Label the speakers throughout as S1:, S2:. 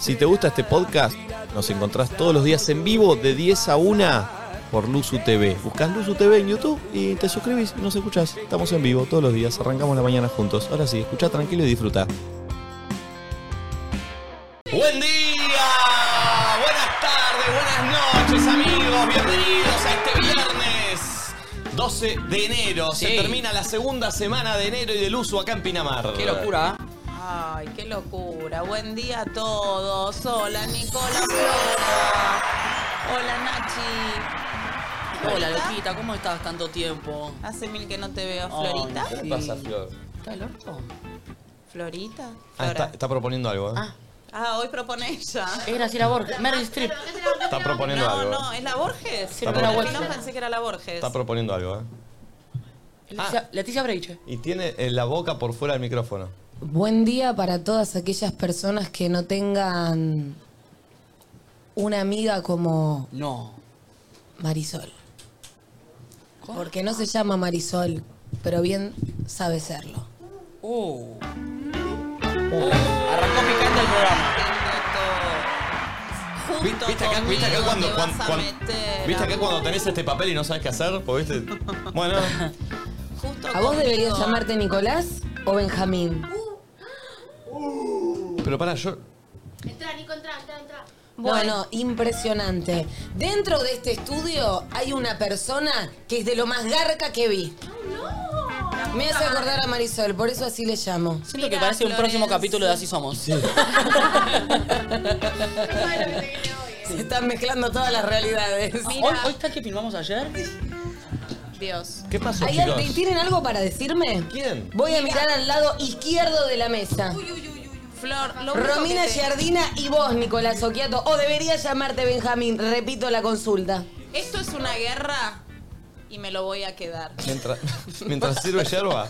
S1: Si te gusta este podcast, nos encontrás todos los días en vivo de 10 a 1 por Luzu TV. Buscás Luzu TV en YouTube y te suscribís y nos escuchás. Estamos en vivo todos los días, arrancamos la mañana juntos. Ahora sí, escucha tranquilo y disfruta.
S2: Buen día, buenas tardes, buenas noches amigos, bienvenidos a este viernes 12 de enero. Se
S3: Sí.
S2: termina la segunda semana de enero y del uso acá en Pinamar.
S3: Qué locura. ¿eh?
S4: Ay, qué locura. Buen día a todos. Hola, Nicola Flora. Hola, Nachi.
S3: Hola,
S4: ¿Florita?
S3: loquita, ¿cómo estás tanto tiempo?
S4: Hace mil que no te veo,
S3: Ay,
S4: Florita.
S3: ¿qué le
S2: pasa, Flor?
S1: Ah,
S3: ¿Está el orto?
S4: Florita.
S2: Ah, está,
S4: Flora.
S2: está proponiendo algo, ¿eh?
S3: Ah,
S4: Ah, hoy propone ella.
S3: es Graciela Borges. Meryl Streep.
S2: está proponiendo
S4: No,
S2: algo.
S4: no, ¿es la Borges?
S3: Sirve
S2: una
S4: Porque
S3: bolsa.
S4: no pensé que era la Borges.
S2: Está proponiendo algo, ¿eh?
S3: Leticia,
S2: Ah.
S3: Leticia Breiche.
S2: Y tiene eh, la boca por fuera del micrófono.
S5: Buen día para todas aquellas personas que no tengan una amiga como
S3: No.
S5: Marisol. Porque no se llama Marisol, pero bien sabe serlo.
S3: Uh. Arrancó picante el programa.
S4: Tengo todo.
S2: Vi-
S4: Junto
S2: ¿Viste acá,
S4: conmigo
S2: viste acá cuando,
S4: te
S2: cuan-
S4: vas a
S2: cuan-
S4: meter,
S2: viste acá
S4: amor.
S2: cuando tenés este papel y no sabes qué hacer? Pues, ¿viste? Bueno,
S4: Justo
S5: ¿A vos
S4: conmigo.
S5: deberías llamarte Nicolás o Benjamín?
S2: pero para, yo.
S6: Entra, Nico, entra, entra, entra.
S5: Bueno, impresionante. Dentro de este estudio hay una persona que es de lo más garca que vi. Me hace acordar a Marisol, por eso así le llamo.
S3: Siento que
S4: Mira,
S3: parece un próximo
S4: Florencia.
S3: capítulo de Así Somos.
S2: eh.
S5: Se están mezclando todas las realidades.
S3: Ah, ¿Hoy, ¿Hoy está el que filmamos ayer?
S4: Dios.
S2: ¿Qué pasó,
S5: ¿Hay
S2: chicos?
S5: al- ¿Tienen algo para decirme?
S2: ¿Quién?
S5: Voy a mirar al lado izquierdo de la mesa.
S4: Flor, lo único
S5: Romina
S4: que te-
S5: Giardina y vos, Nicolás Oquiato. O debería llamarte Benjamín. Repito la consulta.
S4: Esto es una guerra y me lo voy a quedar.
S2: Mientras, mientras sirve yerba.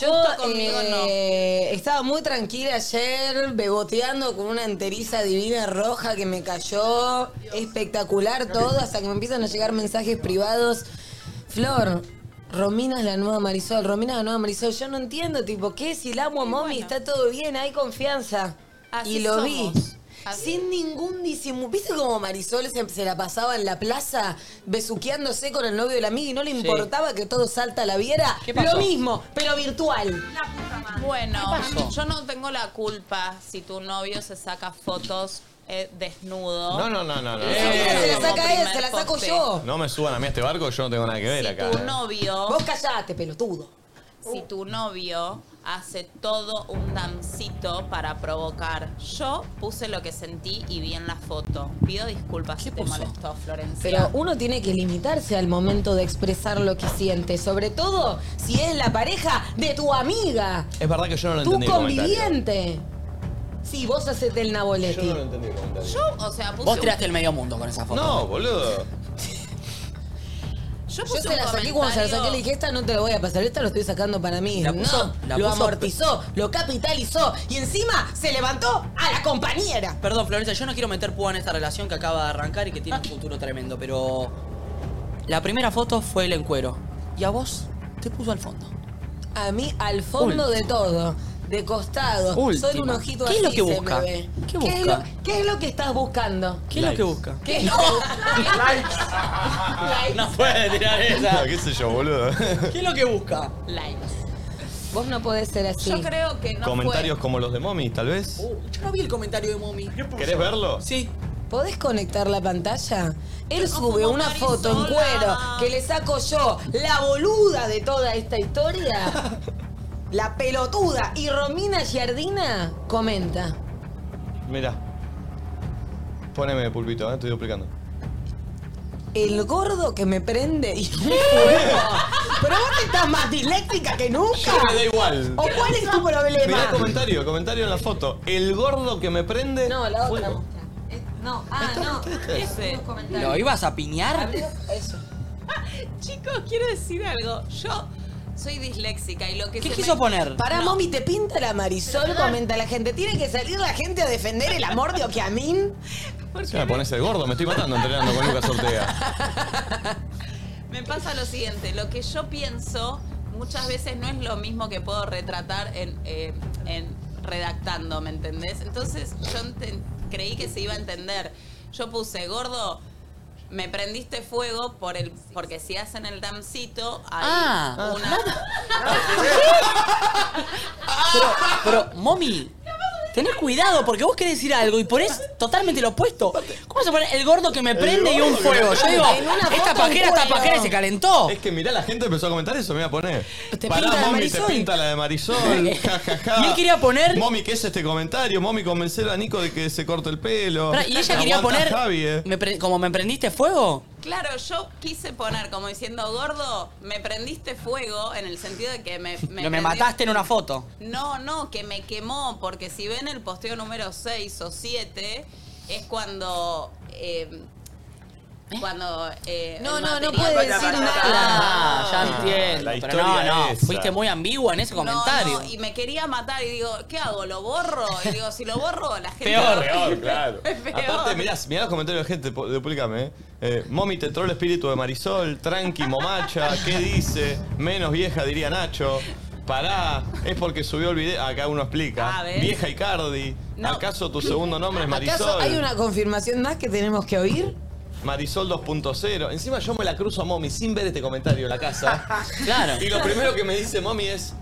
S5: Yo
S4: conmigo
S5: eh, estaba muy tranquila ayer, beboteando con una enteriza divina roja que me cayó. Espectacular todo, hasta que me empiezan a llegar mensajes privados. Flor, Romina es la nueva Marisol, Romina es la nueva Marisol. Yo no entiendo, tipo, ¿qué? Si la amo a mommy, está todo bien, hay confianza.
S4: Así
S5: y lo
S4: somos.
S5: vi.
S4: Así-
S5: Sin ningún disimulo. ¿Viste cómo Marisol se, se la pasaba en la plaza besuqueándose con el novio de la amiga y no le importaba que todo Salta la viera?
S3: ¿Qué pasó?
S5: Lo mismo, pero virtual.
S4: Bueno, yo no tengo la culpa si tu novio se saca fotos eh, desnudo.
S2: No, no, no, no. no.
S5: Ni siquiera se la
S4: Como
S5: saca él,
S4: primer
S5: se la saco
S4: poste.
S5: yo.
S2: No me suban a mí a este barco, yo no tengo nada que ver
S4: Si
S2: acá.
S4: tu
S2: eh.
S4: novio,
S5: Vos callate, pelotudo.
S4: si tu novio hace todo un dancito para provocar. Yo puse lo que sentí y vi en la foto. Pido disculpas si te
S3: puso?
S4: molestó, Florencia.
S5: Pero uno tiene que limitarse al momento de expresar lo que siente, sobre todo si es la pareja de tu amiga,
S2: Es verdad que yo no lo
S5: tu
S2: entendí. el comentario.
S5: conviviente. Sí, vos hacete el
S2: Yo
S5: naboleti.
S2: no lo entendí. el comentario.
S4: yo, o sea, puse
S3: Vos
S4: un-
S3: tiraste el medio mundo con esa foto.
S2: No, boludo.
S5: Yo
S4: yo puse
S5: se
S4: un
S5: la saqué cuando se la saqué,
S4: comentario-
S5: le dije, esta no te la voy a pasar, esta lo estoy sacando para mí.
S3: La puso-
S5: no,
S3: la
S5: lo
S3: puso-
S5: amortizó, lo capitalizó y encima se levantó a la compañera.
S3: Perdón, Florencia, yo no quiero meter púa en esta relación que acaba de arrancar y que tiene un futuro tremendo, pero. La primera foto fue el encuero. Y a vos te puso al fondo.
S5: A mí, al fondo de todo, de costado,
S3: Última.
S5: solo un ojito
S3: ¿Qué es
S5: así
S3: lo que
S5: se me
S3: busca?
S5: ve.
S3: ¿Qué
S5: es
S3: busca?
S5: lo, qué es lo que estás buscando?
S3: ¿Qué es lo que busca?
S5: ¿Qué?
S3: No puede tirar esa.
S2: No, ¿Qué sé yo, boludo?
S3: ¿Qué es lo que busca?
S4: Likes.
S5: Vos no podés ser así.
S4: Yo creo que no
S2: Comentarios como los de Mommy, tal vez.
S3: yo no vi el comentario de Mommy.
S2: ¿Querés verlo?
S3: Sí.
S5: ¿Podés conectar la pantalla? Él sube
S4: como
S5: una foto en
S4: Marisola.
S5: cuero que le saco yo, la boluda de toda esta historia, la pelotuda. Y Romina Giardina comenta.
S2: Mirá. Poneme pulpito, eh, estoy duplicando.
S5: El gordo que me prende y un fuego. Pero vos estás más disléxica que nunca.
S2: Yo me da igual.
S5: ¿O cuál es tu
S2: Mirá el
S5: problema?
S2: comentario, comentario en la foto. El gordo que me prende.
S5: No, la otra.
S2: fuego.
S5: No, ah, no.
S4: fue ese.
S3: ¿Lo ibas a piñar?
S5: Eso.
S4: Chicos, quiero decir algo. Yo soy disléxica y lo que
S3: ¿Qué
S4: se
S3: quiso
S4: me-
S3: poner?
S5: Pará, mami, te pinta la Marisol, comenta la gente. Tiene que salir la gente a defender el amor de Okiamin.
S2: Si me pones el gordo, me estoy matando entrenando con Lucas Ortega.
S4: Me pasa lo siguiente, lo que yo pienso muchas veces no es lo mismo que puedo retratar en, eh, en redactando, ¿me entendés? Entonces yo enten- creí que se iba a entender. Yo puse, gordo, me prendiste fuego por el, porque si hacen el damcito, hay
S3: Ah,
S4: una.
S3: Pero, pero, mommy, tenés cuidado porque vos querés decir algo y ponés totalmente lo opuesto. ¿Cómo se pone el gordo que me prende y un
S2: gordo que me
S3: fuego? Yo
S2: prende.
S3: digo,
S5: En una foto
S3: esta
S5: un
S3: pajera, esta
S5: fuego.
S3: pajera y se calentó.
S2: Es que mirá, la gente empezó a comentar eso, me voy a poner.
S5: Te
S2: Pará,
S5: pinta la de
S2: mami, te
S5: Marisol.
S2: pinta la de Marisol. Ja, ja, ja.
S3: Y él quería poner-
S2: Mami, ¿qué es este comentario? Mami, convencer a Nico de que se corte el pelo.
S3: Pará, Y ella quería
S2: Aguanta
S3: poner,
S2: Javi, eh.
S3: me pre- como me prendiste fuego.
S4: Claro, yo quise poner como diciendo, gordo, me prendiste fuego en el sentido de que me.
S3: Me,
S4: prendió-
S3: me mataste en una foto.
S4: No, no, que me quemó, porque si ven el posteo número 6 o 7, es cuando. eh, cuando. eh,
S5: No,
S4: el
S5: no, no
S4: material-
S5: puede decir nada.
S3: Ah, ya entiendo.
S2: la
S3: Pero no,
S2: historia
S3: no,
S2: esa.
S3: fuiste muy ambigua en ese
S4: No,
S3: comentario.
S4: no, y me quería matar y digo, ¿qué hago? ¿Lo borro? Y digo, si lo borro, la gente.
S3: Peor.
S2: Peor, claro.
S4: Peor.
S2: Aparte, mirá, mirá los comentarios de gente, po- duplícame. eh. Eh, Mommy te troll espíritu de Marisol, tranqui, momacha, ¿qué dice? Menos vieja, diría Nacho. Pará, es porque subió el video. Acá uno explica.
S4: Ah, ¿ves?
S2: Vieja Icardi.
S4: No.
S2: ¿Acaso tu segundo nombre es Marisol?
S5: ¿Acaso hay una confirmación más que tenemos que oír?
S2: Marisol 2.0. Encima yo me la cruzo a Mommy sin ver este comentario en la casa.
S3: Claro.
S2: y lo primero que me dice Mommy es.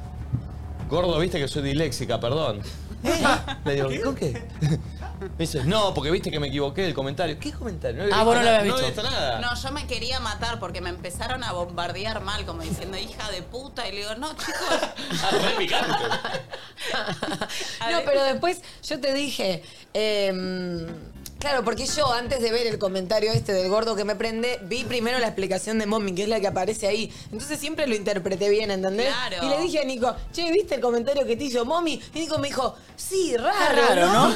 S2: Gordo, viste que soy disléxica, perdón.
S3: ¿Eh?
S2: Le digo, ¿con qué? Me dice, no, porque viste que me equivoqué del comentario. ¿Qué comentario? No había
S3: Ah,
S2: visto
S3: vos no lo
S2: nada,
S3: habías
S2: No
S3: visto.
S2: había nada.
S4: No, yo me quería matar porque me empezaron a bombardear mal, como diciendo hija de puta. Y le digo, no, chicos.
S2: Ah, re picante.
S4: A
S5: No,
S4: ver.
S5: pero después yo te dije, em, claro, porque yo antes de ver el comentario este del gordo que me prende, vi primero la explicación de Mommy, que es la que aparece ahí. Entonces siempre lo interpreté bien, ¿entendés?
S4: Claro.
S5: Y le dije a Nico, che, ¿viste el comentario que te hizo Mommy? Y Nico me dijo, sí, raro,
S3: raro,
S5: ¿no?
S3: ¿no?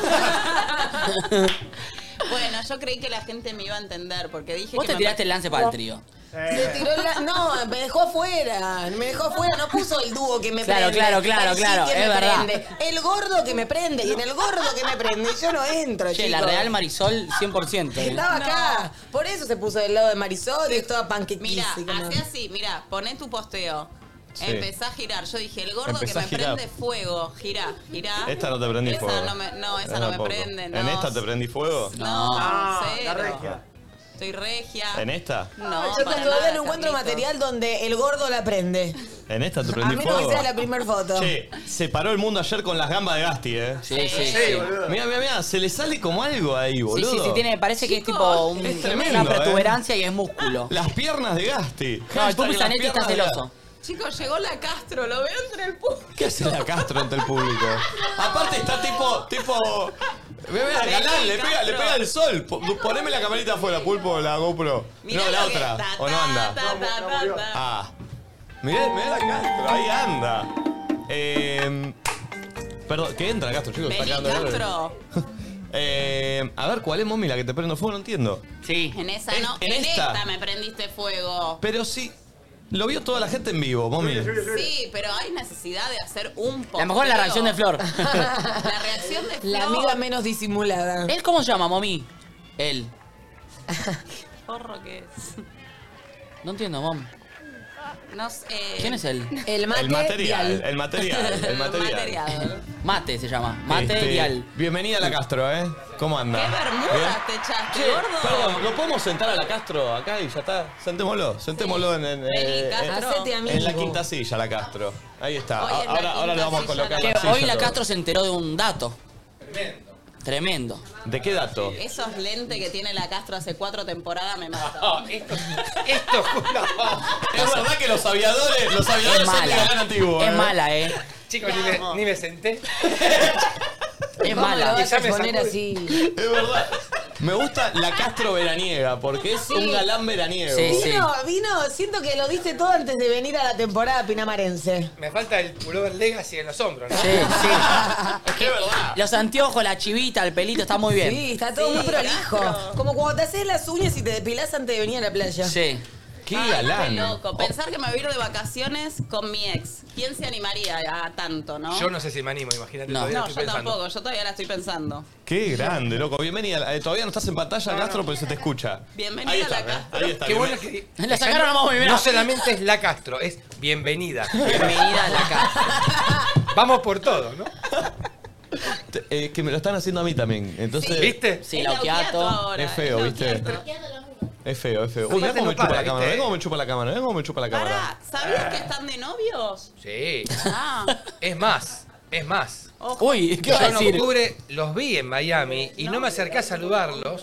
S4: Bueno, yo creí que la gente me iba a entender porque dije
S3: Vos
S4: que
S3: te
S4: me
S3: tiraste el lance para el trío.
S5: Le tiró la- No, me dejó afuera. Me dejó afuera, no puso el dúo que me
S3: Claro,
S5: prende.
S3: claro, claro,
S5: el sí
S3: claro,
S5: que
S3: es
S5: me
S3: verdad.
S5: prende, El gordo que me prende. Y en el gordo que me prende. Yo no entro,
S3: Che,
S5: chicos.
S3: la Real Marisol 100%. ¿eh?
S5: Estaba
S4: No.
S5: acá. Por eso se puso del lado de Marisol y es toda
S4: Mira,
S5: panquequísima.
S4: hace así, mira, poné tu posteo.
S2: Sí.
S4: Empezá a girar. Yo dije, el gordo
S2: Empezá a
S4: que me
S2: girar.
S4: prende fuego. Girá, girá.
S2: Esta no te prendí
S4: ¿ah? esa
S2: fuego. Eh,
S4: No, me- no, esa no me
S2: tampoco.
S4: prende. No.
S2: ¿En esta te prendí fuego?
S4: No,
S7: Ah, la
S4: cero.
S7: regia.
S4: Estoy regia.
S2: ¿En esta?
S4: No,
S5: Yo
S4: para
S5: todavía
S4: nada,
S5: no encuentro
S4: Carlito.
S5: material donde el gordo la prende.
S2: ¿En esta te
S5: A
S2: prendí
S5: menos que
S2: fuego?
S5: sea la primera foto.
S2: Che, se paró el mundo ayer con las gambas de Gasti, eh.
S3: Sí, sí, sí.
S7: Sí, boludo.
S2: Mira, mira, mira, se le sale como algo ahí,
S3: Sí,
S2: boludo.
S3: sí, sí, tiene, parece que es eh.
S4: Chicos,
S3: tipo un-
S2: es tremendo,
S3: una protuberancia y es músculo.
S2: Las piernas de Gasti.
S3: No, el
S2: Hashtag
S3: Pupi
S2: las
S3: Zanetti está
S2: piernas de
S3: celoso.
S4: Chicos, llegó la Castro, lo veo entre el público.
S2: ¿Qué hace la Castro ante el público? Aparte está tipo, tipo. Ve, ve, galán, le pega, le pega el sol. Po- Poneme la camarita afuera, pulpo, la GoPro.
S4: Mirá
S2: no,
S4: lo
S2: la
S4: que-
S2: otra.
S4: ta,
S2: o no
S4: ta,
S2: anda.
S4: ta, ta,
S7: No,
S4: ta,
S7: no,
S4: ta.
S2: Ah. Mirá, mirá la Castro, ahí anda. Eh, perdón, que entra Castro, chicos, está
S4: Vení,
S2: quedando de oro.
S4: Castro.
S2: Eh, a ver, ¿cuál es mommy la que te prendo fuego? No entiendo.
S3: Sí.
S4: En esa
S2: En-
S4: no.
S2: en
S4: En,
S2: esta.
S4: esta. me prendiste fuego.
S2: Pero sí, lo vio toda la gente en vivo, mommy.
S4: Sí, pero hay necesidad de hacer un poco.
S3: A lo mejor la reacción de Flor.
S4: La reacción de Flor.
S5: La amiga menos disimulada.
S3: ¿Él cómo se llama, mami? Él.
S4: Porro que es.
S3: No entiendo, mom.
S4: No sé.
S3: ¿Quién es él?
S5: El, mate
S2: El material,
S5: dial.
S2: el material, el material.
S4: Material.
S3: Mate se llama. Mate
S2: Este,
S3: Dial.
S2: Bienvenida a la Castro, ¿eh? ¿Cómo anda?
S4: ¿Qué
S2: Bien.
S4: bermudas te echaste,
S2: Che,
S4: gordo?
S2: Perdón, ¿lo podemos sentar a la Castro acá y ya está? Sentémoslo, sentémoslo en, en,
S4: Vení,
S2: eh,
S4: Castro.
S5: Hacete
S2: en-
S5: amigo.
S2: en la quinta silla, la Castro. Ahí está.
S4: Hoy en la
S2: ahora ahora le
S4: quinta
S2: vamos a
S4: silla,
S2: colocar
S4: la-
S2: la
S3: Que
S2: silla,
S3: hoy la
S2: luego.
S3: Castro se enteró de un dato. Tremendo. Tremendo.
S2: ¿De qué dato?
S4: Esos lentes que tiene la Castro hace cuatro temporadas me matan.
S7: Esto es una bomba.
S2: Es verdad que los aviadores, los
S3: Es
S2: aviadores son de galán
S3: mala.
S2: antiguo.
S3: Es
S2: ¿eh?
S3: mala, eh.
S7: Chicos, ni me, ni me senté.
S3: Es
S5: ¿Cómo lo
S3: mala.
S5: vas a
S7: Quizá me
S5: poner
S7: sacó-
S5: así?
S2: Es verdad. Me gusta la Castro veraniega, porque es un galán veraniego.
S3: Sí.
S5: Vino, vino. Siento que lo diste todo antes de venir a la temporada pinamarense.
S7: Me falta el pullover Legacy en los hombros, ¿no?
S3: Eh, Sí, sí.
S2: Es verdad.
S3: Los anteojos, la chivita, el pelito, está muy bien.
S5: Sí, está todo muy prolijo. Como cuando te haces las uñas y te depilás antes de venir a la playa.
S3: Sí.
S2: Qué
S4: Ay,
S2: galán.
S4: qué loco. Pensar que me voy a ir de vacaciones con mi ex. ¿Quién se animaría a tanto, no?
S7: Yo no sé si me animo, imagínate.
S3: No.
S7: todavía
S4: No, yo
S7: estoy pensando.
S4: tampoco. Yo todavía la estoy pensando.
S2: Qué grande, loco. Bienvenida. Eh, todavía no estás en pantalla, Castro, pero se te escucha.
S4: Bienvenida
S2: Ahí
S4: a la
S2: está,
S4: Castro.
S2: ¿eh? Ahí está.
S7: Qué
S2: Bienven-
S7: bueno que.
S3: La sacaron a Mami, mirá.
S7: No solamente es la Castro, es bienvenida.
S3: Bienvenida a la casa.
S7: Vamos por todo, ¿no?
S2: Te- eh, que me lo están haciendo a mí también. Entonces,
S4: Sí.
S7: ¿Viste?
S3: Sí,
S4: Es
S3: Lauqueato.
S4: ahora,
S2: Es feo,
S4: es Lauqueato.
S2: ¿viste? es feo, es feo. Uy,
S7: Aparte
S2: mirá cómo
S7: no
S2: me chupa
S7: para,
S2: la cámara,
S7: ¿viste?
S2: mirá cómo me chupa la cámara, mirá cómo me chupa la cámara.
S4: Pará, ¿sabías que están de novios?
S7: Sí.
S4: Ah,
S7: Eh, Es más, es más.
S4: ojo.
S3: Uy, ¿qué
S7: Yo
S3: va a
S7: en
S3: decir?
S7: octubre los vi en Miami y no me acerqué a saludarlos.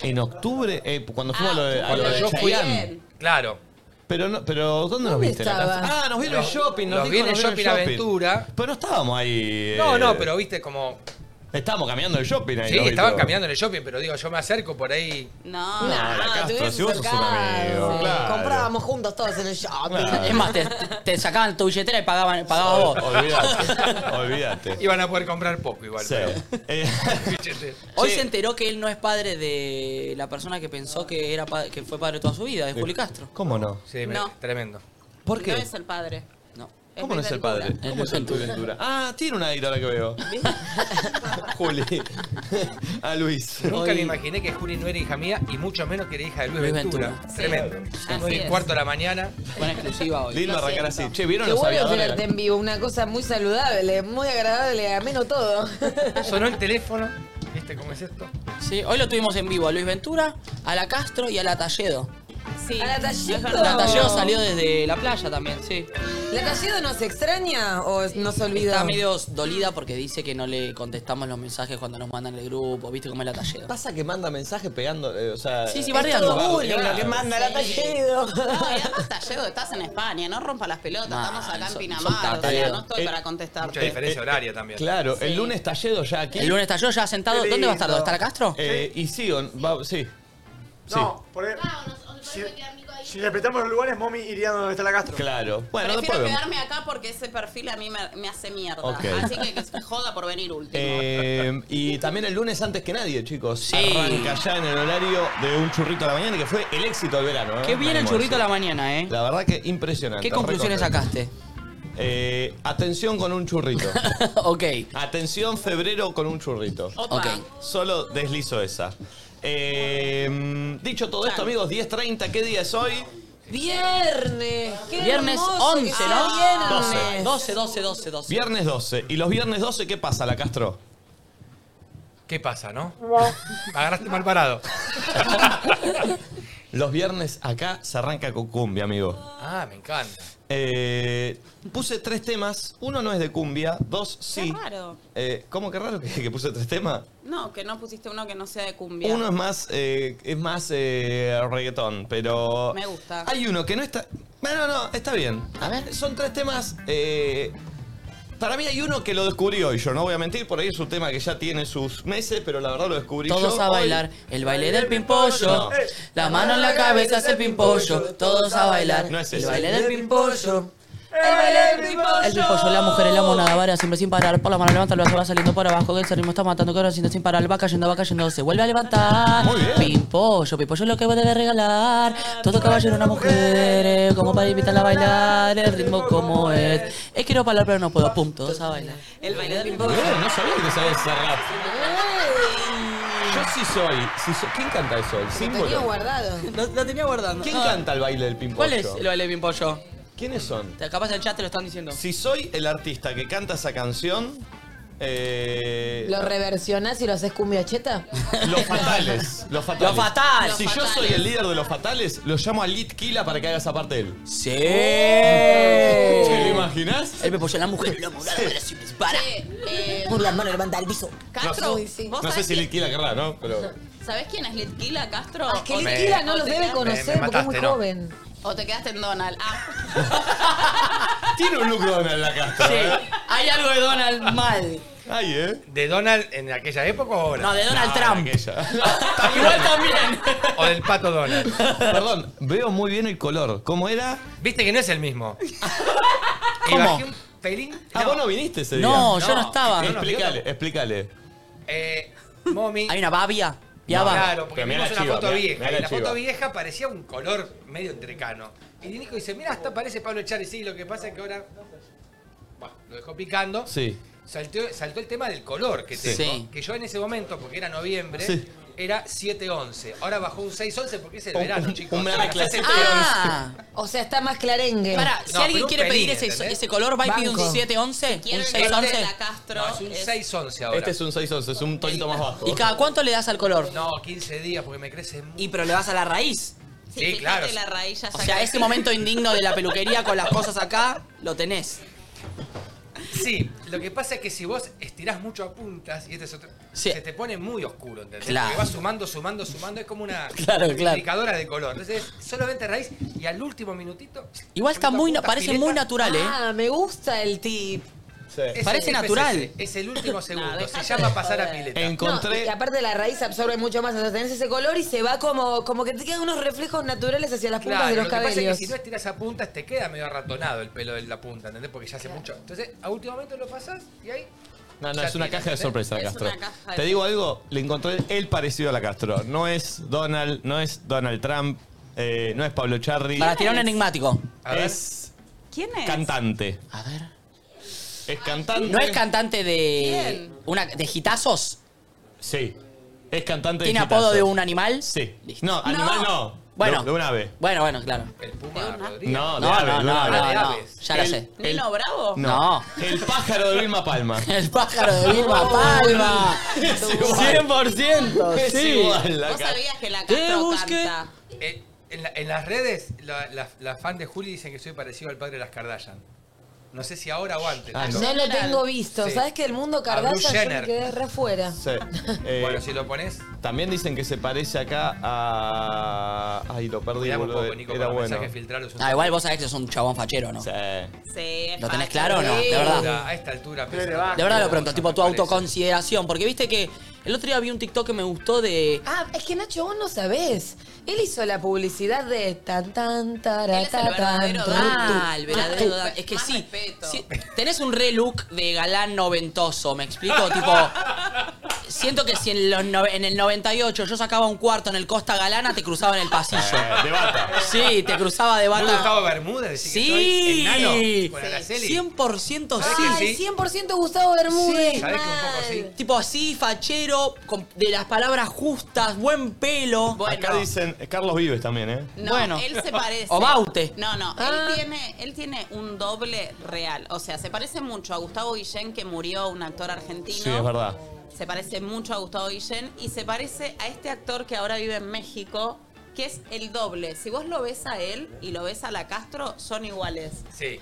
S2: En octubre, eh, cuando fuimos
S4: Ah,
S2: a lo de, a
S4: cuando
S2: lo de
S7: yo fui-
S2: Chayanne.
S4: Bien.
S7: Claro.
S2: Pero, no, pero ¿dónde, nos
S5: ¿Dónde
S2: viste? En la
S5: estabas?
S2: casa. Ah, nos vieron en
S7: Nos-
S2: shopping. Nos,
S7: nos
S2: dijo,
S7: vieron en
S2: nos vieron en
S7: shopping Aventura.
S2: Pero no estábamos ahí.
S7: No,
S2: eh,
S7: no, pero viste como.
S2: Estábamos caminando el shopping ahí.
S7: Sí,
S2: ¿no,
S7: estaban
S2: Vito?
S7: caminando en el shopping, pero digo, yo me acerco por ahí.
S4: No,
S5: Nah,
S2: la Castro,
S5: te hubieses
S2: si vos sos un
S5: acercado.
S2: amigo,
S5: Sí,
S2: claro.
S5: Comprábamos juntos todos en el shopping.
S2: Claro.
S3: Es más, te, te sacaban tu billetera y pagaban, pagabas
S2: Ol-
S3: vos.
S2: Olvídate. Olvídate.
S7: Iban a poder comprar poco igual.
S2: Sí.
S7: pero-
S2: Eh,
S7: Fíjate.
S3: Hoy
S2: Sí.
S3: se enteró que él no es padre de la persona que pensó que era pa- que fue padre toda su vida, de Juli Castro.
S2: ¿Cómo no?
S7: Sí, me-
S4: No.
S7: tremendo.
S2: ¿Por qué?
S4: No es el padre.
S3: No.
S2: ¿Cómo no es el padre?
S3: Es
S2: ¿Cómo es el
S3: Luis
S2: Ventura? Ah, tiene un aire ahora que veo. Juli. A Luis.
S7: Nunca
S3: Hoy-
S7: me imaginé que Juli no era hija mía y mucho menos que era hija de Luis,
S3: Luis
S7: Ventura.
S3: Ventura.
S7: Tremendo.
S4: Sí.
S7: Nueve
S4: Así
S7: y
S4: es.
S7: cuarto de la mañana.
S3: Buena exclusiva hoy.
S2: Lindo arrancar así. Che, ¿vieron
S5: Qué
S2: los
S5: bueno
S2: aviadores?
S5: tenerte en vivo, una cosa muy saludable, muy agradable, ameno todo.
S7: Sonó el teléfono. ¿Viste cómo es esto?
S3: Sí, hoy lo tuvimos en vivo a Luis Ventura, a la Castro y a la Talledo.
S4: Sí.
S5: A la Talledo.
S4: es
S3: La
S4: verdad.
S3: Talledo salió desde la playa también, sí.
S5: ¿La Talledo nos extraña o nos olvida?
S3: Está medio dolida porque dice que no le contestamos los mensajes cuando nos mandan el grupo, viste cómo es la Talledo.
S2: Pasa que manda mensajes pegando, eh, o sea...
S3: Sí, sí,
S5: Es
S3: bardeando.
S5: todo bullying
S2: Claro.
S5: lo que manda la Talledo.
S4: No, y además Tallego, estás en España, no rompa las pelotas,
S3: Nah,
S4: estamos acá en
S3: son-
S4: Pinamar,
S3: son
S4: o sea,
S3: Talledo.
S4: no estoy
S2: Eh,
S4: para
S7: Mucha
S4: contestarte.
S7: diferencia horaria también.
S2: Claro, el lunes Talledo ya aquí.
S3: El lunes está yo ya sentado. ¿Dónde va a estar? ¿Dónde está la Castro?
S2: Eh, y sí, o- va- sí. Sí,
S8: No, porque
S6: Ah, o nos, o nos
S8: si,
S6: podemos quedar Nico ahí.
S8: si respetamos los lugares, mommy iría donde está la Castro.
S2: claro. Bueno, después
S4: Prefiero
S2: vemos.
S4: quedarme acá porque ese perfil a mí me, me hace mierda.
S2: Ok.
S4: Así que que se joda por venir último.
S2: Eh, y también el lunes antes que nadie, chicos.
S3: Sí.
S2: Arranca ya en el horario de un churrito a la mañana, que fue el éxito del verano. ¿eh?
S3: Qué bien el
S2: Vamos
S3: churrito a la
S2: decir.
S3: mañana, ¿eh?
S2: La verdad que impresionante.
S3: ¿Qué conclusiones
S2: recontra.
S3: sacaste?
S2: Eh, atención con un churrito.
S3: ok.
S2: atención febrero con un churrito.
S4: Opa.
S3: Ok.
S2: Solo deslizo esa. Eh, dicho todo esto, amigos, 10.30, ¿qué día es hoy?
S5: Viernes. Qué
S3: Viernes
S5: hermoso que
S3: 11,
S5: sea
S3: ¿no?
S5: Viernes.
S3: 12, 12, 12, 12.
S2: Viernes 12. ¿Y los viernes 12 qué pasa, la Castro?
S7: ¿Qué pasa, no? Agarraste mal parado.
S2: Los viernes acá se arranca con cumbia, amigo.
S7: Ah, me encanta.
S2: Eh, puse tres temas. Uno no es de cumbia, dos sí.
S4: Qué raro.
S2: Eh, ¿Cómo que raro que, que puse tres temas?
S4: No, que no pusiste uno que no sea de cumbia.
S2: Uno es más, eh, es más eh, reggaetón, pero.
S4: Me gusta.
S2: Hay uno que no está. Bueno, no, está bien. A ver. Son tres temas. eh, para mí hay uno que lo descubrí hoy, yo no voy a mentir, por ahí es un tema que ya tiene sus meses, pero la verdad lo descubrí yo.
S3: Todos a
S2: hoy.
S3: bailar, el baile del pimpollo.
S2: No.
S3: La mano en la cabeza es el pimpollo. Todos a bailar,
S2: No es
S3: el
S2: ese.
S3: baile del pimpollo.
S5: El baile del pimpollo.
S3: El pimpollo, la mujer, el amo, nada vara, siempre sin parar. Por la mano levanta, lo va saliendo por abajo. Que el ritmo está matando, que ahora siente sin parar. Va cayendo, va cayendo, se vuelve a levantar.
S2: Muy bien.
S3: Pimpollo, pimpollo es lo que vos debes regalar. Todo caballero, una mujer, eh, como para invitarla a bailar. El ritmo como es. Es quiero bailar, pero no puedo. Pum, todos a bailar.
S4: El baile del
S2: Eh,
S4: pimpollo.
S2: no sabía que sabía ese rap. Yo sí soy, sí soy- ¿Quién canta eso? El
S5: Lo tenía
S2: símbolo.
S5: guardado.
S3: Lo, lo tenía guardando.
S2: ¿Quién
S3: Ah.
S2: canta el baile del pimpollo?
S3: ¿Cuál es el baile del pimpollo?
S2: ¿Quiénes son?
S3: Te- Capaz en el chat te lo están diciendo.
S2: Si soy el artista que canta esa canción, eh,
S5: ¿Lo reversionás y lo haces cumbia cheta?
S2: los fatales. Los fatales.
S3: Los Fatales.
S2: Si
S4: Los
S2: yo soy
S4: Fatales.
S2: el líder de los fatales, lo llamo a Lit Kila para que haga esa parte de él.
S3: Sí.
S2: ¿Te lo
S3: El
S2: imaginas?
S3: pimpollo, la mujer, la mujer, la mujer, siempre para.
S4: Che, eh,
S5: Por la mano levanta el piso.
S4: Castro,
S5: No sé.
S4: ¿vos
S2: No sé
S4: sabés,
S2: si Lit
S4: quién,
S2: Kila querrá, ¿no? Pero.
S4: sabés quién es Litquila, Castro?
S5: Ah, que
S4: O-
S5: Liquila no los
S4: Me-
S5: debe
S4: me
S5: conocer porque es muy
S7: mataste, ¿no?
S5: joven.
S4: O te quedaste en Donald. Ah,
S2: Tiene un look Donald la casta.
S3: Sí, hay algo de Donald mal.
S2: Ay, ¿eh?
S7: ¿De Donald en aquella época o ahora?
S3: No, de Donald Trump.
S2: Aquella.
S3: Igual también.
S7: O del pato Donald.
S2: Perdón, veo muy bien el color. ¿Cómo era?
S7: Viste que no es el mismo. Y
S3: ¿Cómo?
S7: bajé un pelín.
S2: Ah, vos no viniste ese
S3: No,
S2: día.
S3: yo no estaba.
S7: no, no,
S2: Explícale, explícale.
S7: Eh, mommy.
S3: Hay una babia. Ya va.
S7: Claro, porque
S2: Pero mirá
S7: vimos
S2: la
S7: una
S2: chiva,
S7: foto
S2: mirá,
S7: vieja.
S2: mirá
S7: y
S2: la
S7: la foto
S2: chiva.
S7: vieja parecía un color medio entrecano. Y Nico dice, mira, hasta parece Pablo Echar. Y Sí, lo que pasa es que ahora... Bueno, lo dejó picando.
S2: Sí.
S7: Saltó, saltó el tema del color que
S3: Sí.
S7: tengo. Que yo en ese momento, porque era noviembre,
S2: Sí.
S7: era 7-11. Ahora bajó un 6-11 porque es el
S2: Un-
S7: verano,
S2: un-
S7: chicos. este
S2: una
S7: Ahora
S2: mezcla.
S7: se te-
S3: Ah,
S5: O sea, está más clarengue.
S3: para,
S7: No,
S3: si
S7: pero
S3: alguien
S7: un
S3: quiere
S7: pelín,
S3: pedir ese,
S7: ¿entendés?
S3: ese color, va y pide un
S5: Banco.
S3: 711, un
S4: Quieren que corte la
S3: 611.
S4: Castro.
S7: No, es un
S4: es-
S7: 6-11 ahora.
S2: Este es un 611, es un tonito más bajo.
S3: ¿Y cada cuánto le das al color?
S7: No, 15 días porque me crece mucho.
S3: Y pero le vas a la raíz.
S7: sí,
S4: sí, fíjate
S7: claro.
S4: la raíz ya
S3: O
S4: saca-
S3: sea, ese momento indigno de la peluquería con las cosas acá, lo tenés.
S7: Sí, lo que pasa es que si vos estirás mucho a puntas, y este es otro,
S3: Sí.
S7: se te pone muy oscuro, ¿entendés?
S3: Claro.
S7: Porque va sumando, sumando, sumando, es como una
S3: Claro, claro.
S7: indicadora de color. Entonces, solamente raíz y al último minutito.
S3: Igual está
S7: con
S3: muy,
S7: una punta
S3: parece
S7: pileta,
S3: muy natural, ¿eh?
S5: Ah, me gusta el tip.
S2: Sí.
S7: es el-
S3: Parece
S7: es
S3: natural.
S7: ese, Es el último segundo. se
S4: dejate
S7: llama
S4: de
S7: pasar a
S4: joder.
S7: pileta.
S5: No,
S2: Encontré.
S5: y aparte la raíz absorbe mucho más, o sea, tenés ese color y se va como, como que te quedan unos reflejos naturales hacia las puntas
S7: Claro,
S5: de los
S7: lo que
S5: cabellos.
S7: pasa es que si no estiras a puntas te queda medio ratonado el pelo de la punta, ¿entendés? Porque ya hace mucho. Entonces, a último momento lo pasás y ahí.
S2: No, no,
S7: ya
S2: es una
S7: tiene,
S2: caja de
S7: ¿entendés?
S2: sorpresa la
S4: Es
S2: Castro.
S4: una caja de
S2: Te digo algo, le encontré el parecido a la Castro. No es Donald, no es Donald Trump, eh, no es Pablo Charri.
S3: Para tirar un enigmático.
S7: A ver.
S2: Es
S4: ¿Quién es?
S2: cantante.
S3: A ver.
S2: Es cantante.
S3: ¿No es cantante de.
S4: ¿Quién?
S3: Una, de gitazos?
S2: Sí. Es cantante
S3: ¿Tiene
S2: de gitazo.
S3: apodo de un animal?
S2: Sí.
S3: Listo.
S2: No, animal no.
S3: Bueno.
S2: De, de un ave.
S3: Bueno, bueno, claro.
S7: El Puma Rodríguez.
S2: No, de
S3: No,
S2: ave,
S3: no,
S2: de un
S3: no,
S2: ave.
S3: no, no.
S7: Aves.
S3: Ya la
S2: El-
S3: sé.
S4: ¿Nino Bravo?
S3: No.
S2: El pájaro de Vilma Palma.
S3: El pájaro de Vilma Palma. 100%,
S2: Es igual la
S4: ¿Vos
S2: Castro.
S4: sabías que la
S3: Te
S4: Castro
S3: busqué.
S4: canta?
S7: Eh, en, la- en las redes, la- la- las fans de Juli dicen que soy parecido al padre de las Kardashian. No sé si ahora o antes.
S2: Ah,
S5: No lo tengo visto.
S7: Sí.
S5: ¿Sabes que el mundo
S7: Bruce
S5: Kardashian yo me
S7: Jenner.
S5: quedé re fuera?
S2: Sí. Eh,
S7: Bueno, si lo pones,
S2: También dicen que se parece acá a. Ay, lo perdí,
S7: mirá un
S2: boludo.
S7: poco, Nico,
S2: Era
S7: para
S2: bueno.
S7: mensajes filtrados.
S3: Ah, igual vos sabés que sos un chabón fachero, ¿no?
S2: Sí.
S4: Sí. es
S3: ¿Lo tenés
S4: facha.
S3: claro o no? De
S5: Sí.
S3: verdad.
S7: A esta altura,
S8: Pero
S7: pesa-
S8: le baja.
S3: De verdad lo pregunto, tipo tu
S7: Parece.
S3: autoconsideración. Porque viste que el otro día vi un TikTok que me gustó de.
S5: Ah, es que Nacho, vos no sabés. Él hizo la publicidad de tan tan
S4: Él
S5: tara,
S4: es el
S5: ta, tan,
S4: verdadero
S5: tu,
S3: Ah, el
S4: Más
S3: verdadero.
S4: respeto,
S3: Es que
S4: más
S3: sí,
S4: respeto.
S3: sí, Tenés un re look de galán noventoso, ¿me explico? tipo. Siento que si en, los no- en el 98 yo sacaba un cuarto en el Costa Galana, te cruzaba en el pasillo.
S2: Eh, de bata.
S3: Sí, te cruzaba de
S7: ¿No Gustavo
S3: bata.
S7: Bermúdez? Decir que
S3: Sí.
S7: soy enano con
S3: Sí.
S7: Araceli.
S3: 100%
S7: ¿Sabés
S3: sí.
S7: que
S5: Ay, 100% Gustavo Bermúdez.
S7: ¿Sabés que un poco
S5: mal.
S7: sí?
S3: Tipo así, fachero, con- de las palabras justas, buen pelo.
S2: Acá dicen. Carlos Vives también, ¿eh?
S4: No,
S3: Bueno.
S4: él se parece.
S3: O Baute.
S4: No, no,
S5: Ah.
S4: él, tiene, él tiene un doble real. O sea, se parece mucho a Gustavo Guillén, que murió, un actor argentino.
S2: Sí, es verdad.
S4: Se parece mucho a Gustavo Guillén y se parece a este actor que ahora vive en México, que es el doble. Si vos lo ves a él y lo ves a la Castro, son iguales.
S7: Sí.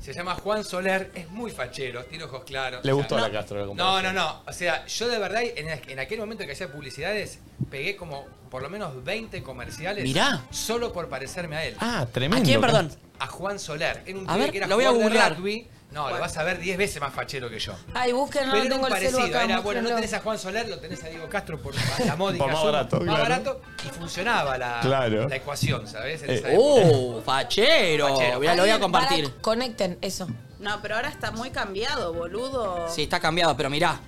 S7: Se llama Juan Soler, es muy fachero, tiene ojos claros.
S2: Le
S7: O sea,
S2: gustó a la
S7: no-
S2: Castro. la
S7: No,
S2: comparación.
S7: no, no. O sea, yo de verdad en, en aquel momento que hacía publicidades pegué como por lo menos 20 comerciales.
S3: Mirá.
S7: Solo por parecerme a él.
S2: Ah, tremendo.
S3: ¿A quién, perdón?
S7: A Juan Soler. Era un
S3: A
S7: pibe
S3: ver,
S7: que era
S3: lo voy a
S7: jugador de
S3: googlear.
S7: rugby. No, lo vas a ver 10 veces más fachero que yo.
S5: Ay,
S7: Pero
S5: búsquenlo, no
S7: era un
S5: tengo el celu
S7: parecido.
S5: acá.
S7: era, bueno, no
S5: muéstrenlo.
S7: tenés a Juan Soler, lo tenés a Diego Castro por la módica.
S2: Por más
S7: suma,
S2: barato,
S7: Más
S2: claro.
S7: barato. Y funcionaba la,
S2: Claro.
S7: la ecuación, ¿sabés? En
S2: Eh,
S7: esa época.
S3: ¡Oh! Fachero.
S7: Fachero.
S3: Mirá, lo voy a
S5: Alguien,
S3: compartir.
S5: para, conecten, eso.
S4: No, pero ahora está muy cambiado, boludo.
S3: Sí, está cambiado, pero mirá.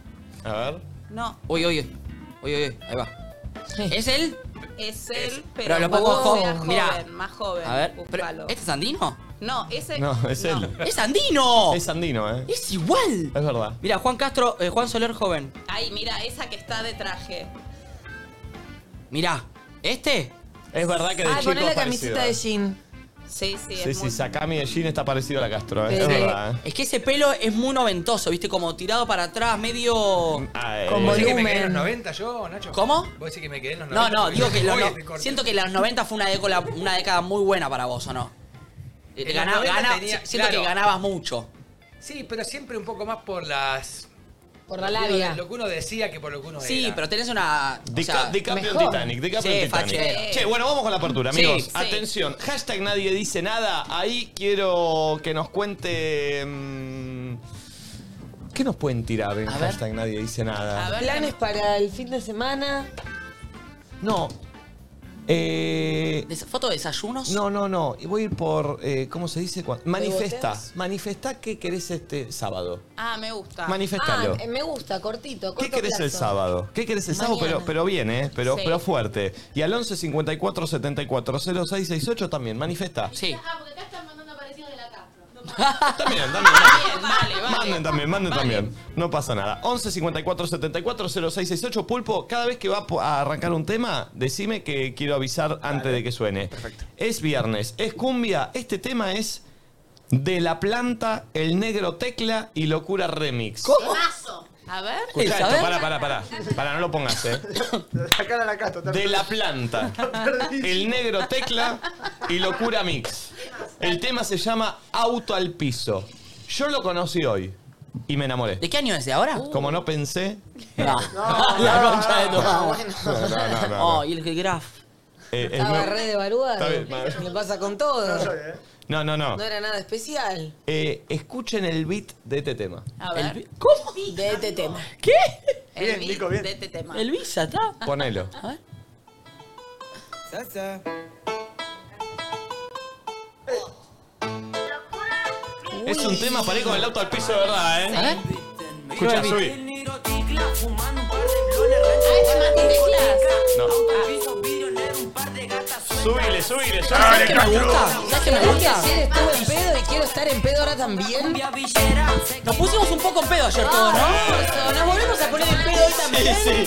S2: A ver.
S4: No,
S3: Uy, uy, uy. Uy, uy, uy. Ahí va. ¿Es él?
S4: es él, pero,
S3: Pero lo
S4: cuando
S3: pongo
S4: sea
S3: joven,
S4: joven,
S3: mirá.
S4: más joven.
S3: A ver. pero-
S4: búscalo.
S3: ¿Este es andino?
S4: No, ese.
S5: Eh,
S2: No, es él.
S3: ¡Es andino!
S2: Es andino, ¿eh?
S3: ¡Es igual!
S2: Es verdad.
S3: Mira, Juan Castro, eh, Juan Soler joven.
S4: Ay, mira, esa que está de traje.
S3: Mirá, ¿este?
S2: Es verdad que de
S5: Ay,
S2: chico
S5: poné la
S2: es parecido,
S5: Ah, camiseta
S2: ¿eh?
S5: de jean.
S4: Sí, sí, es
S2: Sí, sí,
S4: muy-
S2: Sakami de Jin está parecido a la Castro, ¿eh?
S5: Pero-
S2: Es verdad, ¿eh?
S3: Es que ese pelo es muy noventoso, ¿viste? Como tirado para atrás, medio...
S2: Ah, eh,
S5: Con
S7: ¿Vos decís que
S5: volumen.
S7: me quedé en los 90 yo, Nacho?
S3: ¿Cómo?
S7: ¿Vos decís que me quedé en los
S3: No,
S7: 90?
S3: no,
S7: Porque
S3: digo
S7: yo
S3: que los
S7: hoy
S3: no-
S7: estoy corto.
S3: siento que los 90 fue una década, una década muy buena para vos, ¿o no? Eh,
S7: En
S3: gana-
S7: los 90
S3: gana-
S7: tenía-
S3: si- siento
S7: claro.
S3: que ganabas mucho.
S7: Sí, pero siempre un poco más por las.
S5: Por la
S7: lo que uno-
S5: labia.
S7: Lo que uno decía que por lo que uno
S3: Sí,
S7: era.
S3: pero tenés una... o
S2: Dica-
S3: sea,
S2: DiCaprio
S5: mejor.
S2: en Titanic, DiCaprio en
S3: Sí,
S2: Titanic.
S3: fachero.
S2: Che, bueno, vamos con la apertura, amigos.
S3: Sí, sí.
S2: Atención, hashtag nadie dice nada. Ahí quiero que nos cuente... mm, ¿Qué nos pueden tirar en
S3: A ver.
S2: hashtag nadie dice nada?
S4: A ver,
S5: Planes para el fin de semana.
S2: No. Eh,
S3: Des- ¿Foto de desayunos?
S2: no, no, no. Y Voy a ir por, eh, ¿cómo se dice? Cua- Manifesta.
S5: boteas?
S2: Manifesta qué querés este sábado.
S4: Ah, me gusta.
S2: Manifestalo.
S5: Ah, me gusta, cortito, corto
S2: ¿Qué querés el
S5: plazo.
S2: sábado? ¿Qué querés el sábado?
S5: Mañana.
S2: Pero, pero bien, ¿eh? Pero,
S4: Sí.
S2: pero fuerte. Y al 11 54 74 06 68 también, manifesta.
S3: Sí.
S6: Ah, porque acá están mandando parecidos de la Castro.
S2: También, también.
S4: Bien, vale, vale.
S2: Manden también, manden también. No pasa nada. 11 54 74 0668 Pulpo, cada vez que va po- a arrancar un tema, decime que quiero avisar antes de que suene. Es viernes, es cumbia. Este tema es De la planta, el negro tecla y locura remix.
S6: Mazo.
S4: A ver.
S2: Escuchá
S3: ¿Sabes?
S2: esto, para, para, para. Para, no lo pongas, eh.
S8: La cara de la Castro. está
S2: De la
S8: perdida.
S2: planta. El negro tecla y locura mix. El tema se llama Auto al piso. Yo lo conocí hoy y me enamoré. Uh.
S3: ¿De qué año es de ahora?
S2: Como no pensé.
S3: No. La concha de tu agua.
S2: No, no, no,
S3: Oh, y el que graf.
S2: Eh, es
S5: Estaba
S2: nuevo.
S5: re devaluado.
S2: Está bien, Ah. madre.
S5: Le pasa con todo.
S8: Soy, eh.
S2: no, no, no.
S5: No era nada especial
S2: Eh, escuchen el beat de este tema.
S4: A ver.
S3: El- ¿Cómo?
S5: de este tema.
S3: ¿Qué?
S4: El
S8: Bien,
S4: beat
S8: Nico, bien.
S4: de este tema.
S3: El Visa, ¿está?
S2: Ponelo.
S3: A
S9: ¿Ah?
S3: ver.
S2: Es un tema parejo con el auto al piso de verdad,
S3: A
S2: ¿eh?
S3: ver.
S2: Escucha, subí.
S4: Ah, es Mati Teclas.
S2: No. Subile, subile,
S3: Ah, ¿Sabes qué
S2: subile.
S3: me gusta?
S2: Ah.
S3: ¿Sabes qué me gusta?
S5: Ayer estuve en pedo y quiero estar en pedo ahora también.
S3: Nos pusimos un poco en pedo ayer todos, ¿no?
S5: Eso, nos volvemos a poner en pedo hoy también.
S2: Sí, sí.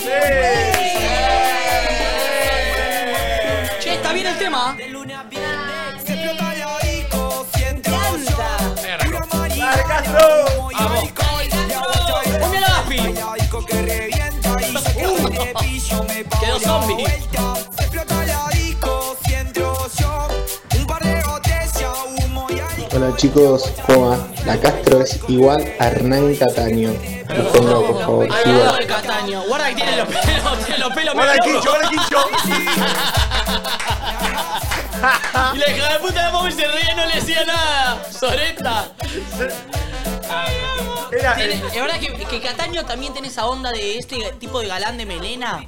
S3: Che, está bien el tema.
S5: Canta.
S8: ¡Dale, Castro!
S3: Vamos. Póngalo, Gaspi. Uh, Quedó zombie.
S10: Hola chicos, coma. La Castro es igual a Hernán Cataño. Buscando, por favor,
S3: Ahí
S10: keyword.
S3: va el Cataño. Guarda que tiene los pelos, tiene los pelos
S8: ¡Hola,
S3: medio
S8: Quincho!
S3: locos.
S8: ¡Hola, Quincho!
S3: Y la hija de puta de Bobby se reía no le decía nada. Soreta.
S8: Era
S3: Tiene-
S8: el...
S3: Es verdad que, que Cataño también tiene esa onda de este tipo de galán de melena.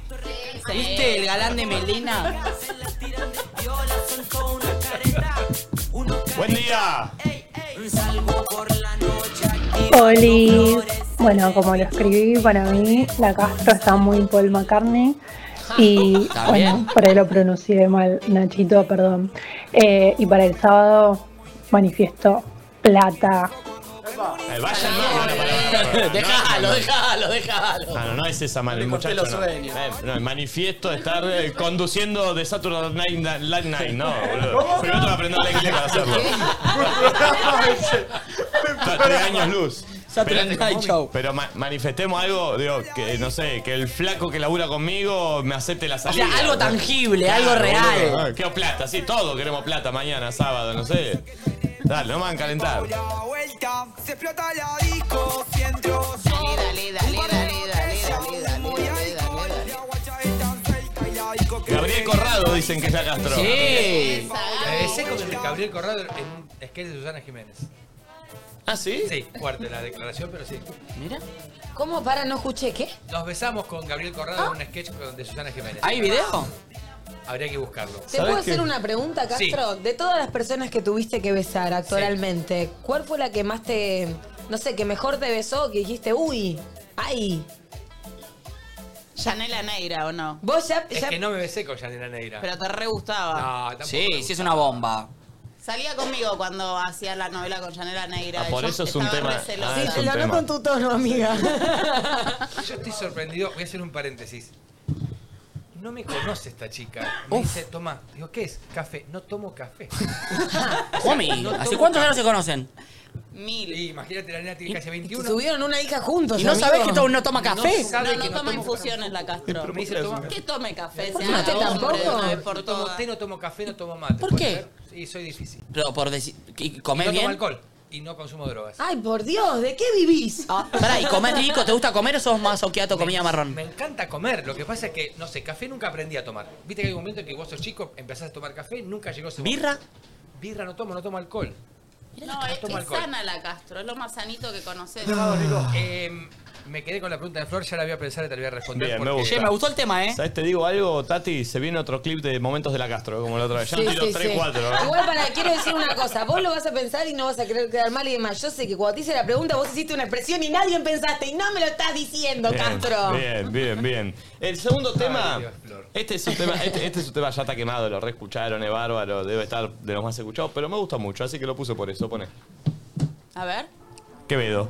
S3: ¿Viste el galán de melena?
S2: Buen día.
S11: Oli, bueno, como lo escribí, para mí la Castro está muy Paul McCartney. Y
S3: Está bien.
S11: bueno, por ahí lo pronuncié mal, Nachito, perdón. Eh, y para el sábado, manifiesto plata.
S2: Eh, Vaya, no, no, no, no, no, no.
S3: Déjalo, déjalo, déjalo.
S2: Ah, no, no es esa mal,
S3: Le
S2: el
S3: corté
S2: muchacho.
S3: los
S2: No.
S3: sueños.
S2: Eh, no, el manifiesto de estar eh, conduciendo de Saturday Night Na- Live Night. No, boludo. Primero tengo que aprender la inglés para hacerlo. Está tres años luz.
S3: Saturday
S2: Pero-
S3: Night Show.
S2: Pero ma- manifestemos algo, digo, que no sé, que el flaco que labura conmigo me acepte la
S3: O
S2: salida.
S3: sea, algo tangible, algo
S2: Claro, boludo.
S3: real.
S2: Ah, Quiero plata, sí, todos queremos plata mañana, sábado, no sé. Dale, no me van a calentar.
S4: Dale, dale, dale, dale, dale, dale, dale, dale, dale, dale.
S2: Gabriel Corrado dicen que ya Castro.
S3: Sí.
S7: La
S4: Esa,
S7: de Seco con Gabriel Corrado en un sketch de Susana Jiménez.
S2: ¿Ah, sí?
S7: Sí, fuerte la declaración, pero sí.
S3: Mira.
S5: ¿Cómo para? No escuché qué.
S7: Nos besamos con Gabriel Corrado en un sketch con- de Susana Jiménez.
S3: ¿Hay video?
S7: Habría que buscarlo.
S5: ¿Te
S2: ¿Sabes
S5: puedo
S2: qué?
S5: hacer una pregunta, Castro? De todas las personas que tuviste que besar actualmente, ¿cuál fue la que más te. No sé, que mejor te besó, que dijiste, uy, ay?
S4: Yanela Neira, ¿o no?
S5: Vos ya.
S7: Es
S5: ya-
S7: que no me besé con Janina Negra.
S4: Pero te re gustaba.
S7: no, tampoco.
S3: Sí, sí es una bomba.
S4: Salía conmigo cuando hacía la novela con Yanela Neira.
S2: Ah, por
S4: Yo
S2: eso es un
S4: estaba
S2: tema.
S4: re celosa.
S2: Ah,
S5: Sí,
S2: es
S5: te
S2: un
S5: lo
S2: tema.
S5: no con tu tono, amiga.
S7: Yo estoy sorprendido. Voy a hacer un paréntesis. No me conoce esta chica. Me dice, toma. Digo, ¿qué es? Café. No tomo café.
S3: Homie, ¿hace cuántos años se conocen?
S4: Mil.
S7: Y imagínate, la nena tiene casi 21.
S5: Tuvieron una hija juntos.
S3: ¿Y no
S5: amigo.
S3: sabés que todo no toma
S7: No
S3: café?
S4: No,
S7: sabe
S4: no
S7: que no tomo
S4: toma infusiones la Castro.
S7: Me dice, toma.
S4: Que tome café,
S5: ¿Por
S4: se
S5: qué no
S4: haga
S5: te
S4: hombre de
S5: tampoco?
S4: una vez por
S7: No tomo
S4: todas.
S7: té, no tomo café, no tomo mate.
S3: ¿Por
S7: ¿Puede
S3: qué?
S7: ser? Sí, soy difícil.
S3: Pero por decir. ¿y
S7: Y no
S3: ¿Comés
S7: tomo
S3: bien?
S7: alcohol. Y no consumo drogas.
S5: Ay, por Dios, ¿de qué vivís?
S3: Ah, pará, ¿y comés rico? ¿Te gusta comer o sos más oquiato comida marrón?
S7: Me encanta comer. Lo que pasa es que, no sé, café nunca aprendí a tomar. Viste que hay un momento en que vos sos chico, empezás a tomar café, nunca llegó ese momento.
S3: ¿Birra?
S7: Birra no tomo, no tomo alcohol.
S4: No, es,
S7: Toma
S4: es
S7: alcohol.
S4: sana la Castro, es lo más sanito que conoces.
S8: Ah.
S7: Em, me quedé con la pregunta de Flor, ya la voy a pensar y te la voy a responder.
S2: Bien, me
S7: porque
S2: gusta.
S3: Che, me gustó el tema, ¿eh?
S2: ¿Sabes? Te digo algo, Tati. Se viene otro clip de Momentos de la Castro, como la otra vez. Ya han sido 3, 4.
S5: Igual para, quiero decir una cosa, vos lo vas a pensar y no vas a querer quedar mal y demás. Yo sé que cuando te hice la pregunta vos hiciste una expresión y nadie pensaste y no me lo estás diciendo, Castro.
S2: Bien, bien, bien. El segundo tema.
S7: Dios, Flor.
S2: Este es un tema, este, este es un tema ya está quemado, lo reescucharon, es bárbaro, debe estar de los más escuchados, pero me gusta mucho, así que lo puse por eso, pone.
S4: A ver.
S2: Quevedo.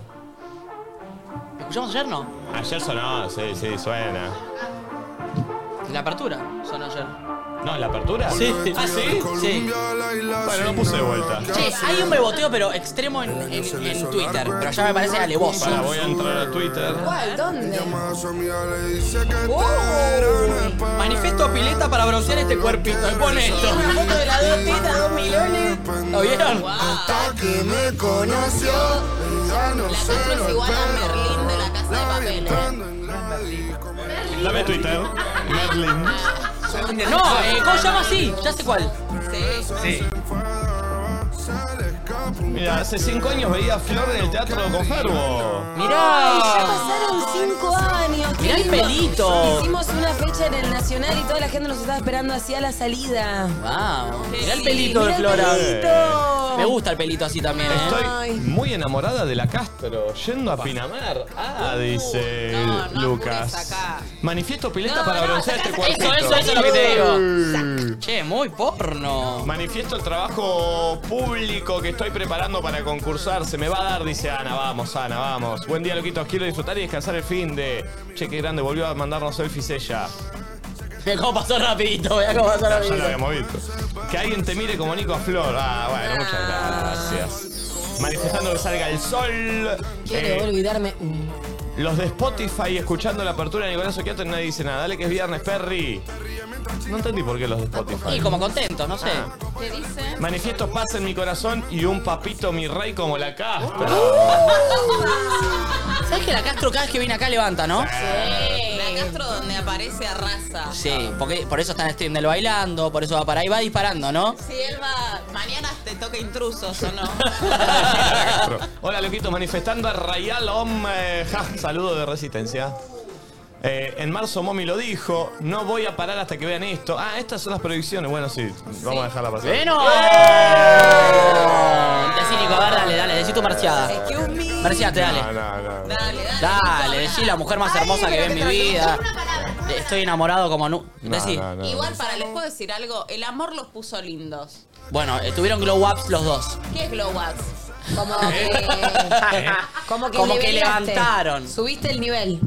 S3: ¿Lo escuchamos ayer no?
S2: Ayer sonó, sí, sí, suena.
S3: La apertura sonó ayer.
S2: No, la apertura.
S3: Sí.
S2: ¿Ah, sí?
S3: Sí.
S2: Bueno, lo puse de vuelta.
S3: Che, hay un beboteo, pero extremo en, en- en Twitter. Pero ya me parece alevoso.
S2: Para, voy a entrar a Twitter.
S5: ¿Cuál? ¿Dónde? Oh.
S3: Uy, Manifiesto pileta para broncear este cuerpito. Me pone esto.
S5: Una foto de las dos tetas, dos milones.
S3: ¿Lo vieron?
S8: Hasta que me conoció, ya no
S4: La
S8: se
S4: castro
S8: lo
S4: es igual a
S8: espero.
S4: Merlín de la Casa de Papeles.
S2: Dame Twitter. Merlin. Ah.
S3: No, eh, ¿cómo se llama así? Ya sé cuál.
S7: Sí.
S2: Mira, hace cinco años veía a Flor en el teatro con Ferbo.
S5: Ay, ya
S3: Mirá.
S5: pasaron cinco años. qué
S3: Mirá el
S5: lindo.
S3: pelito.
S5: Hicimos una fecha en el Nacional y toda la gente nos estaba esperando así a la salida.
S3: Wow. Mirá el
S4: Sí,
S3: pelito de
S5: Mirá el
S3: Flora.
S5: pelito.
S3: Me gusta el pelito así también, ¿eh?
S2: Estoy muy enamorada de la Castro, yendo a Pinamar.
S3: Uh,
S2: Ah, dice
S4: no, no
S2: Lucas.
S4: apures acá.
S2: Manifiesto pileta
S4: No,
S2: para
S4: no,
S2: broncear
S4: saca,
S2: este
S4: saca,
S2: cuerpito.
S3: Eso, eso, eso es lo que te digo. Che, muy porno.
S2: Manifiesto el trabajo público que estoy preparando para concursar. Se me va a dar, dice Ana. Vamos, Ana, vamos. Buen día, loquitos. Quiero disfrutar y descansar el fin de. Che, qué grande, volvió a mandarnos selfies ella.
S3: Mirá cómo pasó rapidito, mirá cómo pasó
S2: No, ya lo
S3: rapidito.
S2: habíamos visto. Que alguien te mire como Nico a Flor. Ah, bueno, muchas gracias. Manifestando que salga el sol.
S5: Quiero
S2: Eh,
S5: olvidarme. Mm.
S2: los de Spotify escuchando la apertura de Nicolás Oquiato y nadie dice nada. Dale que es viernes, Perry. No entendí por qué los de Spotify. Ah.
S3: Y como contentos, no sé.
S4: ¿Qué dice?
S2: Manifiesto paz en mi corazón y un papito mi rey como la casta.
S3: ¡Oh! ¿Sabes que la Castro cada vez que viene acá levanta, no?
S4: Eh, La Castro donde aparece arrasa.
S3: Sí, porque por eso está en el stream del bailando, por eso va para ahí, va disparando, ¿no?
S4: Si él va, mañana te toca intrusos o no.
S2: Hola, loquitos, manifestando a Rayal Om. eh, ja, saludo de resistencia. Eh, en marzo Momi lo dijo, no voy a parar hasta que vean esto. Ah, estas son las predicciones. Bueno, sí, vamos a dejarla pasar. ¡Eh!
S3: ¡Bueno! Decí, Nico, a ver, dale, dale, decí tu marciada.
S5: Excuse me.
S3: Marciate,
S2: No,
S3: dale.
S2: no, no.
S4: Dale, dale.
S3: Dale, decí la mujer más hermosa que ve en mi vida. Estoy enamorado como nu.
S2: No,
S3: Decí.
S2: no, no.
S4: Igual para les puedo decir algo, el amor los puso lindos.
S3: Bueno, eh, tuvieron glow ups los dos.
S4: ¿Qué es glow ups?
S5: Como que. Como que,
S3: Como que
S5: nivelaste.
S3: levantaron.
S5: Subiste el nivel.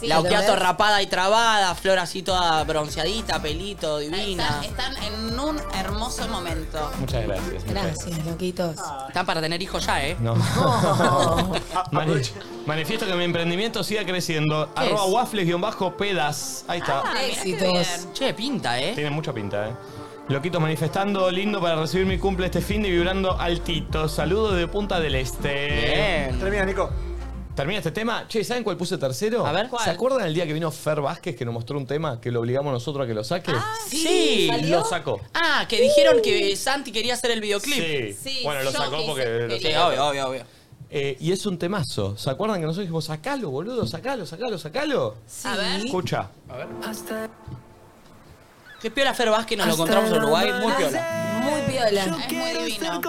S4: Sí,
S3: la
S5: ¿lo
S3: Okiato
S5: ves?
S3: rapada y trabada, Flor así toda bronceadita, pelito, divina.
S4: Están, están en un hermoso momento.
S2: Muchas gracias.
S5: Gracias, loquitos.
S3: Están para tener hijos ya, ¿eh?
S2: No. Mani- manifiesto que mi emprendimiento siga creciendo.
S3: es?
S2: Arroba waffles-pedas. Ahí está.
S4: Ah, mirá qué
S5: Éxitos.
S4: bien.
S3: Che, pinta, ¿eh?
S2: Tiene mucha pinta, eh. Loquito manifestando, lindo para recibir mi cumple este fin de vibrando altito. Saludos de Punta del Este.
S3: Bien.
S8: Termina, Nico.
S2: Termina este tema. Che, ¿saben cuál puse tercero?
S3: A ver.
S2: ¿Se
S3: ¿Cuál?
S2: acuerdan el día que vino Fer Vázquez que nos mostró un tema que lo obligamos nosotros a que lo saque?
S3: Ah, Sí.
S2: lo sacó.
S3: Ah, que dijeron que Santi quería hacer el videoclip.
S2: Sí.
S4: Sí,
S2: Bueno, lo
S4: yo
S2: sacó
S4: quise-
S2: porque. lo
S3: Sí,
S2: sacó.
S3: obvio, obvio, obvio.
S2: Eh, y es un temazo. ¿Se acuerdan que nosotros dijimos, sacalo, boludo, sacalo, sacalo, sacalo?
S4: A ver.
S2: Escucha.
S3: Qué piola Fer Vázquez, nos lo encontramos en Uruguay, muy piola.
S5: Muy piola.
S4: Es muy divino.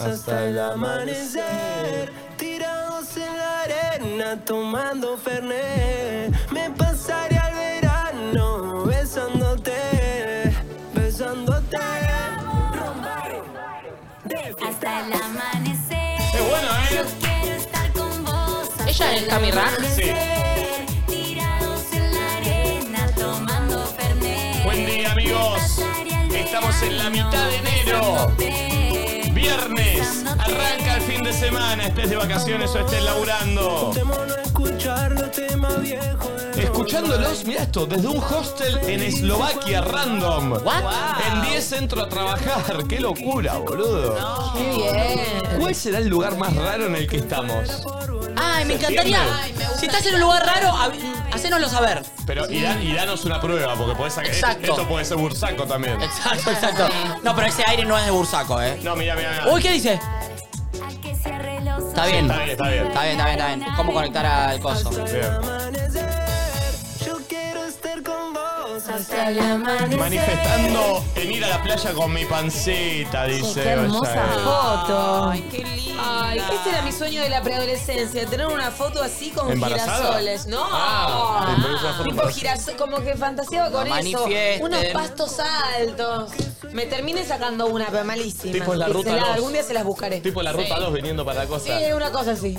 S2: Hasta el
S12: amanecer, tirados en la arena, tomando fernet. Me pasaré al verano, besándote, besándote.
S9: Hasta el amanecer.
S2: Es bueno, ¿eh?
S9: Yo quiero estar con vos. hasta
S3: ¿Ella es
S9: el
S3: Cami Rack?
S9: amanecer. Tirados en la arena, tomando fernet.
S2: Buen día, amigos. Estamos en la mitad de enero. Viernes. Arranca el fin de semana. Estés de vacaciones o estés laburando.
S12: Démonos escuchar los temas viejos. de
S2: Escuchándolos, mira esto, desde un hostel en Eslovaquia, random.
S3: What?
S2: En 10 centro a trabajar. Qué locura, boludo.
S5: Qué bien.
S2: ¿Cuál será el lugar más raro en el que estamos?
S3: Ay, me encantaría.
S2: ¿Septiembre?
S4: Ay, me gusta.
S3: Si estás en un lugar raro, hab- hacénoslo saber.
S2: Pero y, dan- y danos una prueba, porque podés sacar.
S3: Exacto.
S2: Esto puede ser bursaco también.
S3: Exacto, exacto. No, pero ese aire no es de Bursaco, ¿eh?
S2: No, mira, mira.
S3: Uy, ¿qué dice?
S9: Al que cierre los ojos.
S3: Está bien.
S2: Está bien, está bien.
S3: Está bien, está bien, está bien. ¿Cómo conectar al coso?
S2: Bien.
S12: amanecer. Yo quiero estar con vos
S9: juntos hasta el amanecer.
S2: Manifestando en ir a la playa con mi pancita, dice.
S5: qué hermosa
S2: Bayael.
S5: foto.
S4: Ay, qué lindo.
S5: Ay, que este era mi sueño de la preadolescencia, tener una foto así con
S2: ¿Embarazada?
S5: girasoles. No.
S2: Ah, sí, pero esa foto
S5: tipo
S2: embarazada.
S5: girasoles, como que fantaseaba con eso.
S2: No, manifiesten.
S5: Unos pastos altos. Me terminé sacando una, pero malísima.
S2: Tipo la
S5: Que
S2: ruta
S5: se la-
S2: dos.
S5: algún día se las buscaré.
S2: Tipo la ruta 2 viniendo para la
S5: Sí,
S2: costa.
S5: una cosa así.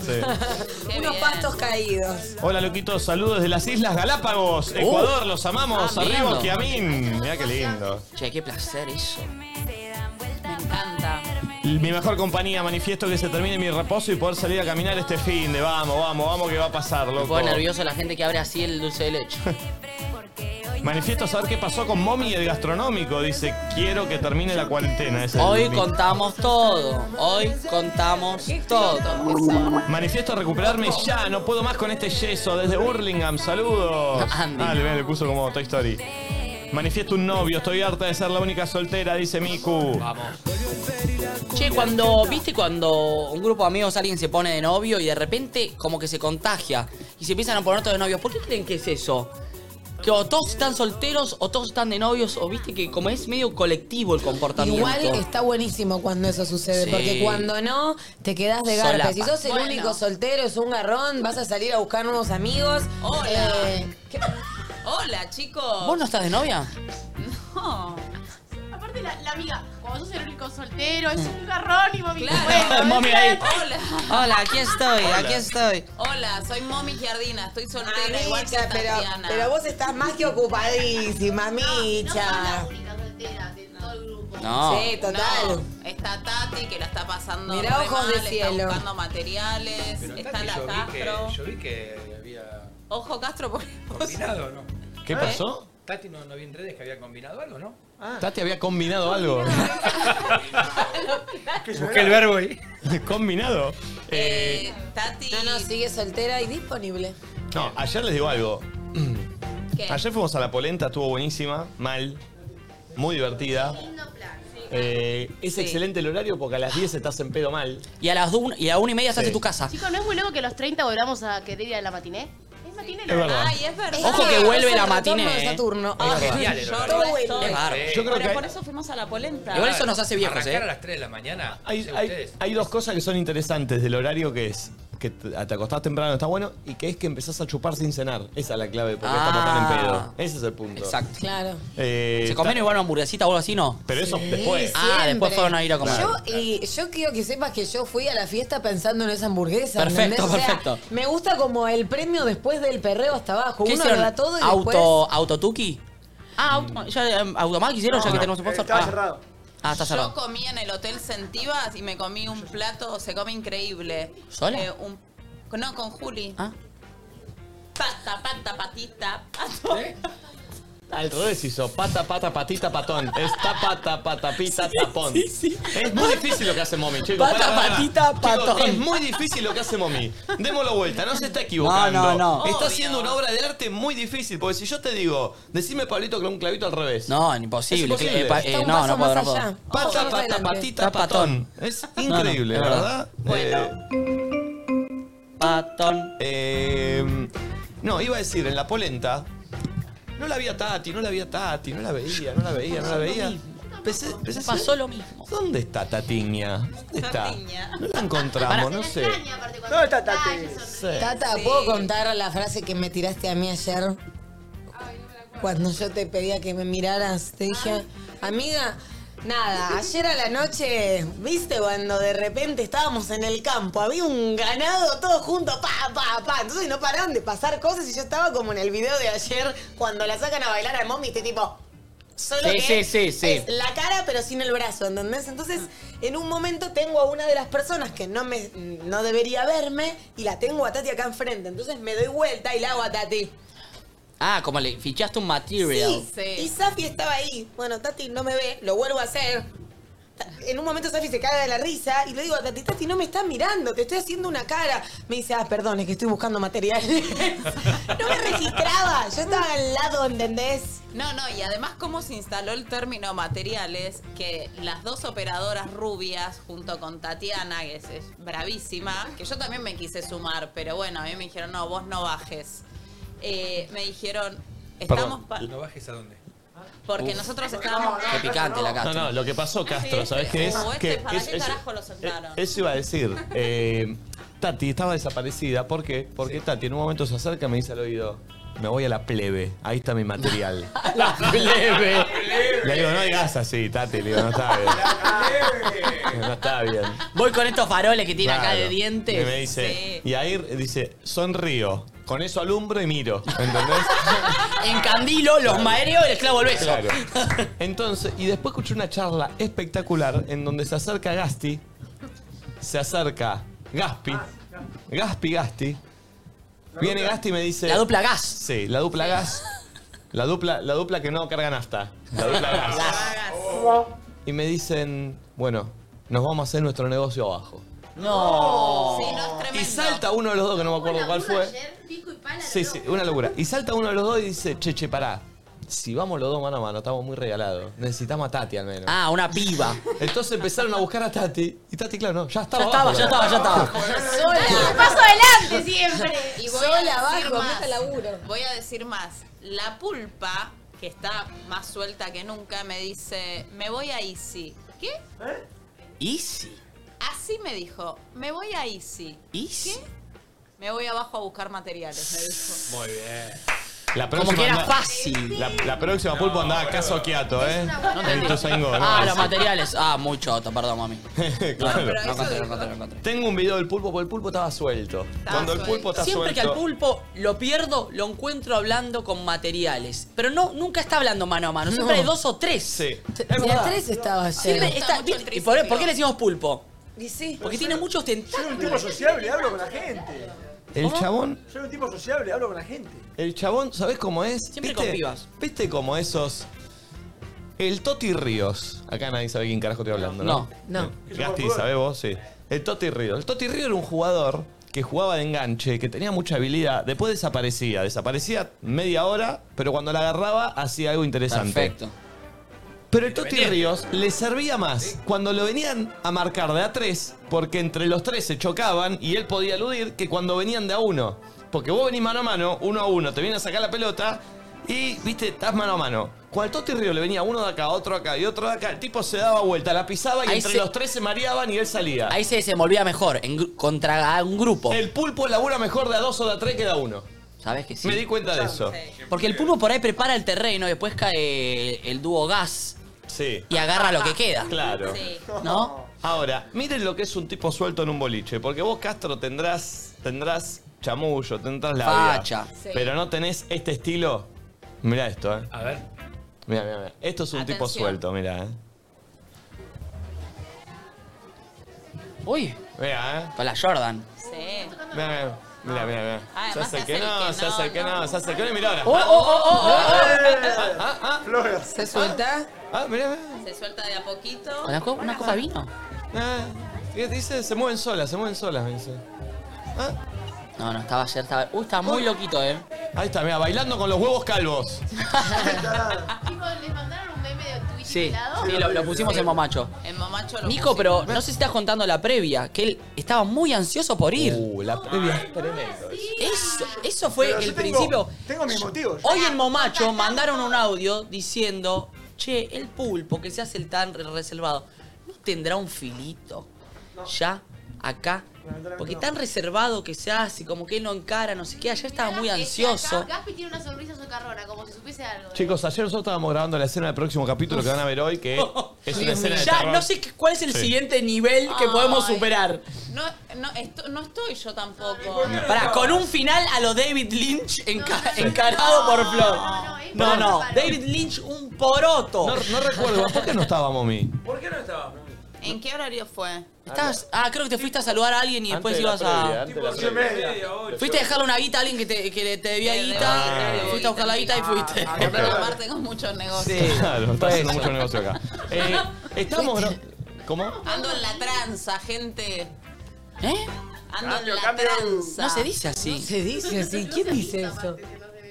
S2: Sí.
S5: Unos pastos caídos.
S2: Hola, loquitos. Saludos de las Islas Galápagos,
S12: Uh.
S2: Ecuador. Los amamos.
S12: Ah,
S2: Arriba,
S12: lindo.
S2: Kiamín. Mira qué lindo.
S3: Che, qué placer eso.
S4: Me encanta.
S2: Mi mejor compañía, manifiesto que se termine mi reposo y poder salir a caminar este fin de vamos, vamos, vamos que va a pasar,
S3: Me
S2: loco.
S3: pone nervioso la gente que abre así el dulce de leche.
S2: Manifiesto saber qué pasó con Mommy el gastronómico. Dice, quiero que termine la cuarentena. Ese es el
S3: Hoy
S2: link.
S3: contamos todo. Hoy contamos todo.
S2: Manifiesto a recuperarme ya, no puedo más con este yeso. Desde Burlingame, saludos.
S3: Andy.
S2: Ah, le, le puso como Toy Story. Manifiesto un novio, estoy harta de ser la única soltera, dice Miku. Vamos.
S3: Che, cuando, viste, cuando un grupo de amigos, alguien se pone de novio y de repente como que se contagia y se empiezan a poner todos de novios, ¿por qué creen que es eso? Que o todos están solteros o todos están de novios, o viste que como es medio colectivo el comportamiento.
S5: Igual está buenísimo cuando eso sucede,
S3: Sí.
S5: porque cuando no, te quedás de garpa.
S3: Solapa.
S5: Si sos el
S3: Bueno.
S5: único soltero, es un garrón, vas a salir a buscar nuevos amigos.
S4: Hola.
S5: Eh,
S4: Hola, chicos.
S3: ¿Vos no estás de novia?
S4: No.
S6: Aparte, la, la amiga, cuando sos el único soltero, es un garrón y mami.
S3: Claro. Mami ahí.
S4: Hola.
S3: Hola, aquí estoy, aquí estoy.
S4: Hola, soy Momi Giardina, estoy soltera
S5: Amiga,
S4: igual que
S5: pero,
S4: Tatiana.
S5: pero vos estás más que ocupadísima, micha.
S3: No.
S5: Sí, total.
S4: No, Está Tati que la está pasando.
S5: Mirá
S4: re
S5: ojos de
S4: mal,
S5: cielo.
S4: Está buscando materiales.
S7: Pero
S4: está
S7: Tati,
S4: la
S7: yo vi, que,
S4: Castro.
S7: yo vi que había
S4: Ojo Castro por
S7: combinado, ¿no? Ah,
S2: ¿Qué pasó?
S7: Tati no, no vi en redes que había combinado algo, ¿no? Ah.
S2: Tati había combinado algo.
S7: Busqué el verbo ahí.
S2: ¿Combinado? Eh,
S4: Tati.
S5: No, no, sigue soltera y disponible.
S2: no, ayer les digo algo. Ayer fuimos a la polenta, estuvo buenísima, mal, muy divertida. Eh, es
S3: Sí.
S2: excelente el horario porque a las 10 estás en pedo mal.
S3: Y a las dun- y a una y media estás
S2: Sí.
S3: en tu casa.
S6: Chicos, ¿no es muy loco que a los 30 volvamos a querer ir a la matiné? Es matiné,
S2: Es verdad.
S4: Ay, es verdad.
S3: Ojo que vuelve la matiné,
S5: de
S3: eh.
S5: Saturno.
S3: Es
S5: Ah,
S3: verdad.
S7: Genial el horario.
S5: todo bueno.
S3: Es bárbaro.
S7: Sí.
S2: Yo creo que
S4: Pero
S2: hay-
S4: por eso fuimos a la polenta.
S3: Igual eso nos hace viejos,
S7: Arrancar
S3: ¿eh?
S7: a las 3 de la mañana. no
S2: Hay,
S7: sé
S2: hay-
S7: ustedes.
S2: hay dos cosas que son interesantes del horario que es que te te acostás temprano, está bueno, y que es que empezás a chupar sin cenar. Esa es la clave, porque
S3: Ah.
S2: estamos tan en pedo. Ese es el punto.
S3: Exacto.
S5: Claro.
S2: Eh,
S3: ¿Se
S2: está-
S3: comieron igual una hamburguesita o algo así, no?
S2: Pero eso
S5: Sí,
S2: después.
S3: Ah,
S5: siempre.
S3: después fueron a ir a comer.
S5: Yo, y yo quiero que sepas que yo fui a la fiesta pensando en esa hamburguesa.
S3: Perfecto,
S5: ¿entendés? O sea,
S3: perfecto.
S5: me gusta como el premio después del perreo hasta abajo. Uno lo da todo y
S3: ¿Auto, ¿Autotuki? Ah, auto, ya, eh, Automac hicieron ya que tenemos sponsor. Ah. Ah, está
S4: Yo
S3: cerrado.
S4: comí en el Hotel Sentivas y me comí un plato, se come increíble.
S3: ¿Sola?
S4: Eh, un- no, con Juli.
S3: Ah.
S4: Pata, pata, patita, pato.
S2: Al revés hizo pata, pata, patita, patón. Es tapata, pata, pita, tapón. Es muy difícil lo que hace Momi, chicos.
S3: Pata,
S2: Pará, pará.
S3: patita,
S2: Chicos,
S3: patón.
S2: Es muy difícil lo que hace Momi. Démoslo vuelta, no se está equivocando.
S3: No, no, no.
S2: Está
S4: Obvio.
S2: haciendo una obra de arte muy difícil, porque si yo te digo, decime Pablito con un clavito al revés.
S3: No, imposible.
S2: Es imposible.
S3: Eh, pa- eh,
S5: Está un
S3: no,
S5: paso más
S3: no puedo, no puedo.
S5: allá. Vamos
S2: Pata,
S5: más
S2: pata,
S5: adelante.
S2: patita, patón. Es increíble,
S3: No, no, es
S2: ¿verdad?
S3: Patón.
S2: Eh, eh, no, iba a decir, en la polenta, no la veía Tati, no la veía Tati, no la veía, no la veía, no la veía. Empecé, empecé a decir,
S3: Pasó lo mismo.
S2: ¿Dónde está Tatiña? ¿Dónde está?
S4: Tatiña.
S2: No la encontramos, no sé.
S6: No, está Tati.
S2: Sí.
S5: Tata, ¿puedo contar la frase que me tiraste a mí ayer? Cuando yo te pedía que me miraras, te dije, amiga, nada, ayer a la noche, viste cuando de repente estábamos en el campo, había un ganado todo junto, pa, pa, pa, entonces no paraban de pasar cosas y yo estaba como en el video de ayer cuando la sacan a bailar a mommy, este tipo... Solo
S3: Sí,
S5: que
S3: sí, sí, sí. Ah.
S5: es la cara pero sin el brazo, ¿entendés? Entonces, en un momento tengo a una de las personas que no me no debería verme y la tengo a Tati acá enfrente. Entonces me doy vuelta y la hago a Tati.
S3: Ah, como le fichaste un material.
S5: Sí, Y Safi estaba ahí. Bueno, Tati no me ve, lo vuelvo a hacer. Ta- En un momento Safi se caga de la risa y le digo a Tati, Tati, no me estás mirando, te estoy haciendo una cara. Me dice, ah, perdón, es que estoy buscando materiales. no me registraba, yo estaba al lado, ¿entendés?
S4: No, no, y además cómo se instaló el término materiales, que las dos operadoras rubias, junto con Tatiana, que es, es bravísima, que yo también me quise sumar, pero bueno, a mí me dijeron, no, vos no bajes. Eh, me dijeron, estamos...
S2: Perdón,
S4: pa-
S7: ¿No bajes a dónde?
S4: Porque
S2: Uf.
S4: nosotros estábamos.
S3: Qué picante la Castro.
S2: No, no, lo que pasó, Castro,
S4: Sí,
S2: ¿sabes
S4: este,
S2: qué es?
S4: o este,
S2: Que
S4: ¿Para
S2: es-
S4: qué
S2: es-
S4: carajo lo soltaron?
S2: Eso iba a decir. eh, Tati estaba desaparecida. ¿Por qué? Porque Tati en un momento se acerca y me dice al oído: Me voy a la plebe. Ahí está mi material.
S3: La plebe.
S2: Le digo: No digas así, Tati. Le digo: No está bien. No está bien.
S3: Voy con estos faroles que tiene acá
S2: Claro.
S3: de dientes.
S2: Y me dice: Y ahí dice: Sonrío. Con eso alumbro y miro. ¿Entendés?
S3: Encandilo, los maereo y les clavo el beso.
S2: Claro. Entonces, y después escuché una charla espectacular en donde se acerca Gasti, se acerca Gaspi, Gaspi, Gasti. Viene Gasti y me dice.
S3: La dupla gas.
S2: Sí, la dupla gas. La dupla, la dupla que no cargan hasta. La dupla gas. Y me dicen, bueno, nos vamos a hacer nuestro negocio abajo.
S3: No.
S4: Sí, no es tremendo.
S2: Y salta uno de los dos, que no me acuerdo cuál fue. Sí, sí, una locura. Y salta uno de los dos y dice, che, che, pará. Si vamos los dos mano a mano, estamos muy regalados. Necesitamos a Tati al menos.
S3: Ah, una piba.
S2: Entonces empezaron a buscar a Tati. Y Tati, claro, no, ya estaba.
S3: Ya estaba,
S2: abajo,
S3: ya
S2: la-
S3: estaba, ya estaba.
S5: Sola.
S6: Paso adelante siempre.
S4: Y voy
S5: Sola
S4: a decir
S5: abajo,
S4: más.
S5: meta laburo.
S4: Voy a decir más. La pulpa, que está más suelta que nunca, me dice, me voy a Easy. ¿Qué?
S3: ¿Eh? Easy.
S4: Así me dijo, me voy a Easy.
S3: Easy.
S4: ¿Qué? Me voy abajo a buscar materiales, me dijo.
S2: Muy bien. La
S3: Como que era
S2: anda-
S3: fácil.
S2: La, la próxima pulpo andaba a caso quiato, ¿eh?
S3: No
S2: En
S3: entendí.
S2: Ituzaingó, ¿no?
S3: Ah, los
S2: Así.
S3: materiales. Ah, muy choto, perdón, mami.
S2: Claro.
S3: No, no encontré, no encontré, no encontré.
S2: Tengo un video del pulpo, porque el pulpo estaba suelto. Cuando el pulpo está
S3: Siempre que
S2: suelto.
S3: al pulpo lo pierdo, lo encuentro hablando con materiales. Pero no, nunca está hablando mano a mano. Siempre
S5: No.
S3: hay dos o tres.
S2: Sí.
S5: Y a tres estaba
S3: Siempre
S5: ayer.
S3: está- ¿viste? ¿Y por, por qué le decimos pulpo?
S5: Y sí.
S3: Porque tiene muchos tentáculos.
S13: Soy un tipo sociable, hablo con la gente.
S2: El chabón
S13: Soy un tipo sociable, hablo con la gente.
S2: El chabón, ¿sabés cómo es?
S13: Siempre con pibas.
S2: ¿Viste como esos. El Toti Ríos. Acá nadie sabe quién carajo estoy hablando, ¿no?
S5: No.
S2: Eh, Gasti, ¿sabés vos? Sí. El Toti Ríos. El Toti Ríos era un jugador que jugaba de enganche, que tenía mucha habilidad. Después desaparecía. Desaparecía media hora, pero cuando la agarraba hacía algo interesante.
S3: Perfecto.
S2: Pero el Toti Ríos le servía más cuando lo venían a marcar de a tres, porque entre los tres se chocaban y él podía eludir que cuando venían de a uno. Porque vos venís mano a mano, uno a uno, te viene a sacar la pelota y, viste, estás mano a mano. Cuando el Toti Ríos le venía uno de acá, otro de acá y otro de acá, el tipo se daba vuelta, la pisaba y
S3: Ahí
S2: entre
S3: se-
S2: los tres se mareaban y él salía.
S3: Ahí se desenvolvía mejor, en gru- contra un grupo.
S2: El pulpo labura mejor de a dos o de a tres que de a uno.
S3: ¿Sabes que sí?
S2: Eh, Me di cuenta de eso.
S3: Porque el pulpo por ahí prepara el terreno, después cae el, el dúo gas
S2: Sí.
S3: y agarra lo que queda.
S2: Claro.
S3: ¿No?
S2: Ahora, miren lo que es un tipo suelto en un boliche, porque vos, Castro, tendrás, tendrás chamullo, tendrás la
S3: Facha.
S4: Sí.
S2: Pero no tenés este estilo. Mirá esto, eh.
S7: A ver.
S2: Mirá, mirá, mirá. Esto es un tipo
S4: Atención.
S2: suelto, mirá, eh.
S3: Uy.
S2: Mirá, eh.
S3: Con la Jordan.
S4: Sí.
S2: Mirá, mirá. Mirá, mirá, mirá.
S4: Ah,
S2: se
S4: además
S2: hace
S4: te
S2: que
S4: hace el
S2: no,
S4: que
S2: se hace
S4: no,
S2: que no,
S4: no.
S2: se hace que no, y mirá ahora.
S3: ¡Oh, oh, oh, oh, oh!
S2: Ah, ah, ah.
S5: ¿Se suelta?
S2: Ah, mirá, mirá.
S4: Se suelta de a poquito.
S3: Una, co- una copa de vino.
S2: Ah, ¿qué dice? Se mueven solas, se mueven solas, me dice.
S3: No, no, estaba ayer, estaba. Uy, estaba muy loquito, eh.
S2: Ahí está, mirá, bailando con los huevos calvos.
S6: Chicos, les mandaron un meme de Twitch
S3: Sí,
S6: pelado.
S3: sí lo, lo pusimos en momacho.
S4: En mamacho lo
S3: Nico, pero
S4: pusimos.
S3: no sé si estás contando la previa, que él estaba muy ansioso por ir.
S2: Uh, la previa es tremendo.
S3: Eso, eso fue
S13: Pero yo
S3: el
S13: tengo-
S3: principio.
S13: Tengo mis motivos.
S3: Hoy en Momacho mandaron un audio diciendo, che, el pulpo que se hace el tan re- reservado, ¿no tendrá un filito? Ya, acá. Porque tan reservado que se hace, como que él no encara, no sé qué, ayer estaba muy ansioso.
S6: Gaspi tiene una sonrisa socarrona, como si supiese algo.
S2: Chicos, ayer nosotros estábamos grabando la escena del próximo capítulo que van a ver hoy, que es una escena de
S3: Ya
S2: terror.
S3: no sé qué- cuál es el
S2: Sí.
S3: siguiente nivel que podemos
S4: Ay.
S3: superar.
S4: No, no, esto- no estoy yo tampoco.
S3: Pará, con un final a lo David Lynch enca- encarado por Flor. No, no, David Lynch un poroto.
S2: No, no recuerdo, ¿por qué no estaba Momi?
S13: ¿Por qué no estábamos?
S4: ¿En qué horario fue?
S3: Estabas- ah, creo que te fuiste a saludar a alguien y
S2: Antes
S3: después
S2: de la
S3: Pues ibas a...
S2: previa, antes de la previa.
S3: Fuiste a dejarle una guita a alguien que te, que le- te debía guita, fuiste a buscar la guita y fuiste.
S4: Aparte tengo muchos negocios.
S2: Claro, está haciendo mucho negocio acá. Eh, estamos... gra- ¿Cómo?
S4: Ando en la tranza, gente.
S3: ¿Eh?
S4: Ando en la tranza.
S3: No se dice así.
S5: Se dice así. ¿Quién dice eso?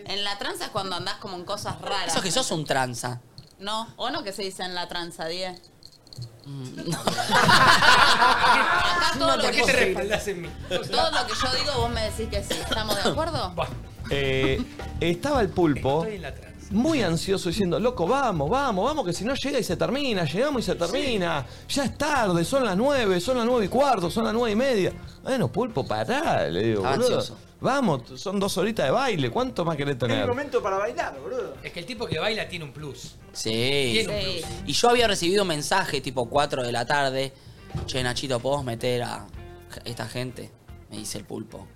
S4: En la tranza es cuando andás como en cosas raras.
S3: Eso que sos un tranza.
S4: No, o no que se dice en la tranza, 10.
S3: Ah,
S4: Acá todo, lo
S7: ¿Por
S4: que
S7: qué te
S4: yo,
S7: respaldás en mí?
S4: todo lo que yo digo, vos me decís que sí. ¿Estamos de acuerdo?
S2: Eh, estaba el pulpo
S7: Estoy en la trans.
S2: muy ansioso diciendo, loco, vamos, vamos, vamos, que si no llega y se termina, llegamos y se termina. Ya es tarde, son las nueve, son las nueve y cuarto, son las nueve y media. Bueno, pulpo, pará, le digo,
S13: Estaba
S2: boludo.
S13: ansioso.
S2: Vamos, son dos horitas de baile, ¿cuánto más querés
S13: Es el
S2: tener?
S13: momento para bailar, boludo.
S7: Es que el tipo que baila tiene un plus.
S3: Sí.
S7: Tiene un plus.
S3: Y yo había recibido un mensaje tipo 4 de la tarde. Che, Nachito, ¿podemos meter a esta gente? Me dice el pulpo.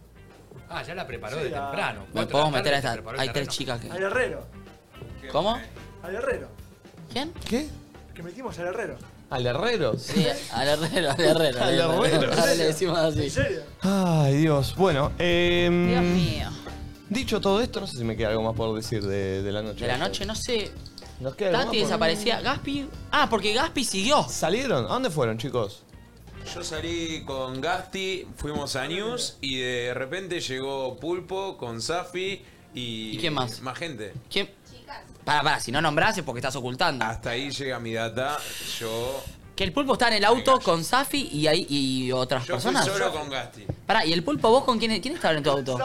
S7: Ah, ya la preparó
S13: Sí,
S7: de
S13: la-
S7: temprano.
S3: Me
S7: Cuatro de
S3: puedo
S7: la
S3: meter
S7: tarde te
S3: a esta.
S7: preparó el
S3: Hay tres
S7: terreno.
S3: chicas que.
S13: Al herrero.
S3: ¿Cómo?
S13: Al herrero.
S3: ¿Quién?
S2: ¿Qué?
S13: Que metimos al herrero.
S2: ¿Al herrero?
S3: Sí, al herrero, al herrero.
S2: Al herrero.
S3: Ahora le decimos así.
S13: ¿En serio?
S2: Ay, Dios. Bueno, eh,
S3: Dios mío.
S2: Dicho todo esto, no sé si me queda algo más por decir de, de la noche.
S3: De la noche, no sé.
S2: Nos queda algo más
S3: Tati
S2: por-
S3: desaparecía. Gaspi. Ah, porque Gaspi siguió.
S2: ¿Salieron? ¿A dónde fueron, chicos?
S14: Yo salí con Gasti, fuimos a News y de repente llegó Pulpo con Safi y.
S3: ¿Y quién más?
S14: Más gente.
S3: ¿Quién? Para, para, si no nombrás es porque estás ocultando.
S14: Hasta ahí llega mi data. Yo.
S3: Que el pulpo está en el auto con Safi y ahí y otras
S14: Yo fui
S3: personas.
S14: solo con Gasti.
S3: Pará, ¿y el pulpo vos con quién, quién estaba en tu auto?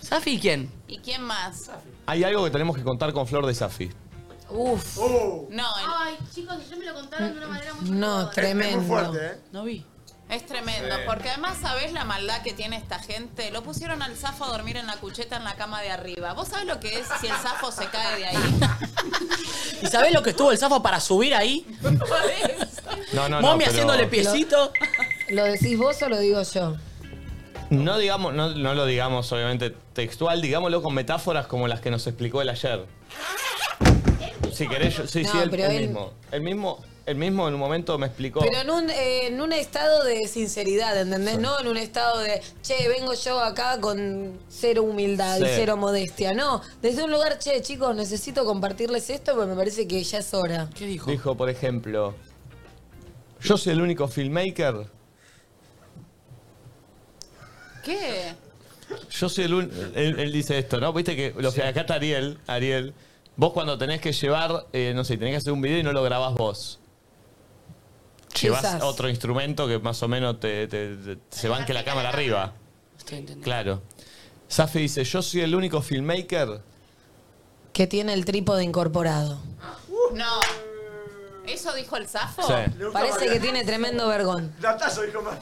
S3: ¿Safi y quién?
S4: ¿Y quién más?
S2: Hay algo que tenemos que contar con Flor de Safi.
S5: Uf.
S4: No,
S6: Ay, chicos, yo me lo contaron de una manera muy.
S5: No, tremendo.
S3: No vi.
S4: Es tremendo,
S5: Sí.
S4: porque además sabés la maldad que tiene esta gente. Lo pusieron al zafo a dormir en la cucheta en la cama de arriba. ¿Vos sabés lo que es si el zafo se cae de ahí?
S3: ¿Y sabés lo que estuvo el zafo para subir ahí?
S2: No, no, no.
S3: Momia
S2: pero-
S3: haciéndole piecito.
S5: ¿Lo decís vos o lo digo yo?
S2: No, digamos, no, no lo digamos obviamente textual, digámoslo con metáforas como las que nos explicó él ayer. Si querés, yo- sí,
S5: No,
S2: sí, él,
S5: pero
S2: él
S5: él-
S2: mismo. El mismo, el mismo en un momento me explicó.
S5: Pero en un, eh, en un estado de sinceridad, ¿entendés? No en un estado de, che, vengo yo acá con cero humildad y
S2: Sí.
S5: cero modestia. No, desde un lugar, che, chicos, necesito compartirles esto porque me parece que ya es hora.
S3: ¿Qué dijo?
S2: Dijo, por ejemplo, yo soy el único filmmaker.
S4: ¿Qué?
S2: Yo soy el único. Él, él dice esto, ¿no? Viste que lo que acá está Ariel, Ariel. Vos cuando tenés que llevar, eh, no sé, tenés que hacer un video y no lo grabás vos. Llevás
S3: Quizás.
S2: otro instrumento que más o menos te, te- te- te- se banque la cámara arriba.
S3: Estoy entendiendo.
S2: Claro. Safi dice, yo soy el único filmmaker.
S5: Que tiene el trípode incorporado.
S4: No. ¿Eso dijo el zafo?
S2: Sí.
S5: Parece que tiene tremendo vergón.
S13: Datazo, dijo más.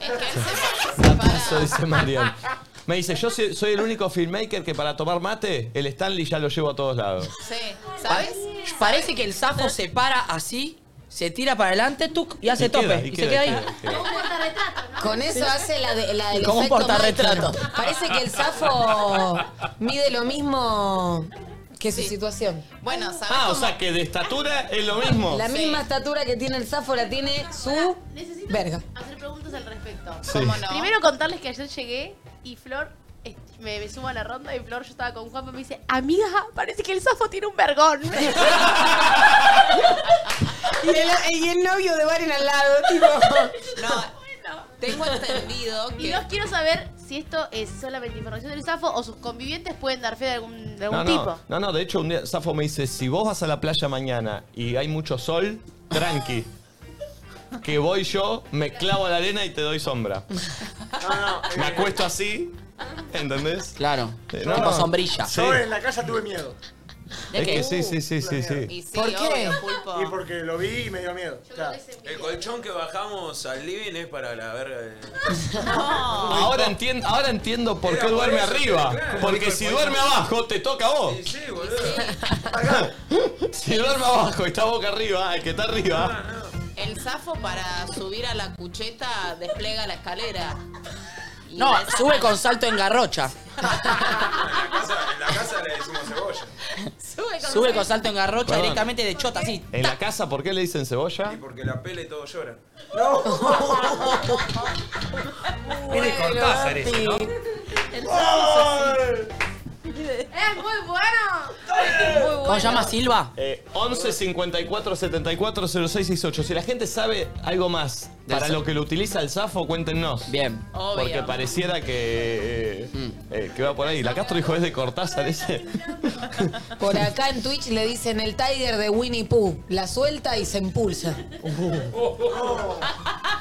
S2: Eso dice Marian. Me dice, yo soy, soy el único filmmaker que para tomar mate, el Stanley ya lo llevo a todos lados.
S4: Sí, ¿sabes?
S3: Parece que el zafo se para así, se tira para adelante, tuc, y hace
S2: Y
S3: tope.
S2: queda,
S3: y
S2: y
S3: se
S2: queda,
S3: queda ahí.
S2: y queda, y queda.
S5: Con eso hace la, de, la del
S3: Como un
S5: efecto
S3: portarretrato.
S5: Michael. Parece que el zafo mide lo mismo que su situación.
S4: Bueno,
S2: Ah, o sea que de estatura es lo mismo.
S5: La misma estatura que tiene el zafo la tiene su verga.
S6: Hacer preguntas al respecto.
S5: Sí. ¿Cómo no?
S6: Primero contarles que ayer llegué y Flor. eh, Me, me sumo a la ronda y Flor, yo estaba con Juanpa y me dice, "Ah, amiga, parece que el zafo tiene un vergón.
S5: Y el, y el novio de Barin al lado, tipo.
S4: Tengo entendido
S6: Y
S4: que...
S6: no quiero saber si esto es solamente información del zafo o sus convivientes pueden dar fe de algún, de algún
S2: No,
S6: tipo.
S2: no, no, no, de hecho un día Safo me dice, si vos vas a la playa mañana y hay mucho sol, tranqui. Que voy yo, me clavo a la arena y te doy sombra.
S13: eh,
S2: Me acuesto así, ¿entendés? Eh,
S3: Claro, tipo sombrilla.
S2: Sí.
S13: Yo en la casa tuve miedo.
S2: Es que sí, sí, sí, sí, sí.
S13: ¿Por
S4: qué?
S13: Y porque lo vi y me dio miedo. Claro.
S14: El colchón que bajamos al living es para la verga de.
S2: Ahora entiendo, ahora entiendo por qué duerme arriba. Porque si duerme abajo, te toca a vos. Si duerme abajo y está boca arriba, el que está arriba.
S13: Ah,
S4: El zafo para subir a la cucheta despliega la escalera. Y
S3: No,
S4: la-
S3: sube con salto en garrocha.
S14: En la casa le decimos cebolla.
S4: Sube con,
S3: Sube con salto en garrocha
S2: Perdón.
S3: directamente de chota, así.
S13: ah.
S2: En la casa, ¿por qué le dicen cebolla?
S14: Porque la pele y todo llora.
S7: Es de Cortázar ese, ¿no?
S4: El
S6: ¡Es ¡Eh, muy bueno!
S3: ¿Cómo se llama Silva?
S2: Eh, 11 54 74 06 68. Si la gente sabe algo más
S3: Del
S2: para
S3: sa-
S2: lo que lo utiliza el Zafo, cuéntenos. Bien.
S3: Obvio.
S2: Porque pareciera que, eh, eh, que va por ahí. La Castro dijo es de Cortázar ese.
S5: Por acá en Twitch le dicen el Tiger de Winnie Pooh. La suelta y se impulsa.
S14: Oh,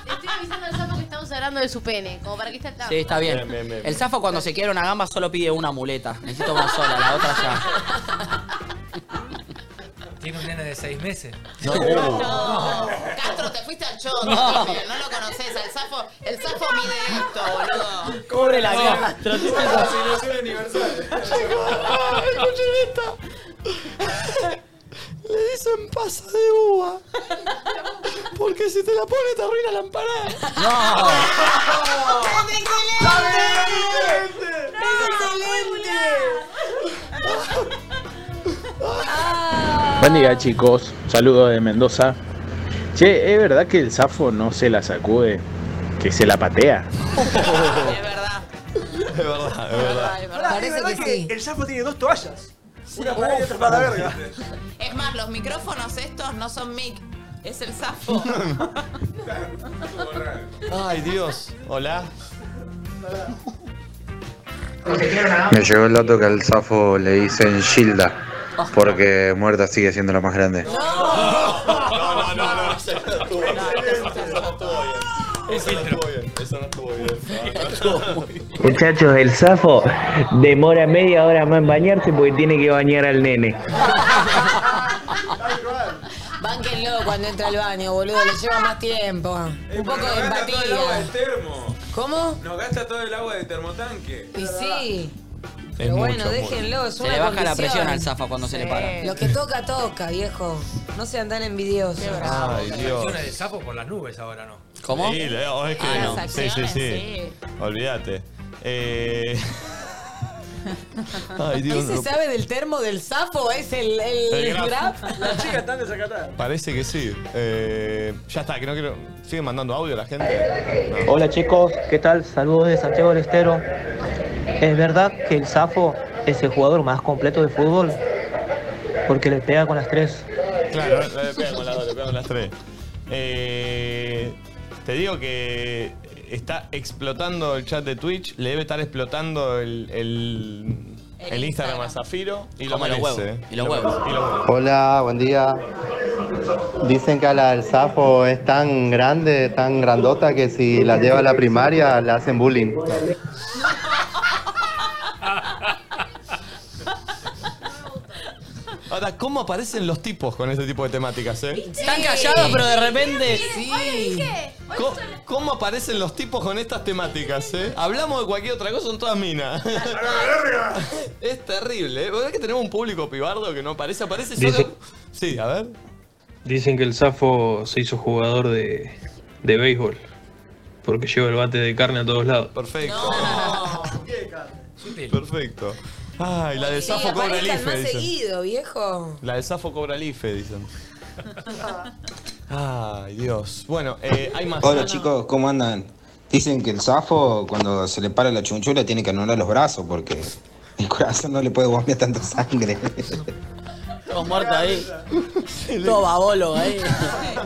S6: Le estoy avisando al zafo que estamos hablando de su pene, como para que esté al tanto.
S3: Sí, está bien.
S2: Bien, bien, bien, bien.
S3: El zafo cuando se quiebra una gamba solo pide una muleta. Necesito una sola, la otra ya.
S7: Tiene un nene de seis meses.
S1: No.
S4: No, Castro, te fuiste al choto,
S7: No.
S4: no. no lo conoces, al zafo, el zafo mide esto, boludo.
S3: Corre la
S4: Castro.
S3: Castro.
S13: Fascinación universal.
S12: Escuchen esto. Le dicen pasa de uva. Porque si te la pone te arruina la empanada.
S3: No.
S12: ¡Excelente!
S15: Buen día chicos, saludos de Mendoza. Che, ¿es verdad que el zafo no se la sacude? Que se la patea.
S2: Es verdad, es verdad.
S13: Parece que, el sapo tiene dos toallas. Una para él y otra para la verga.
S4: Es más, los micrófonos estos no son mic, es el zafo.
S2: Ay, Dios. Hola.
S16: Me llegó el dato que al Zafo le dicen Gilda, porque muerta sigue siendo la más grande.
S2: No, no, no, eso no estuvo bien. Eso no estuvo bien. Eso no estuvo bien. Eso no estuvo bien.
S17: Muchachos, el zafo demora media hora más en bañarse porque tiene que bañar al nene.
S5: Bánquenlo cuando entra al baño, boludo. Le lleva más tiempo.
S14: Eh,
S5: Un poco de
S14: Todo el agua del
S5: empatía.
S14: termo.
S5: ¿Cómo?
S14: Nos gasta todo el agua del termotanque.
S5: Y sí.
S3: Es
S5: Pero bueno, déjenlo. Es
S3: Se
S5: una
S3: le baja la
S5: condición.
S3: presión al zafa cuando se le para.
S5: Lo que toca, toca, viejo. No sean tan envidiosos.
S2: Ay, Dios.
S7: Acciones de sapo por las nubes ahora, ¿no?
S3: ¿Cómo?
S2: Sí, Leo, es que.
S7: Ah, las
S2: sí, sí,
S7: acciones,
S2: sí. Olvídate. Eh. Ay,
S5: ¿Qué
S2: Dios.
S5: se
S2: no-
S5: sabe del termo del sapo? ¿Es el, el,
S2: El graf.
S5: graf?
S13: Las chicas están desacatadas.
S2: Parece que sí. Eh, ya está, que no quiero. ¿Siguen mandando audio la gente? No.
S17: Hola chicos, ¿qué tal? Saludos de Santiago del Estero. ¿Es verdad que el zafo es el jugador más completo de fútbol? Porque le pega con las tres.
S2: Claro, le pegamos las dos, le pegamos las tres. Eh, te digo que está explotando el chat de Twitch, le debe estar explotando el, el, el Instagram a Zafiro y lo
S3: Como los
S2: merece.
S3: huevos, y los huevos.
S2: Y los huevos.
S10: Hola, buen día. Dicen que a la del Zafo es tan grande, tan grandota, que si la lleva a la primaria le hacen bullying.
S2: Ahora, ¿cómo aparecen los tipos con este tipo de temáticas, eh?
S3: Están callados, pero de repente.
S6: Sí.
S2: ¿Cómo, cómo aparecen los tipos con estas temáticas, eh? Hablamos de cualquier otra cosa, son todas minas. es terrible, ¿eh? ¿Verdad que tenemos un público pibardo que no aparece? Aparece solo...
S18: Dice-
S2: Sí, a ver.
S18: Dicen que el Zafo se hizo jugador de, de béisbol. Porque lleva el bate de carne a todos lados.
S2: Perfecto. Perfecto. Ay, la del
S5: Sí,
S2: Zafo cobra el
S5: aparezcan
S2: IFE,
S5: más
S2: dicen.
S5: seguido, viejo.
S2: La del Zafo cobra el IFE, dicen. Ay, Dios. Bueno, eh, hay más.
S19: Hola chicos, ¿cómo andan? Dicen que el zafo cuando se le para la chunchula tiene que anular los brazos porque el corazón no le puede bombear tanta sangre.
S3: Todos muertos ahí. Todo babolo ahí.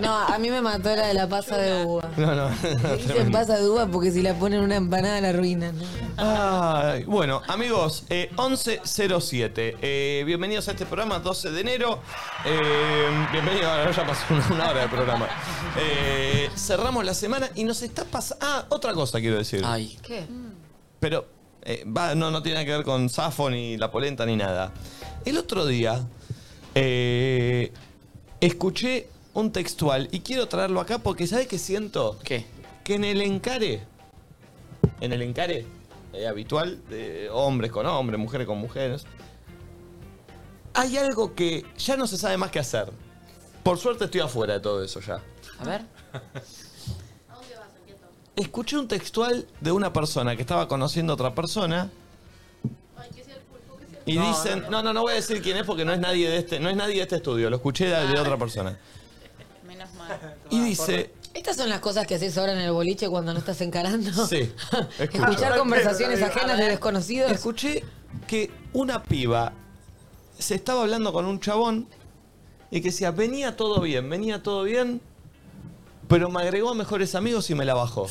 S5: No, a mí me mató la de la pasa de uva.
S2: No, no.
S5: Dicen pasa de uva porque si la ponen en una empanada la arruinan. ¿no?
S2: Ay, bueno, amigos, eh, 11.07. eh, bienvenidos a este programa, 12 de enero. Eh, bienvenidos, ahora ya pasó una, una hora de programa. Eh, cerramos la semana y nos está pasando... Ah, otra cosa quiero decir. Ay.
S5: ¿Qué?
S2: Pero eh, va, no, no tiene nada que ver con Safo, ni la polenta, ni nada. El otro día eh, escuché un textual y quiero traerlo acá porque ¿sabes qué siento? ¿Qué? Que en el encare, en el encare eh, habitual, de hombres con hombres, mujeres con mujeres, hay algo que ya no se sabe más qué hacer. Por suerte estoy afuera de todo eso ya.
S3: A ver.
S2: Escuché un textual de una persona que estaba conociendo a otra persona. Y
S12: No,
S2: dicen, no, no, no voy a decir quién es porque no es nadie de este, no es nadie de este estudio, lo escuché de, de otra persona. Y dice,
S5: Estas son las cosas que haces ahora en el boliche cuando no estás encarando.
S2: sí, escucho.
S5: Escuchar conversaciones ajenas de desconocidos.
S2: Escuché que una piba se estaba hablando con un chabón y que decía, venía todo bien, venía todo bien, pero me agregó a mejores amigos y me la bajó.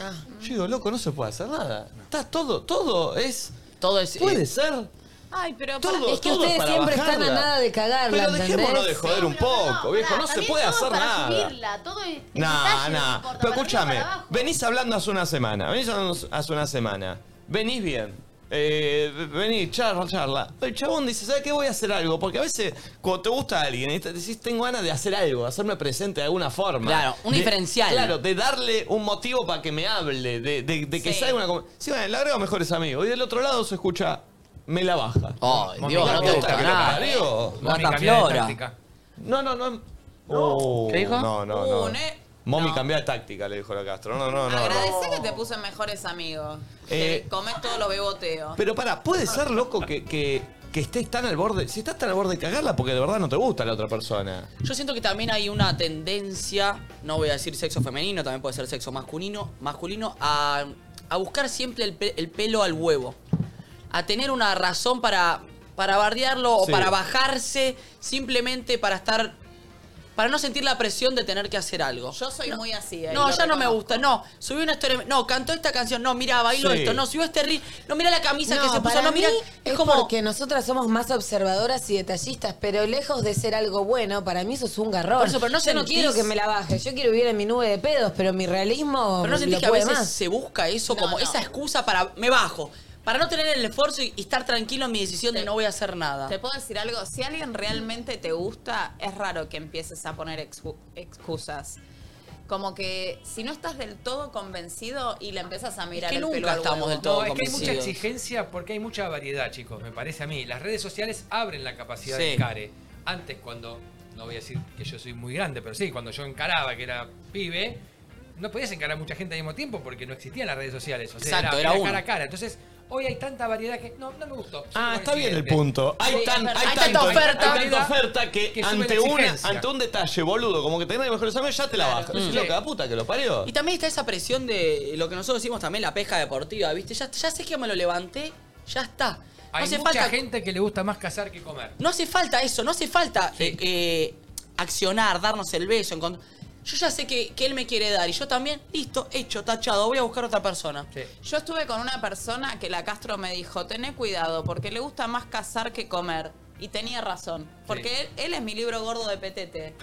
S5: Ah.
S2: Yo digo, loco, no se puede hacer nada. Está todo, todo es. Todo es. Puede ser.
S4: Ay, pero
S2: Todo,
S4: para-
S5: es que
S2: todo
S5: ustedes
S2: para
S5: siempre
S2: bajarla.
S5: están a nada de cagarla,
S2: Pero
S5: ¿entendés?
S2: dejémonos de joder un poco, viejo. No se
S6: También
S2: puede
S6: todo
S2: hacer
S6: para
S2: nada.
S6: Subirla, todo es, el
S2: Nah,
S6: detalle no
S2: nah.
S6: importa,
S2: Pero
S6: para arriba,
S2: escúchame,
S6: para abajo.
S2: venís hablando hace una semana, venís hablando hace una semana, venís bien, eh, vení, charla, charla. El chabón dice, ¿sabes qué? Voy a hacer algo. Porque a veces, cuando te gusta alguien, y te decís, tengo ganas de hacer algo, hacerme presente de alguna forma.
S3: Claro, un
S2: De-
S3: diferencial.
S2: Claro, de darle un motivo para que me hable, de, de- de que salga una... com- Sí, bueno, le agrego mejores amigos. Y del otro lado se escucha, me la baja.
S3: Ay,
S2: Mami,
S3: Dios, no
S2: la
S3: te
S2: puta
S3: gusta
S2: que lo
S3: nada.
S2: parió.
S3: Mami, Mata cambia de flora. táctica.
S2: No, no, no. Oh,
S3: ¿Qué dijo?
S2: No, no,
S4: Uh,
S2: no.
S4: no.
S2: Mommy cambia de táctica, le dijo la Castro. No, no, no. no.
S4: Agradecé que te puse mejores amigos.
S2: Eh,
S4: Te comes todo lo beboteo.
S2: Pero para, puede ser loco que, que, que estés tan al borde. Si estás tan al borde de cagarla, porque de verdad no te gusta la otra persona.
S3: Yo siento que también hay una tendencia, no voy a decir sexo femenino, también puede ser sexo masculino, masculino a, a buscar siempre el, pe- el pelo al huevo. A tener una razón para, para bardearlo o
S2: Sí.
S3: para bajarse, simplemente para estar. para no sentir la presión de tener que hacer algo.
S4: Yo soy muy así. eh,
S3: No,
S4: lo
S3: ya no me
S4: reconozco.
S3: gusta. No, subí una historia. No, cantó esta canción. No, mira, bailó
S5: Sí.
S3: esto. No, subió este reel. No, mira la camisa
S5: No,
S3: que se puso.
S5: para
S3: No, mira.
S5: mí es, porque nosotras somos más observadoras y detallistas, pero lejos de ser algo bueno, para mí eso es un garrón.
S3: Por eso, pero no
S5: yo no
S3: sentís-
S5: quiero que me la baje, yo quiero vivir en mi nube de pedos, pero mi realismo
S3: Pero no sentís
S5: lo
S3: que a
S5: puede
S3: veces
S5: más.
S3: se busca eso como esa excusa para me bajo, para no tener el esfuerzo y y estar tranquilo en mi decisión de no voy a hacer nada.
S4: Te puedo decir algo, si alguien realmente te gusta, es raro que empieces a poner excu- excusas. Como que si no estás del todo convencido y le empiezas a mirar el pelo al huevo.
S7: No, es que hay mucha exigencia porque hay mucha variedad, chicos, me parece a mí. Las redes sociales abren la capacidad de
S3: Sí.
S7: encare. Antes, cuando, no voy a decir que yo soy muy grande, pero sí, cuando yo encaraba, que era pibe, no podías encarar a mucha gente al mismo tiempo porque no existían las redes sociales. O sea,
S2: Exacto,
S7: era,
S2: era uno.
S7: cara a cara. Entonces, hoy hay tanta variedad que no, no me gustó.
S2: Ah, está bien el
S7: siguiente.
S2: punto. Hay,
S7: Sí,
S2: tan-
S7: es verdad.
S2: hay
S7: Hay
S2: tanto-
S7: tanta oferta.
S2: hay tanta oferta que,
S7: Que sube
S2: ante,
S7: la
S2: una,
S7: exigencia.
S2: ante un detalle, boludo, como que tenés mejores amigos, ya te la bajas. Decís,
S3: Mm.
S2: loca, la puta que lo parió.
S3: Y también está esa presión de lo que nosotros decimos también, la pesca deportiva, ¿viste? Ya, ya sé que me lo levanté, ya está. No
S7: Hay
S3: hace
S7: mucha
S3: falta
S7: gente que le gusta más cazar que comer.
S3: No hace falta eso, no hace falta eh, eh, accionar, darnos el beso. encont- Yo ya sé que, que él me quiere dar y yo también, listo, hecho, tachado, voy a buscar otra persona.
S4: Yo estuve con una persona que la Castro me dijo, tené cuidado porque le gusta más cazar que comer. Y tenía razón, porque
S3: Sí.
S4: él, él es mi libro gordo de petete.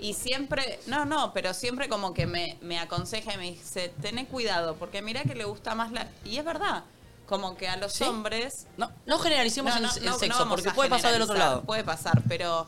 S4: y siempre, no, no, pero siempre como que me, me aconseja y me dice, tené cuidado porque mira que le gusta más la... Y es verdad, como que a los hombres...
S3: No, no generalicemos el- el sexo,
S4: vamos
S3: porque
S4: a
S3: puede pasar del otro
S4: generalizar,
S3: lado.
S4: Puede pasar, pero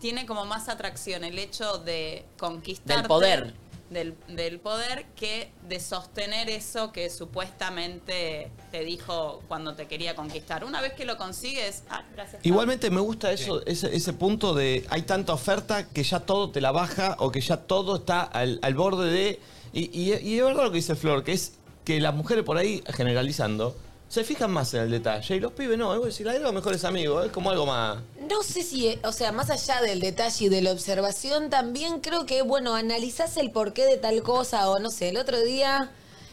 S4: tiene como más atracción el hecho de conquistar...
S3: Del poder.
S4: Del, del poder que de sostener eso que supuestamente te dijo cuando te quería conquistar. Una vez que lo consigues... Ah, gracias.
S2: Igualmente me gusta eso, ese, ese punto de hay tanta oferta que ya todo te la baja o que ya todo está al, al borde de. Y, y- y es verdad lo que dice Flor, que es que las mujeres por ahí, generalizando, se fijan más en el detalle. Y los pibes no, es como decir, algo mejores amigos, es como algo más.
S5: No sé si, eh, o sea, más allá del detalle y de la observación, también creo que, bueno, analizás el porqué de tal cosa o no sé, el otro día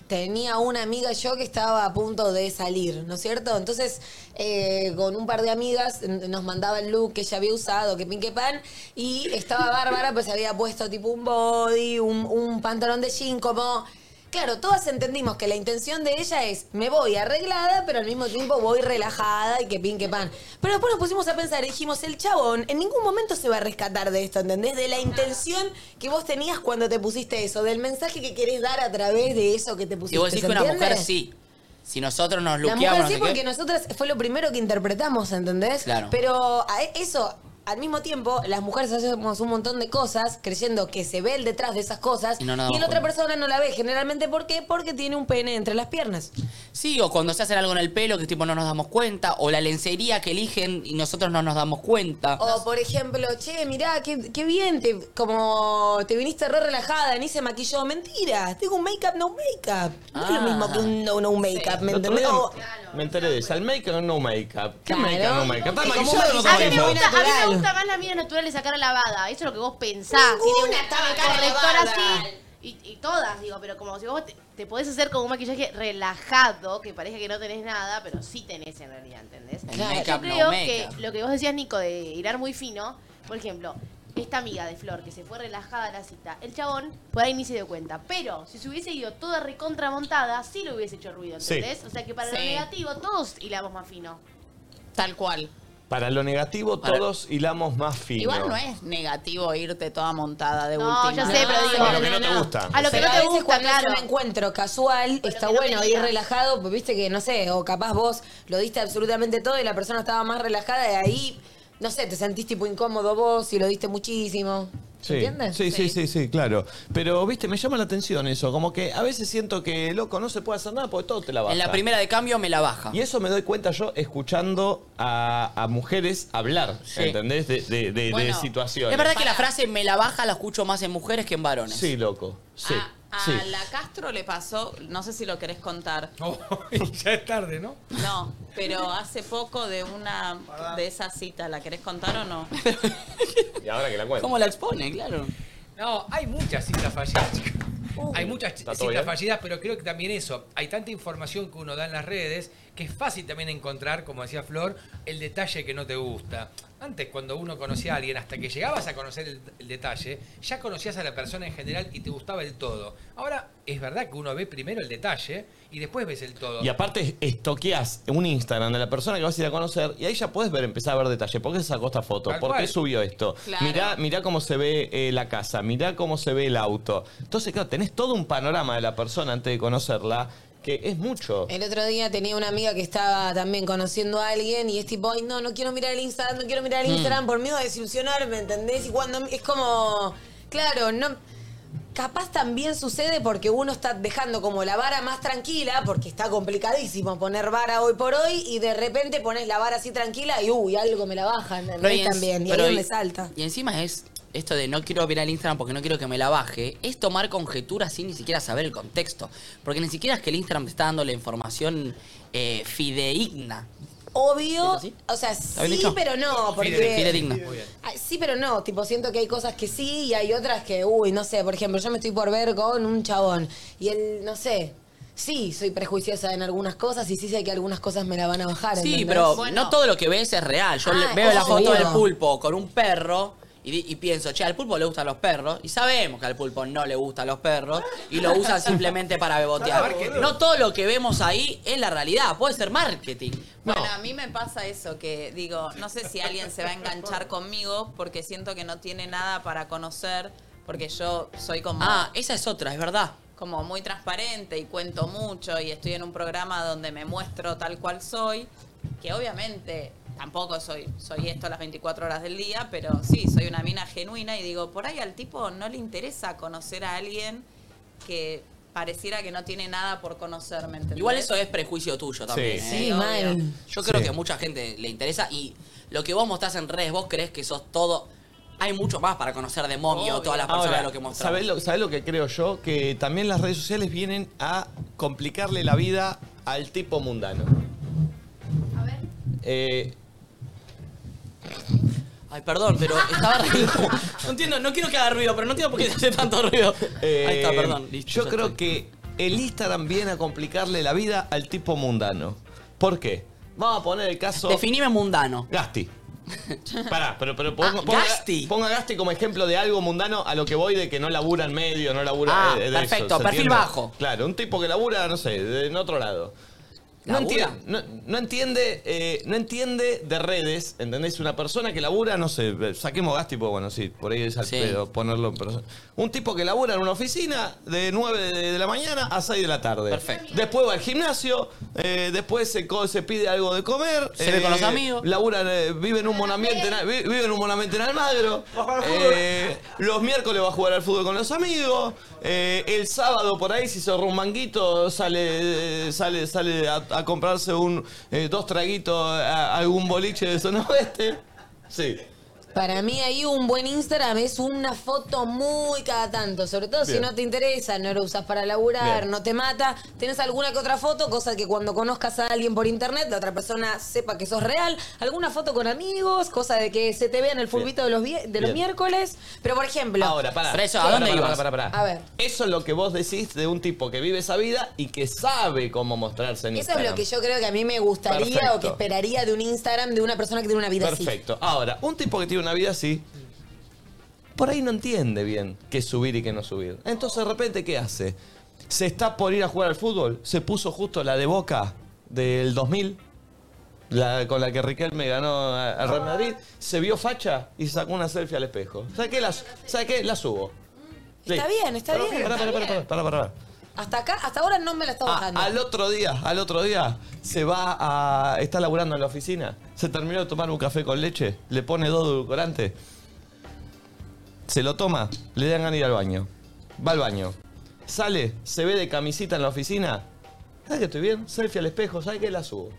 S5: tenía una amiga yo que estaba a punto de salir, ¿no es cierto? Entonces, eh, con un par de amigas n- nos mandaba el look que ella había usado, que pinque pan, y estaba bárbara, pues había puesto tipo un body, un, un pantalón de jean, como... Claro, todas entendimos que la intención de ella es me voy arreglada, pero al mismo tiempo voy relajada y que pin que pan. Pero después nos pusimos a pensar y dijimos, el chabón en ningún momento se va a rescatar de esto, ¿entendés? De la intención que vos tenías cuando te pusiste eso, del mensaje que querés dar a través de eso que te pusiste.
S3: Y vos decís
S5: ¿se
S3: que una
S5: entiende?
S3: mujer sí. Si nosotros nos
S5: La mujer
S3: luqueamos, no
S5: sí,
S3: sé qué.
S5: porque nosotras fue lo primero que interpretamos, ¿entendés?
S3: Claro.
S5: Pero a e- eso, al mismo tiempo, las mujeres hacemos un montón de cosas creyendo que se ve el detrás de esas cosas
S3: Y no nos
S5: y la
S3: damos
S5: otra persona no la ve. Generalmente, ¿por qué? Porque tiene un pene entre las piernas.
S3: Sí, o cuando se hacen algo en el pelo que tipo no nos damos cuenta, o la lencería que eligen y nosotros no nos damos cuenta.
S5: O, por ejemplo, che, mirá, qué, qué bien, te, como te viniste re relajada, ni se maquilló. Mentira, tengo un make-up, no make-up. No es lo mismo que
S3: Ah.
S5: un no, no make-up, ¿me
S2: El otro
S5: entendés?
S2: día
S5: O-
S2: Me enteré de eso, el make-up o no make-up. ¿Qué
S5: Claro.
S2: make-up no make-up? ¿Está
S5: Es como
S2: maquillado o no
S5: un
S2: está
S6: A mí, me gusta,
S2: maquillado?
S6: a mí me gusta más la mina natural y sacar lavada. Eso es lo que vos pensás.
S5: Ninguna
S6: Tiene
S5: está cara
S6: corrector
S5: lavada.
S6: así. Y, y todas, digo, pero como si vos te, te podés hacer con un maquillaje relajado, que parece que no tenés nada, pero sí tenés en realidad, ¿entendés?
S3: El make-up
S6: Yo
S3: no
S6: creo que
S3: make-up.
S6: lo que vos decías, Nico, de hilar muy fino, por ejemplo, esta amiga de Flor que se fue relajada a la cita, el chabón por ahí ni se dio cuenta. Pero si se hubiese ido toda recontramontada, sí le hubiese hecho ruido,
S2: Sí.
S6: ¿entendés? O sea que para lo
S4: Sí.
S6: negativo todos hilamos más fino.
S4: Tal cual.
S2: Para lo negativo,
S4: Para-
S2: todos hilamos más fino.
S4: Igual no es negativo irte toda montada de
S6: No,
S4: última.
S6: yo sé, pero digo-
S2: A lo que no te gusta.
S6: A lo que
S5: Pero
S6: no te
S5: veces
S6: gusta,
S5: cuando es
S6: claro.
S5: un encuentro casual, está
S6: que no
S5: bueno
S6: te
S5: ir
S6: digas.
S5: relajado, pues viste que, no sé, o capaz vos lo diste absolutamente todo y la persona estaba más relajada y ahí, no sé, te sentís tipo incómodo vos y lo diste muchísimo.
S2: Sí.
S5: ¿Entiendes?
S2: Sí, sí, sí, sí, claro. Pero, viste, me llama la atención eso. Como que a veces siento que, loco, no se puede hacer nada porque todo te la baja.
S3: En la primera de cambio me la baja.
S2: Y eso me doy cuenta yo escuchando a, a mujeres hablar,
S3: Sí.
S2: ¿entendés? De, de, eh, de- de
S3: Bueno,
S2: situaciones.
S3: Es verdad que la frase me la baja la escucho más en mujeres que en varones.
S2: Sí, loco. Sí.
S3: Ah.
S4: A
S2: sí.
S4: la Castro le pasó, no sé si lo querés contar.
S7: ya es tarde, ¿no?
S4: No, pero hace poco de una de esa cita, ¿la querés contar o no?
S2: Y ahora que la cuento.
S3: ¿Cómo la expone? Claro.
S7: No, hay muchas citas fallidas, chicos.
S3: Uh.
S7: Hay muchas
S2: ¿Está
S7: citas
S2: todo bien?
S7: fallidas, pero creo que también eso. Hay tanta información que uno da en las redes que es fácil también encontrar, como decía Flor, el detalle que no te gusta. Antes, cuando uno conocía a alguien, hasta que llegabas a conocer el, el detalle, ya conocías a la persona en general y te gustaba el todo. Ahora, es verdad que uno ve primero el detalle y después ves el todo.
S2: Y aparte estoqueás un Instagram de la persona que vas a ir a conocer y ahí ya puedes ver, empezar a ver detalles. ¿Por qué se sacó esta foto?
S7: Tal
S2: ¿Por qué
S7: cual.
S2: subió esto?
S7: Claro.
S2: Mirá, mirá cómo se ve eh, la casa, mirá cómo se ve el auto. Entonces, claro, tenés todo un panorama de la persona antes de conocerla, que es mucho.
S5: El otro día tenía una amiga que estaba también conociendo a alguien y es tipo, ay, no, no quiero mirar el Instagram, no quiero mirar el
S2: Mm.
S5: Instagram por miedo a desilusionarme, ¿entendés? Y cuando es como, claro, no. Capaz también sucede porque uno está dejando como la vara más tranquila, porque está complicadísimo poner vara hoy por hoy, y de repente pones la vara así tranquila y uy, algo me la baja, ¿entendés?
S3: y en-
S5: también, y ahí
S3: pero
S5: es
S3: y-
S5: donde salta.
S3: Y encima es esto de no quiero mirar el Instagram porque no quiero que me la baje, es tomar conjeturas sin ni siquiera saber el contexto. Porque ni siquiera es que el Instagram te está dando la información eh, fidedigna.
S5: Obvio, o sea,
S3: bien
S5: sí,
S3: dicho?
S5: pero no, porque...
S3: Fidedigna.
S5: Ay, Sí, pero no. Tipo, siento que hay cosas que sí y hay otras que, uy, no sé. Por ejemplo, yo me estoy por ver con un chabón y él, no sé. Sí, soy prejuiciosa en algunas cosas y sí sé que algunas cosas me la van a bajar.
S3: Sí,
S5: ¿entendés?
S3: pero no todo lo que ves es real. Yo
S5: Ah,
S3: le- veo la
S5: eso
S3: foto
S5: digo.
S3: del pulpo con un perro y, di- y pienso, che, al pulpo le gustan los perros. Y sabemos que al pulpo no le gustan los perros y lo usan simplemente para bebotear. No todo lo que vemos ahí es la realidad. Puede ser marketing. No.
S4: Bueno, a mí me pasa eso, que digo, no sé si alguien se va a enganchar conmigo porque siento que no tiene nada para conocer, porque yo soy como...
S3: Ah, esa es otra, es verdad.
S4: Como muy transparente y cuento mucho y estoy en un programa donde me muestro tal cual soy, que obviamente tampoco soy, soy esto las 24 horas del día, pero sí, soy una mina genuina y digo, por ahí al tipo no le interesa conocer a alguien que pareciera que no tiene nada por conocer, ¿me entendés?
S3: Igual eso es prejuicio tuyo también.
S4: Sí.
S3: ¿eh?
S4: Sí, mal.
S3: Yo creo
S4: Sí.
S3: que a mucha gente le interesa y lo que vos mostrás en redes, vos crees que sos todo. Hay mucho más para conocer de Mommy o todas las personas
S2: Ahora,
S3: de lo que mostrás.
S2: ¿sabés lo, sabés lo que creo yo? Que también las redes sociales vienen a complicarle la vida al tipo mundano. Eh, A ver.
S3: Ay, perdón, pero estaba re- No entiendo, no quiero que haga ruido, pero no entiendo por qué hace tanto ruido. Ahí está, perdón. Listo,
S2: Eh, yo
S3: ya
S2: creo
S3: estoy.
S2: que el Instagram viene a complicarle la vida al tipo mundano. ¿Por qué? Vamos a poner el caso.
S3: Definime mundano.
S2: Gasti. Pará, pero, pero ponga,
S3: Ah,
S2: ponga-
S3: Gasti.
S2: ponga Gasti como ejemplo de algo mundano a lo que voy de que no labura en medio, no labura
S3: Ah,
S2: de, de eso,
S3: perfecto,
S2: ¿se
S3: perfil
S2: entiende?
S3: bajo.
S2: Claro, un tipo que labura, no sé, de- en otro lado. No
S3: ¿Labura?
S2: entiende, no, no entiende, eh, no entiende de redes, ¿entendés? Una persona que labura, no sé, saquemos Gasti, pues bueno, sí, por ahí es al pedo ponerlo en persona. Un tipo que labura en una oficina de 9 de de la mañana a 6 de la tarde. Perfecto. Después va al gimnasio, eh, después se, co- se pide algo de comer.
S3: Se ve con los amigos.
S2: Labura, eh, vive en un monambiente, en, vi- vive en un monambiente en Almagro. Eh, los miércoles va a jugar al fútbol con los amigos. Eh, el sábado por ahí, si se ahorra un manguito, sale, eh, sale, sale a, a comprarse un, eh, dos traguitos a, a algún boliche de zona oeste. Sí.
S5: Para mí ahí un buen Instagram es una foto muy cada tanto, sobre todo si
S2: Bien.
S5: no te interesa, no lo usas para laburar,
S2: Bien.
S5: no te mata, tenés alguna que otra foto, cosa que cuando conozcas a alguien por internet, la otra persona sepa que sos real, alguna foto con amigos, cosa de que se te vea en el fulbito de los, vie- de los
S2: Bien.
S5: miércoles, pero por ejemplo...
S2: Ahora, pará. Pará, pará, pará, pará.
S5: A ver.
S2: Eso es lo que vos decís de un tipo que vive esa vida y que sabe cómo mostrarse en
S5: Eso es
S2: Instagram.
S5: lo que yo creo que a mí me gustaría o que
S2: Perfecto.
S5: esperaría de un Instagram de una persona que tiene una vida así.
S2: Perfecto. Ahora, un tipo que tiene una vida así, por ahí no entiende bien qué subir y qué no subir. Entonces, de repente, ¿qué hace? Se está por ir a jugar al fútbol, se puso justo la de Boca del 2000, la- con la que Riquelme ganó a- al Real Madrid, se vio facha y sacó una selfie al espejo. ¿Sabes qué? La, ¿sabe qué? La subo.
S5: Está bien, está
S2: Pará,
S5: bien,
S2: Pará,
S5: está
S2: pará, pará,
S5: bien.
S2: pará, pará.
S5: Hasta acá, hasta ahora Ah, no me la
S3: Ah,
S5: está bajando.
S2: Al otro día, al otro día, se va a. está laburando en la oficina. Se terminó de tomar un café con leche, le pone dos edulcorantes. Se lo toma, le dan ganas de ir al baño. Va al baño. Sale, se ve de camisita en la oficina. ¿Sabes que estoy bien? Selfie al espejo, ¿sabes que la subo?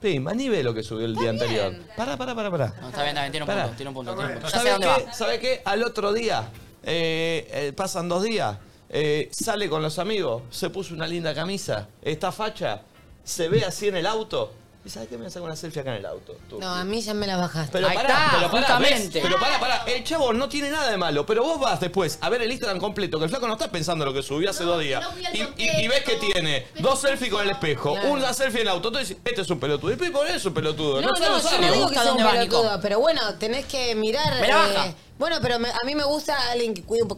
S2: Pima, ni ve lo que subió el día anterior. Pará, pará, pará, pará.
S3: No, está bien, está bien, tiene un
S2: Pará.
S3: punto, tiene un punto, tiene un punto. Ya sé
S2: ¿Sabe
S3: dónde
S2: qué?
S3: va.
S2: ¿Sabe qué? Al otro día, eh, eh, pasan dos días, eh, sale con los amigos, se puso una linda camisa, está facha, se ve así en el auto. ¿Y sabes qué? Me voy a sacar una selfie acá en el auto. tú.
S5: No, a mí ya me la bajaste.
S2: Pero pará, pero pará, ¿ves? Pero pará, pará. El chavo no tiene nada de malo, pero vos vas después a ver el Instagram completo, que el flaco no está pensando lo que subió hace dos días. y, y- y ves que tiene dos selfies con el espejo,
S5: Claro.
S2: una selfie en el auto. Entonces, este es un pelotudo. Y por es un pelotudo.
S5: No, no,
S2: se lo
S5: yo
S2: sabe.
S5: no digo que sea un pelotudo, pero bueno, tenés que mirar. eh,
S2: Me la baja.
S5: bueno, pero me- a mí me gusta alguien que cuide un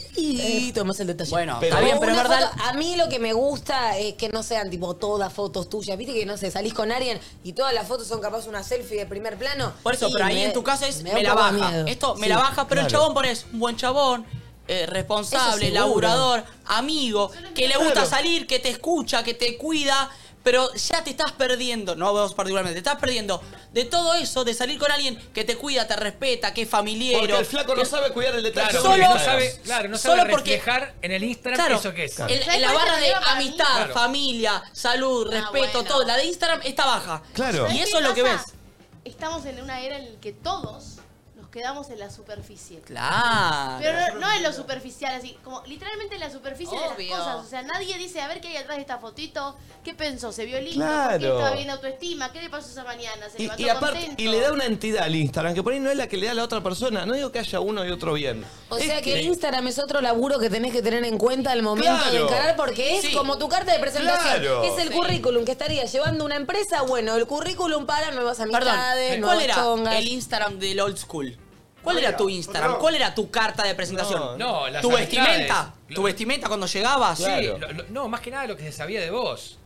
S5: poquito más el detalle. Bueno,
S3: Eh, está bien, pero es verdad-
S5: a mí lo que me gusta es que no sean tipo todas fotos tuyas. Viste que no sé, salís con alguien y todas las fotos son capaz una selfie de primer plano.
S3: Por eso,
S5: Y
S3: pero ahí
S5: me-
S3: en tu caso es
S5: me
S3: me,
S5: da un
S3: la
S5: poco
S3: baja.
S5: de miedo.
S3: Esto me
S5: Sí,
S3: la baja, pero el
S5: claro.
S3: chabón por es un buen chabón, eh, responsable,
S5: Eso seguro.
S3: laburador, amigo, que le gusta
S5: Claro.
S3: salir, que te escucha, que te cuida, pero ya te estás perdiendo, no vos particularmente, te estás perdiendo de todo eso, de salir con alguien que te cuida, te respeta, que es familiero.
S2: Porque el flaco no
S3: que-
S2: sabe cuidar el detalle.
S7: Claro,
S2: Solo-
S7: porque no sabe, claro, no sabe
S3: solo porque-
S7: reflejar en el Instagram
S3: Claro,
S7: eso que es.
S3: el- en la barra de amistad,
S7: Claro.
S3: familia, salud, respeto, todo. La de Instagram está baja.
S2: Claro.
S3: Y
S6: Ah, ¿Sabes
S3: eso
S6: qué
S3: es lo que ves.
S6: pasa? Estamos en una era en la que todos nos quedamos en la superficie.
S3: Claro.
S6: Pero no, no en lo superficial, así como literalmente en la superficie de
S3: Obvio.
S6: las cosas. O sea, nadie dice, a ver qué hay atrás de esta fotito, qué pensó, se vio lindo,
S2: Claro.
S6: ¿Por qué estaba bien de autoestima, qué le pasó esa mañana, se
S2: Y,
S6: levantó
S2: y aparte,
S6: contento.
S2: y le da una entidad al Instagram, que por ahí no es la que le da a la otra persona. No digo que haya uno y otro bien.
S5: O
S2: Es
S5: sea que Instagram es otro laburo que tenés que tener en cuenta al momento de
S2: Claro.
S5: encarar porque es
S3: Sí.
S5: como tu carta de presentación.
S2: Claro.
S5: Es el
S3: Sí.
S5: currículum que estaría llevando una empresa. Bueno, el currículum para nuevas
S3: Perdón,
S5: amistades,
S3: ¿cuál
S5: nuevas
S3: era
S5: chongas.
S3: el Instagram del old school? ¿Cuál era tu Instagram?
S7: no.
S3: ¿Cuál era tu carta de
S7: No,
S3: presentación?
S7: no, las
S3: ¿Tu
S7: amistades.
S3: vestimenta? ¿Tu vestimenta cuando llegabas?
S7: Sí, lo- lo- no, más que nada lo que se sabía de vos.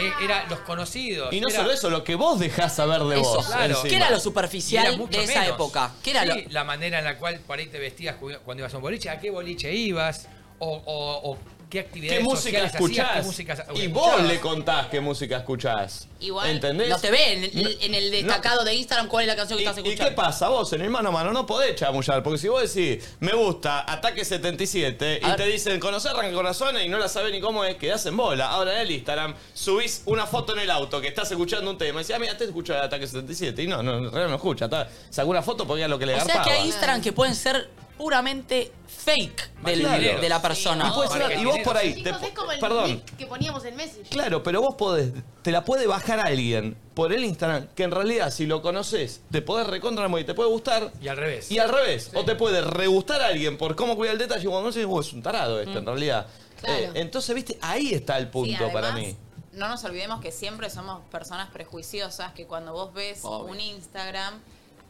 S7: Eh, era los conocidos.
S2: Y no
S7: era-
S2: solo eso, lo que vos dejás saber de
S7: Eso,
S2: vos.
S7: claro.
S2: encima.
S7: ¿Qué era lo
S3: superficial
S7: Y era mucho
S3: de esa
S7: menos.
S3: época. ¿Qué era
S7: Sí, La manera en la cual por ahí te vestías cu- cuando ibas a un boliche, a qué boliche ibas, o, o- o qué actividades
S2: ¿Qué música
S7: sociales hacías,
S2: escuchás?
S7: qué música
S2: y
S7: escuchabas.
S2: vos le contás qué música escuchás.
S3: Igual
S2: ¿Entendés?
S3: no te ve en el, en el destacado de Instagram cuál es la canción que estás
S2: ¿Y qué
S3: escuchando.
S2: pasa? Vos en el mano a mano no podés chamullar, porque si vos decís, me gusta, ataque 77, y te dicen, conocer arranque corazones y no la sabés ni cómo es, quedás en bola. Ahora en el Instagram subís una foto en el auto que estás escuchando un tema y decís, ah, mira, te escucha ataque 77. Y no, no, en realidad no escucha. está- Sacó una foto porque era lo que le
S3: o sea
S2: garpaba.
S3: que hay Instagram que pueden ser puramente fake del-
S2: Claro.
S3: de la persona.
S2: Y, puede ser- y vos por ahí.
S6: Chicos,
S2: te-
S6: es como el
S2: perdón.
S6: nick que poníamos en Messenger.
S2: Claro, pero vos podés, te la puede bajar alguien por el Instagram, que en realidad si lo conoces, te podés recontra y te puede gustar.
S7: Y al revés.
S2: Y al revés, o te puede regustar a alguien por cómo cuida el detalle, y cuando no sé, "Oh, es un tarado este
S3: Mm.
S2: en realidad.
S4: Claro.
S2: Eh, entonces, viste, ahí está el punto
S4: además,
S2: para mí.
S4: No nos olvidemos que siempre somos personas prejuiciosas que cuando vos ves
S2: Obvio.
S4: un Instagram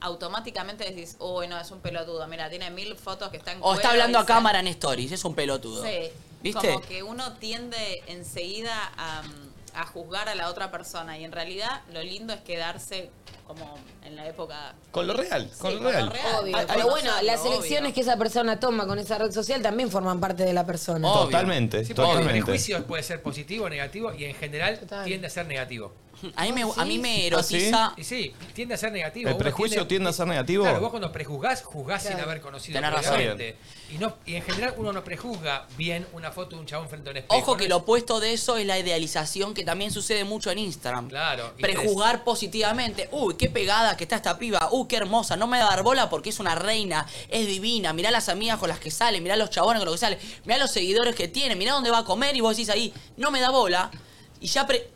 S4: automáticamente decís, uy, no, es un pelotudo. Mira, tiene mil fotos que están...
S3: O está
S4: cuero
S3: hablando
S4: y
S3: a
S4: se-
S3: cámara en stories, es un pelotudo.
S4: Sí.
S3: ¿Viste?
S4: Como que uno tiende enseguida a, mm, a juzgar a la otra persona y en realidad lo lindo es quedarse como en la época...
S2: Con lo real,
S4: Sí,
S2: con lo
S4: con lo
S2: real.
S4: real. Obvio.
S2: Hay-
S5: Pero
S2: hay-
S5: bueno, las
S4: obvio.
S5: elecciones que esa persona toma con esa red social también forman parte de la persona.
S2: Totalmente,
S7: Sí, porque
S2: totalmente.
S7: El prejuicio puede ser positivo o negativo y en general tiende a ser negativo.
S3: A mí me, a mí me
S2: ¿Ah, sí? erotiza-
S7: Y sí, tiende a ser negativo.
S2: ¿El
S7: Uno
S2: prejuicio tiende a ser negativo?
S7: Claro, vos cuando prejuzgás, juzgás sin haber conocido
S3: Tenés razón.
S7: previamente. Y, no, y en general uno no prejuzga bien una foto de un chabón frente a un espejo.
S3: Ojo que
S7: ¿no?
S3: lo opuesto de eso es la idealización que también sucede mucho en Instagram.
S7: Claro. y
S3: Prejuzgar positivamente. Uy, qué pegada que está esta piba. Uy, qué hermosa. No me da bola porque es una reina. Es divina. Mirá las amigas con las que sale. Mirá los chabones con los que sale. Mirá los seguidores que tiene. Mirá dónde va a comer. Y vos decís ahí, no me da bola. Y ya pre-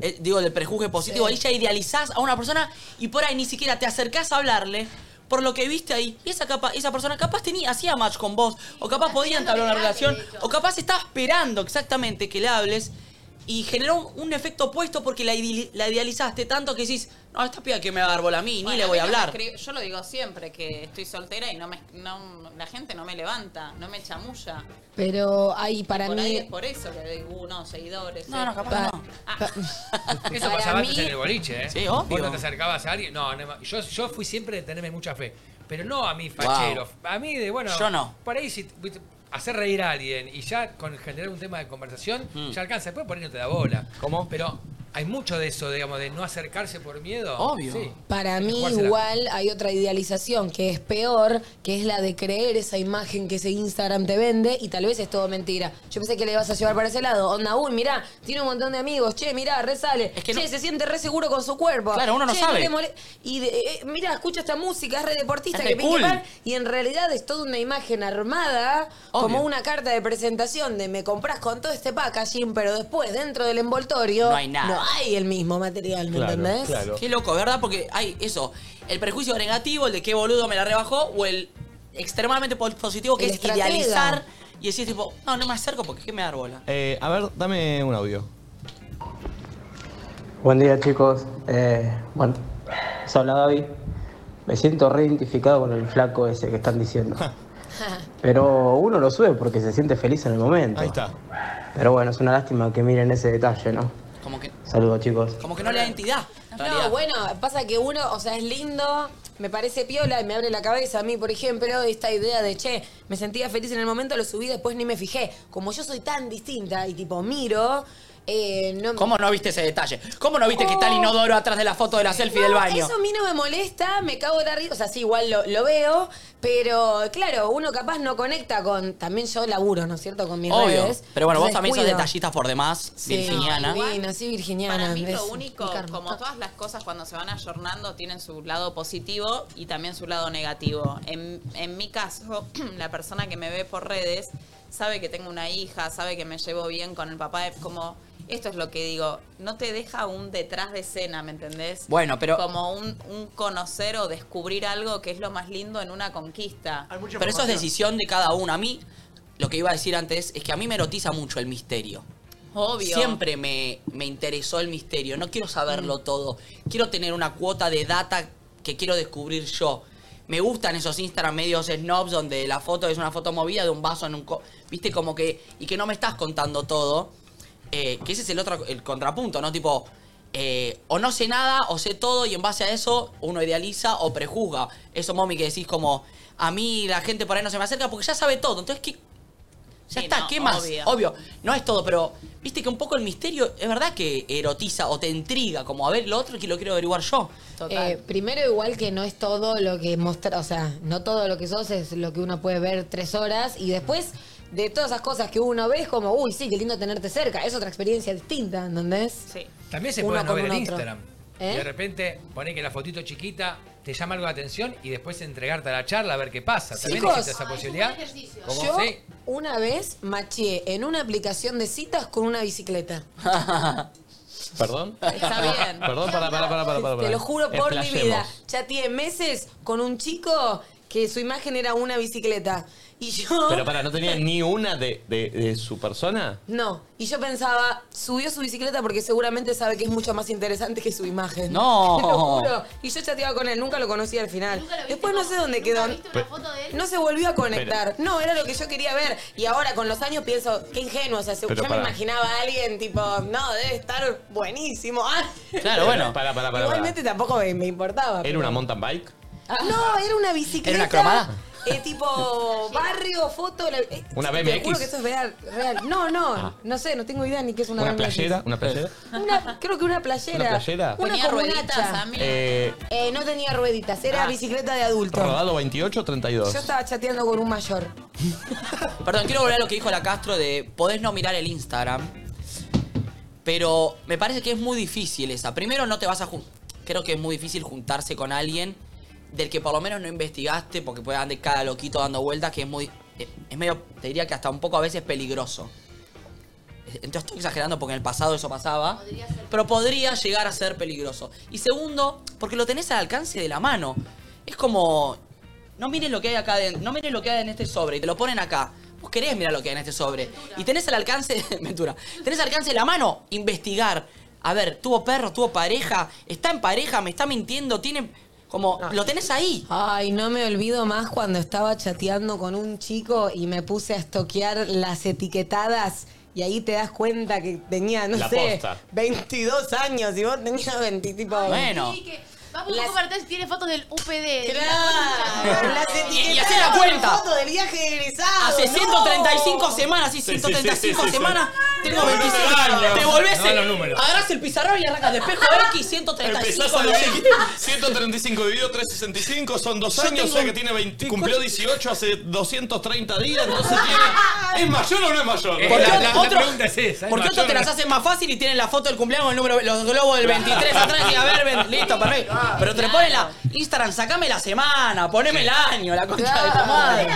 S3: eh, digo, del prejuzgue positivo. Ahí ya idealizás a una persona y por ahí ni siquiera te acercás a hablarle. Por lo que viste ahí, y esa, capa- esa persona capaz tenía, hacía match con vos, o capaz podía entablar una relación, o capaz estaba esperando exactamente que le hables, y generó un, un efecto opuesto porque la, idili- la idealizaste tanto que decís, no, esta piba que me va a dar bola a mí, ni
S4: Bueno,
S3: le voy a
S4: mí no me
S3: hablar.
S4: escribe- yo lo digo siempre que estoy soltera y no me, no- la gente no me levanta, no me chamulla.
S5: Pero hay para
S4: por ahí
S5: mí.
S4: es por eso que digo, "Uh, no, seguidores. Ah,
S3: No, no,
S5: Pa-
S3: capaz
S4: no.
S7: Eso
S4: Para
S7: pasaba antes
S4: mí-
S7: en el boliche, ¿eh?
S4: Sí,
S7: Vos
S4: obvio.
S7: no te acercabas a alguien. No, no, yo, yo fui siempre de tenerme mucha fe. Pero no a mí, fachero. A mí, de bueno.
S3: Yo no.
S7: Por ahí, si viste, hacer reír a alguien y ya con generar un tema de conversación, ya alcanza. Después por ahí no te da bola. ¿Cómo? Pero hay mucho de eso, digamos, de no acercarse por miedo.
S3: Obvio.
S7: Sí.
S5: Para
S7: Es
S5: mí
S7: jugársela.
S5: igual hay otra idealización que es peor, que es la de creer esa imagen que ese Instagram te vende y tal vez es todo mentira. Yo pensé que le ibas a llevar para ese lado. Onda, uy, mirá, tiene un montón de amigos. Che, mirá, resale. che, se siente re seguro con su cuerpo.
S3: Claro, uno no
S5: Che,
S3: sabe.
S5: le mole- y de- eh, eh, mirá, escucha esta música, es re deportista.
S3: Es
S5: que
S3: re
S5: pinta y
S3: cool.
S5: pan. Y en realidad es toda una imagen armada, como una carta de presentación de me compras con todo este packaging, pero después dentro del envoltorio
S3: No hay nada.
S5: No hay el mismo material, ¿me entendés?
S3: Qué loco, ¿verdad? Porque hay eso, el prejuicio negativo, el de qué boludo me la rebajó, o el extremadamente positivo que
S5: El
S3: es
S5: estratega.
S3: idealizar y decir tipo, no, no me acerco porque qué me da bola.
S2: Eh, a ver, dame un audio.
S17: Buen día chicos, Eh, bueno, se habla David, me siento reidentificado con el flaco ese que están diciendo. Pero uno lo sube porque se siente feliz en el momento. Ahí está. Pero bueno, es una lástima que miren ese detalle, ¿no?
S3: Como que,
S17: Saludos chicos.
S3: como que no le da identidad. en realidad.
S5: No, bueno, pasa que uno, o sea, es lindo, me parece piola y me abre la cabeza a mí, por ejemplo, esta idea de, che, me sentía feliz en el momento, lo subí, después ni me fijé. Como yo soy tan distinta y tipo miro, eh, no...
S3: ¿Cómo no viste ese detalle? ¿Cómo no viste que está el inodoro atrás de la foto de la selfie del
S5: No,
S3: baño?
S5: Eso a mí no me molesta, me cago de la risa, o sea, sí, igual lo, lo veo, pero claro, uno capaz no conecta con, también yo laburo, ¿no es cierto?, con mis
S3: Obvio.
S5: redes.
S3: Pero bueno, vos
S5: Entonces,
S3: también sos
S5: cuido.
S3: detallistas por demás,
S5: Sí,
S3: virginiana.
S5: divina, sí, virginiana.
S4: Para mí
S5: ves,
S4: lo único,
S5: mi karma.
S4: como todas las cosas cuando se van ayornando, tienen su lado positivo y también su lado negativo. En, en mi caso, la persona que me ve por redes sabe que tengo una hija, sabe que me llevo bien con el papá, es como... Esto es lo que digo, no te deja un detrás de escena, ¿me entendés?
S3: Bueno, pero-
S4: Como un, un conocer o descubrir algo que es lo más lindo en una conquista.
S3: Pero eso es decisión de cada uno. A mí, lo que iba a decir antes es que a mí me erotiza mucho el misterio.
S4: Obvio.
S3: Siempre me, me interesó el misterio. No quiero
S5: Mm.
S3: saberlo todo. Quiero tener una cuota de data que quiero descubrir yo. Me gustan esos Instagram medios snobs donde la foto es una foto movida de un vaso en un... co- Viste, como que... Y que no me estás contando todo. Eh, que ese es el otro el contrapunto, ¿no? Tipo, eh, o no sé nada, o sé todo, y en base a eso uno idealiza o prejuzga. Eso, mommy, que decís como, a mí la gente por ahí no se me acerca porque ya sabe todo. Entonces, ¿qué? Ya
S4: Sí,
S3: está,
S4: no,
S3: ¿qué más?
S4: obvio.
S3: obvio, no es todo, pero viste que un poco el misterio es verdad que erotiza o te intriga, como a ver lo otro que lo quiero averiguar yo.
S5: Eh, primero, igual que no es todo lo que mostrar, o sea, no todo lo que sos es lo que uno puede ver tres horas y después de todas esas cosas que uno ve es como, uy, sí, qué lindo tenerte cerca, es otra experiencia distinta, ¿entendés?
S4: Sí.
S7: También se
S5: Uno
S7: puede no
S5: con
S7: ver
S5: un
S7: en
S5: otro.
S7: Instagram.
S5: ¿Eh?
S7: Y de repente pone que la fotito chiquita te llama algo la atención y después entregarte a la charla a ver qué pasa. También
S5: Chicos,
S7: existe esa posibilidad. ¿Cómo?
S5: Yo
S7: Sí.
S5: una vez maché en una aplicación de citas con una bicicleta.
S2: ¿Perdón?
S5: Está bien.
S2: Perdón, para, para, para, para. para.
S5: Te lo juro por mi
S2: Explayemos.
S5: vida. Chateé meses con un chico que su imagen era una bicicleta. Y yo...
S2: Pero para, ¿no tenía ni una de, de- de su persona?
S5: No, y yo pensaba, subió su bicicleta porque seguramente sabe que es mucho más interesante que su imagen.
S2: No.
S5: Te lo juro. Y yo chateaba con él, nunca lo conocí al final. Después no sé dónde quedó.
S2: Pero-
S5: No se volvió a conectar. No, era lo que yo quería ver. Y ahora con los años pienso, qué ingenuo. O sea, se-
S2: Pero
S5: yo
S2: pará.
S5: me imaginaba a alguien tipo, no, debe estar buenísimo. Ah.
S2: Claro, bueno. Para, para, para.
S5: Igualmente tampoco me, me importaba.
S2: ¿Era
S5: pero-
S2: una mountain bike?
S5: Ah, No, era una bicicleta.
S2: ¿Era una cromada?
S5: eh, tipo barrio, foto. la- eh,
S2: ¿Una
S5: Te juro
S2: BMX?
S5: que esto es real. real. No, no,
S2: Ah.
S5: no sé, no tengo idea ni qué es una,
S2: ¿Una
S5: BMX.
S2: playera? ¿Una playera?
S5: Una- creo que una playera.
S2: ¿Una playera?
S5: Una
S4: Tenía
S5: con un
S4: rueditas,
S5: hacha.
S4: a mí.
S2: Eh,
S5: Eh, no tenía rueditas, era
S3: Ah.
S5: bicicleta de adulto.
S2: ¿Rodado 28 o
S5: Yo
S2: 32?
S5: estaba chateando con un mayor.
S3: Perdón, quiero volver a lo que dijo la Castro de podés no mirar el Instagram, pero me parece que es muy difícil esa. Primero no te vas a jun- creo que es muy difícil juntarse con alguien del que por lo menos no investigaste porque puede andar cada loquito dando vueltas que es muy eh, es medio te diría que hasta un poco a veces peligroso. Entonces estoy exagerando porque en el pasado eso pasaba. Pero podría llegar a ser peligroso. Y segundo, porque lo tenés al alcance de la mano. Es como, no mires lo que hay acá adentro, no mires lo que hay en este sobre y te lo ponen acá. Vos querés mirar lo que hay en este sobre. Y tenés al alcance, Ventura, tenés al alcance de la mano investigar. A ver, tuvo perro, tuvo pareja, está en pareja, me está mintiendo, tiene como... Lo tenés ahí.
S5: Ay, no me olvido más cuando estaba chateando con un chico y me puse a estoquear las etiquetadas y ahí te das cuenta que tenía, no
S12: La
S5: sé,
S12: posta.
S5: 22 años y vos tenías 20 tipo...
S4: Ah,
S6: Sí, que vamos a compartir tiene fotos del UPD.
S5: Claro.
S3: Y, y hacé la cuenta.
S5: Foto del viaje de egresado,
S3: Hace
S5: no.
S3: 135 semanas, sí,
S5: Sí, sí,
S3: 135
S5: sí, sí, sí.
S3: semanas. Tengo
S5: No,
S3: 26
S5: no, no, no.
S3: años. Te volvés,
S2: No, los números.
S3: agarrás el pizarrón y arrancas despejo X 135.
S2: Empezás a
S3: no sé
S2: dividir.
S3: qué.
S2: 135 dividido 365 son dos
S3: Yo
S2: años,
S3: tengo
S2: o sea que
S3: un-
S2: tiene 20, cumplió 18 hace 230 días, entonces tiene. ¿Es mayor o no es mayor?
S3: ¿Por qué otro-
S7: es esa.
S3: Porque otros te las hacen más fácil y tienen la foto del cumpleaños, el número, los globos del 23 atrás y a ver, ven, listo, perfecto. Pero te le ponen la Instagram, sacame la semana, poneme el año, la concha de tu madre.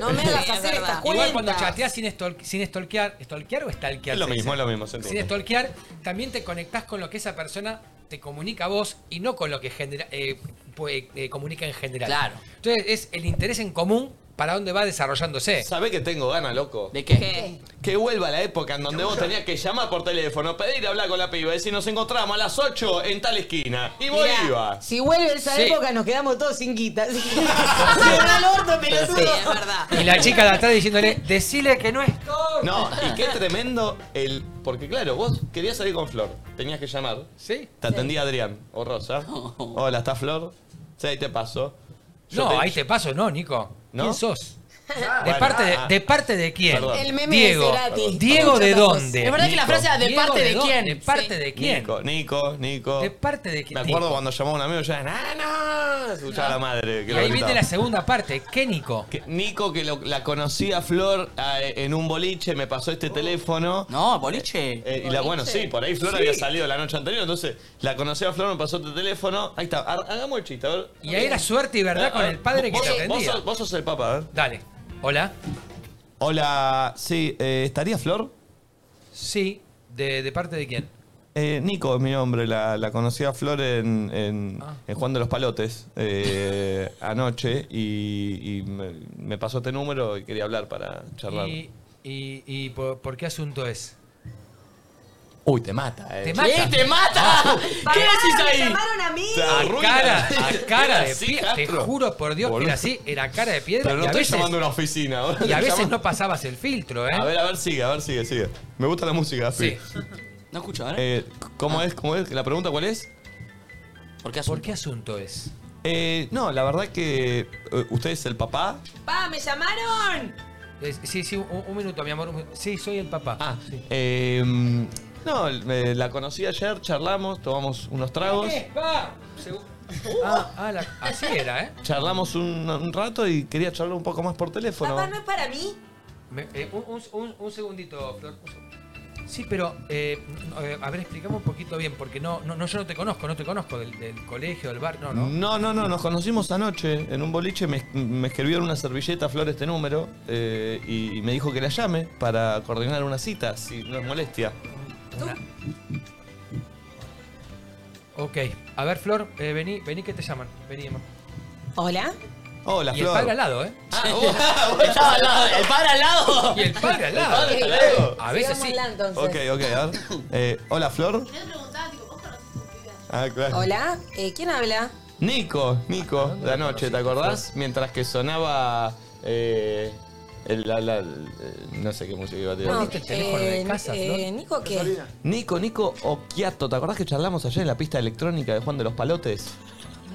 S2: No me hagas
S5: hacer estas
S7: Igual cuando chateás sin, estol- sin estolquear, ¿estolquear o estalquear?
S2: Es lo
S7: se
S2: mismo,
S7: dice?
S2: es lo mismo, se
S7: Sin
S2: entiende.
S7: estolquear, también te conectás con lo que esa persona te comunica a vos y no con lo que genera, eh, pu- eh, comunica en general.
S3: Claro.
S7: Entonces es el interés en común para dónde va desarrollándose.
S2: ¿Sabés que tengo ganas, loco?
S3: ¿De
S2: qué? Que vuelva la época en donde vos tenías que llamar por teléfono, pedir hablar con la piba, decir nos encontramos a las 8 en tal esquina. Y vos
S5: Mirá,
S2: ibas.
S5: Si vuelve esa
S2: Sí.
S5: época nos quedamos todos sin guita. Se va al orto, pelotudo. Ah.
S7: Y la chica de atrás diciéndole, decile que no estoy.
S2: No, y qué tremendo el. Porque claro, vos querías salir con Flor, tenías que llamar.
S7: Sí.
S2: Te atendía Adrián o Rosa. Hola, ¿está Flor? Sí, ahí te paso.
S7: No, ahí te paso, no, Nico.
S2: ¿No?
S7: ¿Quién sos? ¿De,
S2: Bueno,
S7: parte de,
S2: ah, ah.
S7: de parte de quién?
S2: Perdón. El
S5: meme de
S7: Diego.
S5: Cerati.
S7: Diego, ¿de
S5: Muchos
S7: dónde?
S5: casos. Es verdad que la frase era, ¿de
S7: Diego,
S5: parte de
S7: dónde?
S5: quién?
S7: ¿De parte
S5: Sí.
S7: de quién?
S2: Nico, Nico, Nico.
S7: ¿De parte de quién?
S2: Me acuerdo cuando llamó a un amigo ya. ¡Ah, no! Se escuchaba la madre. Que
S7: Y
S2: lo
S7: ahí
S2: gritaba.
S7: viene la segunda parte. ¿Qué Nico?
S2: Que- Nico, que lo- la conocí a Flor eh, en un boliche, me pasó este teléfono.
S3: No, boliche.
S2: Eh, y la, bueno, sí, por ahí Flor
S7: Sí.
S2: había salido la noche anterior, entonces la conocí a Flor, me pasó este teléfono. Ahí está, ha- hagamos el chiste, a ver.
S7: Y ahí era suerte y verdad
S2: Eh,
S7: con
S2: eh,
S7: el padre que
S2: vos-
S7: te
S2: vos
S7: atendía.
S2: sos- Vos sos el ¿eh? papá, a ver.
S7: Dale. Hola.
S2: Hola, sí, eh, ¿estaría Flor?
S7: Sí. ¿De, de parte de quién?
S2: Eh, Nico es mi nombre, la, la conocí a Flor en, en-
S7: Ah.
S2: en Juan de los Palotes eh, anoche y, y me, me pasó este número y quería hablar para charlar.
S7: ¿Y, y, y por, por qué asunto es?
S2: Uy, te mata, eh.
S7: ¿Te mata? Ah,
S3: ¿Qué? ¿Te mata? ¿Qué decís ahí?
S5: a mí.
S2: Te
S7: A
S2: arruina.
S7: cara, a cara
S2: Era
S7: de
S2: así,
S7: piedra. Te
S2: Castro.
S7: juro por Dios que
S2: Boludo.
S7: era así. Era cara de piedra.
S2: Pero no
S7: y a
S2: estoy
S7: veces,
S2: llamando a una oficina. boludo.
S7: y a veces
S2: Llamo-
S7: no pasabas el filtro, ¿eh?
S2: A ver, a ver, sigue, a ver, sigue, sigue. Me gusta la música, Gaspi.
S3: No escucho, ¿eh?
S2: Eh, ¿Cómo es? ¿Cómo es? ¿La pregunta cuál es?
S3: ¿Por qué
S7: Ah. asunto, es?
S2: Eh, no, la verdad que eh, usted es el papá.
S5: ¡Pa, me llamaron!
S7: Es- Sí, sí, un, un minuto, mi amor. un minuto. Sí, soy el papá. Ah, sí.
S2: Eh, no, eh, la conocí ayer, charlamos, tomamos unos tragos. Uh.
S7: ¡Va! Eh, Segu- Ah, ah, la- así era, ¿eh?
S2: Charlamos un, un rato y quería charlar un poco más por teléfono.
S5: ¿no es para mí?
S7: Me- eh, un, un- un- un segundito, Flor. un segundo. Sí, pero, eh, no, eh, a ver, explicame un poquito bien, porque no, no, no, yo no te conozco, no te conozco del, del colegio, del bar, no, no.
S2: No, no, no, nos conocimos anoche en un boliche, me, me escribió en una servilleta Flor este número eh, y, y me dijo que la llame para coordinar una cita, si no es molestia.
S7: Ok, a ver, Flor, eh, vení, vení que te llaman, vení, amor.
S5: ¿Hola?
S2: Hola,
S7: y
S2: Flor. Ah,
S7: el padre al lado, ¿eh?
S3: Estaba al lado, el padre al lado.
S7: Y el eh, padre al lado.
S3: El padre al lado.
S7: A veces sí.
S5: Sigamos hablando,
S2: Ok,
S5: entonces.
S2: ok, a ver. Eh, hola, Flor. Ah, claro.
S5: ¿Hola? Eh, ¿Quién habla?
S2: Nico,
S7: Ah,
S2: Nico, de anoche, ¿te acordás? Mientras que sonaba. eh, el- la- la- el- eh, no sé qué música iba a tirar.
S5: No, eh, eh, ¿Nico qué?
S2: Nico, Nico Occhiato, ¿te acordás que charlamos ayer en la pista electrónica de Juan de los Palotes?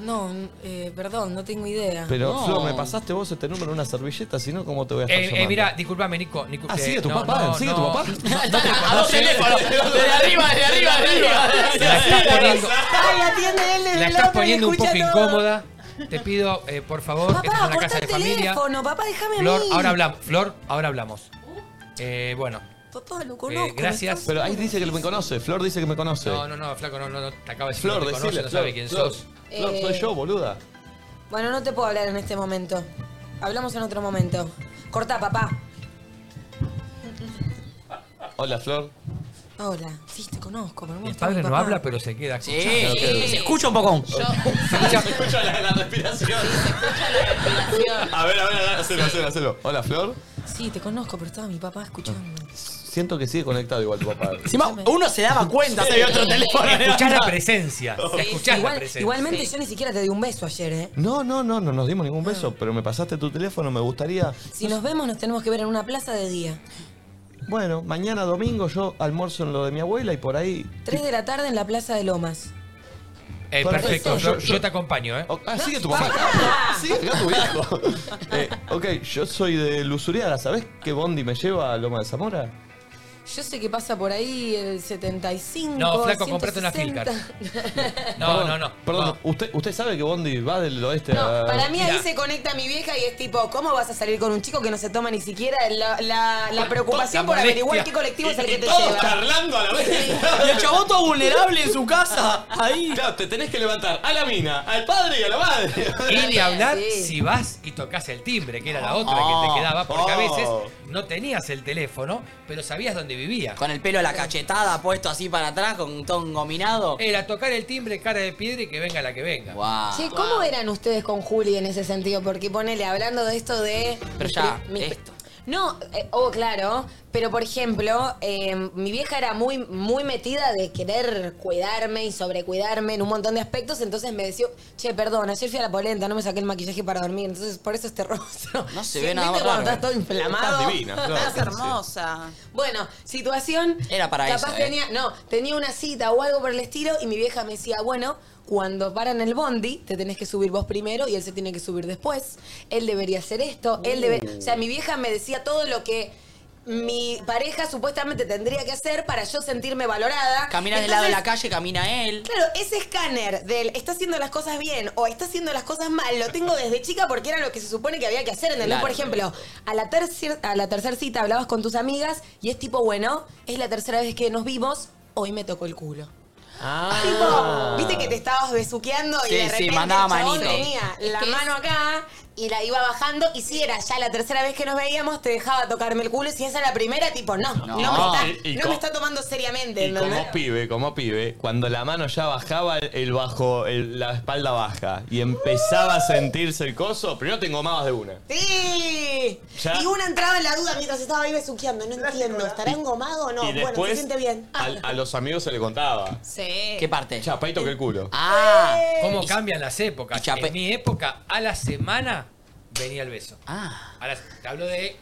S5: No, eh, perdón, no tengo idea.
S2: Pero,
S5: Ah. No.
S2: Flor, me pasaste vos este número en una servilleta, si no, ¿cómo te voy a estar
S7: Eh,
S2: llamando?
S7: eh, mira, disculpame, Nico. Nico
S2: Ah,
S7: que-
S2: sigue tu
S7: no,
S2: papá,
S7: no,
S2: sigue
S7: no.
S2: tu papá.
S3: A dos teléfonos. Desde arriba, desde arriba, desde
S7: La estás poniendo-
S3: arriba.
S5: Ay, atiende él desde
S7: La
S5: el
S7: estás
S5: otro y
S7: poniendo un
S5: escucha
S7: poco
S5: todo.
S7: incómoda. Te pido, eh, por favor,
S5: Papá,
S7: esta es una
S5: cortá
S7: casa de
S5: el
S7: familia.
S5: teléfono, papá, déjame a
S7: Flor,
S5: mí.
S7: ahora hablamos. Flor, ahora hablamos. Eh, bueno,
S5: Papá,
S7: Eh,
S5: lo conozco.
S7: gracias.
S2: Pero ahí dice que me conoce, Flor dice que me conoce.
S7: no, no, no, flaco, no, no, no, te acabo de decir,
S2: Flor,
S7: no te conoce,
S2: decile,
S7: no
S2: Flor,
S7: sabe quién
S2: Flor,
S7: sos.
S2: Flor, soy
S5: Eh.
S2: yo, boluda.
S5: Bueno, no te puedo hablar en este momento. Hablamos en otro momento. Corta, papá.
S2: Hola, Flor.
S5: Hola, sí, te conozco, pero
S7: El padre no habla, pero se queda
S3: Sí,
S7: escuchando.
S3: se escucha un poco.
S2: Se escucha la, la respiración. A ver, a ver, a ver, hacelo, hacelo, hacelo. Hola, Flor.
S5: Sí, te conozco, pero estaba mi papá escuchando.
S2: Siento que sigue conectado igual tu papá.
S3: Encima, uno se daba cuenta,
S2: Sí.
S3: se había otro teléfono.
S2: Escuchá la
S7: presencia.
S2: escuchás
S5: Igual-
S2: la presencia.
S5: Igualmente yo ni siquiera te di un beso ayer, ¿eh?
S2: No, no, no, no nos dimos ningún beso, pero me pasaste tu teléfono, me gustaría.
S5: Si nos vemos nos tenemos que ver en una plaza de día.
S2: Bueno, mañana domingo yo almuerzo en lo de mi abuela y por ahí.
S5: 3 de la tarde en la plaza de Lomas.
S7: Eh, perfecto, yo, yo te acompaño, ¿eh?
S2: Ah, sigue tu papá. Sigue acá tu viejo. Eh, ok, yo soy de Lusuriaga. ¿Sabés qué bondi me lleva a Loma de Zamora?
S5: Yo sé que pasa por ahí el 75.
S2: No, flaco, comprate una
S5: 160.
S7: No, no, no.
S2: Perdón, ¿usted, ¿usted sabe que bondi va del oeste a.?
S5: Para mí ahí se conecta mi vieja y es tipo, ¿cómo vas a salir con un chico que no se toma ni siquiera la, la- la preocupación por averiguar qué colectivo es el que te
S2: todos
S5: lleva?
S2: charlando a la vez.
S3: Y el chabón todo vulnerable en su casa. Ahí.
S2: Claro, te tenés que levantar a la mina, al padre y a la madre.
S7: Y ni hablar si vas y tocas el timbre, que era la otra que
S3: Oh,
S7: te quedaba, porque a
S3: oh.
S7: veces no tenías el teléfono, pero sabías dónde vivía.
S3: Con el pelo a la cachetada, puesto así para atrás, con un ton gominado.
S7: Era tocar el timbre, cara de piedra y que venga la que venga.
S3: Ah,
S5: Che, ¿cómo eran ustedes con Juli en ese sentido? Porque ponele, hablando de esto de.
S3: Pero ya, esto.
S5: No, eh, oh, claro, pero por ejemplo, eh, mi vieja era muy, muy metida de querer cuidarme y sobrecuidarme en un montón de aspectos, entonces me decía, che, perdón, ayer fui a la polenta, no me saqué el maquillaje para dormir, entonces por eso este rostro.
S3: No se
S5: Sí,
S3: ve nada
S5: ¿viste
S3: más
S5: cuando
S3: raro.
S5: estás todo inflamado?
S3: Estás divina, claro,
S5: Estás
S3: sí, sí.
S5: hermosa. Bueno, situación.
S3: Era para
S5: Capaz
S3: eso, ¿eh?
S5: tenía, no, tenía una cita o algo por el estilo y mi vieja me decía, bueno, cuando paran el bondi, te tenés que subir vos primero y él se tiene que subir después. Él debería hacer esto, él debe... O sea, mi vieja me decía todo lo que mi pareja supuestamente tendría que hacer para yo sentirme valorada.
S3: Camina del lado de la
S5: Entonces,
S3: calle, camina él.
S5: Claro, ese escáner del está haciendo las cosas bien o está haciendo las cosas mal, lo tengo desde chica porque era lo que se supone que había que hacer, ¿entendés?
S3: Claro.
S5: Por ejemplo, a la, tercer, a la tercer cita hablabas con tus amigas y es tipo, bueno, es la tercera vez que nos vimos, hoy me tocó el culo. Ah. Tipo, viste que te estabas besuqueando y
S3: Ah. Sí,
S5: de
S3: sí,
S5: repente
S3: mandaba
S5: el chabón
S3: manito.
S5: tenía la
S3: Es que
S5: mano acá y la iba bajando y si era ya la tercera vez que nos veíamos te dejaba tocarme el culo y si esa era la primera, tipo, no, no, me, está,
S2: Y- y
S5: no
S2: co-
S5: me está tomando seriamente,
S2: Y
S5: ¿entendés?
S2: como pibe, como pibe, cuando la mano ya bajaba el- el bajo, el- la espalda baja y empezaba a sentirse el coso, primero tengo más de una.
S5: Sí.
S2: Ya.
S5: Y una entraba en la duda mientras estaba ahí besuqueando. No entiendo, ¿estará engomado o no?
S2: y
S5: Bueno, se
S2: después
S5: siente bien. Ah.
S2: al- a, los amigos se le contaba.
S5: Sí.
S3: ¿Qué parte?
S2: Chapay toqué el culo.
S3: Ah.
S7: ¿Cómo cambian las épocas? En mi época, a la semana venía el beso.
S3: Ah.
S7: A la- te hablo de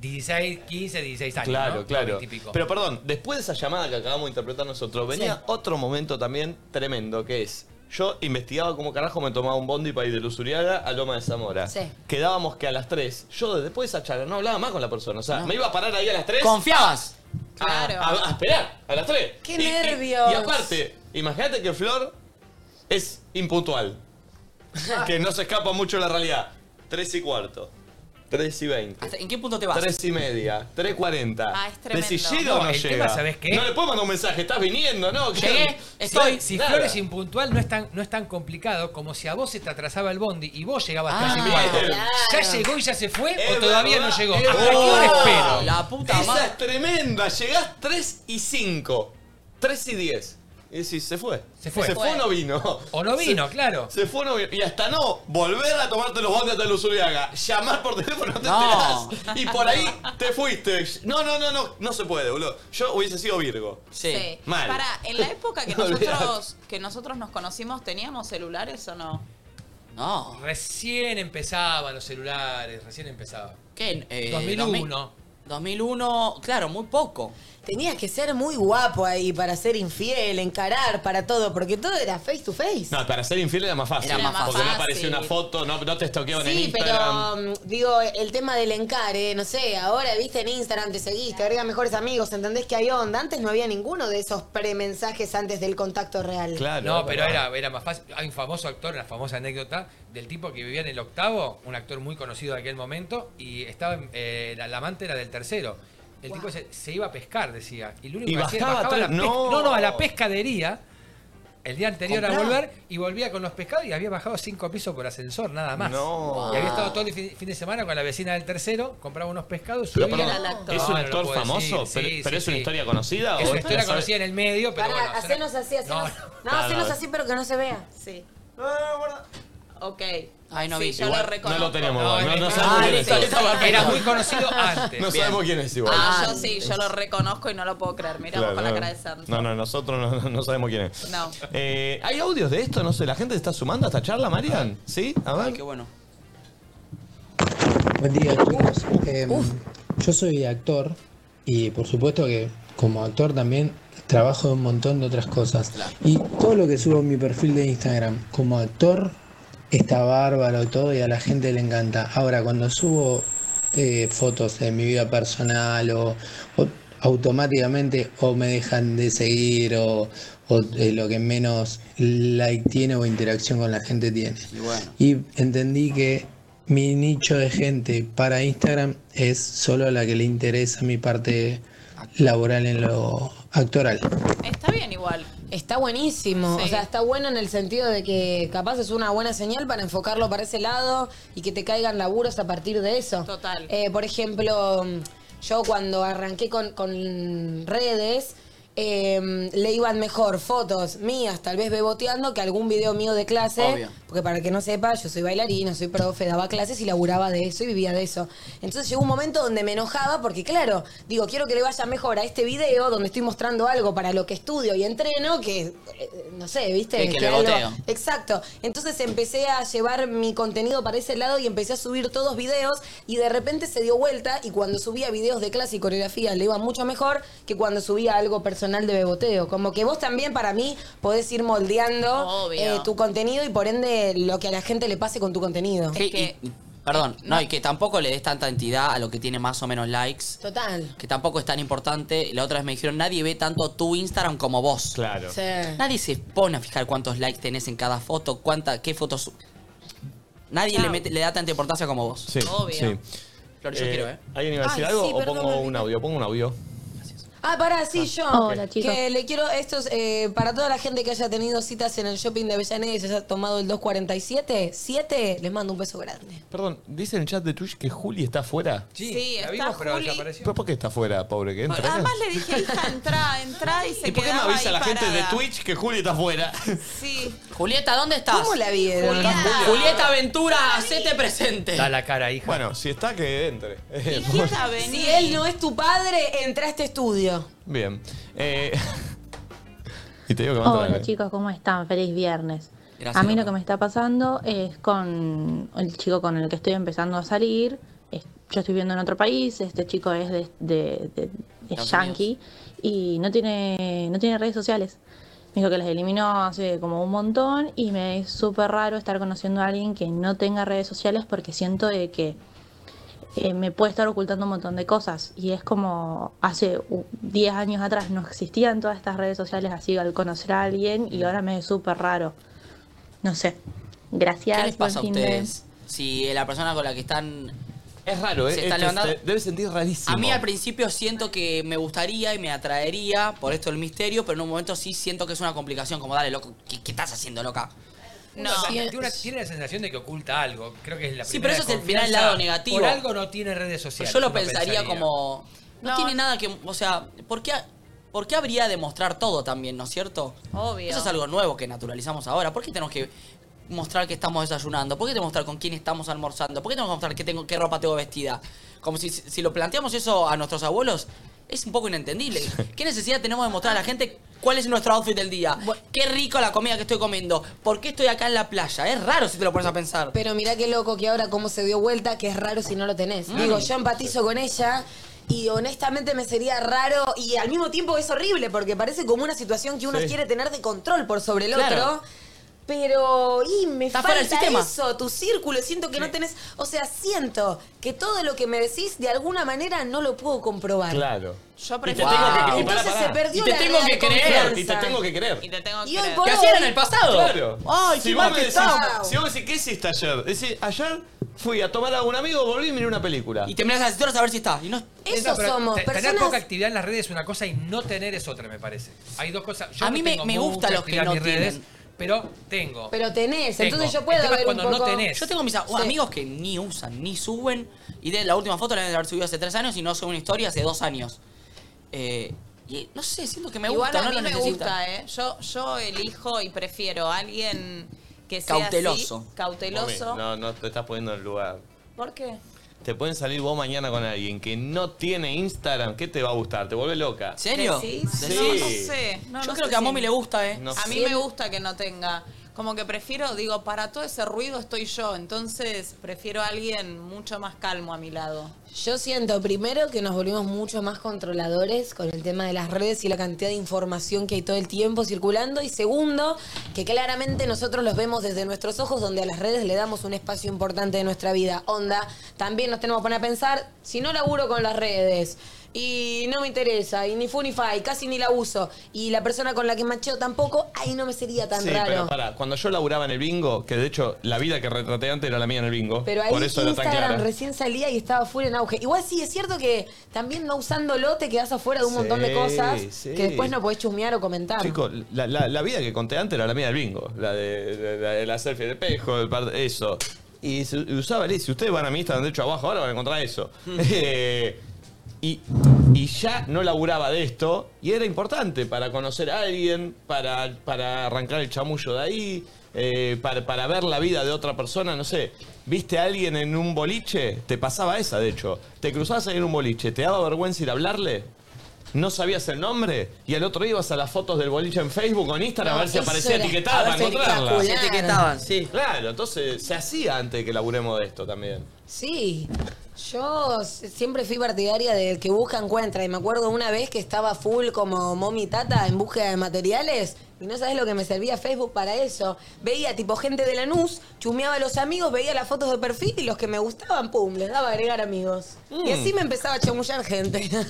S7: 16, 15, 16 años.
S2: Claro,
S7: ¿no?
S2: claro.
S7: 20 y pico.
S2: Pero perdón, después de esa llamada que acabamos de interpretar nosotros, venía
S7: Sí.
S2: otro momento también tremendo, que es, yo investigaba cómo carajo me tomaba un bondi para ir de Luzuriaga a Loma de Zamora.
S5: Sí.
S2: Quedábamos que a las 3, yo después de esa charla no hablaba más con la persona, o sea, me iba a parar ahí a las 3.
S3: ¿Confiabas?
S2: Claro.
S7: Ah,
S2: A, a esperar, a las 3.
S5: ¡Qué
S2: Y- y-
S5: nervios!
S2: Y, aparte, imagínate que Flor es impuntual,
S5: Ah.
S2: que no se escapa mucho de la realidad. 3 y cuarto, 3 y 20.
S3: ¿Hasta- ¿En qué punto te vas?
S2: 3 y media, 3.40.
S3: Ah, es tremendo.
S2: De si llega o no
S7: No, el
S2: llega.
S7: tema, ¿sabés qué?
S2: No le puedo mandar un mensaje, estás viniendo, ¿no?
S7: Llegué,
S2: estoy-
S7: Si,
S2: nada.
S7: Flor es impuntual, no es, tan, no es tan complicado como si a vos se te atrasaba el bondi y vos llegabas
S3: Ah,
S7: casi cuarto.
S2: claro.
S7: ¿Ya llegó y ya se fue
S2: Es
S7: o todavía
S2: verdad,
S7: no llegó?
S2: es
S7: ¿Hasta qué hora
S2: verdad.
S7: espero?
S3: La puta
S2: Esa
S3: madre.
S2: es tremenda, llegás 3 y 5, 3 y 10. Y decís, se fue.
S7: Se fue.
S2: Se fue o no vino.
S7: O no vino,
S2: Se-
S7: claro.
S2: Se fue o no vino. Y hasta no, volver a tomarte los bondes hasta Luzuriaga. Llamar por teléfono, no te
S3: No.
S2: enterás. Y por ahí te fuiste. No, no, no, no, no se puede, boludo. Yo hubiese sido Virgo.
S4: Sí.
S2: Mal.
S4: Para, en la época que
S2: No olvidate.
S4: nosotros, que nosotros nos conocimos, ¿teníamos celulares o no?
S3: No.
S7: Recién empezaban los celulares, recién empezaban.
S3: ¿Qué? Eh,
S7: 2001.
S3: 2001, claro, muy poco.
S5: Tenías que ser muy guapo ahí para ser infiel, encarar, para todo, porque todo era face to face.
S2: No, para ser infiel era más fácil.
S5: Era más
S2: porque no
S5: fácil.
S2: apareció una foto, no, no te estoqueaban en
S5: Sí,
S2: Instagram.
S5: pero um, digo, el tema del encare, no sé, ahora viste en Instagram, te seguiste, agrega mejores amigos, entendés que hay onda. Antes no había ninguno de esos premensajes antes del contacto real.
S7: No, pero era, era más fácil. Hay un famoso actor, una famosa anécdota del tipo que vivía en el octavo, un actor muy conocido de aquel momento, y estaba en- eh, la, la amante era del tercero. El tipo se, se iba a pescar, decía. Y lo único
S2: Y
S7: que hacía
S2: bajaba
S7: bajaba a la
S2: atrás.
S7: pes-
S2: No.
S7: no, no, a la pescadería el día anterior a
S2: Comprá.
S7: volver y volvía con los pescados y había bajado cinco pisos por ascensor, nada más.
S2: No.
S7: Y había estado todo el fi- fin de semana con la vecina del tercero, compraba unos pescados.
S2: Pero,
S7: subía-
S2: perdón, ¿Es
S7: No,
S2: un
S7: no lo
S2: actor
S7: puedo
S2: famoso?
S7: decir,
S2: ¿Pero,
S7: sí,
S2: pero
S7: sí,
S2: es una
S7: sí.
S2: historia conocida?
S7: Es
S2: o
S7: una
S2: esto ya
S7: historia
S2: sabe-
S7: conocida en el medio, pero
S5: Pará,
S7: bueno. será-
S5: hacenos así, hacenos. No,
S2: Dale,
S5: hacenos
S2: dale.
S5: así, pero que no se vea.
S4: Sí.
S5: Ok.
S3: Ay, no
S4: Sí,
S3: vi. Ah,
S4: yo lo reconozco.
S2: No lo tenemos, no, no,
S4: no,
S2: sabemos
S4: no,
S2: quién
S4: listo,
S2: es.
S4: listo, perfecto.
S7: Era muy conocido antes.
S2: No
S7: Bien.
S2: sabemos quién es igual.
S4: Ah, yo sí, yo lo reconozco y no lo puedo creer. Miramos
S2: Claro,
S4: con la
S2: no.
S4: cara de Santo.
S2: No, no, nosotros no- no, no sabemos quién es.
S4: No.
S2: Eh, ¿Hay audios de esto? No sé, ¿la gente se está sumando a esta charla, Marian? ¿Sí? A ver. qué
S3: bueno.
S20: Buen día, chicos. Em, yo soy actor y por supuesto que como actor también trabajo en un montón de otras cosas. Y todo lo que subo en mi perfil de Instagram como actor está bárbaro todo y a la gente le encanta. Ahora, cuando subo eh, fotos de mi vida personal o, o automáticamente o me dejan de seguir o, o, eh, lo que menos like tiene o interacción con la gente tiene.
S3: Y bueno.
S20: Y entendí que mi nicho de gente para Instagram es solo la que le interesa mi parte laboral en lo actoral.
S4: Está bien igual.
S5: Está buenísimo. O sea, está bueno en el sentido de que capaz es una buena señal para enfocarlo para ese lado y que te caigan laburos a partir de eso. Total. por ejemplo, yo cuando arranqué con, con redes. eh, le iban mejor fotos mías, tal vez beboteando, que algún video mío de clase.
S3: Obvio.
S5: Porque para el que no sepa, yo soy bailarina, soy profe, daba clases y laburaba de eso y vivía de eso. Entonces llegó un momento donde me enojaba porque, claro, digo, quiero que le vaya mejor a este video donde estoy mostrando algo para lo que estudio y entreno, que, eh, no sé, ¿viste?
S3: Que- que le
S5: algo-
S3: boteo.
S5: Exacto. Entonces empecé a llevar mi contenido para ese lado y empecé a subir todos videos y de repente se dio vuelta y cuando subía videos de clase y coreografía le iba mucho mejor que cuando subía algo personal de beboteo. Como que vos también para mí podés ir moldeando
S4: Obvio.
S5: eh, tu contenido y por ende lo que a la gente le pase con tu contenido.
S3: Sí, y- perdón, no, y que tampoco le des tanta entidad a lo que tiene más o menos likes.
S5: Total.
S3: Que tampoco es tan importante. La otra vez me dijeron, nadie ve tanto tu Instagram como vos.
S2: Claro.
S5: Sí.
S3: Nadie se pone a fijar cuántos likes tenés en cada foto, cuánta, qué fotos. su- Nadie le, mete- le da tanta importancia como vos.
S2: Sí, sí.
S3: Flor, yo quiero, ¿eh?
S2: ¿Hay universidad
S5: Ay,
S2: algo
S5: sí,
S2: o
S5: perdón,
S2: pongo
S5: me
S2: un audio? Pongo un audio.
S5: Ah, pará, sí, yo.
S11: Hola, chicos.
S5: Que le quiero estos, eh, para toda la gente que haya tenido citas en el shopping de Avellaneda y se haya tomado el 247, 7, les mando un beso grande.
S2: Perdón, dice en el chat de Twitch que Juli está afuera.
S7: Sí,
S4: Sí, la vimos, está pero Juli. desapareció.
S2: ¿Pero por qué está afuera, pobre? Que entra.
S4: Además le dije, hija, entra, entra y se
S2: ¿Y por qué me
S4: quedaba
S2: avisa
S4: ahí
S2: la gente de
S4: parada.
S2: Twitch que Juli está afuera?
S4: Sí.
S3: Julieta, ¿dónde estás?
S5: ¿Cómo la vieron?
S3: Julieta, Julieta Ventura, hacete presente.
S7: Da la cara, hija.
S2: Bueno, si está, que entre.
S5: Hijita, vení. Si él no es tu padre, entra a este estudio.
S2: Bien. Eh, y te digo que va a entrar.
S11: Hola
S2: eh.
S11: chicos, ¿cómo están? Feliz viernes.
S2: Gracias,
S11: a mí lo que me está pasando es con el chico con el que estoy empezando a salir. Es- Yo estoy viviendo en otro país, este chico es de, de- de- es
S9: Estados
S11: yankee y no tiene, no tiene redes sociales. Me dijo que las eliminó hace como un montón y me es súper raro estar conociendo a alguien que no tenga redes sociales porque siento de que eh, me puede estar ocultando un montón de cosas. Y es como hace u- 10 años atrás no existían todas estas redes sociales así al conocer a alguien y ahora me es súper raro. No sé. Gracias.
S3: ¿Qué les pasa a
S11: buen fin de-
S3: ustedes? Si la persona con la que están.
S2: Es raro, ¿eh?
S3: Se está
S2: Esto
S3: levantando.
S2: se- debe sentir rarísimo.
S3: A mí al principio siento que me gustaría y me atraería por esto el misterio, pero en un momento sí siento que es una complicación. Como, dale, loco, ¿qué, qué estás haciendo, loca?
S7: No, tiene, una- tiene la sensación de que oculta algo. Creo que es la
S3: Sí,
S7: primera
S3: pero eso es el- mirá
S7: desconfianza.
S3: el lado negativo.
S7: Por algo no tiene redes
S3: Pero
S7: sociales.
S3: yo lo
S7: uno
S3: pensaría como. No, tiene nada que. O sea, ¿por qué, ha- ¿por qué habría de mostrar todo también, no es cierto?
S4: Obvio.
S3: Eso es algo nuevo que naturalizamos ahora. ¿Por qué tenemos que mostrar que estamos desayunando? ¿Por qué tenemos que mostrar con quién estamos almorzando? ¿Por qué tenemos que mostrar qué, tengo, qué ropa tengo vestida? Como si, si lo planteamos eso a nuestros abuelos, es un poco inentendible. ¿Qué necesidad tenemos de mostrar a la gente cuál es nuestro outfit del día? ¿Qué rico la comida que estoy comiendo? ¿Por qué estoy acá en la playa? Es raro si te lo pones a pensar.
S5: Pero mirá qué loco que ahora cómo se dio vuelta, que es raro si no lo tenés.
S3: Mm.
S5: Digo, yo empatizo con ella y honestamente me sería raro y al mismo tiempo es horrible porque parece como una situación que uno
S3: Sí.
S5: quiere tener de control por sobre el
S3: Claro.
S5: otro. Pero, y me
S3: Está
S5: falta
S3: fuera del sistema.
S5: eso, tu círculo, siento que no tenés, o sea, siento que todo lo que me decís de alguna manera no lo puedo comprobar.
S2: Claro.
S4: Yo
S5: prefiero- Wow. Entonces se perdió
S2: Y te
S5: la
S2: tengo
S5: real
S2: que creer.
S5: confianza.
S2: Y te tengo que creer.
S4: Y te tengo
S5: Y hoy
S4: creer.
S5: por
S2: ¿Qué
S5: hoy-
S2: hacían en el pasado?
S5: Ay,
S2: si
S5: qué
S2: vos
S5: mal
S2: me
S5: que
S2: decís,
S5: estamos.
S2: si vos me decís, ¿qué hiciste ayer? Decís, ayer Fui a tomar a un amigo, volví y miré una película.
S3: Y te mirás las historias a ver si está. Y no...
S5: Eso
S7: pero
S5: somos,
S7: te- Tener
S5: personas-
S7: poca actividad en las redes es una cosa y no tener es otra, me parece. Hay dos cosas. Yo
S5: A
S7: no
S5: mí me-
S7: tengo
S5: me
S7: mucha
S5: gusta los que
S7: actividad en
S5: no
S7: mis redes,
S3: tienen.
S7: pero tengo.
S5: Pero tenés,
S7: Tengo.
S5: entonces yo
S7: El
S5: puedo
S7: tema es
S5: ver
S7: cuando
S5: un
S7: no
S5: poco...
S7: tenés.
S3: Yo tengo mis a-
S5: Sí.
S3: amigos que ni usan, ni suben. Y de la última foto la deben haber subido hace tres años y no suben una historia hace dos años. Eh, y no sé, siento que me
S4: Igual
S3: gusta,
S4: a
S3: no
S4: mí
S3: lo
S4: me
S3: necesitan.
S4: gusta, ¿eh? Yo, yo elijo y prefiero a alguien que sea
S2: Cauteloso.
S4: así, cauteloso.
S2: Mami, No, no te estás poniendo en lugar.
S4: ¿Por qué?
S2: Te pueden salir vos mañana con alguien que no tiene Instagram. ¿qué te va a gustar? ¿Te vuelve loca? ¿En
S3: serio?
S2: Sí.
S4: ¿Decís? No, no sé. No,
S3: Yo
S4: no
S3: creo
S4: sé
S3: que a
S4: si-
S3: Momi le gusta, ¿eh?
S2: No
S4: a mí
S2: sé.
S4: me gusta que no tenga. Como que prefiero, digo, para todo ese ruido estoy yo, entonces prefiero a alguien mucho más calmo a mi lado.
S5: Yo siento primero que nos volvimos mucho más controladores con el tema de las redes y la cantidad de información que hay todo el tiempo circulando. Y segundo, que claramente nosotros los vemos desde nuestros ojos, donde a las redes le damos un espacio importante de nuestra vida. Onda, también nos tenemos que poner a pensar, si no laburo con las redes y no me interesa, y ni Funify, casi ni la uso, y la persona con la que macheo tampoco, ahí no me sería tan
S2: Sí,
S5: raro.
S2: pero pará, cuando yo laburaba en el bingo, que de hecho la vida que retraté antes era la mía en el bingo,
S5: Pero ahí
S2: por eso era tan
S5: Instagram
S2: clara.
S5: recién salía y estaba full en auge. Igual sí, es cierto que también no usándolo te quedás afuera de un montón de
S2: Sí,
S5: cosas
S2: sí.
S5: que después no podés chusmear o comentar.
S2: Chicos, la, la- la vida que conté antes era la mía del bingo, la de, de- la, de la selfie de espejo, el par- eso. Y se- usaba el si ustedes van a mi Instagram, de hecho abajo ahora van a encontrar eso.
S3: Hmm.
S2: Eh, y, y ya no laburaba de esto y era importante para conocer a alguien, para, para arrancar el chamullo de ahí, eh, para, para ver la vida de otra persona, no sé. ¿Viste a alguien en un boliche? Te pasaba esa, de hecho. Te cruzabas ahí en un boliche, ¿te daba vergüenza ir a hablarle? ¿No sabías el nombre? Y al otro día ibas a las fotos del boliche en Facebook o en Instagram
S3: No,
S2: a ver si
S3: eso
S2: aparecía
S3: era-
S2: etiquetada
S3: a ver
S2: para
S3: si
S2: encontrarla.
S3: espectacular. Si etiquetaban, sí.
S2: Claro, entonces se hacía antes que laburemos de esto también.
S5: Sí, yo s- siempre fui partidaria del que busca encuentra y me acuerdo una vez que estaba full como momi tata en búsqueda de materiales y no sabes lo que me servía Facebook para eso. Veía tipo gente de Lanús, chumeaba a los amigos, veía las fotos de perfil y los que me gustaban, pum, les daba agregar amigos.
S2: Mm.
S5: Y así me empezaba a chamullar gente.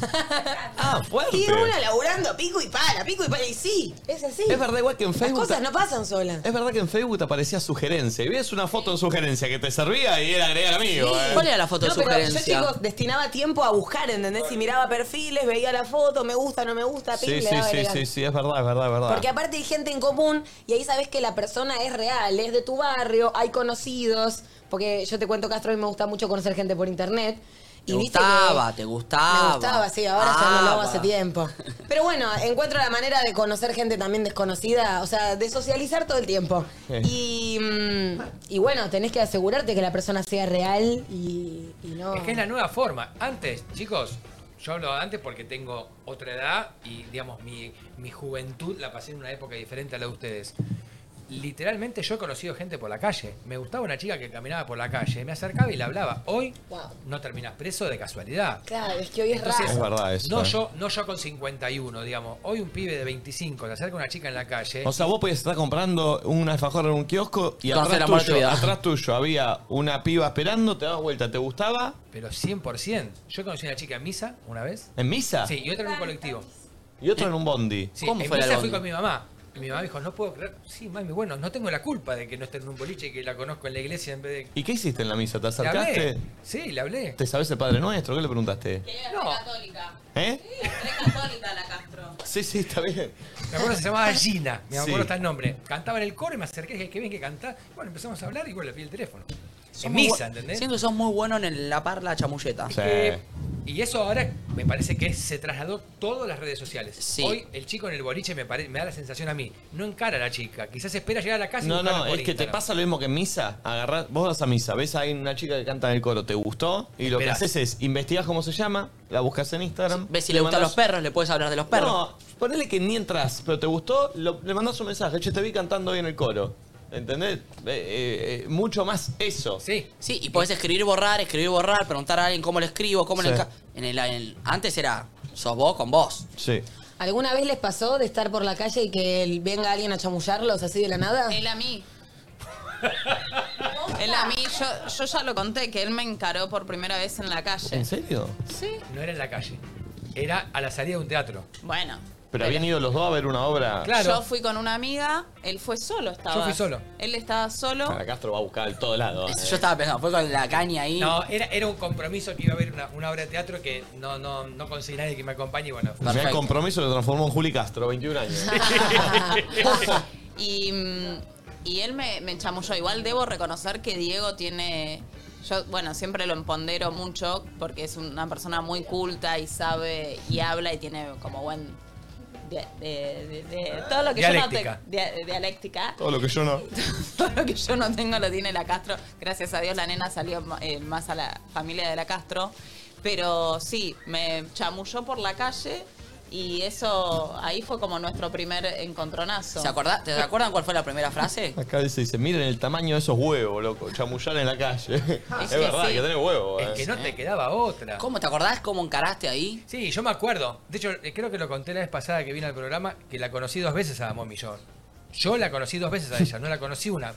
S2: Ah, fuerte.
S5: Y una laburando pico y pala, pico y pala. Y sí, es así.
S2: Es verdad, igual que en Facebook.
S5: Las cosas no pasan solas.
S2: Es verdad que en Facebook te aparecía sugerencia. Y ves una foto en sugerencia que te servía y era agregar amigo.
S5: Sí.
S2: ¿eh?
S5: No, pero Yo, chicos, destinaba tiempo a buscar, ¿entendés? Y miraba perfiles, veía la foto, me gusta, no me gusta, pim,
S2: Sí,
S5: le
S2: sí,
S5: daba
S2: sí,
S5: agregar.
S2: sí, sí, es verdad, es verdad, es verdad.
S5: Porque aparte hay gente en común y ahí sabes que la persona es real, es de tu barrio, hay conocidos. Porque yo te cuento, Castro, y me gusta mucho conocer gente por internet.
S3: Te
S5: y viste
S3: gustaba,
S5: que-
S3: te gustaba.
S5: Me gustaba, sí, ahora ya no lo hago hace
S3: Ah,
S5: tiempo. Pero bueno, encuentro la manera de conocer gente también desconocida, o sea, de socializar todo el tiempo.
S2: Sí.
S5: Y, mm, y bueno, tenés que asegurarte que la persona sea real y, y no.
S7: Es que es la nueva forma. Antes, chicos, yo hablo antes porque tengo otra edad y, digamos, mi, mi juventud la pasé en una época diferente a la de ustedes. Literalmente yo he conocido gente por la calle. Me gustaba una chica que caminaba por la calle, me acercaba y la hablaba. Hoy
S5: Wow.
S7: no terminas preso de casualidad.
S5: Claro, es que hoy es
S7: Entonces,
S5: raro.
S2: Es verdad eso,
S7: No
S2: eh.
S7: yo, no yo con 51, digamos. Hoy un pibe de 25 se acerca a una chica en la calle.
S2: O sea, vos podías estar comprando un alfajor en un kiosco y
S7: Conocer
S2: atrás
S7: la muerte
S2: tuyo,
S7: vida.
S2: atrás tuyo había una piba esperando, te dabas vuelta, ¿te gustaba?
S7: Pero 100%. Yo conocí a una chica en misa una vez.
S2: ¿En misa?
S7: Sí, y otra en un colectivo.
S2: Y otro en un bondi.
S7: Sí, en misa fui con mi mamá. Y mi mamá dijo, no puedo creer. Sí, mami, bueno, no tengo la culpa de que no esté en un boliche y que la conozco en la iglesia en vez
S2: ¿Y qué hiciste en la misa? ¿Te
S7: de... ¿Le hablé?
S2: acercaste?
S7: Sí, le hablé.
S2: ¿Te sabes el Padre Nuestro? ¿Qué le preguntaste?
S4: católica.
S2: ¿Eh?
S4: católica la Castro.
S2: Sí, sí, está bien.
S7: Me acuerdo se llamaba Gina, me acuerdo
S2: Sí.
S7: hasta el nombre. Cantaba en el coro y me acerqué y dije, qué bien que cantás. Bueno, empezamos a hablar y bueno, le pedí el teléfono.
S3: sos
S7: En
S3: muy
S7: misa,
S3: bu-
S7: ¿entendés?
S3: Siento que sos muy bueno en el- la parla chamulleta.
S7: Es que- y eso ahora me parece que se trasladó todas las redes sociales. Hoy el chico en el boliche me, pare- me da la sensación a mí. No encara a la chica. Quizás espera llegar a la casa y
S2: No,
S7: buscarla
S2: no,
S7: por
S2: es que te
S7: Instagram.
S2: pasa lo mismo que en misa. Agarrás, vos vas a misa, ves a una chica que canta en el coro, te gustó, y lo que
S3: Esperás.
S2: haces es investigás cómo se llama, la buscas en Instagram.
S3: Ves si le gustan
S2: mandás-
S3: los perros, le puedes hablar de los perros.
S2: No, ponele que ni entras, pero te gustó, lo- le mandás un mensaje, che, te vi cantando hoy en el coro. ¿Entendés? Eh, eh, eh, mucho más eso.
S7: Sí.
S3: Sí, y podés escribir, borrar, escribir, borrar, preguntar a alguien cómo lo escribo, cómo lo
S2: Sí.
S3: enca- en el, en el- Antes era sos vos con vos.
S2: Sí.
S5: ¿Alguna vez les pasó de estar por la calle y que el- venga alguien a chamullarlos así de la nada?
S4: Él a mí. él a mí, yo, yo ya lo conté, que él me encaró por primera vez en la calle.
S2: ¿En serio?
S4: Sí.
S7: No era en la calle. Era a la salida de un teatro.
S4: Bueno.
S2: Pero habían ido los dos a ver una obra.
S4: Yo fui con una amiga, él fue solo, estaba.
S2: Yo fui solo.
S4: Él estaba solo.
S2: Para Castro va a buscar en todos lados.
S3: Yo estaba pensando, fue con la caña ahí.
S7: No, era, era un compromiso que iba a haber una, una obra de teatro que no, no, no conseguí nadie que me acompañe y bueno. fue-
S2: Ya el Pues compromiso lo transformó en Juli Castro, 21 años.
S4: Y, mm, y él me, me chamulló. Igual debo reconocer que Diego tiene. Yo, bueno, siempre lo empondero mucho porque es una persona muy culta y sabe y habla y tiene como buen. de- de- de- de- todo lo que
S2: Dialéctica.
S4: yo no te- dia- dialéctica.
S2: Todo lo que yo no.
S4: Todo lo que yo no tengo lo tiene la Castro. Gracias a Dios la nena salió eh, más a la familia de la Castro. Pero sí, me chamulló por la calle y eso ahí fue como nuestro primer encontronazo. Eh,
S3: ¿Se acordá- ¿Te acuerdan cuál fue la primera frase?
S2: Acá dice, dice, miren el tamaño de esos huevos, loco. Chamullar en la calle. Es,
S3: que
S2: verdad,
S3: sí.
S2: que tenés huevos.
S7: Es
S2: eh.
S7: que no te quedaba otra.
S3: ¿Cómo te acordás cómo encaraste ahí?
S7: Sí, yo me acuerdo. De hecho, eh, creo que lo conté la vez pasada que vino al programa, que la conocí dos veces a Momi yo. Yo la conocí dos veces a ella, no la conocí una.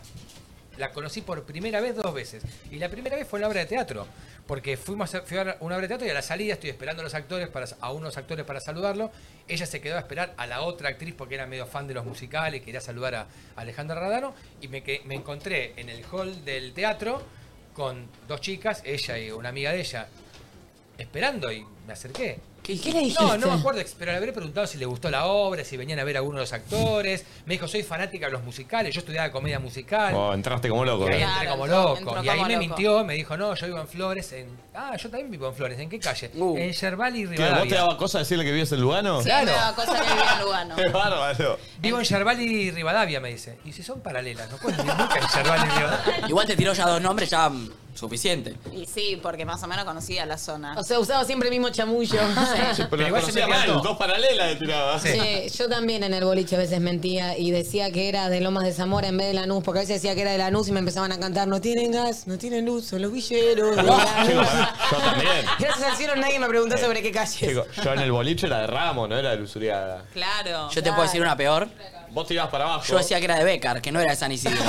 S7: La conocí por primera vez dos veces. Y la primera vez fue en la obra de teatro. Porque fuimos a, fui a una obra de teatro y a la salida estoy esperando a los actores para, a unos actores para saludarlo. Ella se quedó a esperar a la otra actriz porque era medio fan de los musicales, quería saludar a Alejandra Radano. Y me, que- me encontré en el hall del teatro con dos chicas, ella y una amiga de ella, esperando y me acerqué.
S3: ¿Qué, le
S7: No, no me acuerdo, ex- pero le habré preguntado si le gustó la obra, si venían a ver a uno de los actores. Me dijo, soy fanática de los musicales, yo estudiaba comedia musical.
S2: Oh, entraste como loco.
S7: Y ahí
S2: eh.
S7: entré como
S3: entró-
S7: loco.
S3: entró
S7: y ahí
S3: como
S7: me
S3: loco.
S7: mintió, me dijo, no, yo vivo en Flores, en... Ah, yo también vivo en Flores, ¿en qué calle?
S3: Uh.
S7: En Yerbal y
S2: Tío, ¿Vos te
S7: Rivadavia.
S2: daba cosa decirle que vivías en Lugano?
S4: Sí, me daba cosa que vivía en Lugano.
S2: Qué bárbaro.
S7: Vivo en Yerbal y Rivadavia, me dice. Y si son paralelas, no puedes vivir nunca en Yerbal y Rivadavia.
S3: Igual te tiró ya dos nombres, ya mm, suficiente.
S4: Y sí, porque más o menos conocía la zona.
S5: O sea, usaba siempre el mismo chamullo.
S2: Pero igual se
S7: me encantó.
S2: dos paralelas de tiraba.
S5: Sí, yo también en el boliche a veces mentía y decía que era de Lomas de Zamora en vez de Lanús, porque a veces decía que era de Lanús y me empezaban a cantar, no tienen gas, no tienen luz, son los villeros. de Lanús".
S2: Yo también.
S5: Gracias al cielo nadie me preguntó
S2: Eh,
S5: sobre qué calle.
S2: Chico, yo en el boliche era de Ramos, no era de Lusuriaga.
S4: Claro.
S3: Yo te puedo decir una peor.
S2: Vos tirabas para abajo.
S3: Yo decía que era de Becar, que no era de San Isidro.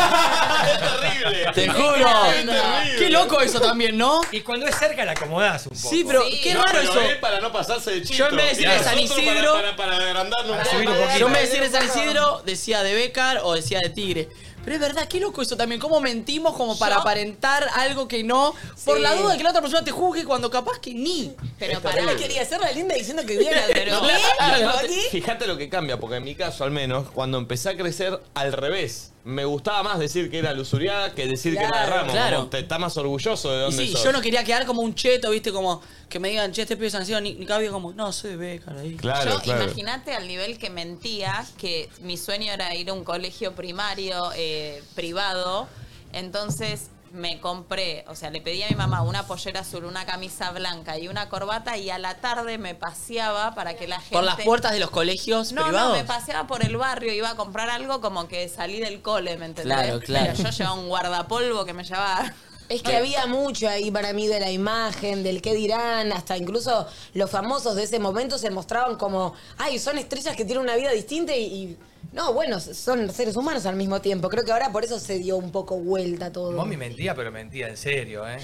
S2: Terrible.
S3: ¡Te juro!
S2: Es terrible.
S3: ¡Qué loco eso también, ¿no?
S7: Y cuando es cerca la acomodás un poco.
S3: Sí, pero qué
S2: No,
S3: raro
S2: pero
S3: eso.
S2: es para no pasarse de chiste.
S3: Yo en vez de decir de San Isidro-
S2: Para, para, para agrandarnos un poco.
S3: Yo me decía de San Isidro, decía de Becar o decía de Tigre. Pero es verdad, qué loco eso también. ¿Cómo mentimos como para
S4: Yo-
S3: aparentar algo que no? Por
S4: Sí.
S3: la duda de que la otra persona te juzgue cuando capaz que ni.
S4: Pero
S5: Pará, quería ser la linda diciendo que vivía en la
S2: No,
S5: ¿Qué?
S2: claro,
S5: ¿Aquí?
S2: Fíjate lo que cambia, porque en mi caso al menos, cuando empecé a crecer al revés, me gustaba más decir que era lusuriada que decir que era de
S3: Claro,
S2: Ramos.
S3: claro.
S2: Como Te está más orgulloso de
S3: Y
S2: dónde
S3: sí,
S2: sos.
S3: yo no quería quedar como un cheto, viste, como que me digan, che, este pibe es San Isidro, ni, ni cabía como, no, soy de Becar ahí.
S2: Claro,
S4: Yo,
S2: claro.
S4: imagínate al nivel que mentía, que mi sueño era ir a un colegio primario eh, privado, entonces me compré, o sea, le pedí a mi mamá una pollera azul, una camisa blanca y una corbata y a la tarde me paseaba para que la gente...
S3: Por las puertas de los colegios
S4: No,
S3: privados.
S4: no, me paseaba por el barrio, iba a comprar algo como que salí del cole, ¿me entendés?
S3: Claro, claro.
S4: Pero yo llevaba un guardapolvo que me llevaba...
S5: Es que había mucho ahí para mí de la imagen, del qué dirán, hasta incluso los famosos de ese momento se mostraban como, ay, son estrellas que tienen una vida distinta y, y- no, bueno, son seres humanos al mismo tiempo. Creo que ahora por eso se dio un poco vuelta todo.
S7: Momi mentía, pero mentía en serio, ¿eh?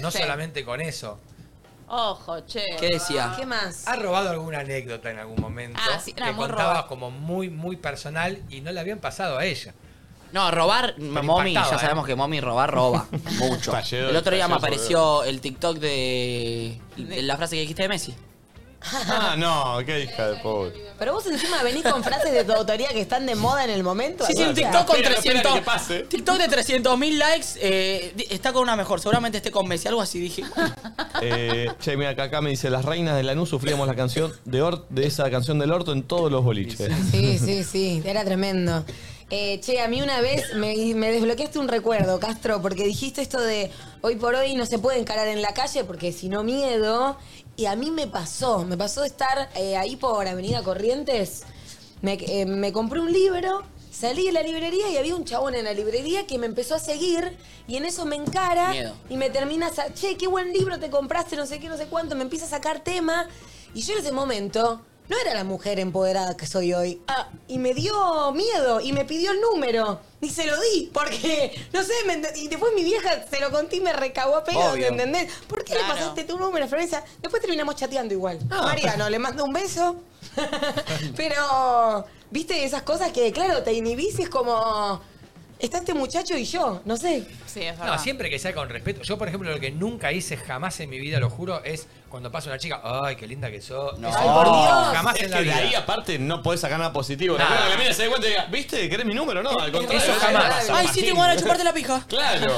S7: No solamente con eso.
S4: Ojo, che.
S7: ¿Qué decía?
S5: ¿Qué más?
S7: ¿Ha robado alguna anécdota en algún momento?
S4: Ah, sí, era
S7: que
S4: muy
S7: contaba
S4: robado.
S7: como muy, muy personal y no le habían pasado a ella.
S3: No, robar,
S7: Pero
S3: Mommy, ya
S7: impactaba, ¿eh?
S3: sabemos que Mommy robar roba. Mucho.
S7: Tallero,
S3: el otro día me
S7: tallero,
S3: apareció el TikTok de, de la frase que dijiste de Messi.
S2: Ah, no, qué hija de pobre.
S5: Pero vos encima venís con frases de tu autoría que están de moda en el momento.
S3: Sí, sí, un
S5: Alicia.
S3: TikTok con
S2: Espera, espera
S3: 300.
S2: que pase.
S3: TikTok de 300 mil likes. eh, di- está con una mejor. Seguramente esté con Messi, algo así dije.
S2: Eh, che, mira, acá, acá me dice, las reinas de Lanús sufríamos la canción de, Or- de esa canción del orto en todos los boliches.
S5: Sí, sí, sí, era tremendo. Eh, che, a mí una vez me, me desbloqueaste un recuerdo, Castro, porque dijiste esto de hoy por hoy no se puede encarar en la calle porque si no miedo. Y a mí me pasó, me pasó de estar eh, ahí por Avenida Corrientes. Me, eh, me compré un libro, salí de la librería y había un chabón en la librería que me empezó a seguir y en eso me encara
S3: Miedo.
S5: y me termina, sa- che, qué buen libro te compraste, no sé qué, no sé cuánto, me empieza a sacar tema. Y yo en ese momento no era la mujer empoderada que soy hoy. Ah, y me dio miedo y me pidió el número. Y se lo di, porque, no sé, me ent- y después mi vieja se lo conté y me recagó a pedos,
S12: Obvio.
S3: Ah.
S5: ¿entendés? ¿Por qué le pasaste tu número, Florencia? Después terminamos chateando igual. Mariano, le mando un beso. Pero, viste, esas cosas que, claro, te inhibís y es como. Está este muchacho y yo, no sé.
S4: Sí, es
S7: No, siempre que sea con respeto. Yo, por ejemplo, lo que nunca hice jamás en mi vida, lo juro, es cuando pasa una chica, ay, qué linda que sos. Eso Jamás
S2: es
S7: en la
S2: que de
S7: vida.
S2: ahí aparte no podés sacar nada positivo.
S7: Nada.
S2: La primera que mira se da cuenta y diga, ¿viste? ¿Querés mi número? No, al contrario.
S3: Eh, Eso
S2: es
S3: jamás.
S2: una
S3: Ay, sí, tengo ganas de chuparte la pija.
S2: Claro.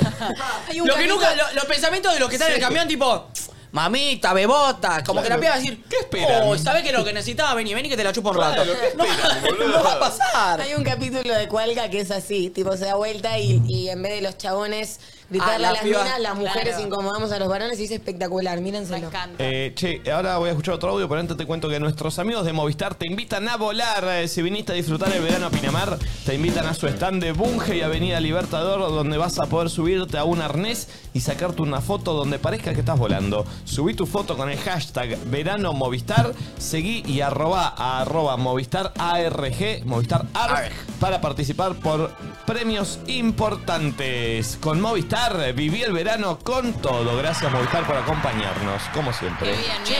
S3: Hay un lo que nunca, lo- los pensamientos de los que están en el
S2: Sí.
S3: camión, tipo, mamita, bebota, como que la
S2: Claro.
S3: piba va a decir, ¿qué
S2: esperan?
S3: Oh, ¿sabés que lo que necesitaba? Vení, vení que te la chupo un rato. no, no va a pasar.
S5: Hay un capítulo de Cualca que es así, tipo se da vuelta y, y en vez de los chabones gritarle
S3: Ah, la
S5: a las
S3: piba.
S5: minas, las mujeres
S3: Claro.
S5: incomodamos a los varones y es espectacular, mírenselo. Me encanta.
S2: Eh, che, ahora voy a escuchar otro audio, pero antes te cuento que nuestros amigos de Movistar te invitan a volar. Eh, si viniste a disfrutar el verano a Pinamar, te invitan a su stand de Bunge y Avenida Libertador, donde vas a poder subirte a un arnés y sacarte una foto donde parezca que estás volando. Subí tu foto con el hashtag verano Movistar, seguí y arroba a arroba Movistar ARG, Movistar ARG, para participar por premios importantes. Con Movistar, viví el verano con todo. Gracias Movistar por acompañarnos, como siempre.
S3: Che,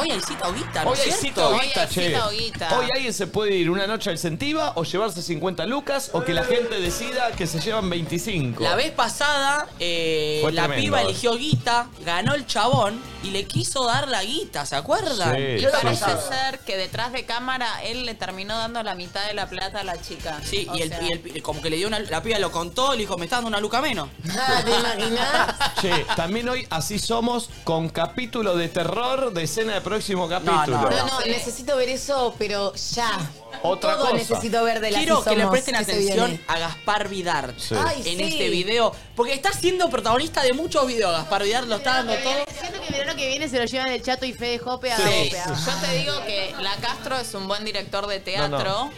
S3: hoy hay cita hoguita, ¿no
S2: Hoy
S3: es
S2: hay
S3: cierto?
S2: cita hoguita, che. Hoy alguien se puede ir una noche al Sentiva o llevarse 50 lucas o que la gente decida que se llevan 25.
S3: La vez pasada, eh,
S2: Fue
S3: la
S2: tremendo.
S3: piba eligió guita, ganó el chabón y le quiso dar la guita, ¿se acuerdan?
S2: Sí,
S3: ¿Qué
S2: sí,
S3: está
S4: Parece
S3: pasando?
S4: ser que detrás de cámara él le terminó dando la mitad de la plata a la chica.
S3: Sí,
S4: O
S3: y, el,
S4: sea,
S3: y el- como que le dio una. La piba lo contó, le dijo, me está dando una luca menos.
S2: Che, también hoy así somos con capítulo de terror de escena del próximo capítulo.
S5: No, no, necesito ver eso, pero ya.
S2: Otra
S5: Todo
S2: cosa.
S5: necesito ver de la
S3: Quiero
S5: Así
S3: que le
S5: Somos,
S3: presten
S5: que se
S3: atención
S5: viene.
S3: a Gaspar Vidar
S5: Sí. Ay,
S3: en
S5: sí.
S3: este video. Porque está siendo protagonista de muchos videos. Gaspar Vidar lo está dando todo.
S6: Siento que el verano que viene se lo llevan el chato y Fede Jope a
S3: Sí.
S6: Jope. a-
S4: Yo te digo que La Castro es un buen director de teatro.
S2: No, no.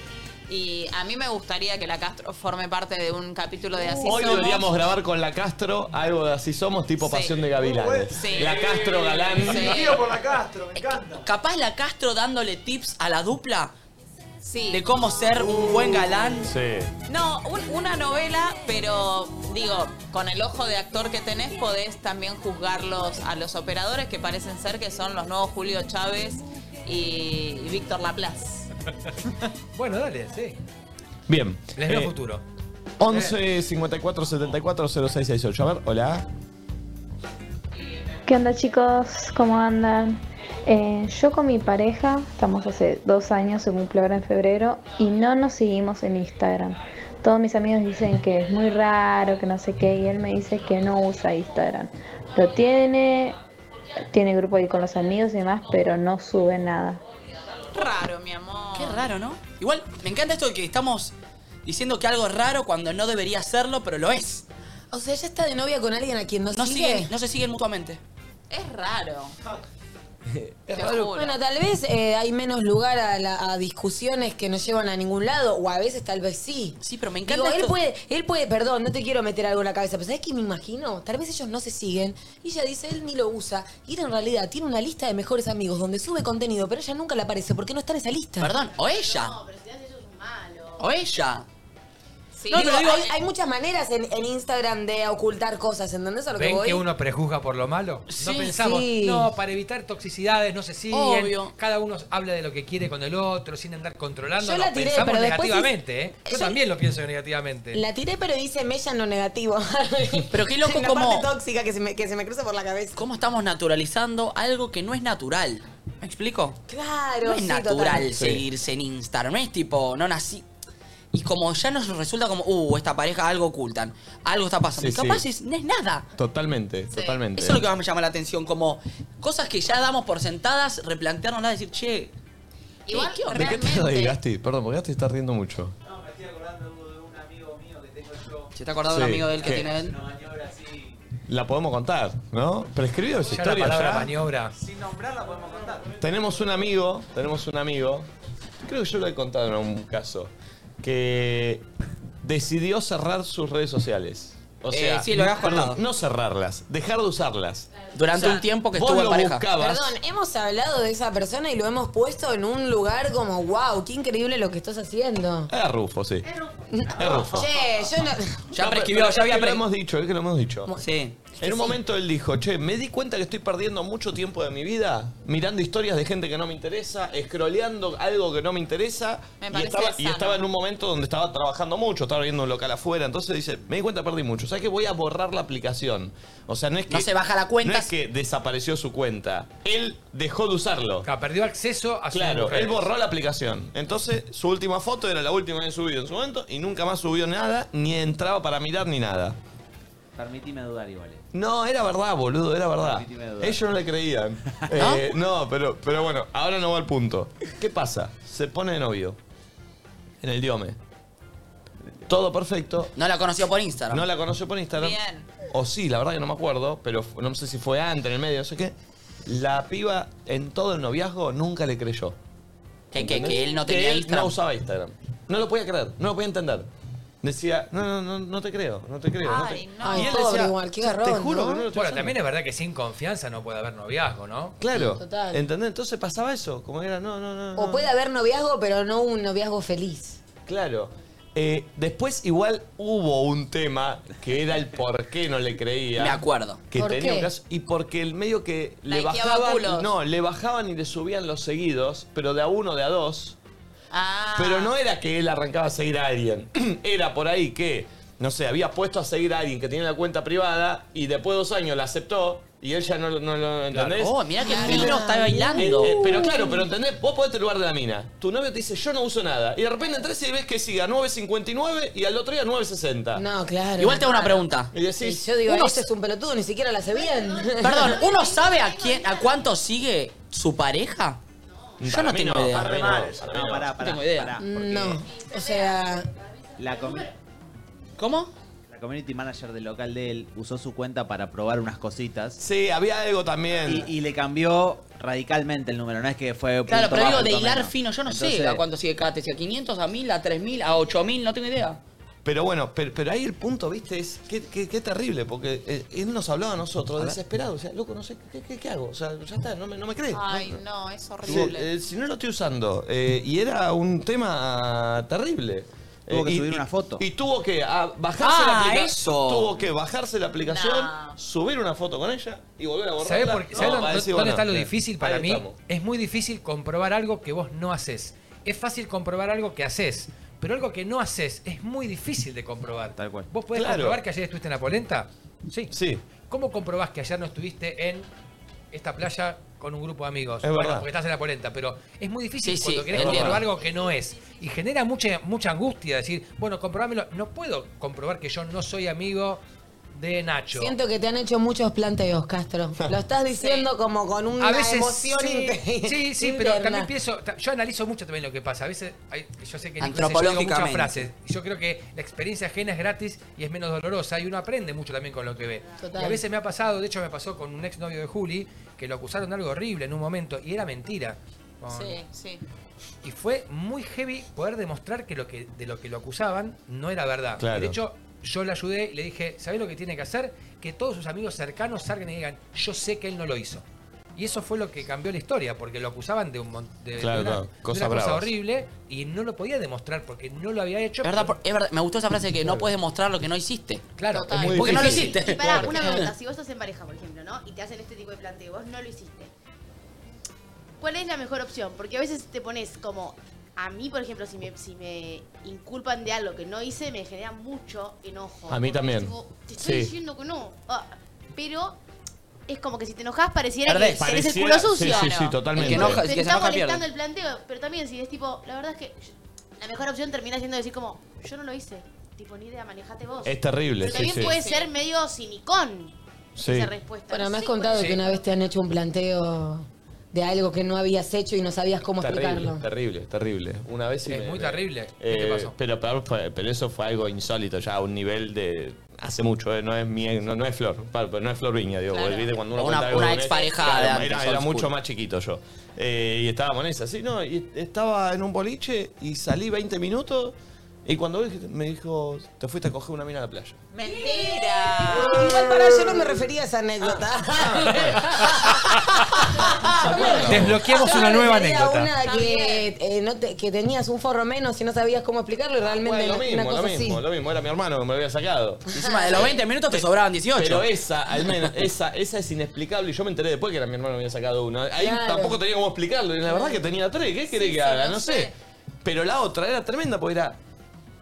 S4: Y a mí me gustaría que La Castro forme parte de un capítulo de Así
S2: Hoy
S4: Somos.
S2: deberíamos grabar con la Castro algo de así somos, tipo Pasión de Gavilanes.
S4: Sí.
S2: La Castro Galán.
S4: Sí.
S13: Tío por la Castro, me encanta.
S3: Capaz la Castro dándole tips a la dupla
S4: Sí.
S3: de cómo ser un buen galán.
S2: Sí.
S4: No, un- una novela, pero digo, con el ojo de actor que tenés podés también juzgarlos a los operadores que parecen ser que son los nuevos Julio Chávez y, y Víctor Laplace.
S7: Bueno, dale, sí.
S2: Bien.
S7: Les veo
S2: Eh,
S7: futuro.
S2: 11 54 74 0668. A ver, hola.
S21: ¿Qué onda chicos? ¿Cómo andan? Eh, yo con mi pareja, estamos hace dos años, se cumple ahora en febrero, y no nos seguimos en Instagram. Todos mis amigos dicen que es muy raro, que no sé qué, y él me dice que no usa Instagram. Lo tiene, tiene grupo ahí con los amigos y demás, pero no sube nada.
S4: Raro, mi amor.
S3: Qué raro, ¿no? Igual, me encanta esto de que estamos diciendo que algo es raro cuando no debería serlo, pero lo es.
S5: O sea, ella está de novia con alguien a quien no,
S3: No,
S5: sigue.
S3: siguen- no se siguen mutuamente.
S4: Es raro.
S2: Es
S4: raro.
S5: Bueno, tal vez eh, hay menos lugar a, la- a discusiones que no llevan a ningún lado, o a veces tal vez sí.
S3: Sí, pero me
S5: encanta. él,
S3: esto-
S5: puede, él puede, perdón, no te quiero meter algo en la cabeza, pero ¿sabes qué me imagino? Tal vez ellos no se siguen y ella dice, él ni lo usa. Y él en realidad tiene una lista de mejores amigos donde sube contenido, pero ella nunca le aparece porque no está en esa lista.
S3: Perdón, o ella. O ella.
S5: no,
S3: No, pero digo-
S5: hay, hay muchas maneras en, en Instagram de ocultar cosas, ¿entendés a lo que
S7: ¿Ven
S5: voy?
S7: que uno prejuzga por lo malo?
S5: Sí,
S7: no pensamos,
S5: sí.
S7: no, para evitar toxicidades, no sé si
S5: Obvio.
S7: cada uno habla de lo que quiere con el otro sin andar controlando.
S5: Yo la tiré,
S7: pensamos
S5: pero después
S7: negativamente, ¿eh? Yo, también lo pienso negativamente.
S5: La tiré, pero dice Mella en lo negativo.
S3: Pero qué loco
S5: La
S3: como-
S5: parte tóxica que se, me, que se me cruza por la cabeza.
S3: ¿Cómo estamos naturalizando algo que no es natural? ¿Me explico?
S5: Claro,
S3: No es
S5: sí,
S3: natural
S5: total.
S3: seguirse en Instagram, no es tipo, no nací. Y como ya nos resulta como, uh, esta pareja algo ocultan, algo está pasando.
S2: Sí,
S3: Y capaz
S2: sí.
S3: es- no es nada.
S2: Totalmente, totalmente.
S3: Eso es lo que más me llama la atención, como cosas que ya damos por sentadas, replantearnos, decir, che,
S4: Igual,
S3: ¿qué
S2: ¿De
S3: onda?
S2: qué te reís, Gasti? Perdón, porque Gasti está riendo mucho.
S3: ¿Se está acordando un
S2: Sí,
S3: amigo de él que
S2: ¿qué?
S3: tiene él?
S2: La podemos contar, ¿no? Prescribió esa
S7: Ya la
S2: historia.
S7: palabra
S2: ya.
S7: maniobra.
S2: Tenemos un amigo, tenemos un amigo, creo que yo lo he contado en un caso, que decidió cerrar sus redes sociales. O
S3: Eh,
S2: sea,
S3: sí, lo habías
S2: perdón,
S3: contado.
S2: no cerrarlas, dejar de usarlas.
S3: Durante
S2: O sea,
S3: un tiempo que
S2: vos
S3: estuvo en
S2: lo
S3: pareja.
S2: buscabas.
S5: Perdón, hemos hablado de esa persona y lo hemos puesto en un lugar como, wow, qué increíble lo que estás haciendo.
S2: Era Rufo, sí. Era Rufo.
S5: Che, yo no.
S3: Ya
S2: No,
S3: prescribió,
S2: pero-
S3: ya había
S2: es que lo
S3: pre-
S2: hemos dicho, es que lo hemos dicho.
S3: Sí.
S2: En un momento él dijo, che, me di cuenta que estoy perdiendo mucho tiempo de mi vida mirando historias de gente que no me interesa, scrolleando algo que no me interesa.
S4: Me
S2: y,
S4: parece
S2: estaba, y
S4: sano.
S2: estaba en un momento donde estaba trabajando mucho, estaba viendo un local afuera. Entonces dice, me di cuenta que perdí mucho. ¿Sabes que voy a borrar la aplicación? O sea, no es que...
S3: No se baja la cuenta.
S2: No es que desapareció su cuenta. Él dejó de usarlo.
S7: perdió acceso a sus
S2: Claro,
S7: mujeres.
S2: él borró la aplicación. Entonces, su última foto era la última que subido en su momento y nunca más subió nada, ni entraba para mirar ni nada.
S8: Permitime dudar igual. eh.
S2: No, era verdad, boludo, era verdad.
S8: Permitime dudar.
S2: Ellos no le creían. Eh, no, pero, pero bueno, ahora no va al punto. ¿Qué pasa? Se pone de novio. En el diome. Todo perfecto.
S3: No la conoció por Instagram.
S2: No la conoció por Instagram. O sí, la verdad que no me acuerdo, pero f- no sé si fue antes, en el medio, no sé qué. La piba en todo el noviazgo nunca le creyó.
S3: Que- que-
S2: ¿Entendés?
S3: que él no tenía
S2: él
S3: Instagram.
S2: No usaba Instagram. No lo podía creer, no lo podía entender. Decía, no, no, no, no te creo, no te creo. no te-
S5: Ay, pobre, igual, qué garrón, ¿no?
S7: bueno, también es verdad que sin confianza no puede haber noviazgo, ¿no?
S2: Claro.
S5: Total.
S2: ¿Entendés? Entonces pasaba eso, como que era, no, no, no.
S5: O
S2: no.
S5: puede haber noviazgo, pero no un noviazgo feliz.
S2: Claro. Eh, después igual hubo un tema que era el por qué no le creía.
S3: Me acuerdo.
S2: Que
S3: ¿Por
S2: tenía
S3: qué?
S2: un caso- y porque el medio que le
S4: Likeaba
S2: bajaban,
S4: culos.
S2: no, le bajaban y le subían los seguidos, pero de a uno, de a dos.
S4: Ah,
S2: Pero no era que él arrancaba a seguir a alguien. Era por ahí que, no sé, había puesto a seguir a alguien que tenía una cuenta privada y después de dos años la aceptó y él ya no, lo- no lo entendés.
S3: Oh, mirá que fino está bailando.
S2: Eh, eh, pero claro, pero entendés, vos podés el lugar de la mina. Tu novio te dice, yo no uso nada. Y de repente entras y ves que sigue a 9.59 y al otro día a 9.60.
S5: No, claro.
S3: Igual te hago una pregunta.
S2: Y decís,
S5: Yo digo,
S3: Uno-
S5: este es un pelotudo, ni siquiera la sé bien.
S3: Perdón, ¿uno sabe a quién, a cuánto sigue su pareja? Yo no
S8: mí
S3: tengo
S8: no,
S3: idea.
S8: para mí no, para mí no.
S3: No tengo idea.
S2: Mm,
S5: No, o sea...
S8: La com-
S3: ¿Cómo?
S8: La community manager del local de él usó su cuenta para probar unas cositas.
S2: Sí, había algo también.
S8: Y, y le cambió radicalmente el número, no es que fue. punto
S3: Claro, pero digo
S8: bajo,
S3: de
S8: punto
S3: hilar
S8: menos.
S3: fino, yo no sé
S8: Entonces,
S3: a cuánto sigue Kate, si a 500, a 1000, a 3000, a 8000, no tengo idea.
S2: Pero bueno, pero, pero ahí el punto, viste, es qué, qué- qué terrible, porque eh, él nos hablaba a nosotros
S1: A ver.
S2: desesperados. O sea, loco, no sé, ¿qué, qué- qué hago? O sea, ya está, no me, no me crees.
S4: Ay, no, es
S2: Sí,
S4: horrible.
S2: eh, si no lo estoy usando. Eh, y era un tema terrible. Eh,
S8: Tuvo que
S2: y-
S8: subir
S2: y-
S8: una foto.
S2: Y tuvo que ah, bajarse la
S8: Ah,
S2: aplicación.
S8: eso.
S2: Tuvo que bajarse la aplicación, subir una foto con ella y volver a borrarla.
S7: ¿Sabés por qué?
S2: No,
S7: ¿Sabés
S2: para
S7: dónde,
S2: decir,
S7: dónde
S2: bueno,
S7: está lo
S2: bien,
S7: difícil para
S2: ahí
S7: mí?
S2: estamos.
S7: Es muy difícil comprobar algo que vos no haces. Es fácil comprobar algo que haces, pero algo que no haces es muy difícil de comprobar. Tal cual. ¿Vos podés
S2: Claro.
S7: comprobar que ayer estuviste en la polenta? Sí.
S2: Sí.
S7: ¿Cómo comprobás que ayer no estuviste en esta playa con un grupo de amigos?
S2: Es
S7: Bueno,
S2: verdad.
S7: porque estás en la polenta, pero es muy difícil
S3: Sí,
S7: cuando
S3: sí,
S7: querés
S3: entiendo.
S7: comprobar algo que no es. Y genera mucha, mucha angustia decir, bueno, comprobámelo. No puedo comprobar que yo no soy amigo de Nacho.
S5: Siento que te han hecho muchos planteos, Castro. Lo estás diciendo como con una
S7: a veces
S5: emoción
S7: sí,
S5: inte-
S7: sí, sí,
S5: interna.
S7: pero también pienso, ta- yo analizo mucho también lo que pasa. A veces, hay- yo sé que Nico dice, yo digo muchas
S3: Antropológicamente.
S7: frases. Y Yo creo que la experiencia ajena es gratis y es menos dolorosa y uno aprende mucho también con lo que ve.
S3: Total.
S7: Y a veces me ha pasado, de hecho me pasó con un ex novio de Juli, que lo acusaron de algo horrible en un momento y era mentira. Con-
S4: Sí, sí.
S7: Y fue muy heavy poder demostrar que, lo que de lo que lo acusaban no era verdad.
S2: Claro.
S7: De hecho, yo le ayudé y le dije, ¿sabés lo que tiene que hacer? Que todos sus amigos cercanos salgan y digan, yo sé que él no lo hizo. Y eso fue lo que cambió la historia, porque lo acusaban de, un, mon- de,
S2: Claro,
S7: de una,
S2: claro,
S7: de una cosa
S2: cosas bravas.
S7: horrible y no lo podía demostrar porque no lo había hecho.
S3: Es verdad,
S7: pero-
S3: por- es verdad, me gustó esa frase que no puedes demostrar lo que no hiciste.
S7: Claro,
S3: Total.
S7: es muy
S3: porque no lo
S7: difícil.
S3: hiciste.
S6: Y pará,
S3: Claro.
S6: una pregunta, si vos estás en pareja, por ejemplo, ¿no? Y te hacen este tipo de planteo, vos no lo hiciste. ¿Cuál es la mejor opción? Porque a veces te pones como. A mí, por ejemplo, si me, si me inculpan de algo que no hice, me genera mucho enojo.
S2: A mí
S6: Porque
S2: también.
S6: es tipo, te estoy
S2: Sí.
S6: diciendo que no. Ah, pero es como que si te enojas pareciera
S2: Perdés.
S6: que tenés el
S2: Pareciera-
S6: culo sucio.
S2: sí, sí, sí,
S6: ¿no?
S2: totalmente. El que
S6: Te
S2: enoja- el que se
S6: está
S2: enoja
S6: molestando
S2: pierde.
S6: el planteo, pero también si es tipo, la verdad es que la mejor opción termina siendo decir como, yo no lo hice. Tipo, ni idea, manejate vos.
S2: Es terrible,
S6: Pero
S2: sí,
S6: también
S2: sí.
S6: puede
S2: Sí.
S6: ser medio cinicón
S2: Sí.
S6: esa respuesta.
S5: Bueno,
S6: No
S5: me has
S6: sé
S5: contado
S6: cuál-
S5: que una vez te han hecho un planteo de algo que no habías hecho y no sabías cómo
S2: Terrible,
S5: explicarlo.
S2: terrible, terrible. Una vez sí
S7: Es
S2: me-
S7: muy
S2: me-
S7: terrible.
S2: Eh,
S7: ¿Qué te pasó?
S2: Pero, pero, fue- pero eso fue algo insólito ya, a un nivel de. Hace mucho, ¿eh? no, es mi, no, no es Flor, pa- pero no es Flor Viña, digo,
S3: Claro.
S2: ¿viste? Cuando uno
S3: O una-
S2: cuenta algo
S3: una
S2: con él,
S3: expareja
S2: claro,
S3: de antes,
S2: era,
S3: old
S2: era
S3: school.
S2: mucho más chiquito yo. Eh, y estábamos en esa, sí, no, y estaba en un boliche y salí 20 minutos Y cuando vos dijiste- me dijo, te fuiste a coger una mina a la playa.
S4: ¡Mentira!
S5: Igual para yo no me refería a esa anécdota.
S15: Desbloqueamos
S5: Yo
S15: una
S5: me
S15: nueva
S5: refería a
S15: anécdota.
S5: Una que, eh, no te- que tenías un forro menos y no sabías cómo explicarlo y realmente
S2: Ah, Bueno, lo
S5: una
S2: mismo,
S5: cosa
S2: lo mismo,
S5: así.
S2: lo mismo. Era mi hermano que me lo había sacado.
S3: Encima, de los 20 minutos te sobraban 18.
S2: Pero esa, al menos, esa, esa es inexplicable. Y yo me enteré después que era mi hermano que me había sacado uno. Ahí
S12: Claro.
S2: tampoco tenía cómo explicarlo. Y la verdad que tenía tres. ¿Qué querés
S12: Sí,
S2: que
S12: sí,
S2: haga?
S12: no
S2: No, sé. Pero la otra era tremenda porque era.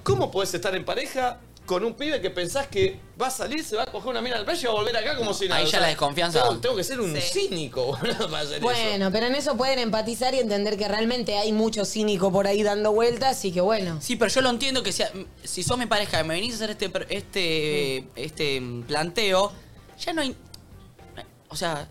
S2: ¿Cómo podés estar en pareja con un pibe que pensás que va a salir, se va a coger una mina al playa y va a volver acá como si nada?
S3: Ahí
S2: O
S3: ya
S2: sea,
S3: la desconfianza.
S2: Tengo, tengo que ser un cínico, boludo, para hacer eso.
S5: Bueno, pero en eso pueden empatizar y entender que realmente hay mucho cínico por ahí dando vueltas y que bueno.
S3: Sí, pero yo lo entiendo que sea- si sos mi pareja y me venís a hacer este, pr- este, este mm, planteo, ya no hay. O sea,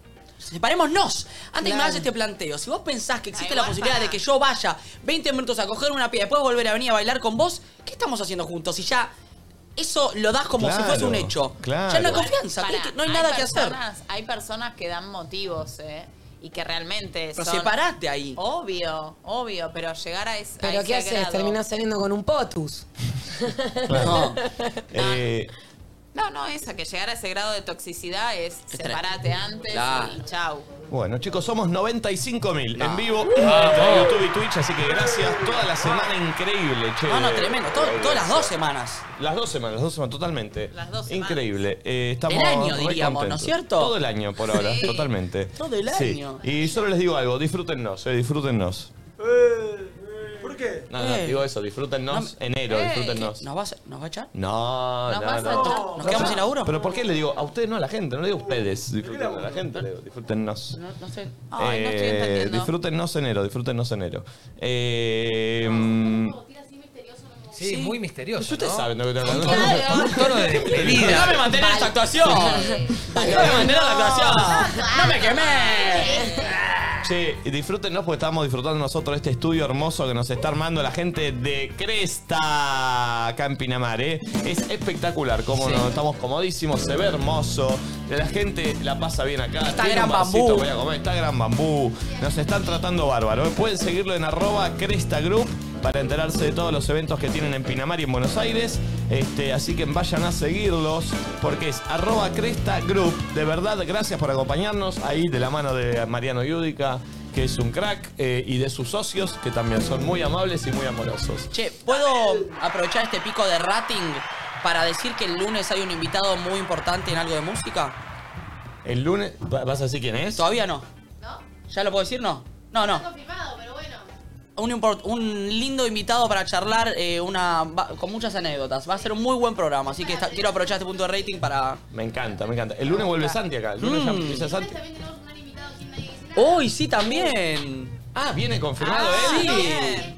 S3: separémonos. Antes que me
S5: Claro.
S3: hagas este planteo, si vos pensás que existe la posibilidad de que yo vaya 20 minutos a coger una piedra y después volver a venir a bailar con vos, ¿qué estamos haciendo juntos? Y ya eso lo das como si
S2: Claro,
S3: fuese un hecho.
S2: claro.
S3: Ya no hay confianza,
S4: Pará,
S3: ¿qué- qué- no hay,
S4: hay
S3: nada que hacer.
S4: personas- Hay personas que dan motivos, ¿eh? Y que realmente
S3: Pero
S4: son-
S3: separate ahí.
S4: Obvio, obvio, pero llegar a, es, a
S5: Pero
S4: ese
S5: ¿qué haces?
S4: grado-
S5: Terminás saliendo con un potus.
S2: Eh,
S4: No, no, esa, que llegar a ese grado de toxicidad es separate antes
S2: Claro.
S4: y chau.
S2: Bueno, chicos, somos 95.000
S3: Ah.
S2: en vivo
S4: No.
S2: entre YouTube y Twitch, así que gracias. Toda la semana increíble, che.
S3: No, no, tremendo. Todo- todas las dos semanas.
S2: Las dos semanas, las dos semanas, totalmente.
S3: Las dos semanas.
S2: Increíble. Eh, estamos
S3: El año,
S2: re
S3: diríamos,
S2: contentos.
S3: ¿no es cierto?
S2: Todo el año por ahora,
S3: Sí.
S2: totalmente.
S3: Todo el
S2: Sí.
S3: año.
S2: Y solo les digo algo, disfrútennos, eh, disfrútennos.
S13: ¿Por qué?
S2: No, no,
S13: Eh.
S2: digo eso, disfrútennos enero,
S13: Eh.
S2: disfrútennos.
S3: ¿Nos vas a- ¿Nos va a echar?
S2: No,
S3: ¿Nos
S2: no,
S3: vas a-
S2: no.
S3: nos- nos quedamos sin laburo?
S2: ¿Pero por qué le digo a ustedes, no a la gente? No le digo a ustedes, disfrútennos a la gente, le digo, disfrútennos.
S3: No, no sé.
S2: Eh, disfrútennos enero, disfrútennos enero. Eh, mm,
S7: Sí, muy
S3: Pues
S7: misterioso.
S2: ustedes
S7: ¿no?
S2: saben de lo que estoy hablando.
S7: Claro. Un tono de despedida.
S3: Déjame mantener esta actuación. Déjame mantener la actuación. No me quemé.
S2: Che, y disfrútennos porque estamos disfrutando nosotros este estudio hermoso que nos está armando la gente de Cresta, acá en Pinamar, ¿eh? Es espectacular, como nos estamos comodísimos, se ve hermoso, la gente la pasa bien acá.
S3: Está
S2: tiene
S3: Gran
S2: un barcito
S3: Bambú.
S2: para ir a comer, está Gran Bambú, nos están tratando bárbaro. ¿eh? Pueden seguirlo en arroba Cresta Group para enterarse de todos los eventos que tienen en Pinamar y en Buenos Aires. Este, así que vayan a seguirlos porque es arroba Cresta Group. De verdad, gracias por acompañarnos ahí de la mano de Mariano Yudica, que es un crack, eh, y de sus socios, que también son muy amables y muy amorosos.
S3: Che, ¿puedo aprovechar este pico de rating para decir que el lunes hay un invitado muy importante en algo de música?
S2: El lunes, ¿va- ¿vas a decir quién es?
S3: Todavía no. ¿Ya lo puedo decir? No. No, no. Un, import- un lindo invitado para charlar eh, una, va- con muchas anécdotas. Va a ser un muy buen programa, así que está- quiero aprovechar este punto de rating para...
S2: Me encanta, me encanta. El lunes vuelve Santi acá. El lunes ya
S3: Mm.
S2: empieza Santi.
S3: ¡Uy, sí, también!
S2: Ah, viene confirmado
S3: Ah,
S2: él.
S3: sí.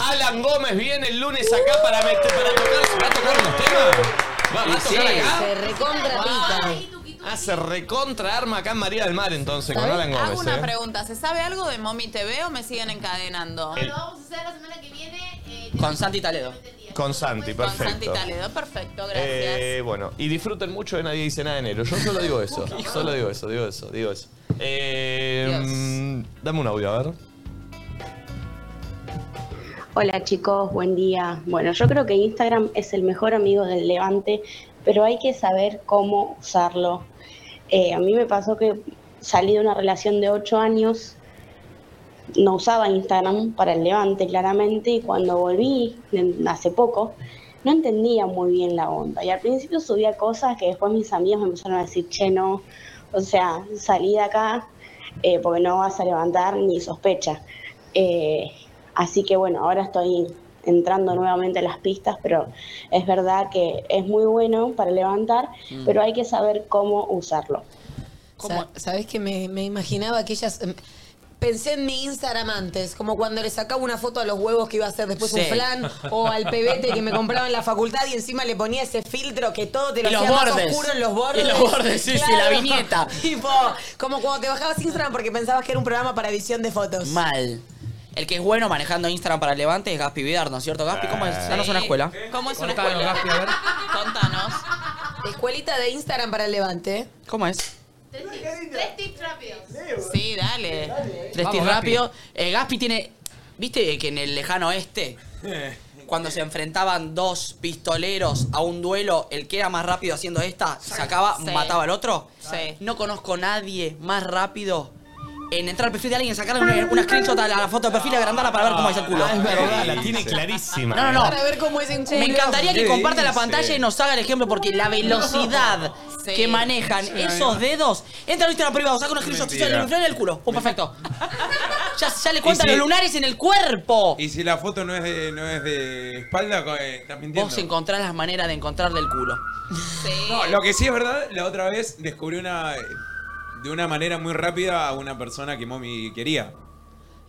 S2: Alan Gómez viene el lunes acá para, meter, para tocar. ¿Va a tocar unos temas? ¿Va, va a
S5: Sí,
S2: tocar acá?
S5: se recontra pican.
S2: Ah, se recontra arma acá en María del Mar entonces con Alan
S4: ¿Sabés? Hago
S2: Gómez.
S4: una
S2: eh.
S4: pregunta, ¿se sabe algo de Mommy TV o me siguen encadenando?
S2: El- Lo
S4: vamos a hacer la semana que viene.
S3: Con Santi Taledo.
S2: Con Santi, perfecto.
S4: Santi Taledo, perfecto, gracias.
S2: Eh, bueno, y disfruten mucho de Nadie Dice Nada de enero. Yo solo digo eso. solo digo eso, digo eso, digo eso. Eh, mm, dame un audio, a ver.
S22: Hola chicos, buen día. Bueno, yo creo que Instagram es el mejor amigo del levante, pero hay que saber cómo usarlo. Eh, a mí me pasó que salí de una relación de 8 años, no usaba Instagram para el levante claramente y cuando volví en- hace poco no entendía muy bien la onda y al principio subía cosas que después mis amigos me empezaron a decir, che, no, o sea, salí de acá eh, porque no vas a levantar ni sospecha. Eh, Así que bueno, ahora estoy entrando nuevamente a las pistas, pero es verdad que es muy bueno para levantar,
S5: Mm.
S22: pero hay que saber cómo usarlo.
S5: Sa- ¿Sabés que me, me imaginaba que ellas... em, Pensé en mi Instagram antes, como cuando le sacaba una foto a los huevos que iba a hacer después un
S3: Sí.
S5: flan, o al pebete que me compraba en la facultad y encima le ponía ese filtro que todo te lo
S3: Y los
S5: hacía más
S3: bordes.
S5: oscuro en los
S3: Y
S5: bordes.
S3: los bordes, sí, sí, la viñeta.
S5: Tipo, como cuando te bajabas Instagram porque pensabas que era un programa para edición de fotos.
S3: Mal. El que es bueno manejando Instagram para el Levante es Gaspi Vidar, ¿no es cierto, Gaspi? ¿Cómo es? Danos una escuela.
S4: Eh, ¿Cómo es una
S7: Contanos,
S4: escuela?
S7: Gaspi, a ver.
S4: Contanos.
S5: Escuelita de Instagram para el levante.
S3: ¿Cómo es?
S6: Tres tips rápidos.
S4: Sí, dale.
S3: Tres tips rápido. Eh, Gaspi tiene. ¿Viste que en el lejano oeste, cuando se enfrentaban dos pistoleros a un duelo, el que era más rápido haciendo esta, sacaba,
S4: Sí.
S3: mataba al otro?
S4: Sí.
S3: No conozco nadie más rápido en entrar al perfil de alguien, sacarle una, una screenshot a la, a la foto de perfil y agrandarla para ver cómo es el culo.
S2: Ah, es verdad, la tiene clarísima.
S3: No, no, no.
S5: Para ver cómo es en
S3: Me encantaría que
S2: ¿Qué
S3: compartan la
S2: dice?
S3: pantalla y nos haga el ejemplo porque la velocidad
S5: Sí.
S3: que manejan
S5: Sí.
S3: esos dedos. Entra al Instagram privado, saca una screenshot y
S14: Mentira.
S3: se le inflan en el culo. Oh, perfecto. ya, ya le cuentan
S14: ¿Y si-
S3: los lunares en el cuerpo.
S14: Y si la foto no es de, no es de espalda, co- eh, estás mintiendo.
S3: Vos encontrás las maneras de encontrarle el culo.
S14: No, lo que sí es verdad, la otra vez descubrí una de una manera muy rápida a una persona que Momi quería.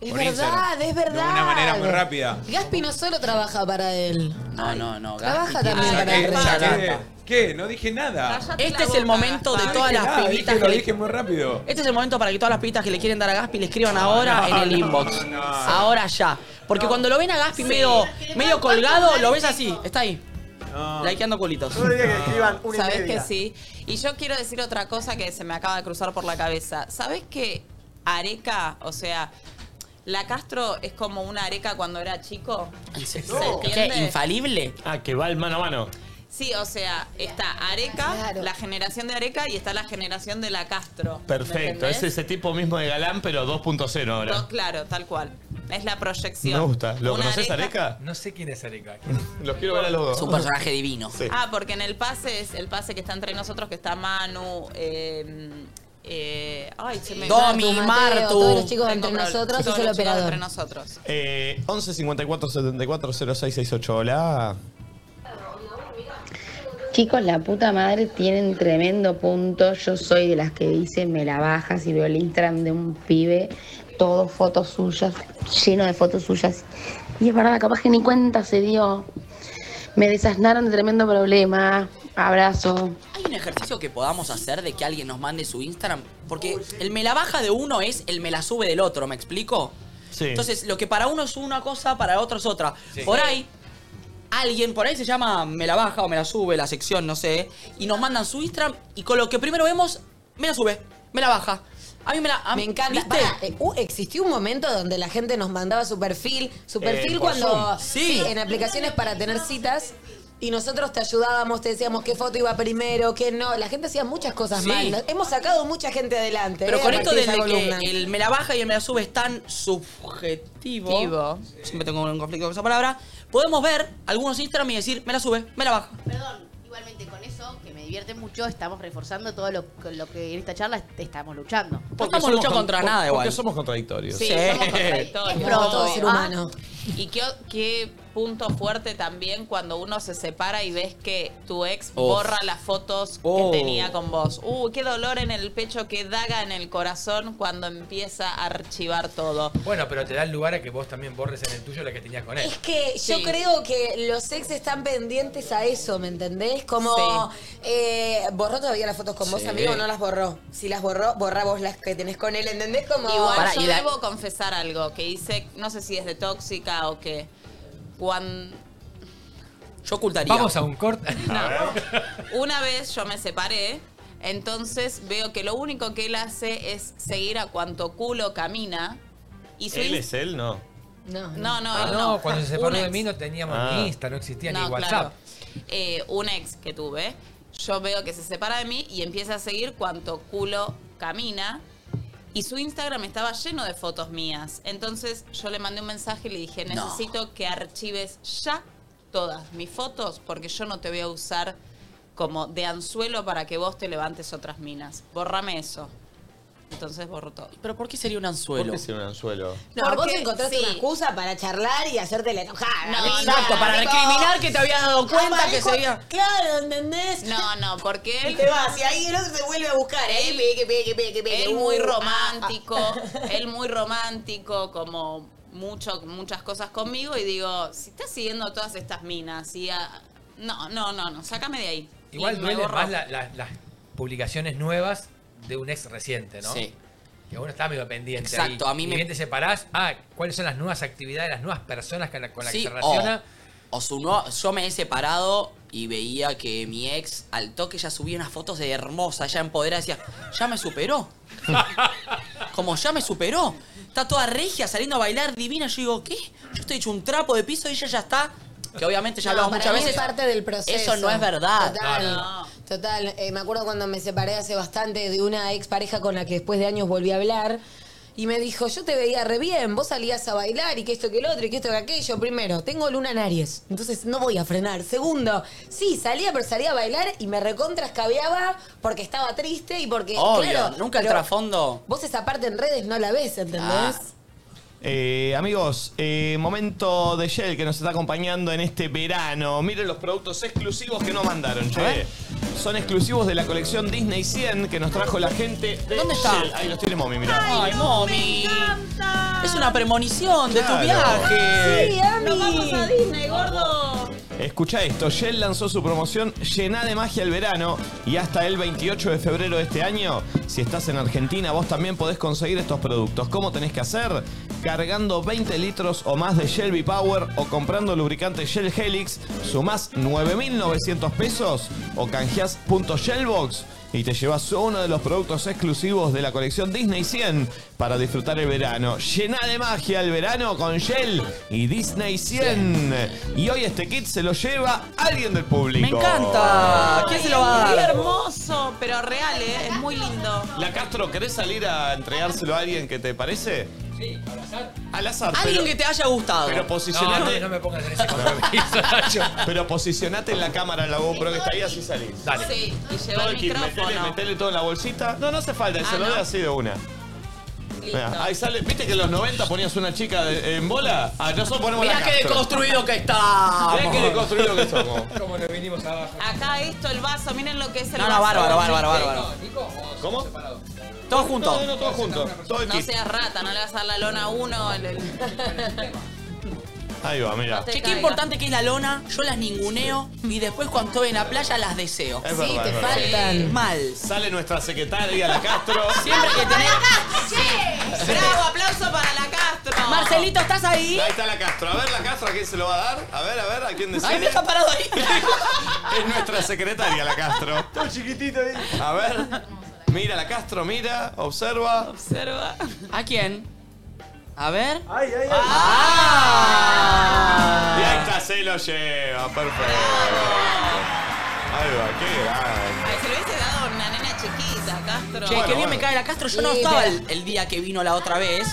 S5: Es
S14: Por
S5: verdad,
S14: Instagram.
S5: es verdad.
S14: De una manera muy rápida.
S5: Gaspi no solo trabaja para él.
S3: No, no, no.
S5: Trabaja
S14: Gaspi
S5: también
S14: tiene-
S5: para el
S14: Saqué-
S5: rey.
S14: saqué- ¿Qué? No dije nada.
S3: Este es el momento de
S14: No
S3: todas
S14: dije
S3: las
S14: nada,
S3: pibitas
S14: dije-
S3: que
S16: lo
S3: le-
S14: dije muy rápido.
S3: Este es el momento para que todas las pibitas que le quieren dar a Gaspi le escriban ahora en
S14: no,
S3: el inbox.
S14: no.
S3: Ahora ya. Porque cuando lo ven a Gaspi
S14: Sí.
S3: medio, medio colgado, lo ves así. Está ahí. Likeando culitos.
S4: Sabes que sí. Y yo quiero decir otra cosa que se me acaba de cruzar por la cabeza. ¿Sabes que Areca, o sea, la Castro es como una Areca cuando era chico?
S3: ¿Se
S4: entiende?
S3: ¿Qué? ¿Infalible?
S2: Ah, que va el mano a mano.
S4: Sí, o sea, está Areca, la generación de Areca y está la generación de la Castro. ¿me
S2: Perfecto,
S4: entendés?
S2: es ese tipo mismo de galán, pero 2.0 ahora.
S4: No, claro, tal cual. Es la proyección.
S2: Me gusta. ¿Lo
S4: Una
S2: conoces,
S4: Areca-
S2: Areca?
S7: No sé quién es Areca.
S2: Los quiero ver a los dos.
S3: Es un personaje divino.
S2: Sí.
S4: Ah, porque en el pase es el pase que está entre nosotros, que está Manu, eh, eh, ay, se me
S5: Domi, Martu, Mateo, Martu. todos los chicos
S4: Tengo
S5: entre
S4: problemas.
S5: nosotros y
S4: Todos
S5: solo
S4: los chicos
S5: operador.
S4: entre nosotros.
S2: Eh, 11 54 74 06 68. Hola.
S21: Chicos, la puta madre tienen tremendo punto. Yo soy de las que dice me la bajas y veo el Instagram de un pibe, todo fotos suyas, lleno de fotos suyas. Y es verdad, capaz que ni cuenta se dio. Me desasnaron de tremendo problema. Abrazo.
S3: ¿Hay un ejercicio que podamos hacer de que alguien nos mande su Instagram? Porque el me la baja de uno es el me la sube del otro, ¿me explico?
S2: Sí.
S3: Entonces, lo que para uno es una cosa, para otro es otra.
S2: Sí.
S3: Por ahí, alguien, por ahí se llama me la baja o me la sube, la sección, no sé, y nos mandan su Instagram y con lo que primero vemos, me la sube, me la baja. A mí me la... a-
S5: Me encanta.
S3: ¿Viste?
S5: Pará, eh, uh, existió un momento donde la gente nos mandaba su perfil, su
S3: Eh,
S5: perfil
S3: por
S5: cuando
S3: Zoom. Sí.
S5: en aplicaciones para tener citas y nosotros te ayudábamos, te decíamos qué foto iba primero, qué no. La gente hacía muchas cosas
S3: Sí.
S5: mal. Nos- Hemos sacado mucha gente adelante.
S3: Pero
S5: eh,
S3: con
S5: a
S3: esto
S5: partir
S3: de
S5: esa columna.
S3: que el me la baja y el me la sube es tan subjetivo,
S4: Subjetivo.
S3: siempre tengo un conflicto con esa palabra, podemos ver algunos Instagram y decir, me la sube, me la baja.
S6: Perdón, igualmente con eso, que me divierte mucho, estamos reforzando todo lo, con lo que en esta charla est- estamos luchando.
S3: Porque estamos luchando contra
S2: por-
S3: nada igual.
S2: Porque somos contradictorios.
S4: Sí, somos contradictorios.
S5: Es propio todo ser
S4: Ah,
S5: humano.
S4: Y qué, qué punto fuerte también cuando uno se separa y ves que tu ex
S3: Uf.
S4: borra las fotos
S3: Oh.
S4: que tenía con vos. Uh, qué dolor en el pecho, qué daga en el corazón cuando empieza a archivar todo.
S7: Bueno, pero te da el lugar a que vos también borres en el tuyo la que tenías con él.
S5: Es que yo
S4: Sí.
S5: creo que los ex están pendientes a eso, ¿me entendés? Como,
S4: Sí.
S5: eh, ¿borró todavía las fotos con vos,
S3: Sí.
S5: amigo, o no las borró? Si las borró, borra vos las que tenés con él, ¿entendés? Como...
S4: Igual
S3: Pará,
S4: yo
S3: y la-
S4: debo confesar algo que hice, no sé si es de tóxica o qué. Cuando
S3: Yo ocultaría.
S7: Vamos a un corte.
S4: una vez yo me separé, entonces veo que lo único que él hace es seguir a cuanto culo camina. Y su
S2: ¿Él
S4: Inst-
S2: es él? No.
S5: No,
S4: no, no,
S7: Ah,
S4: él
S7: no,
S4: no.
S7: cuando se separó
S4: Un
S7: de
S4: ex.
S7: mí no teníamos
S2: Ah.
S7: ni Insta, no existía ni WhatsApp.
S4: Claro. Eh, un ex que tuve, yo veo que se separa de mí y empieza a seguir cuanto culo camina. Y su Instagram estaba lleno de fotos mías. Entonces yo le mandé un mensaje y le dije,
S3: No.
S4: necesito que archives ya todas mis fotos porque yo no te voy a usar como de anzuelo para que vos te levantes otras minas. Bórrame eso. Entonces borró todo.
S3: Pero ¿por qué sería un
S2: ¿Por
S3: anzuelo?
S2: qué sería un anzuelo?
S5: No, vos
S4: Porque-
S5: encontraste
S4: sí.
S5: una excusa para charlar y hacerte la enojada.
S4: No,
S5: ¿viste?
S4: exacto, para
S5: Tipo,
S4: recriminar que te habías dado cuenta que
S5: aparezco-
S4: seguía-
S5: Claro, ¿entendés?
S4: No, no, porque él...
S5: Y te vas, y ahí el otro te vuelve a buscar. ¿eh?
S4: Él-
S5: Pegue, pegue, pegue, pegue.
S4: Él
S5: Uh,
S4: muy
S5: ah,
S4: romántico, él muy romántico, como mucho, muchas cosas conmigo y digo, si estás siguiendo todas estas minas y a- no, no, no, no, sácame de ahí.
S7: Igual
S4: Y me
S7: duele
S4: borró.
S7: más la- la- las publicaciones nuevas de un ex reciente, ¿no?
S3: Sí.
S7: Que uno está medio pendiente.
S3: Exacto,
S7: ahí.
S3: a mí
S7: Y
S3: me-
S7: bien te separás. Ah, ¿cuáles son las nuevas actividades, las nuevas personas con, la- con las
S3: Sí,
S7: que se relaciona?
S3: O, o su nuevo- yo me he separado y veía que mi ex al toque ya subía unas fotos de hermosa, ya empoderada, decía, ya me superó. Como ya me superó. Está toda regia saliendo a bailar divina. Yo digo, ¿qué? Yo estoy hecho un trapo de piso y ella ya está que obviamente ya
S5: No,
S3: hablamos
S5: para
S3: muchas
S5: mí
S3: veces.
S5: Es parte del proceso.
S3: Eso no es verdad.
S5: Total. total. Eh, me acuerdo cuando me separé hace bastante de una ex pareja con la que después de años volví a hablar. Y me dijo, yo te veía re bien, vos salías a bailar y que esto que el otro y que esto que aquello. Primero, tengo luna en Aries, entonces no voy a frenar. Segundo, sí, salía, pero salía a bailar y me recontrascabeaba porque estaba triste y porque,
S3: Obvio,
S5: claro,
S3: Eh, nunca el
S5: pero
S3: trasfondo.
S5: Vos esa parte en redes no la ves, ¿entendés?
S3: Ah,
S2: Eh, amigos, eh, momento de Shell que nos está acompañando en este verano. Miren los productos exclusivos que nos mandaron, che. Son exclusivos de la colección Disney 100 que nos trajo la gente de
S3: ¿Dónde está?
S2: Shell. Ahí los tienes, Mommy, mirá.
S3: Ay, mami. Es una premonición de tu
S2: Claro.
S3: viaje.
S2: Sí,
S4: Nos vamos a Disney, gordo.
S2: Escucha esto, Shell lanzó su promoción Llená de magia el verano y hasta el 28 de febrero de este año, si estás en Argentina, vos también podés conseguir estos productos. ¿Cómo tenés que hacer? Cargando 20 litros o más de Shell B-Power o comprando lubricante Shell Helix, sumás 9.900 pesos o canjeás puntos Shellbox y te llevas uno de los productos exclusivos de la colección Disney 100 para disfrutar el verano. Llená de magia el verano con Shell y Disney 100. Y hoy este kit se lo lleva alguien del
S4: Me
S2: público.
S4: encanta.
S2: ¿Quién
S4: Ay,
S2: se lo va a
S4: Qué
S2: dar?
S4: hermoso, pero real, ¿eh? Es muy lindo.
S2: La Castro, ¿querés salir a entregárselo a alguien que te parece?
S7: Sí, al azar.
S2: Al azar.
S7: Alguien
S2: pero-
S7: que te haya gustado.
S2: Pero
S7: No,
S2: posicionate.
S7: no, no me pongas en ese
S2: Pero posicionate en la cámara en la GoPro que está ahí así salís.
S7: Dale.
S4: Sí, y lleva
S2: Todo
S4: el
S2: el kit, metele,
S4: micrófono.
S2: metele todo en la bolsita. No, no hace falta,
S4: Ah,
S2: se lo
S4: no.
S2: doy así de una.
S4: Listo.
S2: Mirá, ahí sale, ¿viste que en los 90 ponías una chica de- en bola? Ah, nosotros ponemos
S3: Mirá
S2: la
S3: qué
S2: Castro.
S3: deconstruido que estamos.
S2: Mirá qué deconstruido que somos.
S7: Como nos vinimos abajo.
S4: Acá esto, el vaso, miren lo que es el
S3: No,
S4: vaso.
S3: no, bárbaro, bárbaro, bárbaro.
S2: ¿Cómo?
S3: Todos juntos.
S2: No, no, todos juntos. Todo el
S4: No
S2: kit.
S4: seas rata, no le vas a dar la lona a uno. el- el-
S2: Ahí va, mira.
S3: Che, qué importante que es la lona, yo las ninguneo y después cuando estoy en la playa las deseo.
S2: Es verdad, es verdad.
S3: Mal.
S2: Sale nuestra secretaria, la Castro.
S3: Siempre hay que tener.
S4: Bravo, Oh, aplauso para la Castro.
S3: Marcelito, ¿estás ahí?
S2: Ahí está la Castro. A ver, la Castro, ¿a quién se lo va a dar? A ver, a ver, ¿a quién decide?
S3: Ay, me deja parado ahí.
S2: Es nuestra secretaria, la Castro. Todo chiquitito ahí. A ver. Mira, la Castro, mira, observa.
S4: Observa.
S3: ¿A quién? A ver.
S13: Ay, ay, ay.
S3: Ah.
S4: Ah.
S2: Y ahí está, se lo lleva. Perfecto. Ahí va, qué grande.
S4: Ay, se lo hubiese dado a una nena chiquita, Castro.
S3: Che, qué bien me cae la Castro. Yo no
S4: Sí,
S3: estaba
S4: pero-
S3: el, el día que vino la otra vez.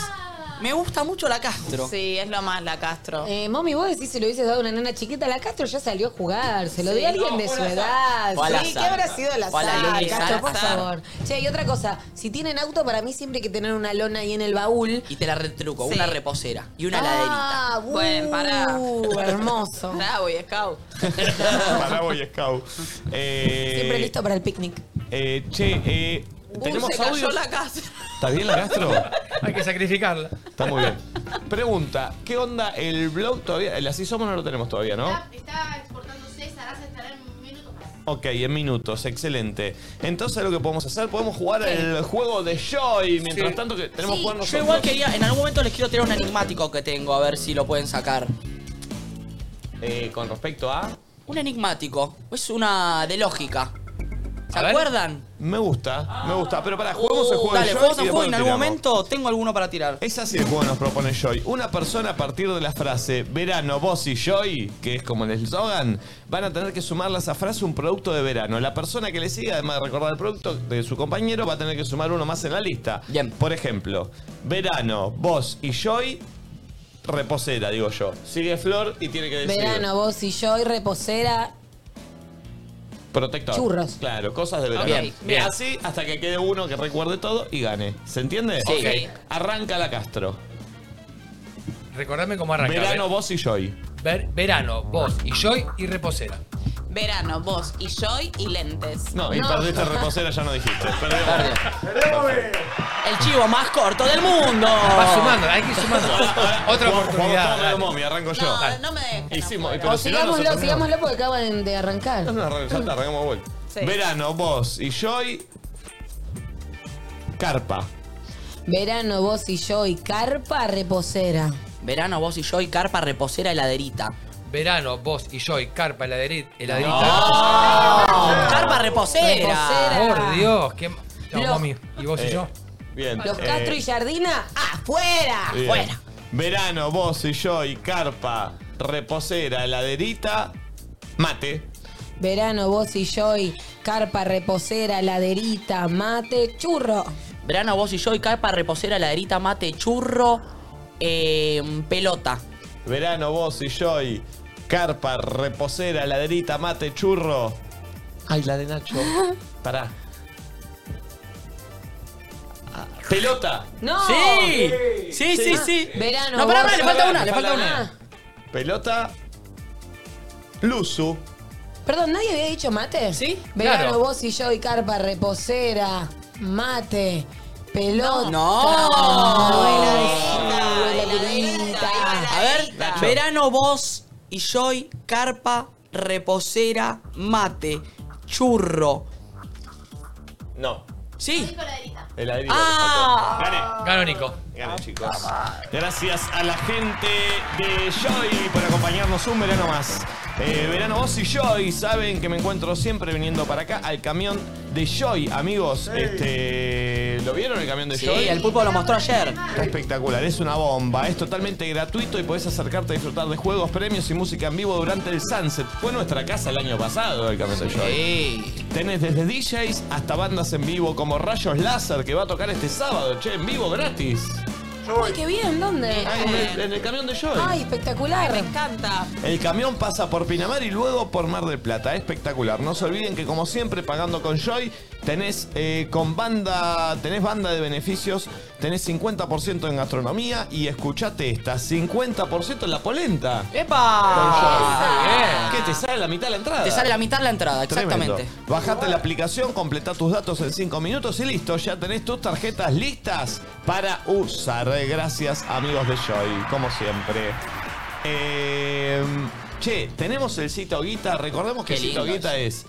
S3: Me gusta mucho la Castro.
S4: Sí, es lo más la Castro.
S5: Eh, mami, vos decís, se lo hubieses dado a una nena chiquita, la Castro ya salió a jugar, se lo
S4: Sí,
S5: dio a alguien
S4: no,
S5: de
S4: fue
S5: su
S4: al
S5: edad.
S4: azar. Fue al
S5: Sí,
S4: azar.
S5: ¿qué habrá sido el
S4: Fue al
S5: azar?
S4: azar,
S5: Castro, por
S4: azar.
S5: favor. Che, y otra cosa, si tienen auto, para mí siempre hay que tener una lona ahí en el baúl.
S3: Y te la retruco,
S5: Sí.
S3: una reposera y una laderita.
S5: Ah,
S4: Bueno, pará.
S5: uh, hermoso.
S4: Bravo, y Scout.
S2: Para Boy Scout. Eh,
S5: Siempre listo para el picnic.
S2: Eh, che, eh, tenemos
S4: se
S2: audio.
S4: cayó la casa.
S2: ¿Está bien la Castro?
S7: Hay que sacrificarla.
S2: Está muy bien. Pregunta, ¿qué onda el blog todavía? El Así Somos no lo tenemos todavía, ¿no?
S6: Está exportando César, hace estará en minutos más.
S2: Ok, en minutos, excelente. Entonces lo que podemos hacer, podemos jugar el juego de Joy. Mientras
S3: Sí.
S2: tanto que tenemos
S3: Sí,
S2: que jugar
S3: Yo
S2: nosotros.
S3: igual quería, en algún momento les quiero tirar un enigmático que tengo, a ver si lo pueden sacar.
S2: Eh, con respecto a...
S3: Un enigmático. Es una de lógica. ¿Se
S2: A ver.
S3: acuerdan?
S2: Me gusta, me gusta. Pero pará, juguemos el
S3: Uh,
S2: juego
S3: Dale,
S2: de Joy.
S3: jugamos
S2: y
S3: el juego
S2: después
S3: y en
S2: lo
S3: algún
S2: tiramos.
S3: momento tengo alguno para tirar.
S2: Es así el juego nos propone Joy. Una persona a partir de la frase verano, vos y Joy, que es como el eslogan, van a tener que sumarle a esa frase un producto de verano. La persona que le siga, además de recordar el producto de su compañero, va a tener que sumar uno más en la lista. Por ejemplo, verano, vos y Joy, reposera, digo yo. Sigue Flor y tiene que decir
S5: Verano, vos y yo, y reposera.
S2: protector.
S5: Churros.
S2: Claro, cosas de verano.
S5: Bien,
S2: Bien,
S5: bien.
S2: Así hasta que quede uno que recuerde todo y gane. ¿Se entiende?
S7: Sí.
S2: Ok. Arranca la Castro.
S7: Recordame cómo arranca.
S2: Verano,
S7: Ver-
S2: vos y Joy.
S7: ver- verano, vos y Joy y reposera.
S4: Verano, vos y Joy y lentes.
S2: No, y este perdiste reposera, ya no dijiste. Perdemos.
S3: El chivo más corto del mundo.
S2: Va
S7: Oh. sumando, hay que ir sumando. Otra
S2: oportunidad. Vamos
S7: dale.
S2: todo momi, arranco yo.
S4: No, no me dejes.
S2: Hicimos, pero
S5: O
S2: si no,
S5: sigámoslo,
S2: nosotros no.
S5: sigámoslo porque acaban de arrancar.
S2: No, no, arran- ya está, arrancamos de vuelta.
S5: Sí.
S2: Verano, vos y Joy. Carpa.
S5: Verano, vos y yo, y carpa, reposera.
S3: Verano, vos y yo, y carpa, reposera, heladerita.
S7: Verano, vos y Joy, carpa, heladeri- heladerita.
S3: Carpa, reposera.
S7: Por Dios, qué. No,
S5: Los-
S7: mami, y vos y
S2: Eh,
S7: yo.
S2: Bien.
S5: Los
S2: eh,
S5: Castro y Jardina, afuera.
S2: bien. Verano, vos y Joy. Carpa. reposera, heladerita, mate.
S5: Verano, vos y yo, y carpa, reposera, laderita, mate, churro.
S3: Verano, vos y yo, y carpa, reposera, laderita, mate, churro, eh, pelota.
S2: Verano, vos y yo, y carpa, reposera, heladerita, mate, churro. Ay, la de Nacho. Pará. Ah, Pelota.
S5: ¡No!
S2: Sí. Sí, sí,
S5: Ah,
S2: sí.
S5: Verano.
S2: No, pará, pará, le falta
S5: vos-
S2: una, le Ah, falta una.
S5: Ah,
S2: Pelota. Luzu.
S5: Perdón, ¿nadie había dicho mate? Sí. Verano,
S2: claro.
S5: vos y yo, y carpa, reposera, mate, pelota.
S3: A ver, verano, vos y yo, y carpa, reposera, mate, churro.
S2: No.
S3: Sí.
S2: Heladerita.
S3: Ah.
S2: le faltó. Gané.
S7: Gano Nico.
S2: Gané, chicos. Gracias a la gente de Joy por acompañarnos un verano más. Eh, verano vos y Joy saben que me encuentro siempre viniendo para acá al camión de Joy, amigos. Este, ¿Lo vieron el camión de
S3: Sí,
S2: Joy?
S3: el pulpo lo mostró ayer.
S2: Está espectacular, es una bomba, es totalmente gratuito y podés acercarte a disfrutar de juegos, premios y música en vivo durante el Sunset. Fue nuestra casa el año pasado el Café de Joy. Tenés desde DJs hasta bandas en vivo como Rayos Láser que va a tocar este sábado, che, en vivo gratis.
S5: Ay, qué bien, ¿dónde?
S2: Ahí en el, en el camión de Joy.
S5: Ay, espectacular. Me encanta.
S2: El camión pasa por Pinamar y luego por Mar del Plata. Espectacular. No se olviden que como siempre pagando con Joy tenés eh, con banda, tenés banda de beneficios, tenés 50% en gastronomía y escuchate esta, 50% en la polenta.
S3: ¡Epa!
S2: ¿Qué te sale la mitad de la entrada?
S3: Te sale la mitad de la entrada,
S2: Tremendo.
S3: exactamente.
S2: Bajate la aplicación, completá tus datos en 5 minutos y listo, ya tenés tus tarjetas listas para usar. Gracias amigos de Joy, como siempre. Eh, che, tenemos el Cito Guita, recordemos que
S3: Qué
S2: el Cito
S3: lindo
S2: Guita es,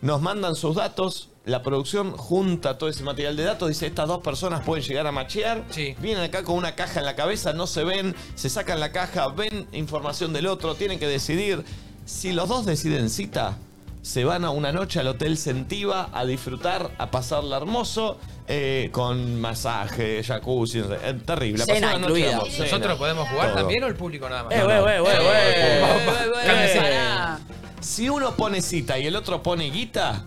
S2: nos mandan sus datos. La producción junta todo ese material de datos, dice estas dos personas pueden llegar a machear. Vienen acá con una caja en la cabeza, no se ven, se sacan la caja, ven información del otro, tienen que decidir. Si los dos deciden cita, se van a una noche al Hotel Sentiva a disfrutar, a pasarla hermoso, eh, con masaje, jacuzzi, eh, terrible. La
S7: Cena
S2: pasada noche
S7: incluida.
S2: vamos, cena,
S7: ¿Nosotros podemos jugar
S2: todo.
S7: también o el público nada más?
S2: Eh, güey, güey, güey, güey.
S7: Cámbiese.
S2: Si uno pone cita y el otro pone guita,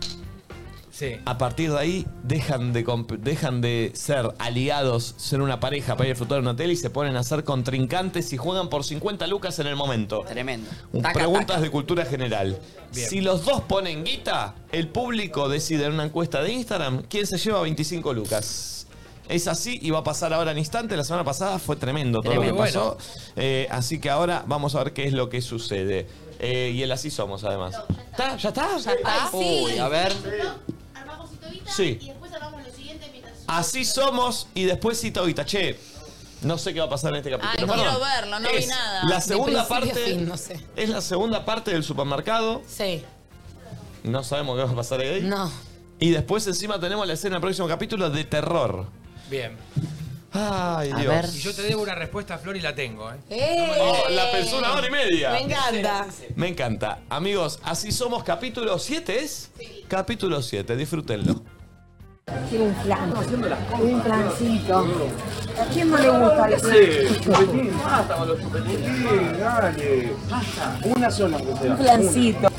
S2: a partir de ahí dejan de, comp- dejan de ser aliados, ser una pareja para ir a disfrutar de un hotel y se ponen a ser contrincantes y juegan por 50 lucas en el momento.
S3: Tremendo.
S2: Un-
S3: Taca,
S2: preguntas
S3: taca.
S2: de cultura general.
S3: Bien.
S2: Si los dos ponen guita, el público decide en una encuesta de Instagram quién se lleva 25 lucas. Es así y va a pasar ahora en instante. La semana pasada fue tremendo todo lo
S7: Tremendo.
S2: que pasó. Eh, así que ahora vamos a ver qué es lo que sucede. Eh, y el así somos, además. ¿Está? ¿Ya está? ¿Ya está? Uy, a ver. Sí. Así somos y después cita ahorita. Che, no sé qué va a pasar en este capítulo.
S4: Ay, quiero
S2: Perdón.
S4: verlo, no vi
S2: Es
S4: nada.
S2: La segunda
S4: De principio
S2: parte.
S4: a fin, no sé.
S2: Es la segunda parte del supermercado.
S5: Sí.
S2: No sabemos qué va a pasar ahí.
S5: No.
S2: Y después encima tenemos la escena del próximo capítulo de terror.
S7: Bien.
S2: Ay, Dios.
S7: Y yo te debo una respuesta, Flor, y la tengo, ¿eh?
S2: Oh, la pensó una hora y media.
S5: Me encanta.
S2: Me encanta. Amigos, así somos capítulo 7, ¿es? Capítulo 7, disfrútenlo.
S10: Quiero un flan. Un flancito. ¿A quién no le gusta el flan?
S12: Una sola que
S10: Un flancito.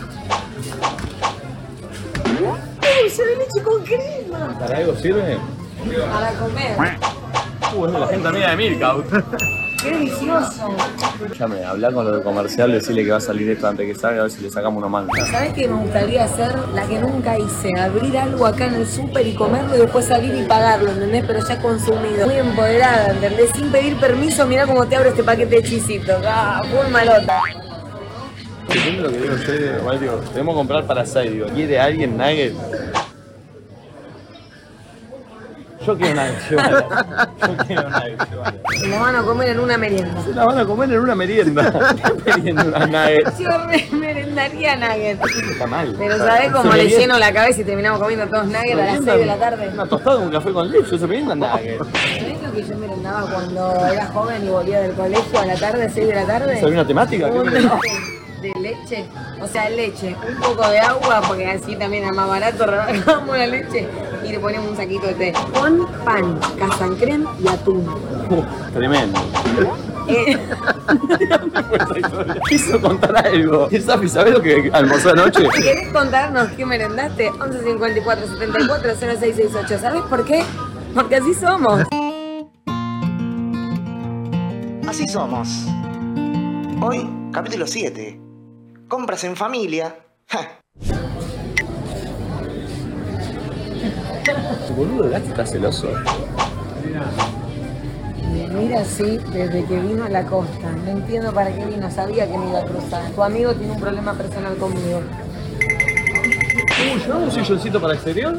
S12: se de leche con crema!
S2: ¿Para algo sirve?
S10: Para comer.
S2: Uh, es de la gente amiga de Milkout.
S10: Qué delicioso.
S2: Escúchame, hablar con los de comercial, decirle que va a salir esto antes que salga, a ver si le sacamos una manga.
S10: ¿Sabes qué me gustaría hacer? La que nunca hice. Abrir algo acá en el súper y comerlo y después salir y pagarlo, ¿entendés? Pero ya consumido. Muy empoderada, ¿entendés? Sin pedir permiso, mirá cómo te abro este paquete de chisitos. Ah, full malota.
S2: Entiendo lo que digo usted, Mario. Debemos comprar para 6, digo. ¿Quiere alguien nugget? Yo quiero nugget, Yo quiero nugget,
S10: Se la van a comer en una merienda.
S2: Se la van a comer en una merienda. Merienda, una nugget.
S10: Yo me merendaría nuggets.
S2: Está mal.
S10: Pero ¿sabés cómo le lleno la cabeza y terminamos comiendo todos nuggets a las 6 de la tarde?
S2: Una tostada, un café con leche, se merienda nugget.
S10: ¿Sabés lo que yo merendaba cuando era joven y volvía del colegio a la tarde, 6 de la tarde?
S2: ¿Sabía una temática? ¿Qué
S10: Un
S2: merendaba?
S10: de leche, o sea, leche, un poco de agua, porque así también era más barato, rebajamos la leche y le ponemos un saquito de té. Con pan, casancrem y atún.
S2: Tremendo.
S10: Eh,
S23: Quiso contar algo. Y, Safi, ¿sabés lo que almorzó anoche?
S5: ¿Querés contarnos qué merendaste? 11 54 74 0668. ¿Sabes por qué? Porque así somos.
S3: Así somos. Hoy, capítulo 7. Compras en familia. Ja.
S23: Boludo, Gasti está celoso.
S5: Me mira así desde que vino a la costa. No entiendo para qué vino, sabía que me iba a cruzar. Tu amigo tiene un problema personal conmigo.
S2: ¿no? ¿Un silloncito para exterior?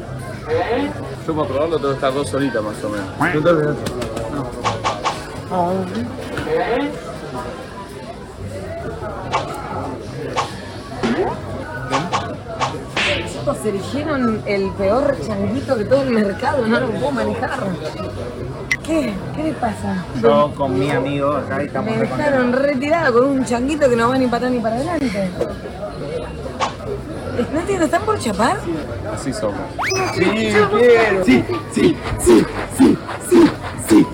S2: Yo para probarlo tengo que estar dos horitas más o menos. No tengo que- no.
S5: Chicos, se eligieron el peor changuito de todo el mercado, no lo puedo manejar. ¿Qué? ¿Qué les pasa?
S3: Yo con mi amigo acá estamos
S5: Me
S3: re
S5: dejaron retirado con un changuito que no va ni para atrás ni para adelante. ¿No entiendo? ¿Están por chapar?
S2: Así somos.
S5: Sí, quiero.
S2: Sí, sí, sí, sí, sí, sí.
S3: Sí.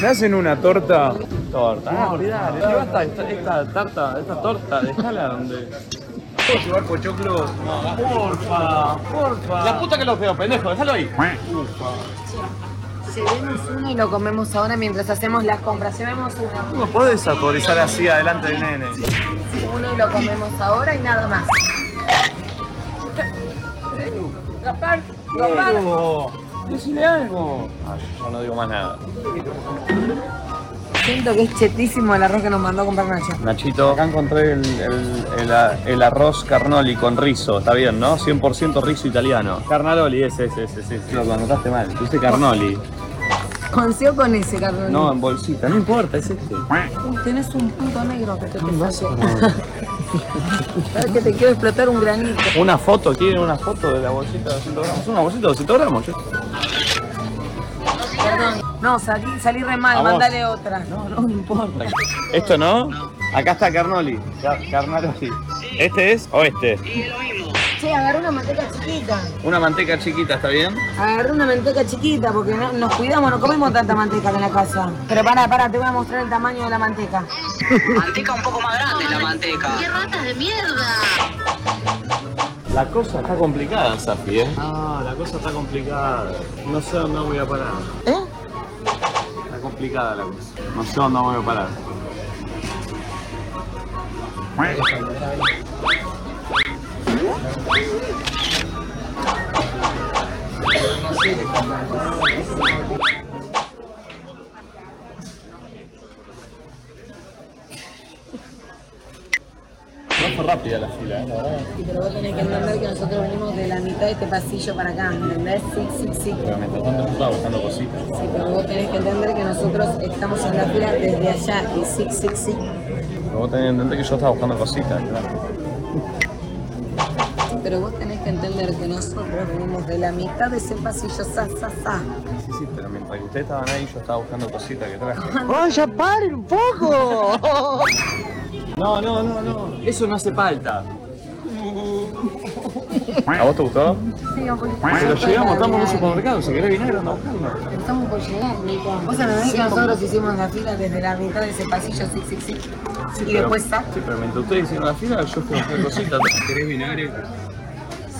S2: Me hacen una torta. Torta.
S3: Ah,
S2: olvidar.
S3: olvidar.
S2: Esta, esta, esta tarta, esta torta, dejala donde.
S3: ¿Puedo llevar pochoclo?
S2: Porfa, porfa. La puta que los veo, pendejo, déjalo ahí.
S5: Llevemos uno y lo comemos ahora mientras hacemos las compras. Llevemos uno.
S2: No podés saborizar así adelante del nene.
S5: Uno y lo comemos ahora y nada más. Gaspar, Gaspar.
S2: Algo. Decile algo. Ah, yo no digo más nada.
S5: Siento que es chetísimo el arroz que nos mandó a comprar Nacho.
S2: Nachito. Acá encontré el, el- el a- el arroz carnoli con rizo, está bien, ¿no? 100% rizo italiano. Carnaroli, ese, ese, ese, ese. Lo anotaste mal, puse carnoli.
S5: Con C o con S, Carlos.
S2: No, en bolsita, no importa, es este.
S5: Uy, Tenés un punto negro que te Sabes que te quiero explotar un granito.
S2: Una foto, ¿quieren una foto de la bolsita de 200 gramos? Una bolsita de 200 gramos. yo-
S5: Perdón. No, salí, salí re mal,
S2: A vos.
S5: mandale otra. No, no, no importa.
S2: Esto no. Acá está carnoli. Ca- Carnaroli. ¿Este es o este?
S5: Che, agarré una manteca chiquita.
S2: Una manteca chiquita, ¿está bien?
S5: Agarré una manteca chiquita porque no- nos cuidamos, no comemos tanta manteca acá en la casa. Pero pará, pará, te voy a mostrar el tamaño de la manteca.
S3: Manteca un poco más grande la manteca. ¡Qué ratas de mierda!
S2: La cosa está complicada, Safi, ¿eh? Ah, la cosa está complicada. No sé dónde voy a parar. ¿Eh? Está complicada la cosa. No sé dónde voy a parar. No fue rápida la fila, ¿eh? La verdad.
S5: Pero vos tenés que entender que nosotros venimos de la mitad de este pasillo para acá, ¿entendés? Sí, sí, sí.
S2: Pero mientras tanto yo estaba buscando cositas.
S5: Sí, pero vos tenés que entender que nosotros estamos en la fila desde allá y sí, sí, sí.
S2: Pero vos tenés que entender que yo estaba buscando cositas, claro.
S5: Pero vos tenés que entender que nosotros venimos de la mitad de ese pasillo, sa, sa, sa.
S2: Sí, sí, pero mientras que ustedes estaban ahí yo estaba buscando cositas que traje.
S5: ¡Vaya, paren un poco!
S2: No, no, no, no. Eso no hace falta. ¿A vos te gustó? Pero llegamos, estamos en un supermercado. Si querés vinagre, anda a buscarlo.
S5: Estamos por llegar, Nico. Vos sabés que nosotros hicimos la fila desde la mitad de ese pasillo, sí, sí, sí. y
S2: pero-
S5: después sa.
S2: Sí, pero mientras ustedes hicieron la fila, yo fui a buscar cositas. ¿Querés vinagre?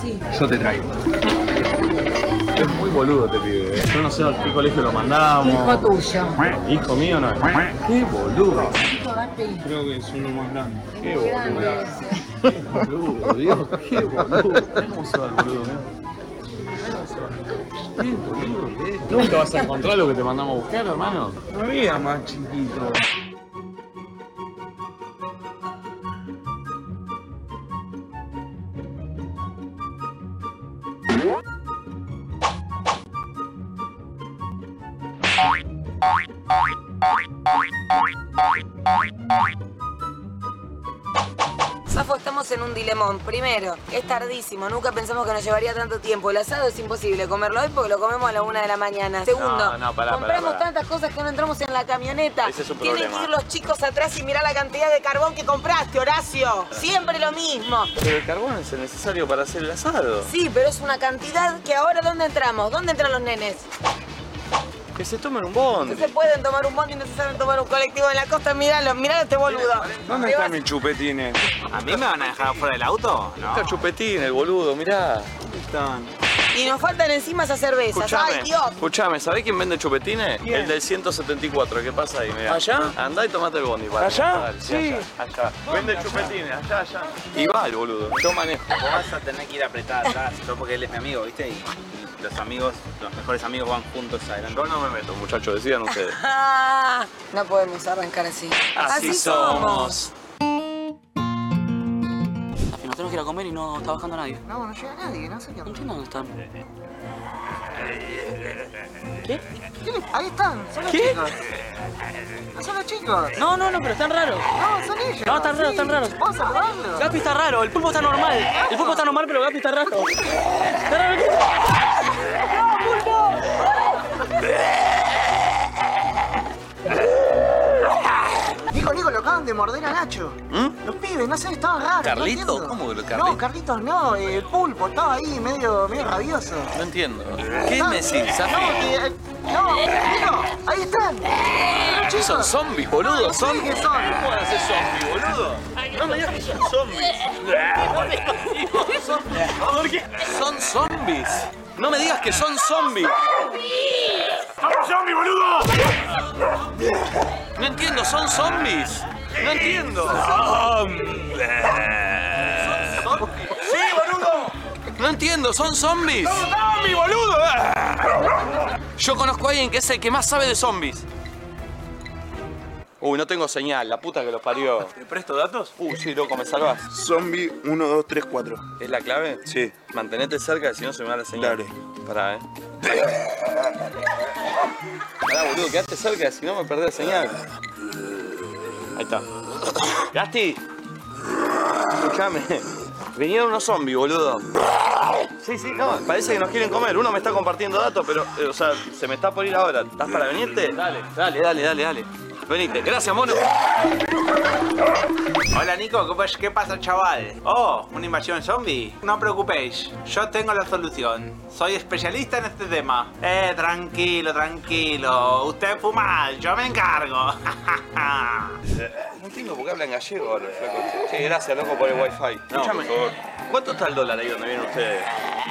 S5: Sí.
S2: Yo te traigo. Es muy boludo te pibe. ¿eh? Yo no sé a qué colegio lo mandamos.
S5: Hijo tuyo.
S2: Hijo mío no es. Qué boludo. Creo que es uno más grande. Qué boludo. Qué boludo, Dios. Qué boludo. ¿Cómo se va el boludo, mirá? Qué boludo que es. Nunca vas a encontrar lo que te mandamos a buscar, hermano. No había más chiquito.
S5: Safo, estamos en un dilemón. Primero, es tardísimo, nunca pensamos que nos llevaría tanto tiempo. El asado es imposible comerlo hoy porque lo comemos a la una de la mañana. Segundo,
S2: No, no, pará,
S5: compramos
S2: pará, pará.
S5: tantas cosas que no entramos en la camioneta.
S2: Ese es un
S5: Tienen
S2: problema.
S5: que ir los chicos atrás y mirar la cantidad de carbón que compraste, Horacio. Siempre lo mismo.
S2: Pero el carbón es el necesario para hacer el asado.
S5: Sí, pero es una cantidad que ahora ¿dónde entramos? ¿Dónde entran los nenes?
S20: Que se tomen un bondi.
S5: No se pueden tomar un bondi, no se saben tomar un colectivo en la costa. Míralo, míralo este boludo.
S20: ¿Dónde
S5: Te
S20: están
S5: vas-
S20: mis chupetines?
S2: ¿A mí me van a dejar afuera del auto? No.
S20: Está chupetín, el boludo, mirá. ¿Dónde están?
S5: Y nos faltan encima esas cervezas.
S9: Escuchame,
S5: ¡Ay, Dios!
S9: escuchame, ¿sabés quién vende chupetines?
S5: ¿Quién?
S9: El del 174, ¿qué pasa ahí? Mirá.
S20: ¿Allá?
S9: Andá y tomate el bondi. para
S20: ¿Allá?
S9: Dale,
S20: Sí.
S9: Allá, allá.
S20: ¿Dónde,
S9: Vende
S20: allá?
S9: chupetines, allá, allá. Y va el boludo.
S2: Yo manejo. Vos vas a tener que ir apretada atrás, yo porque él es mi amigo, ¿viste? Y los amigos, los mejores amigos van juntos adelante. Yo no me meto,
S9: Muchachos, decidan ustedes.
S5: Ah, no podemos arrancar así.
S3: Nos tenemos que ir a comer y no está bajando nadie.
S5: No, no llega nadie, no sé qué.
S3: No entiendo dónde están.
S5: ¿Qué? Ahí están, son los
S3: ¿Qué?
S5: chicos. No son los chicos.
S3: No, no, no, pero están raros.
S5: No, son ellos.
S3: No, están raros, están raros.
S5: Vamos a saludarlos.
S3: Gapi está raro, el pulpo está normal. El pulpo está normal, pero Gapi está raro. Está raro.
S5: Nico, Nico, lo acaban de morder a Nacho.
S3: ¿Mm?
S5: Los pibes, no sé, estaban raros.
S2: ¿Carlito?
S5: no entiendo.
S2: ¿Cómo que lo
S5: No,
S2: Carlito?
S5: Carlitos no, el pulpo estaba ahí medio, medio rabioso.
S2: No entiendo. ¿Qué me decís,
S5: No, que- eh, no, Nico, ahí están. Los
S2: ¿Qué
S5: chicos.
S2: son zombies, boludo? ¿Son?
S5: que son.
S2: ¿Cómo van a ser zombies, boludo? No me digas que son zombies. ¿Por qué? Son zombies. No me digas que son zombies.
S24: ¡Vamos, zombie, boludo!
S2: No entiendo, son zombies. No entiendo. ¡Sí, boludo! No entiendo, son zombies. ¡Son zombies, boludo! Yo conozco a alguien que es el que más sabe de zombies. Uy, no tengo señal, la puta que los parió. ¿Te presto datos? Uy, sí, loco, me salvas.
S9: Zombie 1, 2, 3, 4.
S2: ¿Es la clave? Sí. Mantenete cerca, si no se me va la señal. Dale. Pará, eh. Pará, boludo, quedate cerca, si no me perdés la señal. Ahí está. Gasti. Escuchame. Vinieron unos zombies, boludo. Sí, sí, no, parece que nos quieren comer. Uno me está compartiendo datos, pero, eh, o sea, se me está por ir ahora. ¿Estás para venirte? Dale, dale, dale, dale, dale. Venite. Gracias, mono.
S7: Hola Nico, ¿qué pas- ¿qué pasa chaval? Oh, una invasión zombie. No os preocupéis, yo tengo la solución. Soy especialista en este tema. Eh, tranquilo, tranquilo. Usted fuma, yo me encargo.
S2: No entiendo por qué hablan gallego ahora, flaco. Che, gracias, loco, por el wifi. No, Escúchame. ¿Cuánto está el dólar ahí donde vienen ustedes?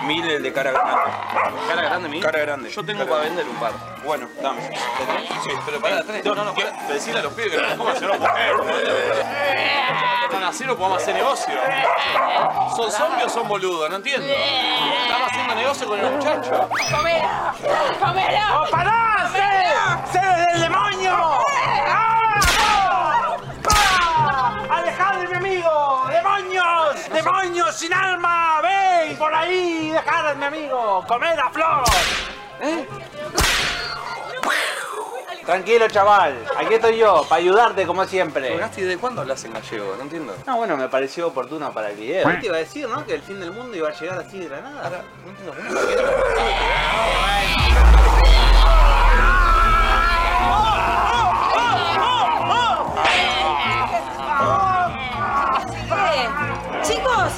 S2: Mil el de cara grande. ¿Cara grande, mil? Cara grande. Yo tengo para vender un par. Bueno, dame. Sí, pero para tres. No, no, no, pará. Decile a los pibes que no coman, si no Están así, no podemos hacer negocio. ¿Son zombies o son boludos? No entiendo. Estamos haciendo negocio con el muchacho.
S24: ¡Comela! ¡Comela! ¡Oh, pará! ¡Sé! ¡Sé del demonio! ¡Ah! ¡Ah! ¡Alejad de mi amigo! ¡Demonios! ¡Demonios sin alma! ¡Ven por ahí! ¡Dejad a mi amigo! ¡Comed la flor!
S2: ¿Eh?
S7: Tranquilo chaval, aquí estoy yo, para ayudarte como siempre.
S2: Gasti, ¿desde cuándo hablas en gallego? No entiendo.
S7: No, bueno, me pareció oportuno para el video. ¿Qué te iba a decir, no? Que el fin del mundo iba a llegar así de la nada.
S5: Chicos,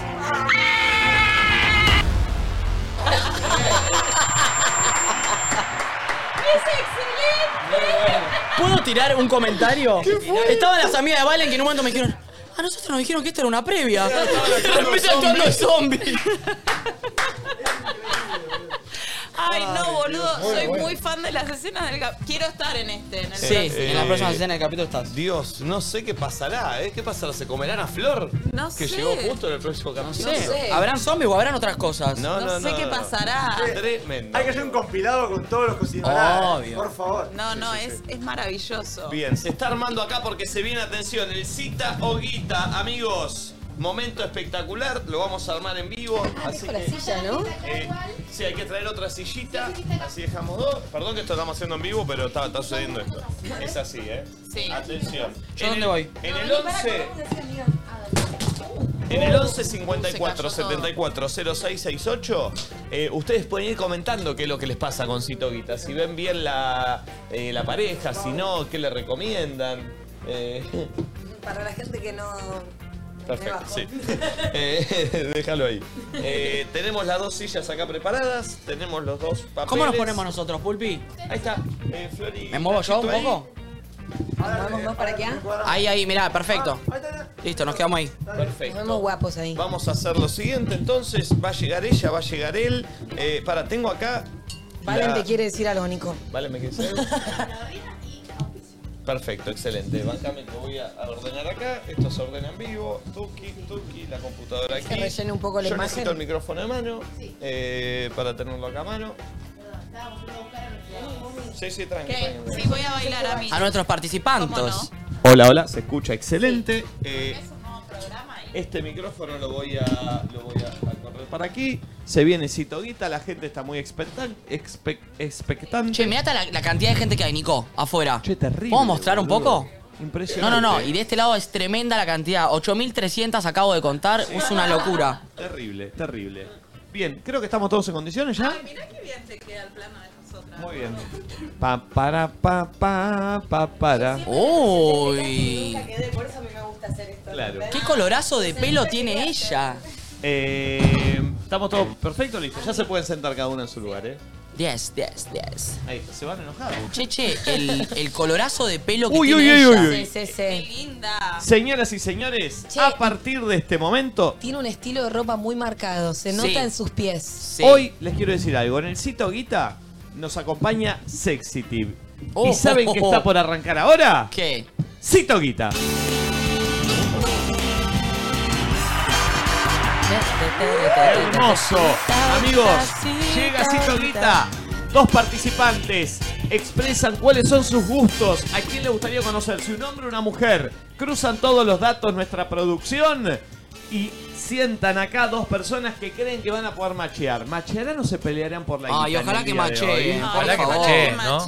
S3: ¿Puedo tirar un comentario? Estaban las amigas de Valen que en un momento me dijeron. A nosotros nos dijeron que esto era una previa. Empieza actuando de zombie.
S4: Ay, no, boludo.
S3: Muy
S4: Soy
S3: bueno.
S4: muy fan de las escenas del Gap. Quiero estar en este. En el
S3: Sí, en la próxima escena
S9: del capítulo estás. eh, Dios, no sé qué pasará, ¿eh? ¿Qué pasará? ¿Se comerán a Flor?
S4: No
S9: Que
S4: sé.
S9: llegó justo en el próximo capítulo.
S4: sé.
S3: ¿Habrán zombies o habrán otras cosas?
S9: No, no,
S4: sé
S9: no,
S4: qué
S9: no.
S4: pasará.
S9: Tremendo.
S20: Hay que hacer un compilado con todos los cocinados.
S9: Obvio.
S20: Por favor.
S4: No, no, es, es maravilloso.
S9: Bien, se está armando acá porque se viene atención. El cita o guita, amigos. Momento espectacular, lo vamos a armar en vivo. Así
S5: la
S9: que,
S5: silla, ¿no?
S9: eh, sí, hay que traer otra sillita. Así dejamos dos. Perdón que esto lo estamos haciendo en vivo, pero está, está sucediendo esto. Es así, ¿eh?
S4: Sí.
S9: Atención.
S3: ¿Yo
S9: En
S3: dónde
S9: el-
S3: voy?
S9: En el 11. En el 11 54 74 06 68, eh, ustedes pueden ir comentando qué es lo que les pasa con Citoguita. Si ven bien la, eh, la pareja, si no, qué le recomiendan. Eh,
S5: Para la gente que no, no
S2: Perfecto, sí. Eh, déjalo ahí. Eh, tenemos las dos sillas acá preparadas, tenemos los dos papeles.
S3: ¿Cómo nos ponemos nosotros, Pulpi?
S2: Ahí está. Eh, Flori,
S3: ¿Me muevo yo un
S2: ¿tú ahí?
S3: poco?
S5: Vamos dos para acá.
S3: Ahí, ahí, mirá, perfecto.
S2: Ah,
S3: Listo, nos quedamos ahí.
S5: Nos vemos guapos ahí.
S2: Vamos a hacer lo siguiente, entonces. Va a llegar ella, va a llegar él. Eh, para, tengo acá...
S5: Valen
S2: la-
S5: te quiere decir algo, Nico.
S2: Vale, me quedé ciego. Perfecto, excelente. Bancame que voy a a ordenar acá. Esto se ordena en vivo. Tuki, tuki, la computadora
S5: Que
S2: aquí.
S5: rellene un poco la
S2: Yo
S5: imagen.
S2: necesito el micrófono en mano eh, para tenerlo acá a mano. Sí, sí, tranqui. tranqui, tranqui.
S4: Sí, voy a bailar a mí.
S3: A nuestros participantes.
S2: Hola, hola, se escucha excelente. Eh, este micrófono lo voy a, lo voy a, a correr para aquí. Se viene Citoguita, la gente está muy expectan- expec- expectante.
S3: Che, mirá hasta la, la cantidad de gente que hay, Nico, afuera. Che,
S2: terrible.
S3: ¿Puedo mostrar un
S2: boludo.
S3: poco? No, no,
S2: Impresionante.
S3: no. Y de este lado es tremenda la cantidad. 8.300 acabo de contar. Es una locura.
S2: Terrible, terrible. Bien, creo que estamos todos en condiciones ya. Muy bien. Pa, para, pa, pa, pa, para.
S3: ¡Uy!
S5: Por eso me gusta hacer esto.
S2: Claro.
S3: ¿Qué colorazo de pelo tiene ella?
S2: Eh, estamos todos perfectos, listo. Ya se pueden sentar cada uno en su lugar, ¿eh?
S3: Yes, yes, yes.
S2: Ahí, se van enojados.
S3: Che, che, el, el colorazo de pelo que
S2: Uy,
S3: tiene
S2: uy, uy,
S3: ella.
S2: uy, uy.
S5: Sí, sí.
S2: Señoras y señores, a partir de este momento,
S5: Tiene un estilo de ropa muy marcado. Se nota en sus pies.
S2: hoy les quiero decir algo. En el sitio Guita nos acompaña Sexy Tip. ¿Y
S5: Oh.
S2: saben qué está por arrancar ahora?
S3: ¿Qué?
S2: Cito Guita. Hermoso. Amigos, llega Cito Guita. Dos participantes expresan cuáles son sus gustos, a quién le gustaría conocer, si un hombre o una mujer. Cruzan todos los datos nuestra producción y sientan acá dos personas que creen que van a poder machear. ¿Machearán o se pelearán por la
S3: Ay,
S2: guita en
S3: ojalá
S2: el
S3: que
S2: día de
S3: macheen,
S2: hoy?
S3: por Ojalá que favor. macheen, ¿no?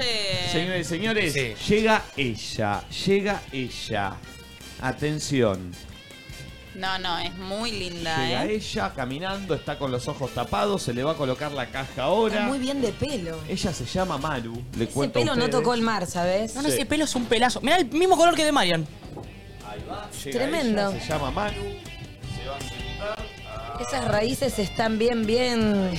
S2: Señores y señores, llega ella, llega ella. Atención.
S4: No, no, es muy linda,
S2: Llega
S4: ¿eh?
S2: ella caminando, está con los ojos tapados, se le va a colocar la caja
S5: Está
S2: ahora.
S5: muy bien de pelo.
S2: Ella se llama Maru, le
S5: Ese
S2: cuento a
S5: pelo no
S2: ustedes.
S5: tocó el mar, ¿sabes?
S2: No, no, Sí. ese
S3: pelo es un pelazo. Mirá el mismo color que de Marian.
S2: Llega
S5: Tremendo.
S2: ella, se llama Maru, se va a sentar.
S5: Esas raíces están bien, bien.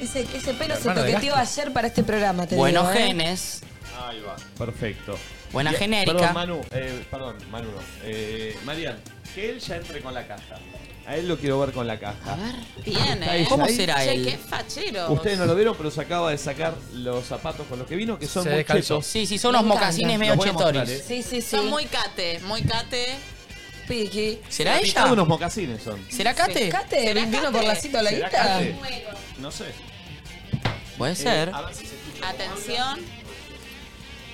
S5: Ese, ese pelo se
S2: Hermano de
S5: toqueteó ayer para este programa, te
S3: Buenos
S5: digo, ¿eh?
S3: genes.
S2: Ahí va. Perfecto.
S3: Buena
S2: Y-
S3: genérica.
S2: Perdón, Manu, eh, perdón, Manu no. Eh, Marian, que él ya entre con la caja. A él lo quiero ver con la caja.
S4: Bien,
S2: Está
S4: ¿eh?
S2: ella ahí.
S4: Ah, Che, qué fachero.
S2: Ustedes no lo vieron, pero se acaba de sacar los zapatos con los que vino, que son
S3: Se
S2: muy
S3: descalzó.
S2: chetos.
S3: Sí, sí, son unos Me encanta. mocasines medio
S2: Los voy a mostrar,
S3: chetoris.
S2: ¿eh?
S5: Sí, sí, sí.
S4: Son muy cate, muy cate.
S5: Piqui.
S3: ¿Será
S2: La mitad
S3: ella?
S2: de unos mocasines son.
S3: ¿Será Cate?
S5: ¿Cate? ¿Vino por la cita a la
S2: ¿Será
S5: guita?
S2: Cate? No sé.
S3: Puede ser.
S2: Eh, a ver si se escucha.
S4: Atención.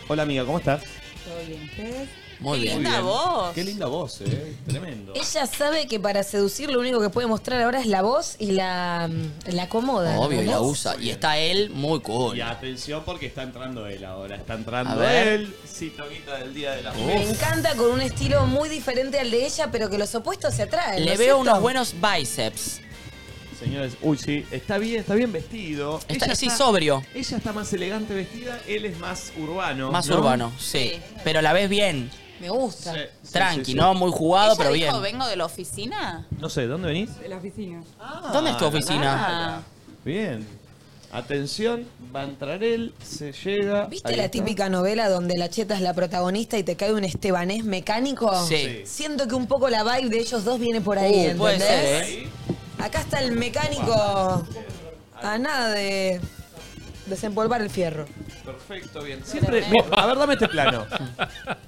S2: Hola amiga, ¿cómo estás?
S5: Todo bien, ¿eh?
S4: Muy Qué bien. linda voz.
S2: Qué linda voz, eh. Tremendo.
S5: Ella sabe que para seducir lo único que puede mostrar ahora es la voz y la, mm, la acomoda. ¿no?
S3: Obvio, y la
S5: ¿No?
S3: usa. Y está él muy cool.
S2: Y atención porque está entrando él ahora. Está
S3: A
S2: entrando
S3: ver.
S2: él. Sí, toquita del día de la
S5: Me encanta con un estilo muy diferente al de ella, pero que los opuestos se atraen. ¿no
S3: Le
S5: es
S3: veo
S5: cierto?
S3: unos buenos biceps.
S2: Señores, uy, sí, está bien, está bien vestido.
S3: Está-
S2: Ella
S3: sí, sobrio.
S2: Ella está más elegante vestida, él es más urbano.
S3: Más
S2: ¿no?
S3: urbano, sí. Pero la ves bien.
S5: Me gusta.
S3: Tranqui,
S2: sí, sí.
S3: ¿no? Muy jugado,
S4: ¿Ella
S3: pero bien.
S4: dijo, vengo de la oficina?
S2: No sé, ¿dónde venís?
S4: De la oficina.
S3: ¿Dónde es tu
S2: Ah,
S3: oficina?
S4: Ah.
S2: Bien. Atención, va a entrar él, se llega.
S5: ¿Viste
S2: ahí
S5: la
S2: está.
S5: típica novela donde la cheta es la protagonista y te cae un estebanés mecánico?
S2: Sí.
S5: Siento que un poco la vibe de ellos dos viene por ahí,
S3: Uh, puede
S5: ¿entendés?
S3: ser, ¿eh?
S5: Acá está el mecánico a nada de desempolvar el fierro.
S2: Perfecto, bien. Siempre, mira, a ver, dame este plano.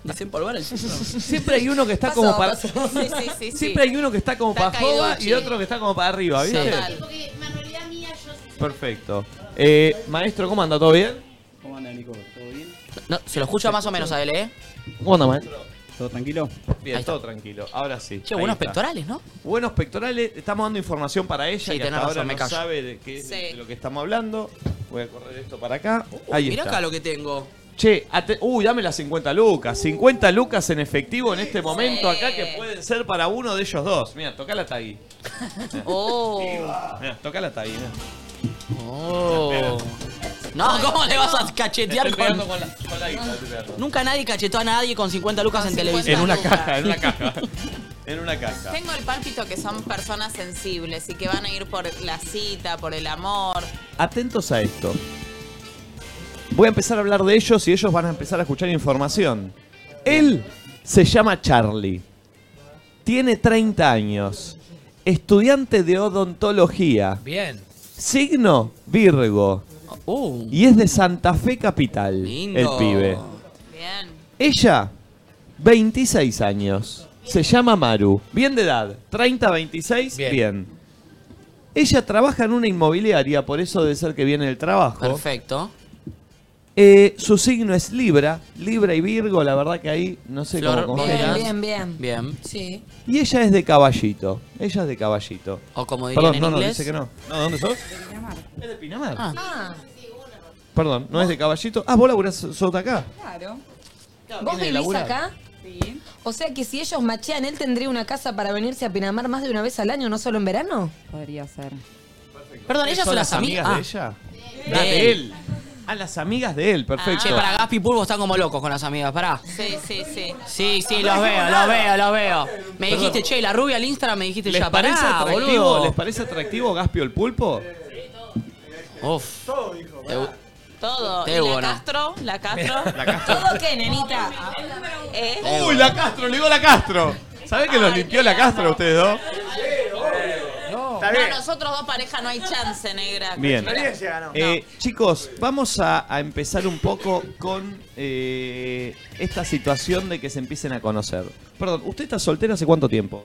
S3: Desempolvar el
S2: Siempre hay uno que está
S5: Pasó,
S2: como para.
S5: pasó.
S4: Sí, sí, sí, sí.
S2: Siempre hay uno que está como
S4: Está
S2: para joda y
S4: caiduchi.
S2: otro que está como para arriba,
S4: Sí.
S2: ¿viste?
S4: Total.
S6: Porque manualidad mía, yo soy
S2: Perfecto. Eh, maestro, ¿cómo anda? ¿Todo bien?
S17: ¿Cómo anda, Nico? ¿Todo bien?
S3: No, se lo escucha más o menos a él, ¿eh?
S2: ¿Cómo anda, maestro?
S17: ¿Todo tranquilo?
S2: Bien, todo tranquilo. Ahora sí.
S3: Che,
S2: ahí
S3: buenos
S2: está.
S3: pectorales, ¿no?
S2: Buenos pectorales. Estamos dando información para
S3: Sí,
S2: ella que
S3: tenés
S2: hasta
S3: razón,
S2: ahora
S3: me
S2: no
S3: callo.
S2: sabe de, qué, de lo que estamos hablando. Voy a correr esto para acá.
S3: Uh,
S2: Ahí
S3: mirá
S2: está.
S3: acá lo que tengo.
S2: Che, ate- uy, dame las 50 lucas. 50 lucas en efectivo en este momento acá que pueden ser para uno de ellos dos. Mira, toca la tagui.
S4: Oh.
S2: Mira, toca la tagui. mirá.
S3: Oh. No, ¿cómo le vas a cachetear
S2: Estoy pegando
S3: con.?
S2: con la, con la guita, estoy pegando. Ah,
S3: Nunca nadie cachetó a nadie con 50 lucas en televisión.
S2: En una caja, en una caja.
S25: en una caja.
S4: Tengo el pálpito que son personas sensibles y que van a ir por la cita, por el amor.
S2: Atentos a esto. Voy a empezar a hablar de ellos y ellos van a empezar a escuchar información. Él se llama Charlie. Tiene 30 años. Estudiante de odontología.
S7: Bien.
S2: Signo Virgo.
S3: Oh.
S2: Y es de Santa Fe Capital, el pibe. Ella, 26 años. Se llama Maru. Bien de edad. 30, 26. Bien. Ella trabaja en una inmobiliaria, por eso debe ser que viene el trabajo.
S3: Perfecto.
S2: Eh, su signo es Libra. Libra y Virgo, la verdad que ahí no sé
S3: Flor,
S2: cómo
S5: Bien,
S2: congenian.
S5: bien, bien.
S3: Bien.
S5: Sí.
S2: Y ella es de caballito. Ella es de caballito.
S3: O como dirían
S2: Perdón,
S3: en
S2: no, no,
S3: inglés.
S2: dice que no. No, ¿dónde sos? Es de Pinamar.
S5: Ah,
S2: Perdón, no es de caballito. Ah, vos laburás sota acá.
S5: claro. ¿Vos
S2: viene a
S5: vivís
S2: laburar.
S5: acá? Sí. O sea que si ellos machean, él tendría una casa para venirse a Pinamar más de una vez al año, no solo en verano.
S9: Podría ser.
S3: Perdón, ellas
S2: ¿Ellas son
S3: son
S2: las
S3: las ami-
S2: amigas
S3: ah.
S2: de ella? Ah, de él. Ah, las amigas de él, perfecto.
S3: Che, para Gaspi y Pulvo están como locos con las amigas, pará.
S4: Sí, sí, sí.
S3: Sí, sí, los veo, los veo, los veo. Me
S2: Perdón.
S3: dijiste, che, la rubia al Instagram me dijiste
S2: ¿Les
S3: ya,
S2: parece
S3: pará,
S2: atractivo?
S3: boludo.
S2: ¿Les parece atractivo Gaspio el Pulpo?
S3: Uf.
S4: Todo, hijo. Todo.
S2: Qué
S4: Y la
S2: bueno.
S4: Castro, la Castro.
S2: La Castro.
S4: ¿Todo qué, nenita? ¿Eh?
S2: ¡Uy, la Castro! ¡Le dio la Castro! ¿Saben que los limpió la Castro a ustedes dos?
S4: No, nosotros dos parejas no hay chance, negra.
S2: Bien.
S4: Experiencia, no.
S2: Eh, chicos, vamos a, a empezar un poco con eh, esta situación de que se empiecen a conocer. Perdón, ¿usted está soltera hace cuánto tiempo?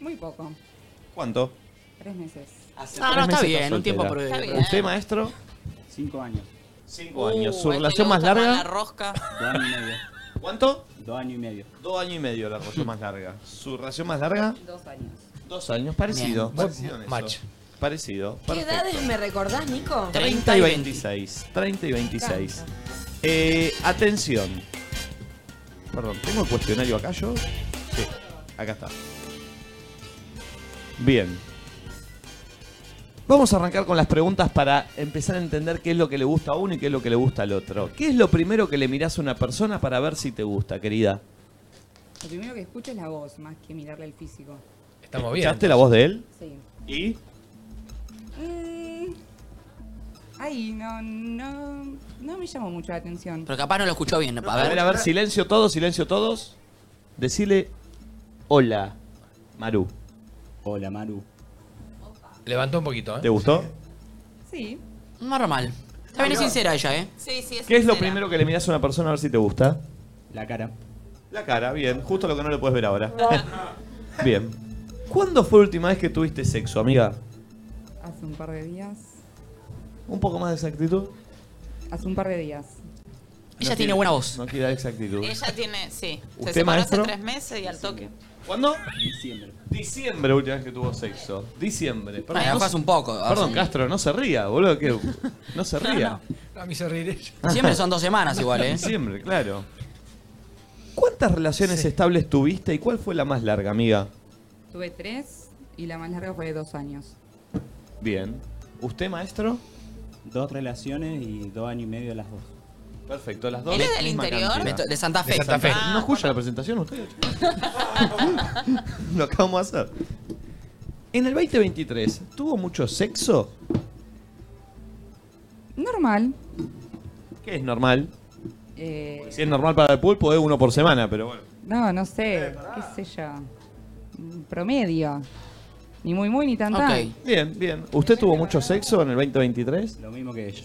S9: Muy poco.
S2: ¿Cuánto?
S9: Tres meses.
S3: Ah, no,
S2: Tres
S3: está
S2: meses
S3: bien, un tiempo
S2: soltera.
S3: prudente.
S2: ¿Usted, maestro?
S11: Cinco años.
S2: Cinco
S3: Uh,
S2: años.
S3: este
S2: ¿Su relación más larga?
S4: rosca.
S11: Dos años y medio.
S2: ¿Cuánto?
S11: Dos años y medio.
S2: Dos años y medio la relación más larga. ¿Su relación más larga?
S9: Dos años.
S2: Dos años, parecido.
S11: Bien.
S2: Parecido en eso.
S11: Match.
S2: Parecido.
S5: ¿Qué
S2: perfecto.
S5: edades me recordás, Nico?
S2: 30 y 26. 30 y 26. Eh, atención. Perdón, ¿tengo el cuestionario acá yo? Sí, acá está. Bien. Vamos a arrancar con las preguntas para empezar a entender qué es lo que le gusta a uno y qué es lo que le gusta al otro. ¿Qué es lo primero que le mirás a una persona para ver si te gusta, querida?
S9: Lo primero que escucho es la voz, más que mirarle el físico.
S7: Estamos bien.
S2: ¿Escuchaste la voz de él?
S9: Sí.
S2: ¿Y?
S9: Mm, ay, no, no, no me llamó mucho la atención.
S3: Pero capaz no lo escuchó bien, a
S2: A ver,
S3: ver.
S2: a ver, silencio todos, silencio todos. Decile, hola, Maru.
S11: Hola, Maru.
S7: Levantó un poquito, ¿eh?
S2: ¿Te gustó?
S9: Sí.
S3: Normal. Está bien, es sincera ella, ¿eh?
S4: Sí, sí,
S2: ¿Qué es lo primero que le miras a una persona a ver si te gusta?
S11: La cara.
S2: La cara, bien. Justo lo que no le puedes ver ahora. bien. ¿Cuándo fue la última vez que tuviste sexo, amiga?
S9: Hace un par de días.
S2: Un poco más de exactitud.
S9: Hace un par de días.
S2: Ella
S9: tiene buena
S2: voz. No quiere dar exactitud.
S4: Ella tiene, sí.
S2: Eh, ¿Usted,
S4: Se separó
S2: maestro?
S4: hace tres meses y al toque.
S2: ¿Cuándo?
S11: Diciembre.
S2: Diciembre, última vez que tuvo sexo. Diciembre. Perdón,
S3: Bueno,
S2: no
S3: capaz
S2: se-
S3: un poco.
S2: Perdón, Castro, no se ría, boludo. Que no se ría.
S7: A mí se ríe ella.
S3: Siempre son dos semanas igual, ¿eh?
S2: Diciembre, claro. ¿Cuántas relaciones estables tuviste y cuál fue la más larga, amiga?
S9: Tuve tres y la más larga fue de dos años.
S2: Bien. ¿Usted, maestro?
S11: Dos relaciones y dos años y medio las dos.
S2: Perfecto, las
S11: dos.
S2: dos.
S11: ¿Eres del
S2: misma
S11: interior?
S2: cantidad.
S11: De Santa Fe. De Santa Fe.
S2: ¿No escucha la presentación usted? Lo acabamos de hacer. En el 2023, ¿tuvo mucho sexo?
S9: Normal.
S2: Que es normal.
S9: Eh,
S2: Si es normal para el pulpo, es uno por semana, pero bueno.
S9: no, no
S2: Eh,
S9: sé. ¿Qué sé yo? Mm, Promedio. Ni muy muy ni tan tan.
S2: Bien, bien. ¿Usted tuvo mucho sexo en el 2023?
S11: Lo mismo que ella.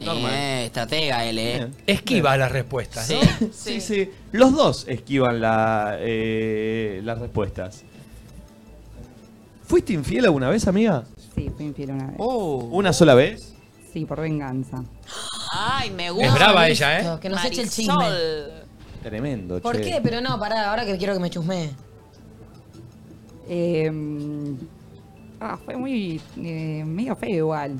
S3: Eh, estratega él, ¿eh?
S7: Esquiva las respuestas.
S3: Sí.
S2: Sí, sí. Los dos esquivan la, eh, las respuestas. ¿Fuiste infiel alguna vez, amiga?
S9: Sí, fui infiel una vez.
S2: ¿Una sola vez?
S9: Sí, por venganza.
S4: Ay, me gusta.
S2: brava ella, ¿eh?
S5: Que nos eche el
S4: Marisol.
S2: Tremendo,
S5: ¿Por
S2: che.
S5: qué? Pero no, pará, ahora que quiero que me chusme.
S9: Eh, ah, fue muy eh, medio feo igual.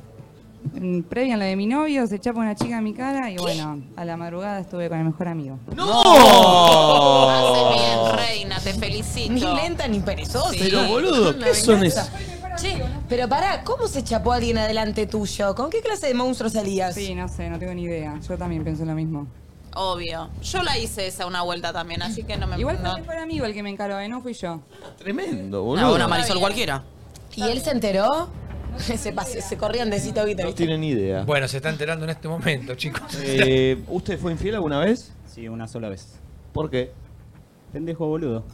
S9: Mm, Previa en la de mi novio, se chapa una chica en mi cara y bueno, a la madrugada estuve con el mejor amigo.
S2: ¡No!
S4: Haces bien, reina, te felicito.
S5: Ni lenta ni perezosa.
S2: Sí. Pero, boludo,
S5: Una
S2: ¿qué son
S5: venganza. Che, pero pará, ¿cómo se chapó alguien adelante tuyo? ¿Con qué clase de monstruo salías?
S9: Sí, no sé, no tengo ni idea. Yo también pienso lo mismo.
S4: Obvio. Yo la hice esa una vuelta también, así que no me
S9: Igual
S4: no-
S9: fue mi mejor amigo el que me encaró, ¿eh? No fui yo.
S2: Tremendo,
S9: boludo.
S3: No, una Marisol cualquiera.
S5: ¿Y él se enteró? se, pasó, se corrían de cita a cita,
S2: No
S5: ¿viste?
S2: tienen idea.
S7: Bueno, se está enterando en este momento, chicos.
S2: Eh, ¿Usted fue infiel alguna vez?
S17: Sí, una sola vez.
S2: ¿Por qué?
S17: Pendejo boludo.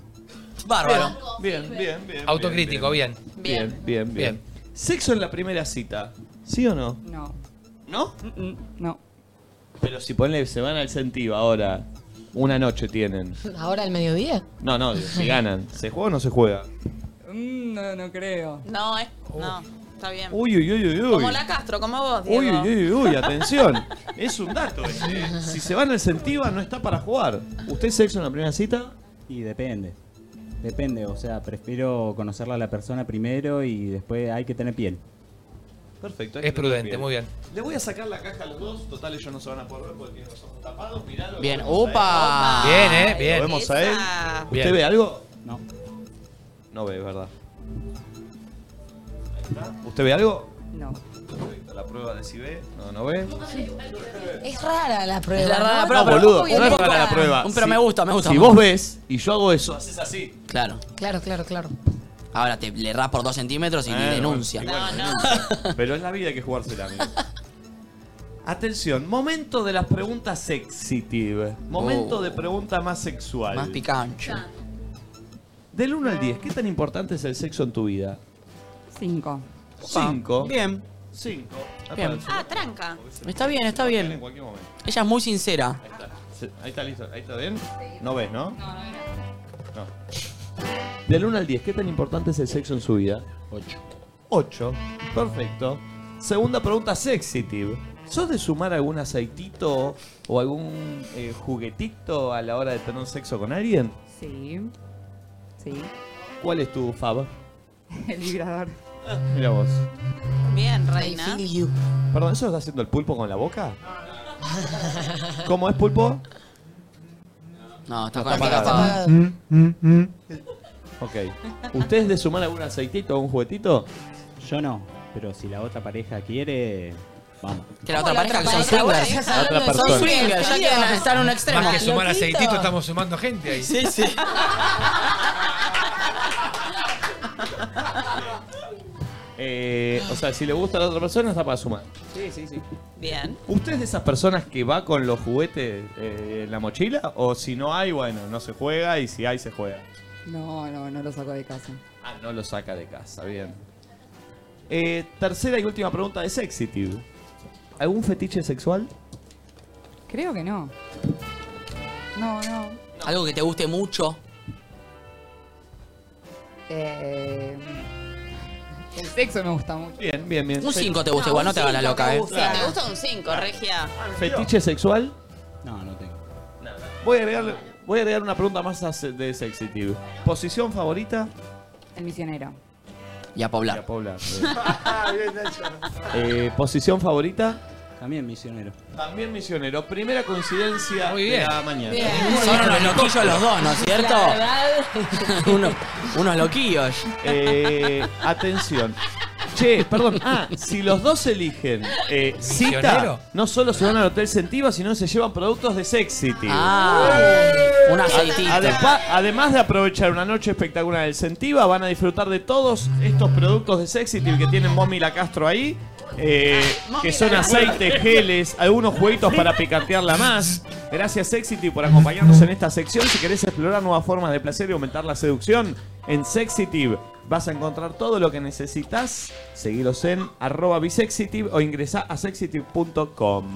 S7: Bárbaro.
S2: Bien, bien, bien.
S7: Autocrítico, bien.
S2: Bien, bien, bien.
S7: Bien.
S2: Sexo en la primera cita, ¿sí o no?
S9: No.
S2: ¿No?
S9: No.
S2: Pero si ponle, se van al sentido ahora, una noche tienen.
S5: ¿Ahora al mediodía?
S2: No, no, digo, si ganan, ¿se juega o no se juega?
S9: Mm, no, no creo.
S4: No, es. No, está bien.
S2: Uy, uy, uy, uy, uy.
S4: Como la Castro, como vos, Diego.
S2: Uy, uy, uy, uy, atención. Es un dato. ese. Si se van al sentido, no está para jugar. ¿Usted sexo en la primera cita?
S17: Y depende. Depende, o sea, prefiero conocerla a la persona primero y después hay que tener piel.
S2: Perfecto.
S7: Es prudente, muy bien.
S2: Le voy a sacar la caja a los dos. Total, ellos no se van a poder ver porque tienen los ojos tapados. Miralo.
S3: Bien,
S2: Lo vemos
S3: opa.
S2: a él.
S3: Bien, eh, bien.
S2: Lo vemos a él.
S3: Esa.
S2: ¿Usted
S3: Bien.
S2: ve algo?
S17: No.
S2: No ve, es verdad. Ahí está. ¿Usted ve algo?
S9: No.
S2: Perfecto, la prueba de si ve. No, no ve.
S5: Es rara la prueba.
S3: Es la rara
S5: ¿no?
S3: la prueba,
S2: no,
S3: pero-
S2: boludo,
S3: obvio,
S2: no es
S3: un poco-
S2: rara la prueba.
S3: un- pero
S2: Si-
S3: me gusta, me gusta.
S2: Si vos ves y yo hago eso, haces así.
S3: Claro.
S5: Claro, claro, claro.
S3: Ahora te le errás por dos centímetros y
S2: Bueno,
S3: denuncia.
S2: bueno, y bueno, denuncia. Pero es la vida hay que jugársela, amigo. Atención, momento de las preguntas sexitive. Momento
S3: Oh.
S2: de pregunta más sexual.
S3: Más picante.
S2: Del 1 al 10, ¿qué tan importante es el sexo en tu vida?
S9: Cinco.
S2: 5.
S3: Bien.
S2: 5.
S3: Bien.
S4: Ah, tranca.
S3: Está bien, está bien. Ella es muy sincera.
S2: Ahí está listo, ahí está bien. No ves, ¿no? No. Del 1 al 10, ¿qué tan importante es el sexo en su vida? 8. 8. Perfecto. Segunda pregunta sexitive. ¿Sos de sumar algún aceitito o algún eh, juguetito a la hora de tener sexo con alguien?
S9: Sí. Sí.
S2: ¿Cuál es tu fava?
S9: El vibrador.
S2: Mira vos.
S4: Bien, reina.
S2: Perdón, ¿eso está haciendo el pulpo con la boca? ¿Cómo es pulpo?
S3: No, está con
S2: No,
S3: la
S2: está
S3: pica
S2: apagado.
S3: apagada.
S2: Mm, Ok. ¿Ustedes de sumar algún aceitito o un juguetito?
S17: Yo no, pero si la otra pareja quiere, vamos.
S3: Que la otra pareja que son swingers.
S17: La otra
S3: Son
S17: persona.
S3: swingers, ya quieren estar en un extremo.
S7: Más que sumar aceitito, estamos sumando gente ahí.
S3: Sí, sí.
S2: Eh, o sea, si le gusta a la otra persona, está para sumar. Sí, sí, sí.
S4: Bien.
S2: ¿Usted es de esas personas que va con los juguetes eh, en la mochila? ¿O si no hay, bueno, no se juega y si hay, se juega?
S9: No, no, no lo saco de casa.
S2: Ah, no lo saca de casa, bien. Eh, tercera y última pregunta de Sexitive. ¿Algún fetiche sexual?
S9: Creo que no. No, no.
S3: Algo que te guste mucho.
S9: Eh, el sexo me gusta mucho.
S2: Bien, bien, bien.
S3: Un cinco te gusta igual, no te hagas la loca, eh.
S4: Sí, te gusta un 5, Regia.
S2: ¿Fetiche sexual?
S17: No, no tengo.
S2: Voy a agregarle- voy a agregar una pregunta más a se- de Sexitive. ¿Posición favorita?
S9: El misionero.
S3: Y a poblar.
S2: Y a poblar, Ah, bien. Eh, ¿Posición favorita?
S17: También misionero.
S2: También misionero. Primera coincidencia
S7: bien.
S2: de la mañana.
S7: Bien.
S3: Son unos loquillos los dos, ¿no es cierto?
S2: La
S3: unos, unos loquillos.
S2: Eh, atención. Che, perdón. Ah, si los dos eligen eh,
S3: ¿Misionero?
S2: cita, no solo se van al Hotel Sentiva, sino se llevan productos de Sexity.
S3: Ah, un aceitito.
S2: además de aprovechar una noche espectacular del Sentiva, van a disfrutar de todos estos productos de Sexity que tienen Mommy la Castro ahí. eh, que son aceites, geles, algunos jueguitos para picantearla más. Gracias Sexity por acompañarnos en esta sección. Si querés explorar nuevas formas de placer y aumentar la seducción, en Sexitive vas a encontrar todo lo que necesitas. Seguilos en arroba bisexitive o ingresá a sexitive.com.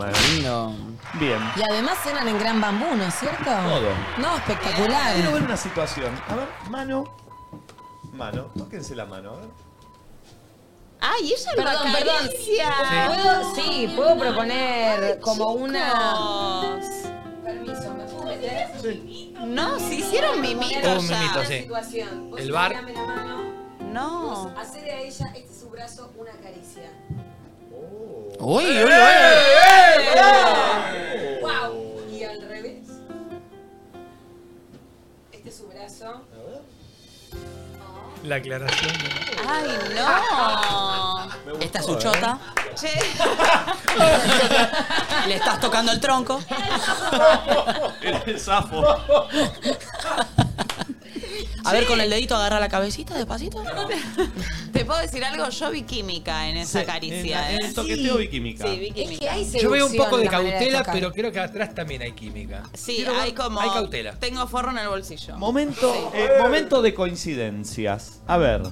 S2: Bien.
S5: Y además cenan en Gran Bambú, ¿no es cierto?
S2: Todo.
S5: No, espectacular.
S2: Quiero ver una situación. A ver, mano. Mano, tóquense la mano. a ver.
S4: Ay, ella lo
S5: Perdón, perdón.
S4: acaricia.
S5: ¿Puedo, sí, puedo proponer como una.
S10: Permiso, ¿me puedo meter?
S4: No, se hicieron mimitos
S2: Oh,
S10: Un
S4: ya.
S10: mimito, sí. Situación.
S7: El bar.
S10: Dame la mano.
S4: No.
S10: Hacer a ella, este es su brazo, una caricia.
S7: Oh.
S3: Uy,
S7: ¡Eh,
S3: uy, uy.
S10: ¡Wow! Eh, Y al revés. Este es su brazo.
S7: La aclaración.
S4: Ay, no.
S2: ¿eh?
S3: Esta es su chota.
S4: Che,
S3: Le estás tocando el tronco.
S2: El sapo.
S3: A ver, con el dedito agarra la cabecita despacito.
S4: te puedo decir algo, yo vi química en esa
S3: Sí,
S4: caricia.
S2: en-
S4: ¿eh?
S2: en el toqueteo vi química.
S4: Sí, vi química.
S7: Yo veo un poco de cautela, pero creo que atrás también hay química.
S4: Sí,
S7: Quiero ver-
S4: hay como.
S7: Hay cautela.
S4: Tengo forro en el bolsillo.
S1: Momento.
S2: Eh, momento de coincidencias. A ver.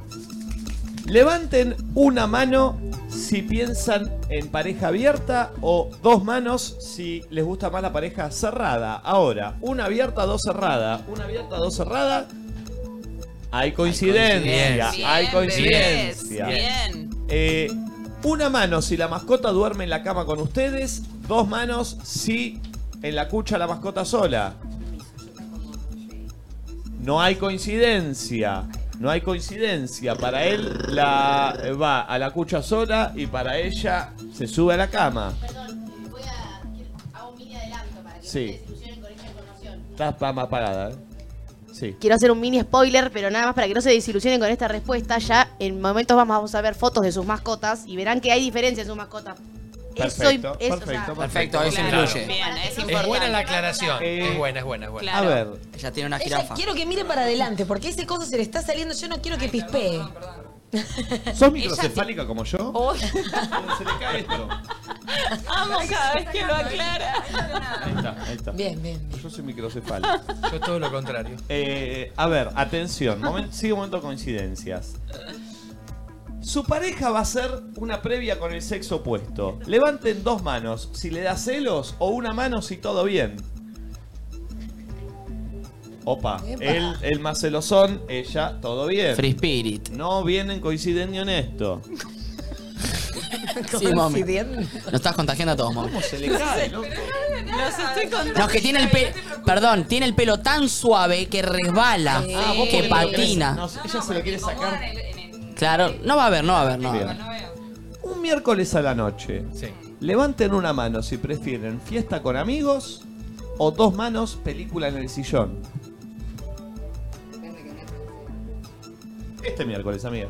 S2: Levanten una mano si piensan en pareja abierta o dos manos si les gusta más la pareja cerrada. Ahora, una abierta, dos cerrada. Una abierta, dos cerrada. Hay coincidencia.
S1: coincidencia.
S2: Hay
S1: Bien,
S2: coincidencia.
S1: bebés, bien.
S2: Eh, una mano si la mascota duerme en la cama con ustedes. Dos manos si en la cucha la mascota sola. No hay coincidencia. No hay coincidencia. Para él la eh, va a la cucha sola y para ella se sube a la cama.
S6: Perdón, voy a. Hago un mini adelanto para que
S2: Sí.
S6: ustedes ilusionen con esta información.
S2: Está pa- más apagada, ¿eh? Sí.
S6: Quiero hacer un mini spoiler, pero nada más para que no se desilusionen con esta respuesta. Ya en momentos más vamos a ver fotos de sus mascotas y verán que hay diferencia en sus mascotas.
S2: Perfecto,
S6: eso, o sea,
S2: perfecto,
S3: Perfecto, eso
S7: Claro.
S3: incluye.
S6: Bien,
S7: es,
S3: importante.
S7: buena la aclaración. es buena, es buena, es buena.
S2: Eh, A ver.
S3: Ella tiene una
S5: Ella,
S3: jirafa.
S5: quiero que mire para adelante, porque ese coso se le está saliendo. Yo no quiero que pispee.
S2: ¿Sos microcefálica como yo?
S5: Oh.
S4: Amo cada vez que lo aclara.
S2: Ahí está, ahí está.
S5: Bien, bien.
S2: Yo soy microcefálica.
S7: Yo todo lo contrario.
S2: Eh, a ver, atención. Momen- sigue un momento de coincidencias. Su pareja va a ser una previa con el sexo opuesto. Levanten dos manos si le da celos o una mano si todo bien. Opa,
S1: Epa.
S2: él, él más celosón, ella todo bien.
S3: Free spirit.
S2: No vienen coincidiendo en esto.
S3: Sí, mami. Nos estás contagiando a todos, mami.
S2: Se le cae, ¿no?
S4: Los estoy contando.
S3: No, que tiene el pelo. Perdón, tiene el pelo tan suave que resbala,
S4: Sí. Ah, vos
S3: que
S4: porque lo querés-
S3: patina.
S2: No, ella se lo quiere sacar.
S3: Claro, no va a haber, no va a haber, no va a
S2: Bien.
S3: haber.
S2: Un miércoles a la noche. Levanten una mano si prefieren fiesta con amigos o dos manos película en el sillón. Este miércoles, amiga.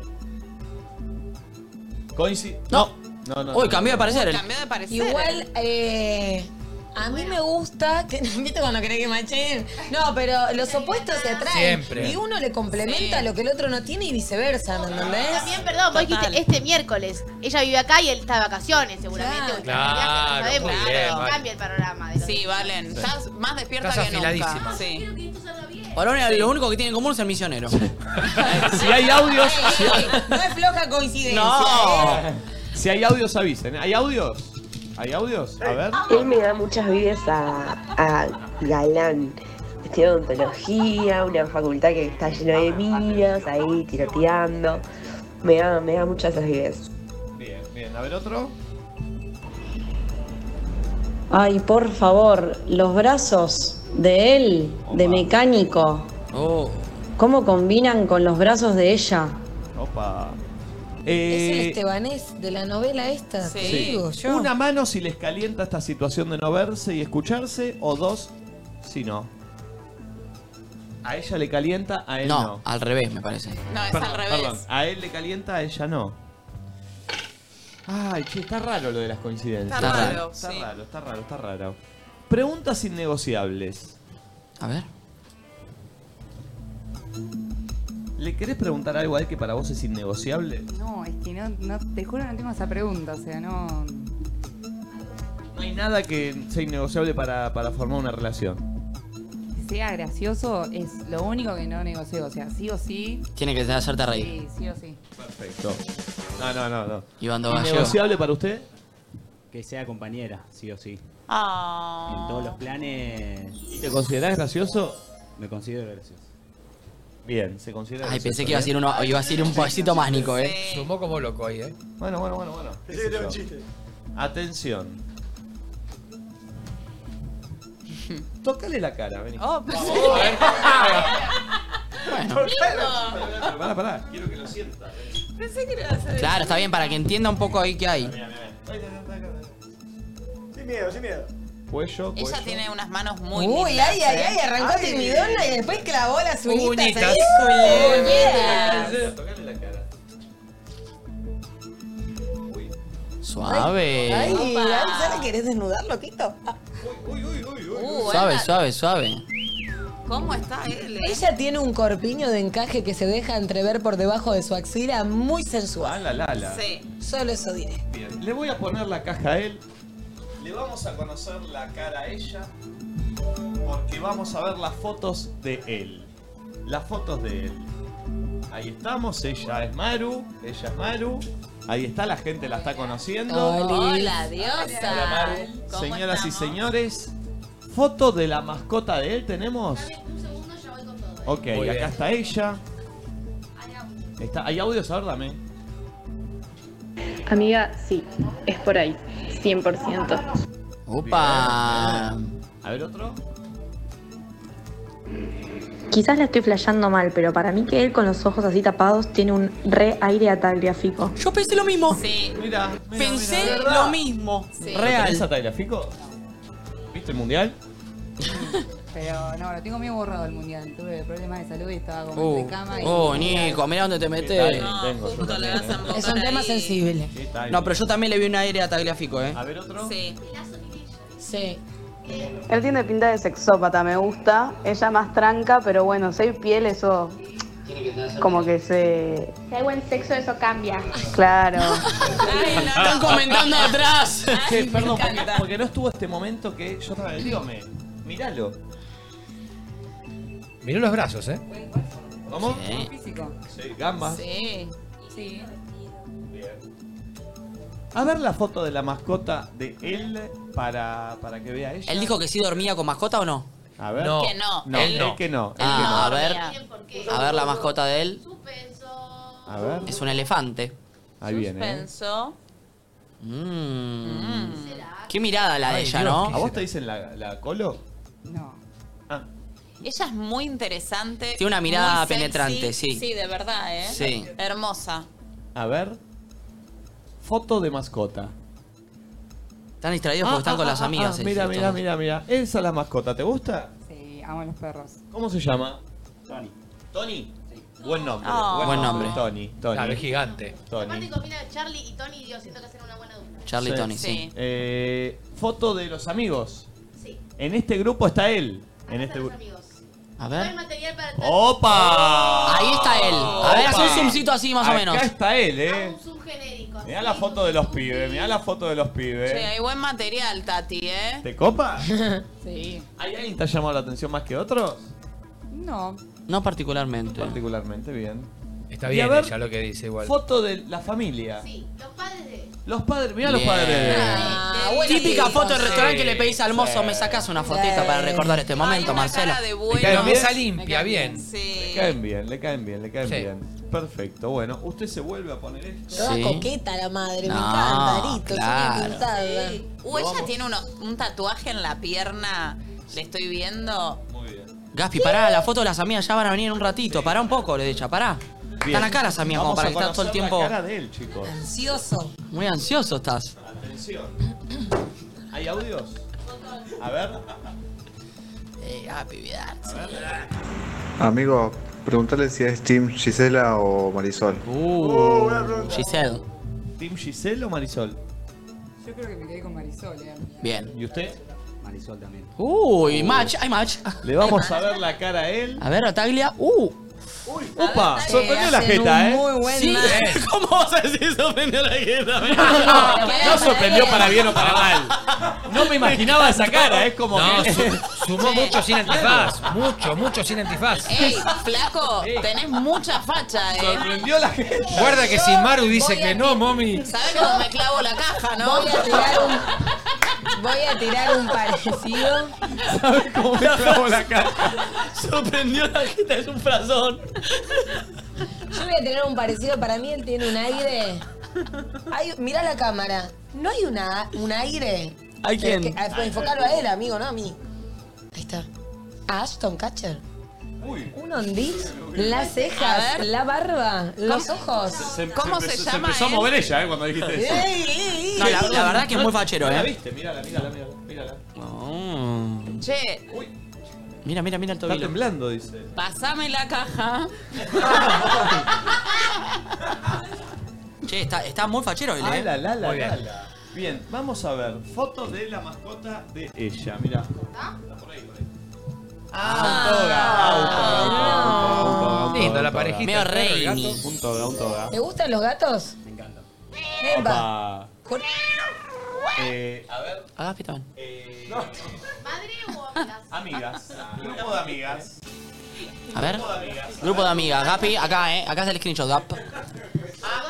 S2: Coinci... No. No, no.
S3: Uy,
S2: no.
S3: cambió de parecer.
S5: Igual, eh, a mí me gusta. Que, ¿Viste cuando querés que machen? No, pero los opuestos se atraen.
S7: Siempre.
S5: Y uno le complementa lo que el otro no tiene y viceversa, ¿me entendés?
S6: También, perdón, vos dijiste este miércoles. Ella vive acá y él está de vacaciones, seguramente. o está de viaje, no
S7: Claro,
S6: sabemos.
S7: muy bien, vale.
S6: Cambia el panorama. De
S4: Sí, Valen,
S3: Sí.
S4: estás más despierta
S3: Estás
S4: que nunca.
S3: afiladísima.
S4: Sí.
S3: Por ahora lo único que tiene en común es el misionero.
S2: Si hay audios. si hay-
S5: No es floja coincidencia.
S2: No. Si hay audios, avisen. ¿eh? ¿Hay audios? ¿Hay audios? A ver.
S11: Él me da muchas vidas a, a Galán. Estudió odontología, una facultad que está llena de minas, ahí tiroteando.
S5: eh.
S11: Me da, me da muchas esas vidas.
S2: Bien, bien. A ver otro.
S20: Ay, por favor, los brazos de él, de mecánico,
S3: Oh.
S20: ¿cómo combinan con los brazos de ella?
S2: Opa.
S5: Es el
S2: Eh,
S5: Estebanés de la novela esta. te
S2: Sí.
S5: digo yo.
S2: Una mano si les calienta esta situación de no verse y escucharse, o dos si no. A ella le calienta, a él no.
S3: No, al revés, me parece.
S4: No, es
S2: Perdón,
S4: al revés.
S2: perdón. A él le calienta, a ella no. Ay, che, está raro lo de las coincidencias.
S4: Está raro,
S2: está
S4: sí.
S2: raro, está raro, está raro. Preguntas innegociables.
S3: A ver.
S2: ¿Le querés preguntar algo a él que para vos es innegociable?
S9: No, es que no, no, te juro no tengo esa pregunta, o sea, no...
S2: No hay nada que sea innegociable para, para formar una relación.
S9: Que sea gracioso es lo único que no negocio, o sea, sí o sí...
S3: Tiene que hacerte reír.
S9: Sí, sí o sí.
S2: Perfecto. No, no, no, no.
S3: Iván Dovallo.
S2: ¿Innegociable para usted?
S17: Que sea compañera, sí o sí.
S4: Ah.
S17: En todos los planes.
S2: ¿Te considerás gracioso?
S17: Me considero gracioso.
S2: Bien, se considera.
S3: Ay, pensé que iba a ser uno, iba a ser un poquito más, Nico, eh.
S7: Sumó como loco ahí, ¿eh?
S2: Bueno, bueno, bueno, bueno.
S7: Pensé que era un
S2: chiste. Atención. Tócale la cara, vení.
S4: Oh, pero- Lindo.
S2: Pará, pará, quiero que lo sienta.
S4: Pensé que lo ibas a hacer.
S3: Claro, está bien, para que entienda un poco ahí qué hay.
S13: Sin miedo, sin miedo.
S2: Cuello,
S4: Ella tiene unas manos muy
S5: Uy,
S4: lindas.
S5: ay, ay, ay, arrancó
S4: Ay.
S5: timidona y después clavó las uñitas.
S4: Uñitas.
S5: ahí.
S4: Uñitas.
S2: Tócale la cara.
S3: Suave.
S5: Ay, ay, ¿sabes querés desnudarlo, Tito?
S4: Uh,
S3: Suave, suave, suave.
S5: ¿Cómo está él? Ella tiene un corpiño de encaje que se deja entrever por debajo de su axila, muy sensual.
S2: Ah, la, la, la.
S5: Sí. Solo eso diré.
S2: Bien, le voy a poner la caja a él. Le vamos a conocer la cara a ella. Porque vamos a ver las fotos de él. Las fotos de él. Ahí estamos, ella es Maru, ella es Maru. Ahí está, la gente la está conociendo.
S4: Hola, diosa.
S2: Hola, Maru.
S4: ¿Cómo
S2: Señoras y señores, foto de la mascota de él tenemos.
S4: eh.
S2: Ok,
S12: Muy
S2: acá
S12: bien.
S2: está ella. Está, hay audios, a ver, dame.
S21: Amiga, sí, es por ahí, 100%.
S3: Upa.
S2: A ver otro.
S21: Quizás la estoy flasheando mal, pero para mí que él con los ojos así tapados tiene un re aire atagliafico.
S3: Yo pensé lo mismo.
S4: Sí.
S2: Mira,
S3: Pensé
S2: mira, ¿verdad?
S3: lo mismo.
S2: ¿Lo tenés a Tagliafico? ¿Viste el mundial?
S9: Pero no, lo tengo medio borrado el mundial. Tuve problemas de salud y estaba como
S3: Uh,
S9: entre cama y.
S3: oh, Nico, mirá dónde te metes.
S2: No, tengo, yo también, eh.
S5: Es un tema sensible.
S3: No, pero yo también le vi un aire a Tagliafico, ¿eh?
S2: A ver otro.
S5: Sí. Sí.
S8: Él tiene pinta de sexópata, me gusta. Ella más tranca, pero bueno, seis piel, eso. Como que se.
S6: Si hay buen sexo, eso cambia.
S8: Claro.
S3: Están comentando atrás.
S2: Che, perdón, porque, porque no estuvo este momento que yo estaba en el Dígame, miralo.
S7: Miró los brazos, ¿eh?
S2: ¿Cómo?
S7: Sí.
S9: Físico.
S2: Sí, gamba.
S4: Sí.
S9: Sí.
S2: A ver la foto de la mascota de él para, para que vea ella.
S3: ¿Él dijo que sí dormía con mascota o no?
S2: A ver.
S3: No.
S2: No.
S3: Que no.
S2: Él
S3: Él no.
S2: que no. él
S3: Ah, a
S2: que no.
S3: ver. A ver la mascota de él.
S2: A ver.
S3: Es un elefante.
S2: Ahí viene. ¿eh?
S4: Pensó.
S3: Mm. Qué mirada la de
S2: Ay,
S3: ella,
S2: Dios,
S3: ¿no?
S2: ¿A vos te dicen la, la colo?
S4: Ella es muy interesante.
S3: Tiene una mirada
S4: muy sexy.
S3: penetrante, sí.
S4: Sí, de verdad, ¿eh?
S2: Sí.
S4: Hermosa.
S2: A ver. Foto de mascota. Ah,
S3: Están distraídos porque están con las amigas. eh,
S2: mira,
S3: sí,
S2: mira,
S3: todos.
S2: mira, mira. Esa es la mascota. ¿Te gusta?
S9: Sí, amo a los perros.
S2: ¿Cómo se llama? Tony. ¿Tony? Buen nombre.
S3: Ah. Buen nombre.
S2: Tony. Tony.
S7: Claro, es gigante.
S2: Tony.
S6: Aparte combina Charlie y Tony, Dios, siento que hacen una buena dupla.
S3: Charlie Tony, sí.
S2: Eh, foto de los amigos.
S6: Sí.
S2: En este grupo está él. En este grupo.
S3: A
S6: No hay material para estar
S2: ¡Opa!
S3: Ahí está él. A ver, haz un zoomcito así, más o menos.
S2: Acá está él, eh.
S6: subgenérico.
S2: Mirá la foto de los pibes, mirá la foto de los pibes.
S4: Sí, hay buen material, Tati, ¿eh?
S2: ¿Te copa?
S9: Sí.
S2: ¿Hay alguien que te ha llamado la atención más que otros?
S9: No.
S3: No particularmente.
S2: Particularmente, bien.
S7: Está
S2: Y
S7: bien
S2: a ver,
S7: ella lo que dice igual.
S2: Foto de la familia. Sí, los padres de. Los padres, mirá los
S3: Bien.
S2: padres de. Eh,
S3: Ah, bueno, Típica
S7: sí,
S3: foto del
S7: sí,
S3: restaurante que le pedís al mozo,
S7: sí.
S3: me sacás una fotita para recordar este momento, Marcelo.
S7: Me cae bien. Mesa limpia, bien.
S2: Le caen bien, le caen bien, le caen bien. Perfecto, bueno, usted se vuelve a poner esto.
S5: Toda coqueta la madre, me encanta, Arito,
S2: claro.
S5: soy pintada.
S4: Uh, ella tiene uno- un tatuaje en la pierna. Le estoy viendo.
S3: Gaspi, pará, la foto de las amigas ya van a venir en un ratito. Pará un poco, le dicha, pará.
S2: Bien.
S3: Están acá las amigas, como
S2: Vamos
S3: para
S2: a
S3: que estás todo el
S2: conocer la
S3: tiempo.
S2: cara de él, chicos.
S5: Ansioso.
S3: Muy ansioso estás.
S2: Atención. ¿Hay audios? A ver.
S15: Amigo, pregúntale si es Team Gisela o Marisol.
S3: Uh. Giselle.
S2: ¿Team Giselle o Marisol?
S9: Yo creo que me quedé con Marisol, eh.
S3: Bien.
S2: ¿Y usted?
S17: Marisol también.
S3: Uy, match, hay match.
S2: Le vamos a ver la cara a él.
S3: A ver, Ataglia. Uh.
S2: Upa, sorprendió la jeta, ¿eh?
S3: Sí. ¿Cómo vas a decir sorprendió la jeta?
S2: No sorprendió para bien o para mal. No me imaginaba esa cara, es como
S7: No,
S2: que-
S7: su- sumó mucho sin antifaz. Mucho, mucho sin antifaz.
S4: ¡Ey, flaco! Tenés mucha facha, ¿eh?
S2: Sorprendió la gente.
S7: Guarda que si Maru dice que no, mami.
S4: ¿Sabes cómo me clavo la caja, no?
S5: Voy a tirar un, voy a tirar un parecido.
S2: ¿Sabes cómo me clavo la cara?
S3: Sorprendió la jeta, es un frazón.
S5: Yo voy a tener un parecido, para mí él tiene un aire. Hay, mirá la cámara. ¿No hay una, un aire?
S3: ¿Hay quién?
S5: Es que- ah, enfocarlo a él, amigo, no a mí. Ahí está. A Ashton Catcher. Un ondis, las cejas, la barba, los ojos.
S2: ¿Cómo se, llama? Se empezó a mover ella, ¿eh? Cuando dijiste eso.
S3: No, la, la verdad que es muy fachero,
S2: ¿La
S3: eh.
S2: viste? Mírala, mírala, mírala. mírala.
S3: Oh.
S4: Che,
S3: Mira, mira, mira el
S2: Está
S3: tobillo.
S2: temblando, dice.
S4: pasame la caja.
S3: Che, está, está muy fachero él, ¿eh?
S2: Ala, Ah, la, la,
S3: Muy bien.
S2: la, la. Bien, vamos a ver. Foto de la mascota de ella, mirá. Ah,
S5: Ah.
S7: Lindo, la parejita.
S3: Medio
S7: el perro y el
S3: reini.
S7: gato.
S2: Un toga, un toga.
S5: ¿Te gustan los gatos? Me encanta. Epa.
S2: Opa.
S5: Por-
S2: Eh, a ver.
S3: Hagas pitón.
S6: ¿Madre o amigas?
S2: Amigas. Grupo de amigas.
S3: A ver.
S2: Grupo de amigas.
S3: Grupo de amigas. Gapi, acá, ¿eh? Acá es el screenshot, Gap.
S6: Sus dos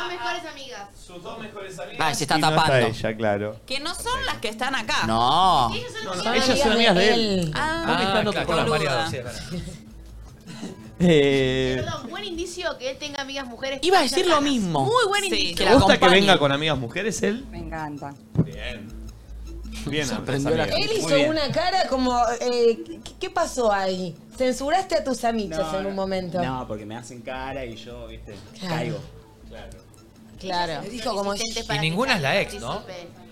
S6: mejores amigas.
S2: Sus dos mejores amigas.
S3: Ah, se está
S2: Y no
S3: tapando.
S2: ella, claro.
S4: Que no son las que están acá.
S3: No.
S6: Ellas son
S4: no,
S6: amigas.
S2: Ellas son amigas de él.
S4: Ah,
S2: Mami está dando
S7: claro,
S2: con las
S7: boluda.
S2: mareadas,
S7: sí,
S2: Eh,
S6: Perdón, buen indicio que él tenga amigas mujeres.
S3: Iba a decir lo mismo.
S6: Muy buen
S3: Sí.
S6: indicio.
S3: Que
S2: ¿Te
S3: la
S2: gusta que
S3: acompañe.
S2: venga con amigas mujeres él?
S9: Me encanta.
S2: Bien. Bien,
S3: Sorprendió
S2: las
S3: la
S2: amigas.
S5: Él
S2: Muy
S5: hizo
S2: bien.
S5: una cara como, eh, ¿qué- ¿qué pasó ahí? Censuraste a tus amichas
S17: No,
S5: en
S17: no.
S5: un momento.
S17: No, porque me hacen cara y yo, viste,
S5: Claro.
S17: caigo.
S5: Claro. Dijo como...
S7: Y ninguna es la ex, ¿no?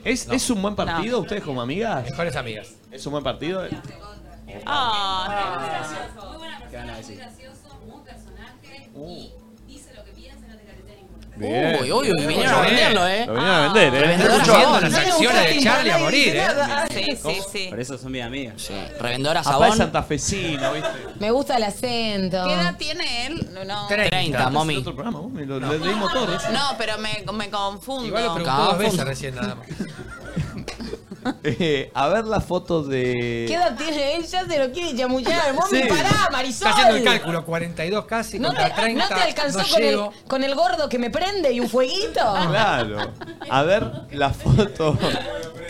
S2: ¿Es, es un buen partido ustedes como amigas?
S7: Mejores amigas.
S2: ¿Es un buen partido?
S17: ¿Qué van a decir?
S2: Bien.
S3: Uy, uy, uy, vinieron
S2: Lo
S3: a
S2: vendieron,
S3: venderlo, ¿eh?
S2: Lo vinieron a vender, ¿eh?
S3: Revendedora
S2: Mucho
S3: a
S2: amor.
S3: fondo.
S7: Las acciones de Charlie a morir, ¿eh?
S4: Sí, sí, sí.
S17: Por eso son mis amigas.
S3: Sí. Revendedora
S2: Papá
S3: Sabón.
S2: es santafesino, ¿viste?
S5: Me gusta el acento.
S4: ¿Qué edad tiene él? No, No,
S3: 30,
S2: Es
S3: mami.
S2: otro programa, vos me lo, lo leímos todo recién.
S4: No, pero me, me confundo.
S7: Igual lo
S5: Ah,
S7: preguntó
S3: Cada
S7: dos veces
S3: fondo.
S7: recién nada más.
S2: Eh, a ver la foto de...
S5: ¿Qué edad tiene él? Ya se lo quiere chamullar. Vos
S2: Sí.
S5: me pará,
S7: Está
S5: Marisol.
S7: haciendo el cálculo, 42 casi
S5: ¿No
S7: contra
S5: te,
S7: 30.
S5: no te alcanzó
S7: no
S5: con,
S7: llego.
S5: el, con el gordo que me prende y un fueguito?
S2: Claro. A ver la foto.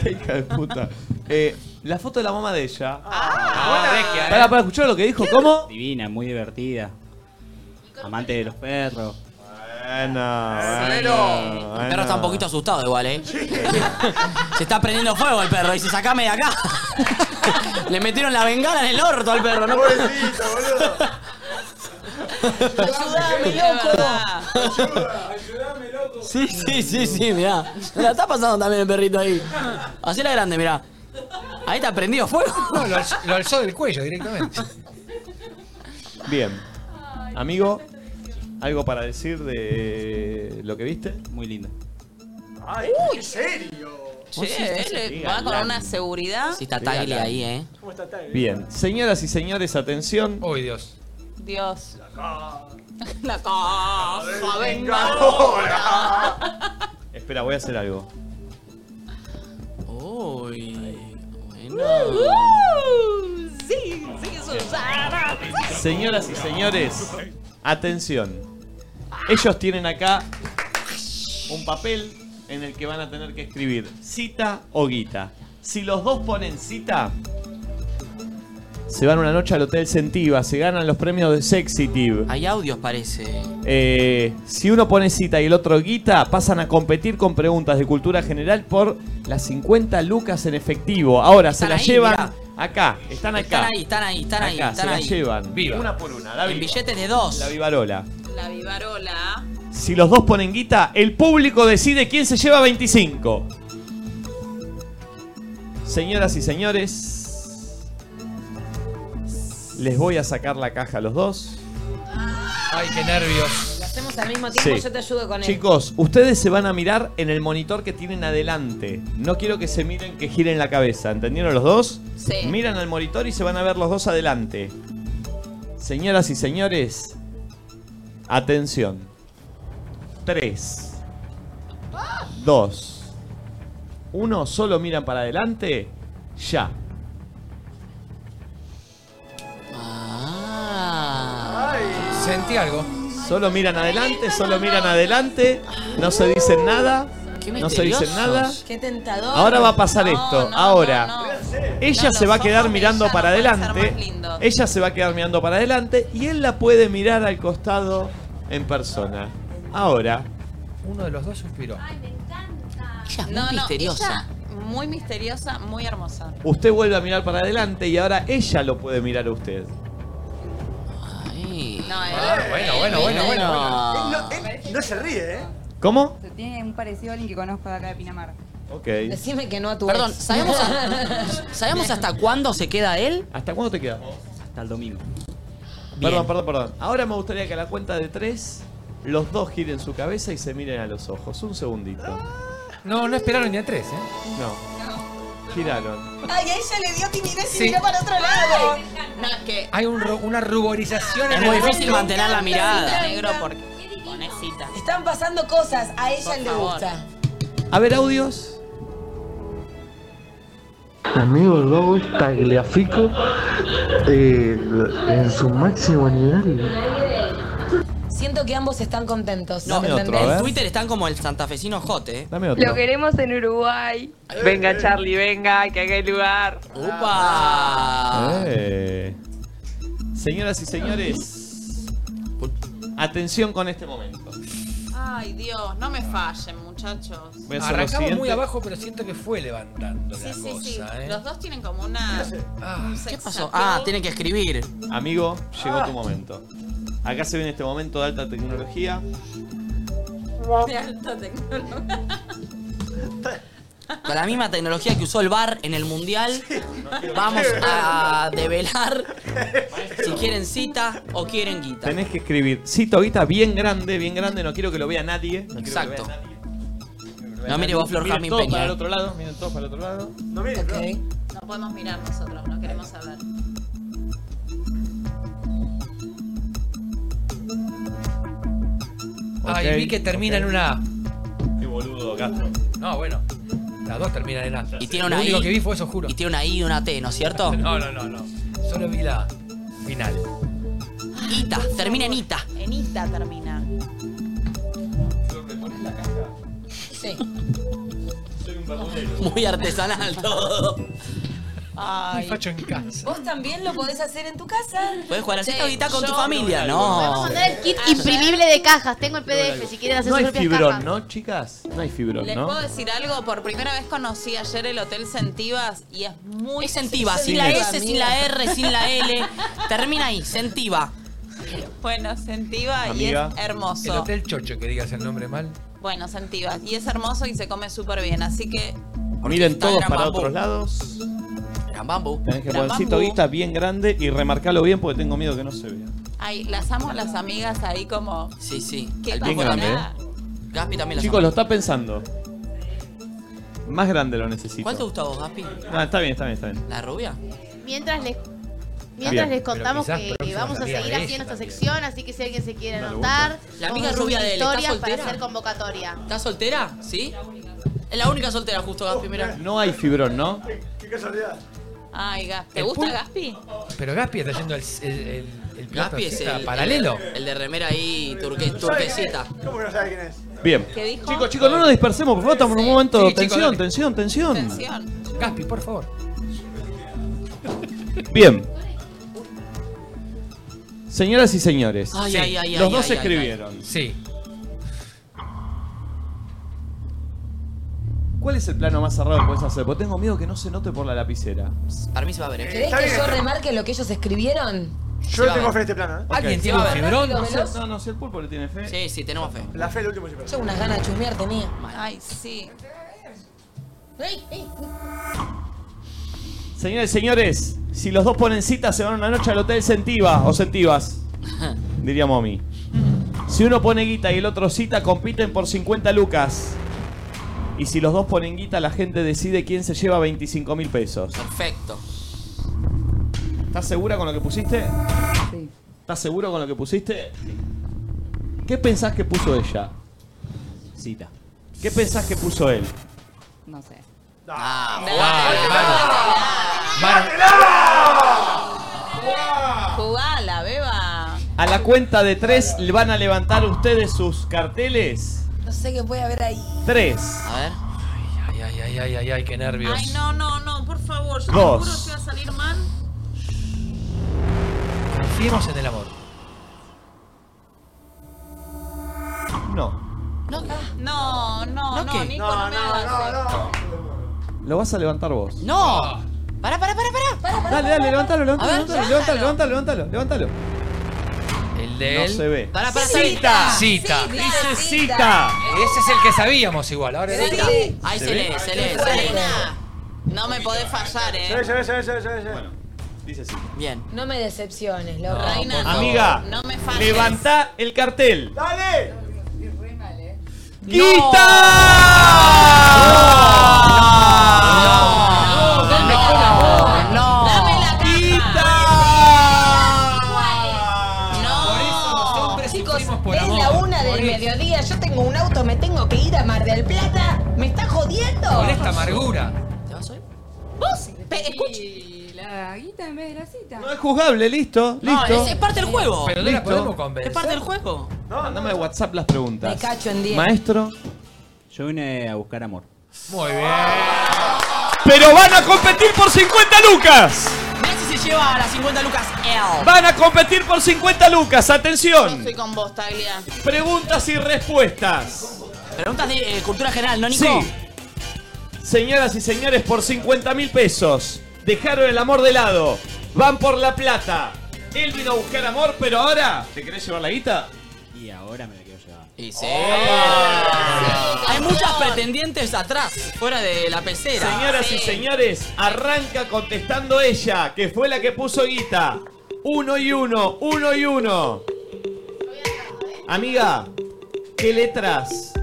S2: Qué hija de puta. Eh, la foto de la mamá de ella.
S7: Ah, regia, ¿eh?
S2: Para, para, escuchar lo que dijo, ¿cómo?
S17: Divina, muy divertida. Amante de los perros.
S2: Bueno, bueno,
S3: El perro está un poquito asustado igual, ¿eh? Se está prendiendo fuego el perro. Dice, sacame de acá. Le metieron la bengala en el orto al perro, ¿no?
S5: Ayudame, loco.
S3: Sí, sí, sí, sí, mirá. La está pasando también el perrito ahí. Así la grande, mirá. Ahí está prendido fuego.
S7: No, lo, alz- lo alzó del cuello directamente.
S2: Bien. Amigo, ¿algo para decir de lo que viste?
S17: Muy linda.
S13: Ay, ¿en serio?
S4: Che, él va con una seguridad.
S3: Sí, está Tagli ahí, ¿eh?
S13: ¿Cómo está Tyler?
S2: Bien. Señoras y señores, atención.
S7: Uy, Dios.
S4: Dios. La cosa
S13: vengadora.
S2: Espera, voy a hacer algo.
S3: Uy. Bueno.
S9: Uh,
S4: Sí, sí, Susana.
S2: Señoras y señores, atención. Ellos tienen acá un papel en el que van a tener que escribir cita o guita. Si los dos ponen cita, se van una noche al Hotel Sentiva, se ganan los premios de Sexitive.
S3: Hay audios, parece.
S2: Eh, si uno pone cita y el otro guita, pasan a competir con preguntas de cultura general por las 50 lucas en efectivo. Ahora se
S3: Están
S2: las
S3: ahí,
S2: llevan
S3: mirá.
S2: acá, están acá.
S3: Están ahí, están ahí, están ahí,
S2: Acá,
S3: están
S2: se
S3: ahí.
S2: las llevan.
S7: Viva.
S2: Una por una, la
S3: En
S2: viva.
S3: billetes de dos.
S2: La vivarola.
S4: La vivarola.
S2: Si los dos ponen guita, el público decide quién se lleva 25. Señoras y señores, les voy a sacar la caja a los dos.
S7: Ay, qué nervios.
S5: Lo hacemos al mismo tiempo,
S2: Sí.
S5: yo te ayudo con él.
S2: Chicos, ustedes se van a mirar en el monitor que tienen adelante. No quiero que se miren, que giren la cabeza. ¿Entendieron los dos?
S4: Sí.
S2: Miran al monitor y se van a ver los dos adelante. Señoras y señores, atención. 3, 2, 1, solo miran para adelante. Ya.
S3: Ah.
S7: Sentí algo.
S2: Solo miran adelante, solo miran adelante. No se dicen nada.
S3: Qué
S2: No se dicen
S3: misteriosos.
S2: nada.
S5: Qué tentador.
S2: Ahora va a pasar esto. Ahora. Ella
S4: No,
S2: se
S4: los
S2: va a quedar
S4: ojos de
S2: mirando
S4: ella
S2: para
S4: no pueden ser
S2: adelante.
S4: más lindos.
S2: Ella se va a quedar mirando para adelante y él la puede mirar al costado en persona. Ahora,
S7: Uno de los dos suspiró.
S3: Ella es muy
S4: No, no,
S3: misteriosa.
S4: ella muy misteriosa, muy hermosa.
S2: usted vuelve a mirar para adelante y ahora ella lo puede mirar a usted.
S3: Ay.
S2: eh.
S4: No,
S7: Ah,
S4: él-
S7: bueno, bueno, bueno, bueno. bueno.
S13: Él no, él no se ríe, ¿eh?
S2: ¿Cómo?
S9: Tiene un parecido a alguien que conozco de acá de Pinamar.
S2: Ok.
S5: Decime que no a tu
S3: Perdón,
S5: ex.
S3: ¿sabemos, a- ¿sabemos hasta cuándo se queda él?
S2: ¿Hasta cuándo te quedas?
S17: Hasta el domingo.
S2: Perdón, perdón, perdón. Ahora me gustaría que a la cuenta de tres Los dos giren su cabeza y se miren a los ojos. Un segundito. No.
S7: No, no esperaron ni a tres, ¿eh?
S2: Giraron.
S5: Ay, a ella le dio timidez y
S7: Sí.
S5: miró para otro lado.
S4: No, es que
S7: Hay un ru- una ruborización
S4: Es
S7: en
S4: muy
S7: el
S4: difícil
S7: rostro.
S4: mantener la mirada. Negro porque
S5: Están pasando cosas, a ella
S4: Por
S5: le
S4: favor.
S5: gusta.
S2: A ver, audios.
S16: Amigo Lobo es tagliafico eh, en su máximo nivel.
S5: Siento que ambos están contentos.
S3: No,
S5: ¿entendés?
S3: en Twitter están como el santafesino Jote. eh.
S16: otro. Lo
S10: queremos en Uruguay.
S16: Venga,
S10: Charlie, venga, que haga el lugar.
S17: Ah.
S2: Eh. Señoras y señores, atención con este momento.
S4: Ay, Dios, no me fallen, muchachos.
S2: Voy a hacer lo
S7: Arrancamos muy
S2: siguiente.
S7: abajo, pero siento que fue levantando
S4: Sí,
S7: la
S4: sí,
S7: cosa,
S4: sí.
S7: ¿eh?
S4: Los dos tienen como una.
S2: Ah.
S4: un sex appeal.
S17: Ah,
S2: que escribir. Amigo, llegó tu momento. Acá se viene este momento de alta tecnología.
S4: De alta tecnología.
S3: Con la misma tecnología que usó el bar en el mundial, vamos a develar si quieren cita o quieren guita.
S2: Tenés que escribir cito guita bien grande, bien grande. No quiero que lo vea nadie. No quiero que lo vea
S3: Exacto.
S2: nadie.
S3: No mire vos, Flor
S2: Miren
S3: Jamín
S2: todos
S3: Peña.
S2: para el otro lado, miren todos para el otro lado. No miren,
S4: No podemos mirar nosotros, no queremos saber.
S7: Ay,
S2: Ok,
S7: vi que termina en una A.
S2: Qué boludo, Castro.
S7: No, bueno. Las dos terminan en A.
S3: Y tiene una
S7: Lo único
S3: I.
S7: que vi fue eso, juro.
S3: Y tiene una I y una T, ¿no es cierto?
S7: No, no, no, no. Solo vi la final.
S3: Ita, termina en Ita.
S4: En Ita termina.
S5: Sí.
S3: Muy artesanal todo.
S4: Ay.
S7: facho en casa.
S5: Vos también lo podés hacer en tu casa.
S3: Podés jugar a
S5: Sí,
S3: cita o guita con
S5: yo-
S3: tu familia,
S7: Podemos
S3: no.
S6: Mandar el kit imprimible de cajas. Tengo el PDF si quieren hacer
S2: No
S6: sus
S2: hay
S6: propias
S2: fibrón,
S6: cajas.
S2: ¿no, chicas? No hay fibrón,
S4: Les
S2: ¿no?
S4: puedo decir algo, por primera vez conocí ayer el Hotel Sentivas y es muy.
S3: Es Sentiva,
S4: Sí,
S3: sin la
S4: sí.
S3: S, sin la R, sin la L. Termina ahí, Sentiva.
S4: Bueno, Sentiva
S7: Amiga,
S4: y es hermoso.
S7: El Hotel Chocho, que digas el nombre mal.
S4: Bueno, Sentivas. Y es hermoso y se come súper bien, así que.
S2: Miren todos
S4: Gran
S2: para
S4: bambú.
S2: otros lados.
S3: Gran bambú.
S2: Tenés que
S4: Gran
S2: poner cito
S4: bambú.
S2: guita bien grande y remarcarlo bien porque tengo miedo que no se vea.
S4: Ay, las amo a las amigas ahí como.
S3: Sí, sí.
S4: Qué
S3: Al
S2: Bien
S3: Bajo la
S2: grande,
S3: nada. Gaspi también la
S2: Chicos, lo está pensando. Más grande lo necesito.
S3: ¿Cuál te gusta a vos, Gaspi?
S2: Ah, está bien, está bien, está bien.
S3: ¿La rubia?
S6: Mientras les, mientras
S2: Bien.
S6: les contamos
S2: Pero quizás
S6: que
S2: próxima
S6: vamos a
S2: salida
S6: seguir
S2: de
S6: haciendo esta sección, así que si alguien se quiere
S3: Una
S6: anotar,
S3: locura. La
S6: vamos
S3: amiga
S6: a subir
S3: rubia de él, ¿está
S6: historias para
S3: soltera?
S6: hacer convocatoria.
S3: ¿Estás soltera? ¿Sí? Es la única soltera, justo Gaspi, mira.
S2: No hay fibrón, ¿no?
S4: Qué casualidad. Ay, Gaspi. ¿Te
S3: El
S4: gusta
S3: pu-
S4: Gaspi?
S7: Pero Gaspi está yendo el, el, el, el plato
S3: Gaspi es
S7: está
S3: el.
S7: paralelo.
S3: El, de remera ahí, turque-
S7: ¿Sabe
S3: turquesita.
S13: ¿Cómo que no sabe quién es?
S2: Bien.
S4: ¿Qué dijo?
S2: Chicos, chicos, no nos dispersemos, por favor, estamos en un momento.
S7: Sí, chicos,
S2: tensión,
S7: dale.
S2: tensión, tensión,
S4: Atención.
S7: Gaspi, por favor.
S2: Bien. Señoras y señores,
S3: Ay,
S2: Sí.
S3: ay, ay,
S2: los
S3: ay,
S2: dos
S3: ay, ay,
S2: escribieron.
S7: Sí.
S2: ¿Cuál es el plano más cerrado que puedes hacer? Porque tengo miedo que no se note por la lapicera.
S3: Para mí se va a ver. ¿eh?
S5: ¿Querés
S13: Está
S5: que
S13: bien.
S5: yo remarque lo que ellos escribieron?
S13: Yo
S3: Sí,
S13: le tengo
S3: vamos.
S13: fe en este plano, ¿eh?
S3: ¿Alguien
S2: Ok.
S3: tiene un fibrón?
S2: No, sé,
S5: veloz.
S2: no, no, si el pulpo le tiene fe.
S3: Sí, sí, tenemos fe.
S13: La fe es el último siempre.
S5: Yo unas ganas de chusmear tenía.
S4: Ay, sí.
S5: Ey, ey,
S2: Señores y señores, si los dos ponen cita, se van una noche al hotel Sentiva o Sentivas, diría Momi. Si uno pone guita y el otro cita, compiten por 50 lucas. Y si los dos ponen guita, la gente decide quién se lleva 25 mil pesos.
S3: Perfecto.
S2: ¿Estás segura con lo que pusiste?
S9: Sí.
S2: ¿Estás seguro con lo que pusiste? ¿Qué pensás que puso ella? Cita. ¿Qué pensás que puso él?
S9: No sé.
S3: Ah,
S4: Jugala, beba.
S2: A la cuenta de tres le van a levantar ustedes sus carteles.
S5: No sé qué puede haber ahí.
S2: Tres.
S3: A ver.
S7: Ay, ay, ay, ay, ay, ay, qué nervios.
S4: Ay, no, no, no, por favor. Yo
S7: Dos.
S4: te juro que va a salir mal.
S7: Confiemos en el amor.
S2: No.
S4: No, no, no, no,
S3: Ah. qué?
S4: Nico, no, me hagas esto.
S2: Lo vas a levantar vos.
S3: ¡No! Pará, pará, pará, pará.
S2: Dale, dale, levántalo,
S3: A ver,
S2: levántalo, levántalo, levántalo, levántalo, levántalo.
S7: El de
S2: No
S7: él.
S2: se ve.
S3: Pará, pará,
S7: Cita. Cita.
S3: Cita.
S7: Dice cita. Ese es el que sabíamos igual. Ahora
S3: Cita.
S7: Sí.
S3: Ahí se
S7: ¿Se
S3: lee,
S7: ve?
S3: se lee, se lee.
S4: Reina, no me podés fallar,
S13: Se ve,
S4: eh.
S13: se ve, se ve, se ve, se ve.
S26: Dice sí.
S3: Bien.
S5: No me decepciones, loco.
S26: No, Reina, por
S2: Amiga,
S5: no me falles.
S2: levantá el cartel.
S5: ¡Dale!
S3: No, no. Dame la
S5: Chicos, es la una del mediodía, yo tengo un auto, me tengo que ir a Mar del Plata. ¿Me está jodiendo?
S7: Con esta amargura.
S5: ¿Vos? Pe- escucha.
S9: La guita en vez de la cita.
S2: No es juzgable, listo,
S9: No,
S2: listo.
S9: es- es parte del juego.
S3: Pero no la podemos
S2: convencer.
S3: ¿Es parte del juego?
S2: Mándame de WhatsApp las preguntas.
S5: Me cacho en diez.
S2: Maestro.
S27: Yo vine a buscar amor.
S7: Muy bien.
S2: Pero van a competir por 50 lucas.
S3: Mirá si se lleva a las 50 lucas L.
S2: Van a competir por 50 lucas. Atención.
S4: Estoy con vos, Taglia.
S2: Preguntas y respuestas.
S3: Preguntas de eh, cultura general, ¿no, Nico?
S2: Sí. Señoras y señores, por 50 mil pesos. Dejaron el amor de lado. Van por la plata. Él vino a buscar amor, pero ahora. ¿Te querés llevar la guita?
S27: Y ahora me la quiero llevar.
S3: Y sí. Hay muchas pretendientes atrás, fuera de la pecera.
S2: Señoras y señores, arranca contestando ella, que fue la que puso guita. Uno y uno, uno y uno. Amiga, ¿qué letras?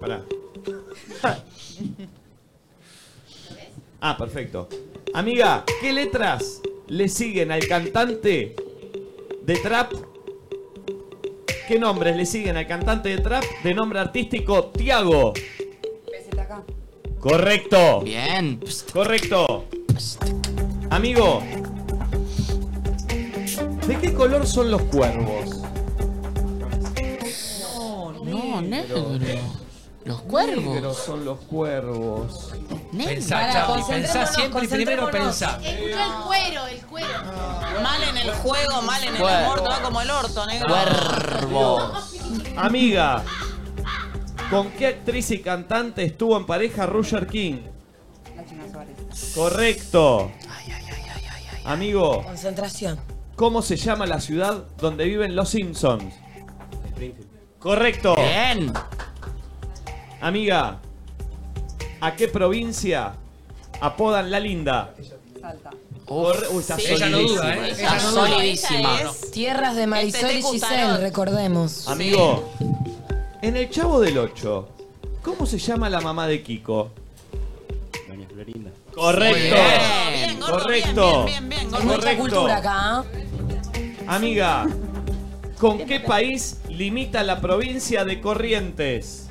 S2: Pará. Ah, perfecto. Amiga, ¿qué letras le siguen al cantante de trap? ¿Qué nombres le siguen al cantante de trap de nombre artístico Tiago? Correcto.
S3: Bien.
S2: Correcto. Amigo, ¿de qué color son los cuervos?
S3: No, negro. Los
S2: cuervos. Negros son los cuervos.
S7: Pensá, Charlie, pensá siempre y primero pensá.
S6: Escuchó el cuero, el cuero.
S4: Mal en el juego, mal en el
S2: Bueno.
S4: amor, te va como el orto, negro.
S2: Cuervos. Amiga, ¿con qué actriz y cantante estuvo en pareja Roger King? Correcto. Amigo,
S5: Concentración.
S2: ¿cómo se llama la ciudad donde viven los Simpsons? Correcto.
S3: Bien.
S2: Amiga, ¿a qué provincia apodan la linda?
S5: Salta.
S2: Corre- Uy, está
S5: Ella no duda,
S2: solidísima.
S5: ¿eh?
S2: Está
S5: Ella no duda.
S2: solidísima.
S5: Tierras de Marisol y Giselle, recordemos.
S2: Amigo, en El Chavo del 8, ¿cómo se llama la mamá de Kiko?
S27: Doña Florinda.
S2: Correcto.
S27: Bien.
S5: Bien, gordo,
S2: Correcto.
S5: Hay mucha
S2: Correcto.
S5: cultura acá. ¿eh?
S2: Amiga, ¿con qué país limita la provincia de Corrientes?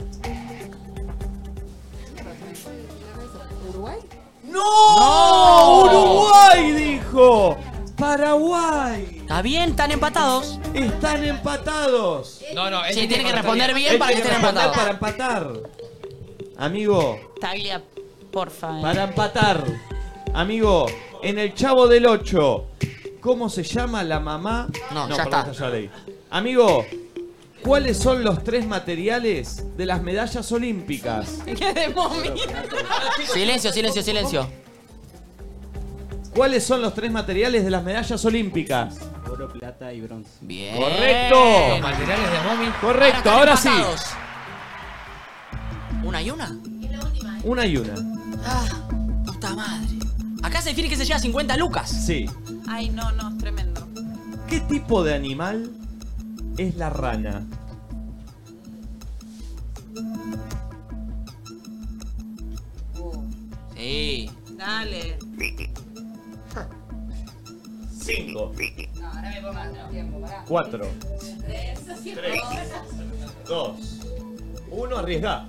S9: ¿Uruguay?
S2: ¡No! ¡Uruguay! Dijo. Paraguay.
S3: Está bien, están empatados.
S2: Están empatados.
S7: No, no, él
S3: Sí, tiene que
S7: empatar
S3: responder bien
S2: Él
S3: para que
S2: tiene
S3: estén empatados.
S2: Para empatar. Amigo,
S4: Taglia, porfa. eh.
S2: para empatar. Amigo, en el Chavo del 8, ¿cómo se llama la mamá?
S3: No, ya
S2: perdón,
S3: está.
S2: esta ya leí. Amigo, ¿cuáles son los tres materiales de las medallas olímpicas?
S4: ¿Qué de momia?
S3: Silencio, silencio, silencio.
S2: ¿Cuáles son los tres materiales de las medallas olímpicas?
S27: Oro, plata y bronce.
S3: Bien.
S2: Correcto.
S7: Los materiales de mommy.
S2: Correcto, ahora sí.
S3: ¿Una y una?
S2: Una y una.
S3: Ah, puta madre. Acá se define que se lleva 50 lucas.
S2: Sí.
S4: Ay, no, no, es tremendo.
S2: ¿Qué tipo de animal es la rana?
S3: Sí.
S4: Dale.
S2: Cinco. Cuatro. Tres. Dos. Uno, arriesga.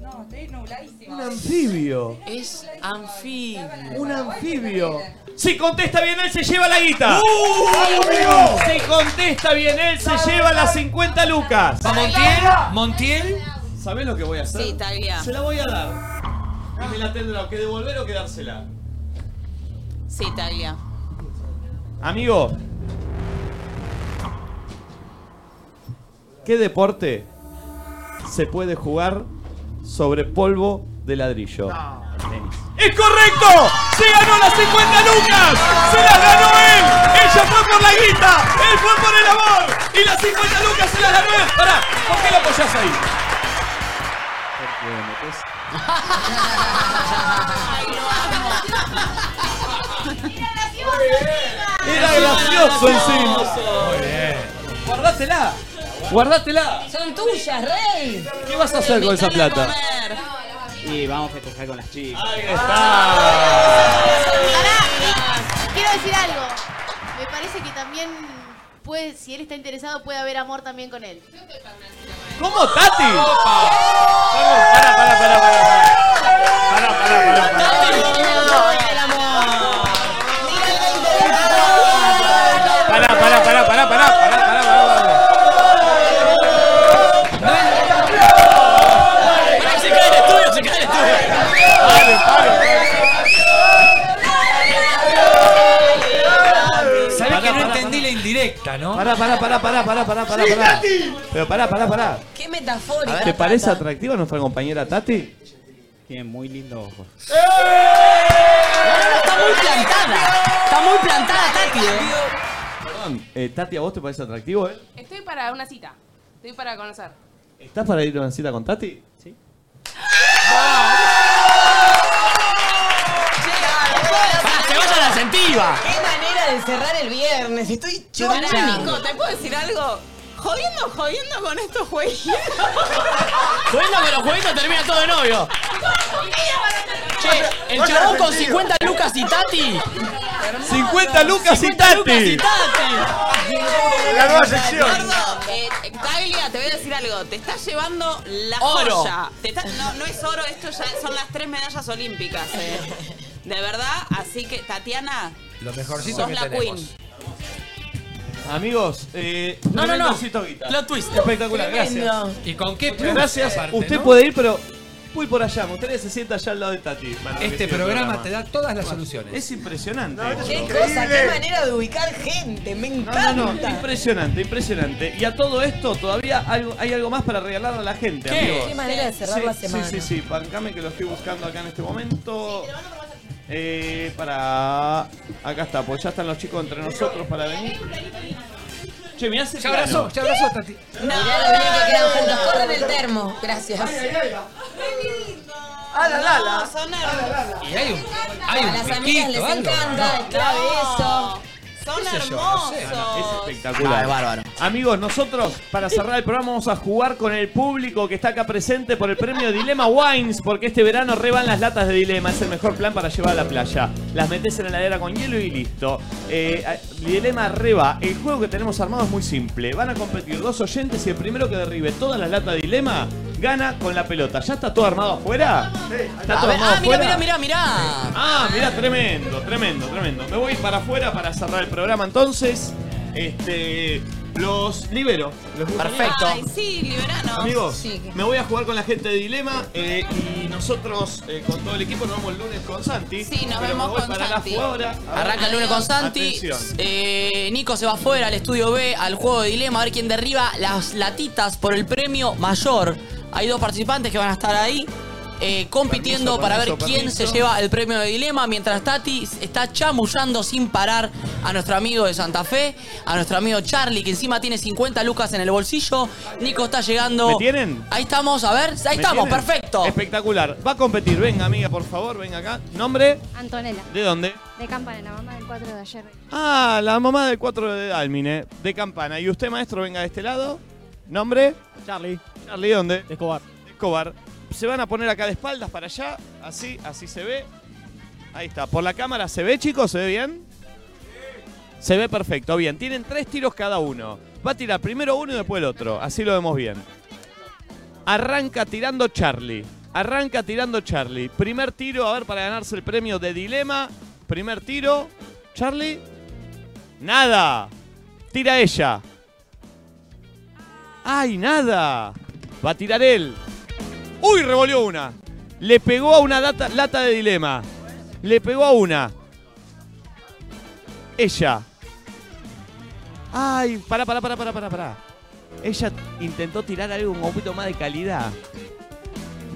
S9: No, estoy nubladísima.
S2: Un anfibio.
S3: Es anfibio.
S2: Un anfibio. Si contesta bien él, se lleva la guita.
S3: ¡Uh!
S2: ¡Vamos, amigo! Si contesta bien él, se lleva las 50 lucas.
S7: ¿Va Montiel? ¿Montiel?
S2: ¿Sabés lo que voy a hacer?
S4: Sí, Taglia.
S2: Se la voy a dar. Y me la tendrá que devolver o quedársela.
S4: Sí, Taglia.
S2: Amigo. ¿Qué deporte se puede jugar sobre polvo de ladrillo? ¡Es correcto! ¡Se ganó las 50 lucas! ¡Se las ganó él! ¡Ella fue por la guita! ¡Él fue por el amor! ¡Y las 50 lucas se las ganó él! ¡Pará! ¿Por qué la apoyás ahí?
S28: Bueno, pues.
S2: Era gracioso encima.
S28: Guardátela. Guardátela.
S5: Son tuyas, rey.
S2: ¿Qué vas a hacer con esa plata?
S28: Y vamos a festejar con las chicas.
S6: Quiero decir algo. Me parece que también puede, si él está interesado, puede haber amor también con él.
S2: ¿Cómo, Tati?
S28: Pará, pará, pará, pará. Pará, pará, pará, pará. Pará, pará, pará, pará, pará, pará, pará, pará.
S3: ¡Se cae el estudio! ¡Se cae el estudio!
S28: Pare, pare.
S7: Sabés que no entendí la indirecta, ¿no?
S2: Pará, pará, pará, pará, pará, pará, pará.
S7: Sí,
S2: pará.
S7: Tati.
S2: Pero pará, pará, pará.
S5: Qué metafórica.
S2: ¿Te parece atractiva nuestra compañera Tati?
S28: Tiene muy lindos ojos.
S3: Está muy plantada. Está muy plantada, Tati. eh.
S2: Perdón, eh, Tati, ¿a vos te parece atractivo? eh?
S29: Estoy para una cita. Estoy para conocer.
S2: ¿Estás para ir a una cita con Tati? Sí.
S3: ¡Se vaya la sentiva!
S5: Qué manera de cerrar el viernes. Estoy
S4: Pará,
S5: chota.
S4: Nico, ¿te puedo decir algo? Jodiendo, jodiendo con estos jueguitos.
S3: Jugando con los jueguitos termina todo de novio. Che, el chabón con 50 lucas y Tati.
S2: 50 lucas y
S3: 50 lucas
S2: Tati.
S3: y Tati.
S2: La nueva sección.
S4: Eduardo, eh, Taglia, te voy a decir algo. Te estás llevando la
S3: Oro.
S4: joya. Te estás- no, no es oro, esto ya son las tres medallas olímpicas. eh. De verdad, así que, Tatiana,
S7: Lo
S4: sos
S7: mejorcito que
S4: la
S7: tenemos.
S4: queen.
S2: Amigos, eh,
S3: No, no, no.
S2: tremendo citoguita.
S3: Plot twist.
S2: Espectacular, gracias.
S7: ¿Y con qué plus,
S2: Gracias.
S7: aparte,
S2: Usted
S7: no?
S2: puede ir, pero voy por allá. Usted se sienta allá al lado de Tati. Manu, que sigue
S7: Este
S2: el
S7: programa te da todas las soluciones.
S2: Es impresionante.
S5: Qué cosa, qué manera de ubicar gente. Me encanta.
S2: No, no, no, impresionante, impresionante. Y a todo esto todavía algo- hay algo más para regalar a la gente,
S5: ¿Qué?
S2: amigos.
S5: Qué manera de cerrar
S2: Sí,
S5: la semana.
S2: Sí, sí, sí, bancame que lo estoy buscando acá en este momento. Eh, para... Acá está, pues ya están los chicos entre nosotros para venir. Che, mirá ese
S7: Ya abrazó,
S2: plano.
S7: ya abrazó, Tati.
S5: Mirá lo bien que quedan juntos. Corran el termo. Gracias.
S7: Ah,
S30: Ala, la, la.
S4: No, son hermosos.
S7: Y hay un, hay
S5: A
S7: un
S5: las
S7: piquito,
S5: amigas les
S7: algo,
S5: encanta
S7: ¿no?
S5: el claveso.
S4: Son
S7: sé yo, no sé.
S4: hermosos.
S2: Espectacular.
S3: Ah, bárbaro.
S2: Amigos, nosotros para cerrar el programa vamos a jugar con el público que está acá presente por el premio Dilema Wines, porque este verano reban las latas de Dilema, es el mejor plan para llevar a la playa. Las metes en la heladera con hielo y listo. Eh, a- Dilema reba, el juego que tenemos armado es muy simple. Van a competir dos oyentes y el primero que derribe todas las latas de Dilema gana con la pelota. ¿Ya está todo armado afuera? ¿Está
S3: A
S2: todo
S3: ver,
S2: armado
S3: ah, mirá,
S2: afuera?
S3: mirá, mirá, mirá.
S2: Ah, mirá, tremendo, tremendo, tremendo. Me voy para afuera para cerrar el programa entonces. Este. Los libero. Los
S3: Perfecto.
S4: Ay, sí, liberanos.
S2: Amigos,
S5: Sí.
S2: me voy a jugar con la gente de Dilema eh, y nosotros eh, con todo el equipo nos vemos el lunes con Santi.
S4: Sí, nos
S2: pero
S4: vemos
S2: me voy
S4: con
S2: para
S4: Santi.
S2: La jugadora. A ver,
S3: Arranca el lunes con Santi.
S2: Atención.
S3: Eh, Nico se va afuera al estudio B, al juego de dilema, a ver quién derriba las latitas por el premio mayor. Hay dos participantes que van a estar ahí. eh, compitiendo
S2: Permiso,
S3: para ver
S2: permiso,
S3: quién se
S2: permiso.
S3: lleva el premio de dilema, mientras Tati está chamullando sin parar a nuestro amigo de Santa Fe, a nuestro amigo Charlie, que encima tiene 50 lucas en el bolsillo. Nico está llegando.
S2: ¿Me tienen?
S3: Ahí estamos, a ver, ahí
S2: ¿Me
S3: estamos,
S2: tienen?
S3: perfecto.
S2: Espectacular. Va a competir. Venga, amiga, por favor, venga acá. ¿Nombre?
S11: Antonella,
S2: ¿De dónde?
S11: de Campana, la mamá del 4 de ayer.
S2: Ah, la mamá del 4 de Almine, de Campana. ¿Y usted, maestro, venga de este lado? ¿Nombre?
S28: Charlie,
S2: Charlie, ¿dónde?
S28: de Escobar.
S2: Escobar. Se van a poner acá de espaldas para allá, así, así se ve. Ahí está. Por la cámara se ve, chicos, ¿se ve bien? Se ve perfecto, bien. Tienen tres tiros cada uno. Va a tirar primero uno y después el otro. Así lo vemos bien. Arranca tirando Charlie. Arranca tirando Charlie. Primer tiro, a ver, para ganarse el premio de Dilema. Primer tiro. Charlie. Nada. Tira ella. ¡Ay, nada! Va a tirar él. ¡Uy, revolvió una! Le pegó a una data- lata de dilema. Le pegó a una. Ella. ¡Ay! Pará, pará, pará, pará, pará, pará. Ella intentó tirar algo un poquito más de calidad.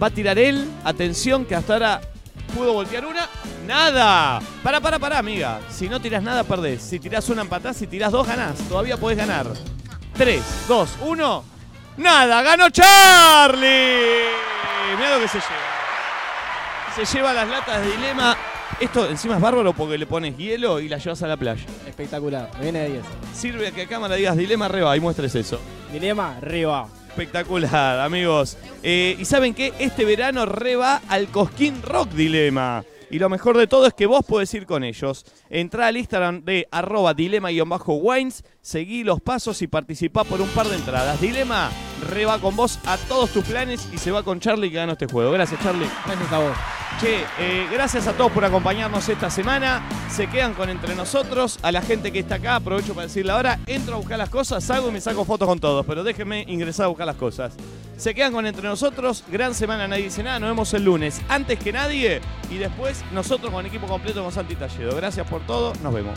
S2: Va a tirar él. Atención, que hasta ahora pudo voltear una. ¡Nada! Pará, pará, pará, amiga. Si no tirás nada, perdés. Si tirás una, empatás. Si tirás dos, ganás. Todavía podés ganar. 3, 2, 1. ¡Nada! ¡Ganó Charlie! que mirá lo que se lleva. Se lleva las latas de dilema. Esto encima es bárbaro porque le pones hielo y la llevas a la playa.
S31: Espectacular, me viene de 10.
S2: Sirve que a cámara digas dilema reba y muestres eso.
S31: Dilema reba.
S2: Espectacular, amigos. Eh, y saben qué, este verano reba al Cosquín Rock Dilema. Y lo mejor de todo es que vos podés ir con ellos. Entrá al Instagram de arroba dilema-wines, seguí los pasos y participá por un par de entradas. Dilema reba con vos a todos tus planes y se va con Charlie que ganó este juego. Gracias, Charlie.
S31: Gracias a vos.
S2: Che, eh, gracias a todos por acompañarnos esta semana. Se quedan con entre nosotros. A la gente que está acá, aprovecho para decirle ahora, entro a buscar las cosas, salgo y me saco fotos con todos, pero déjenme ingresar a buscar las cosas. Se quedan con entre nosotros. Gran semana, nadie dice nada. Nos vemos el lunes, antes que nadie. Y después nosotros con equipo completo con Santi Talledo. Gracias por todo. Nos vemos.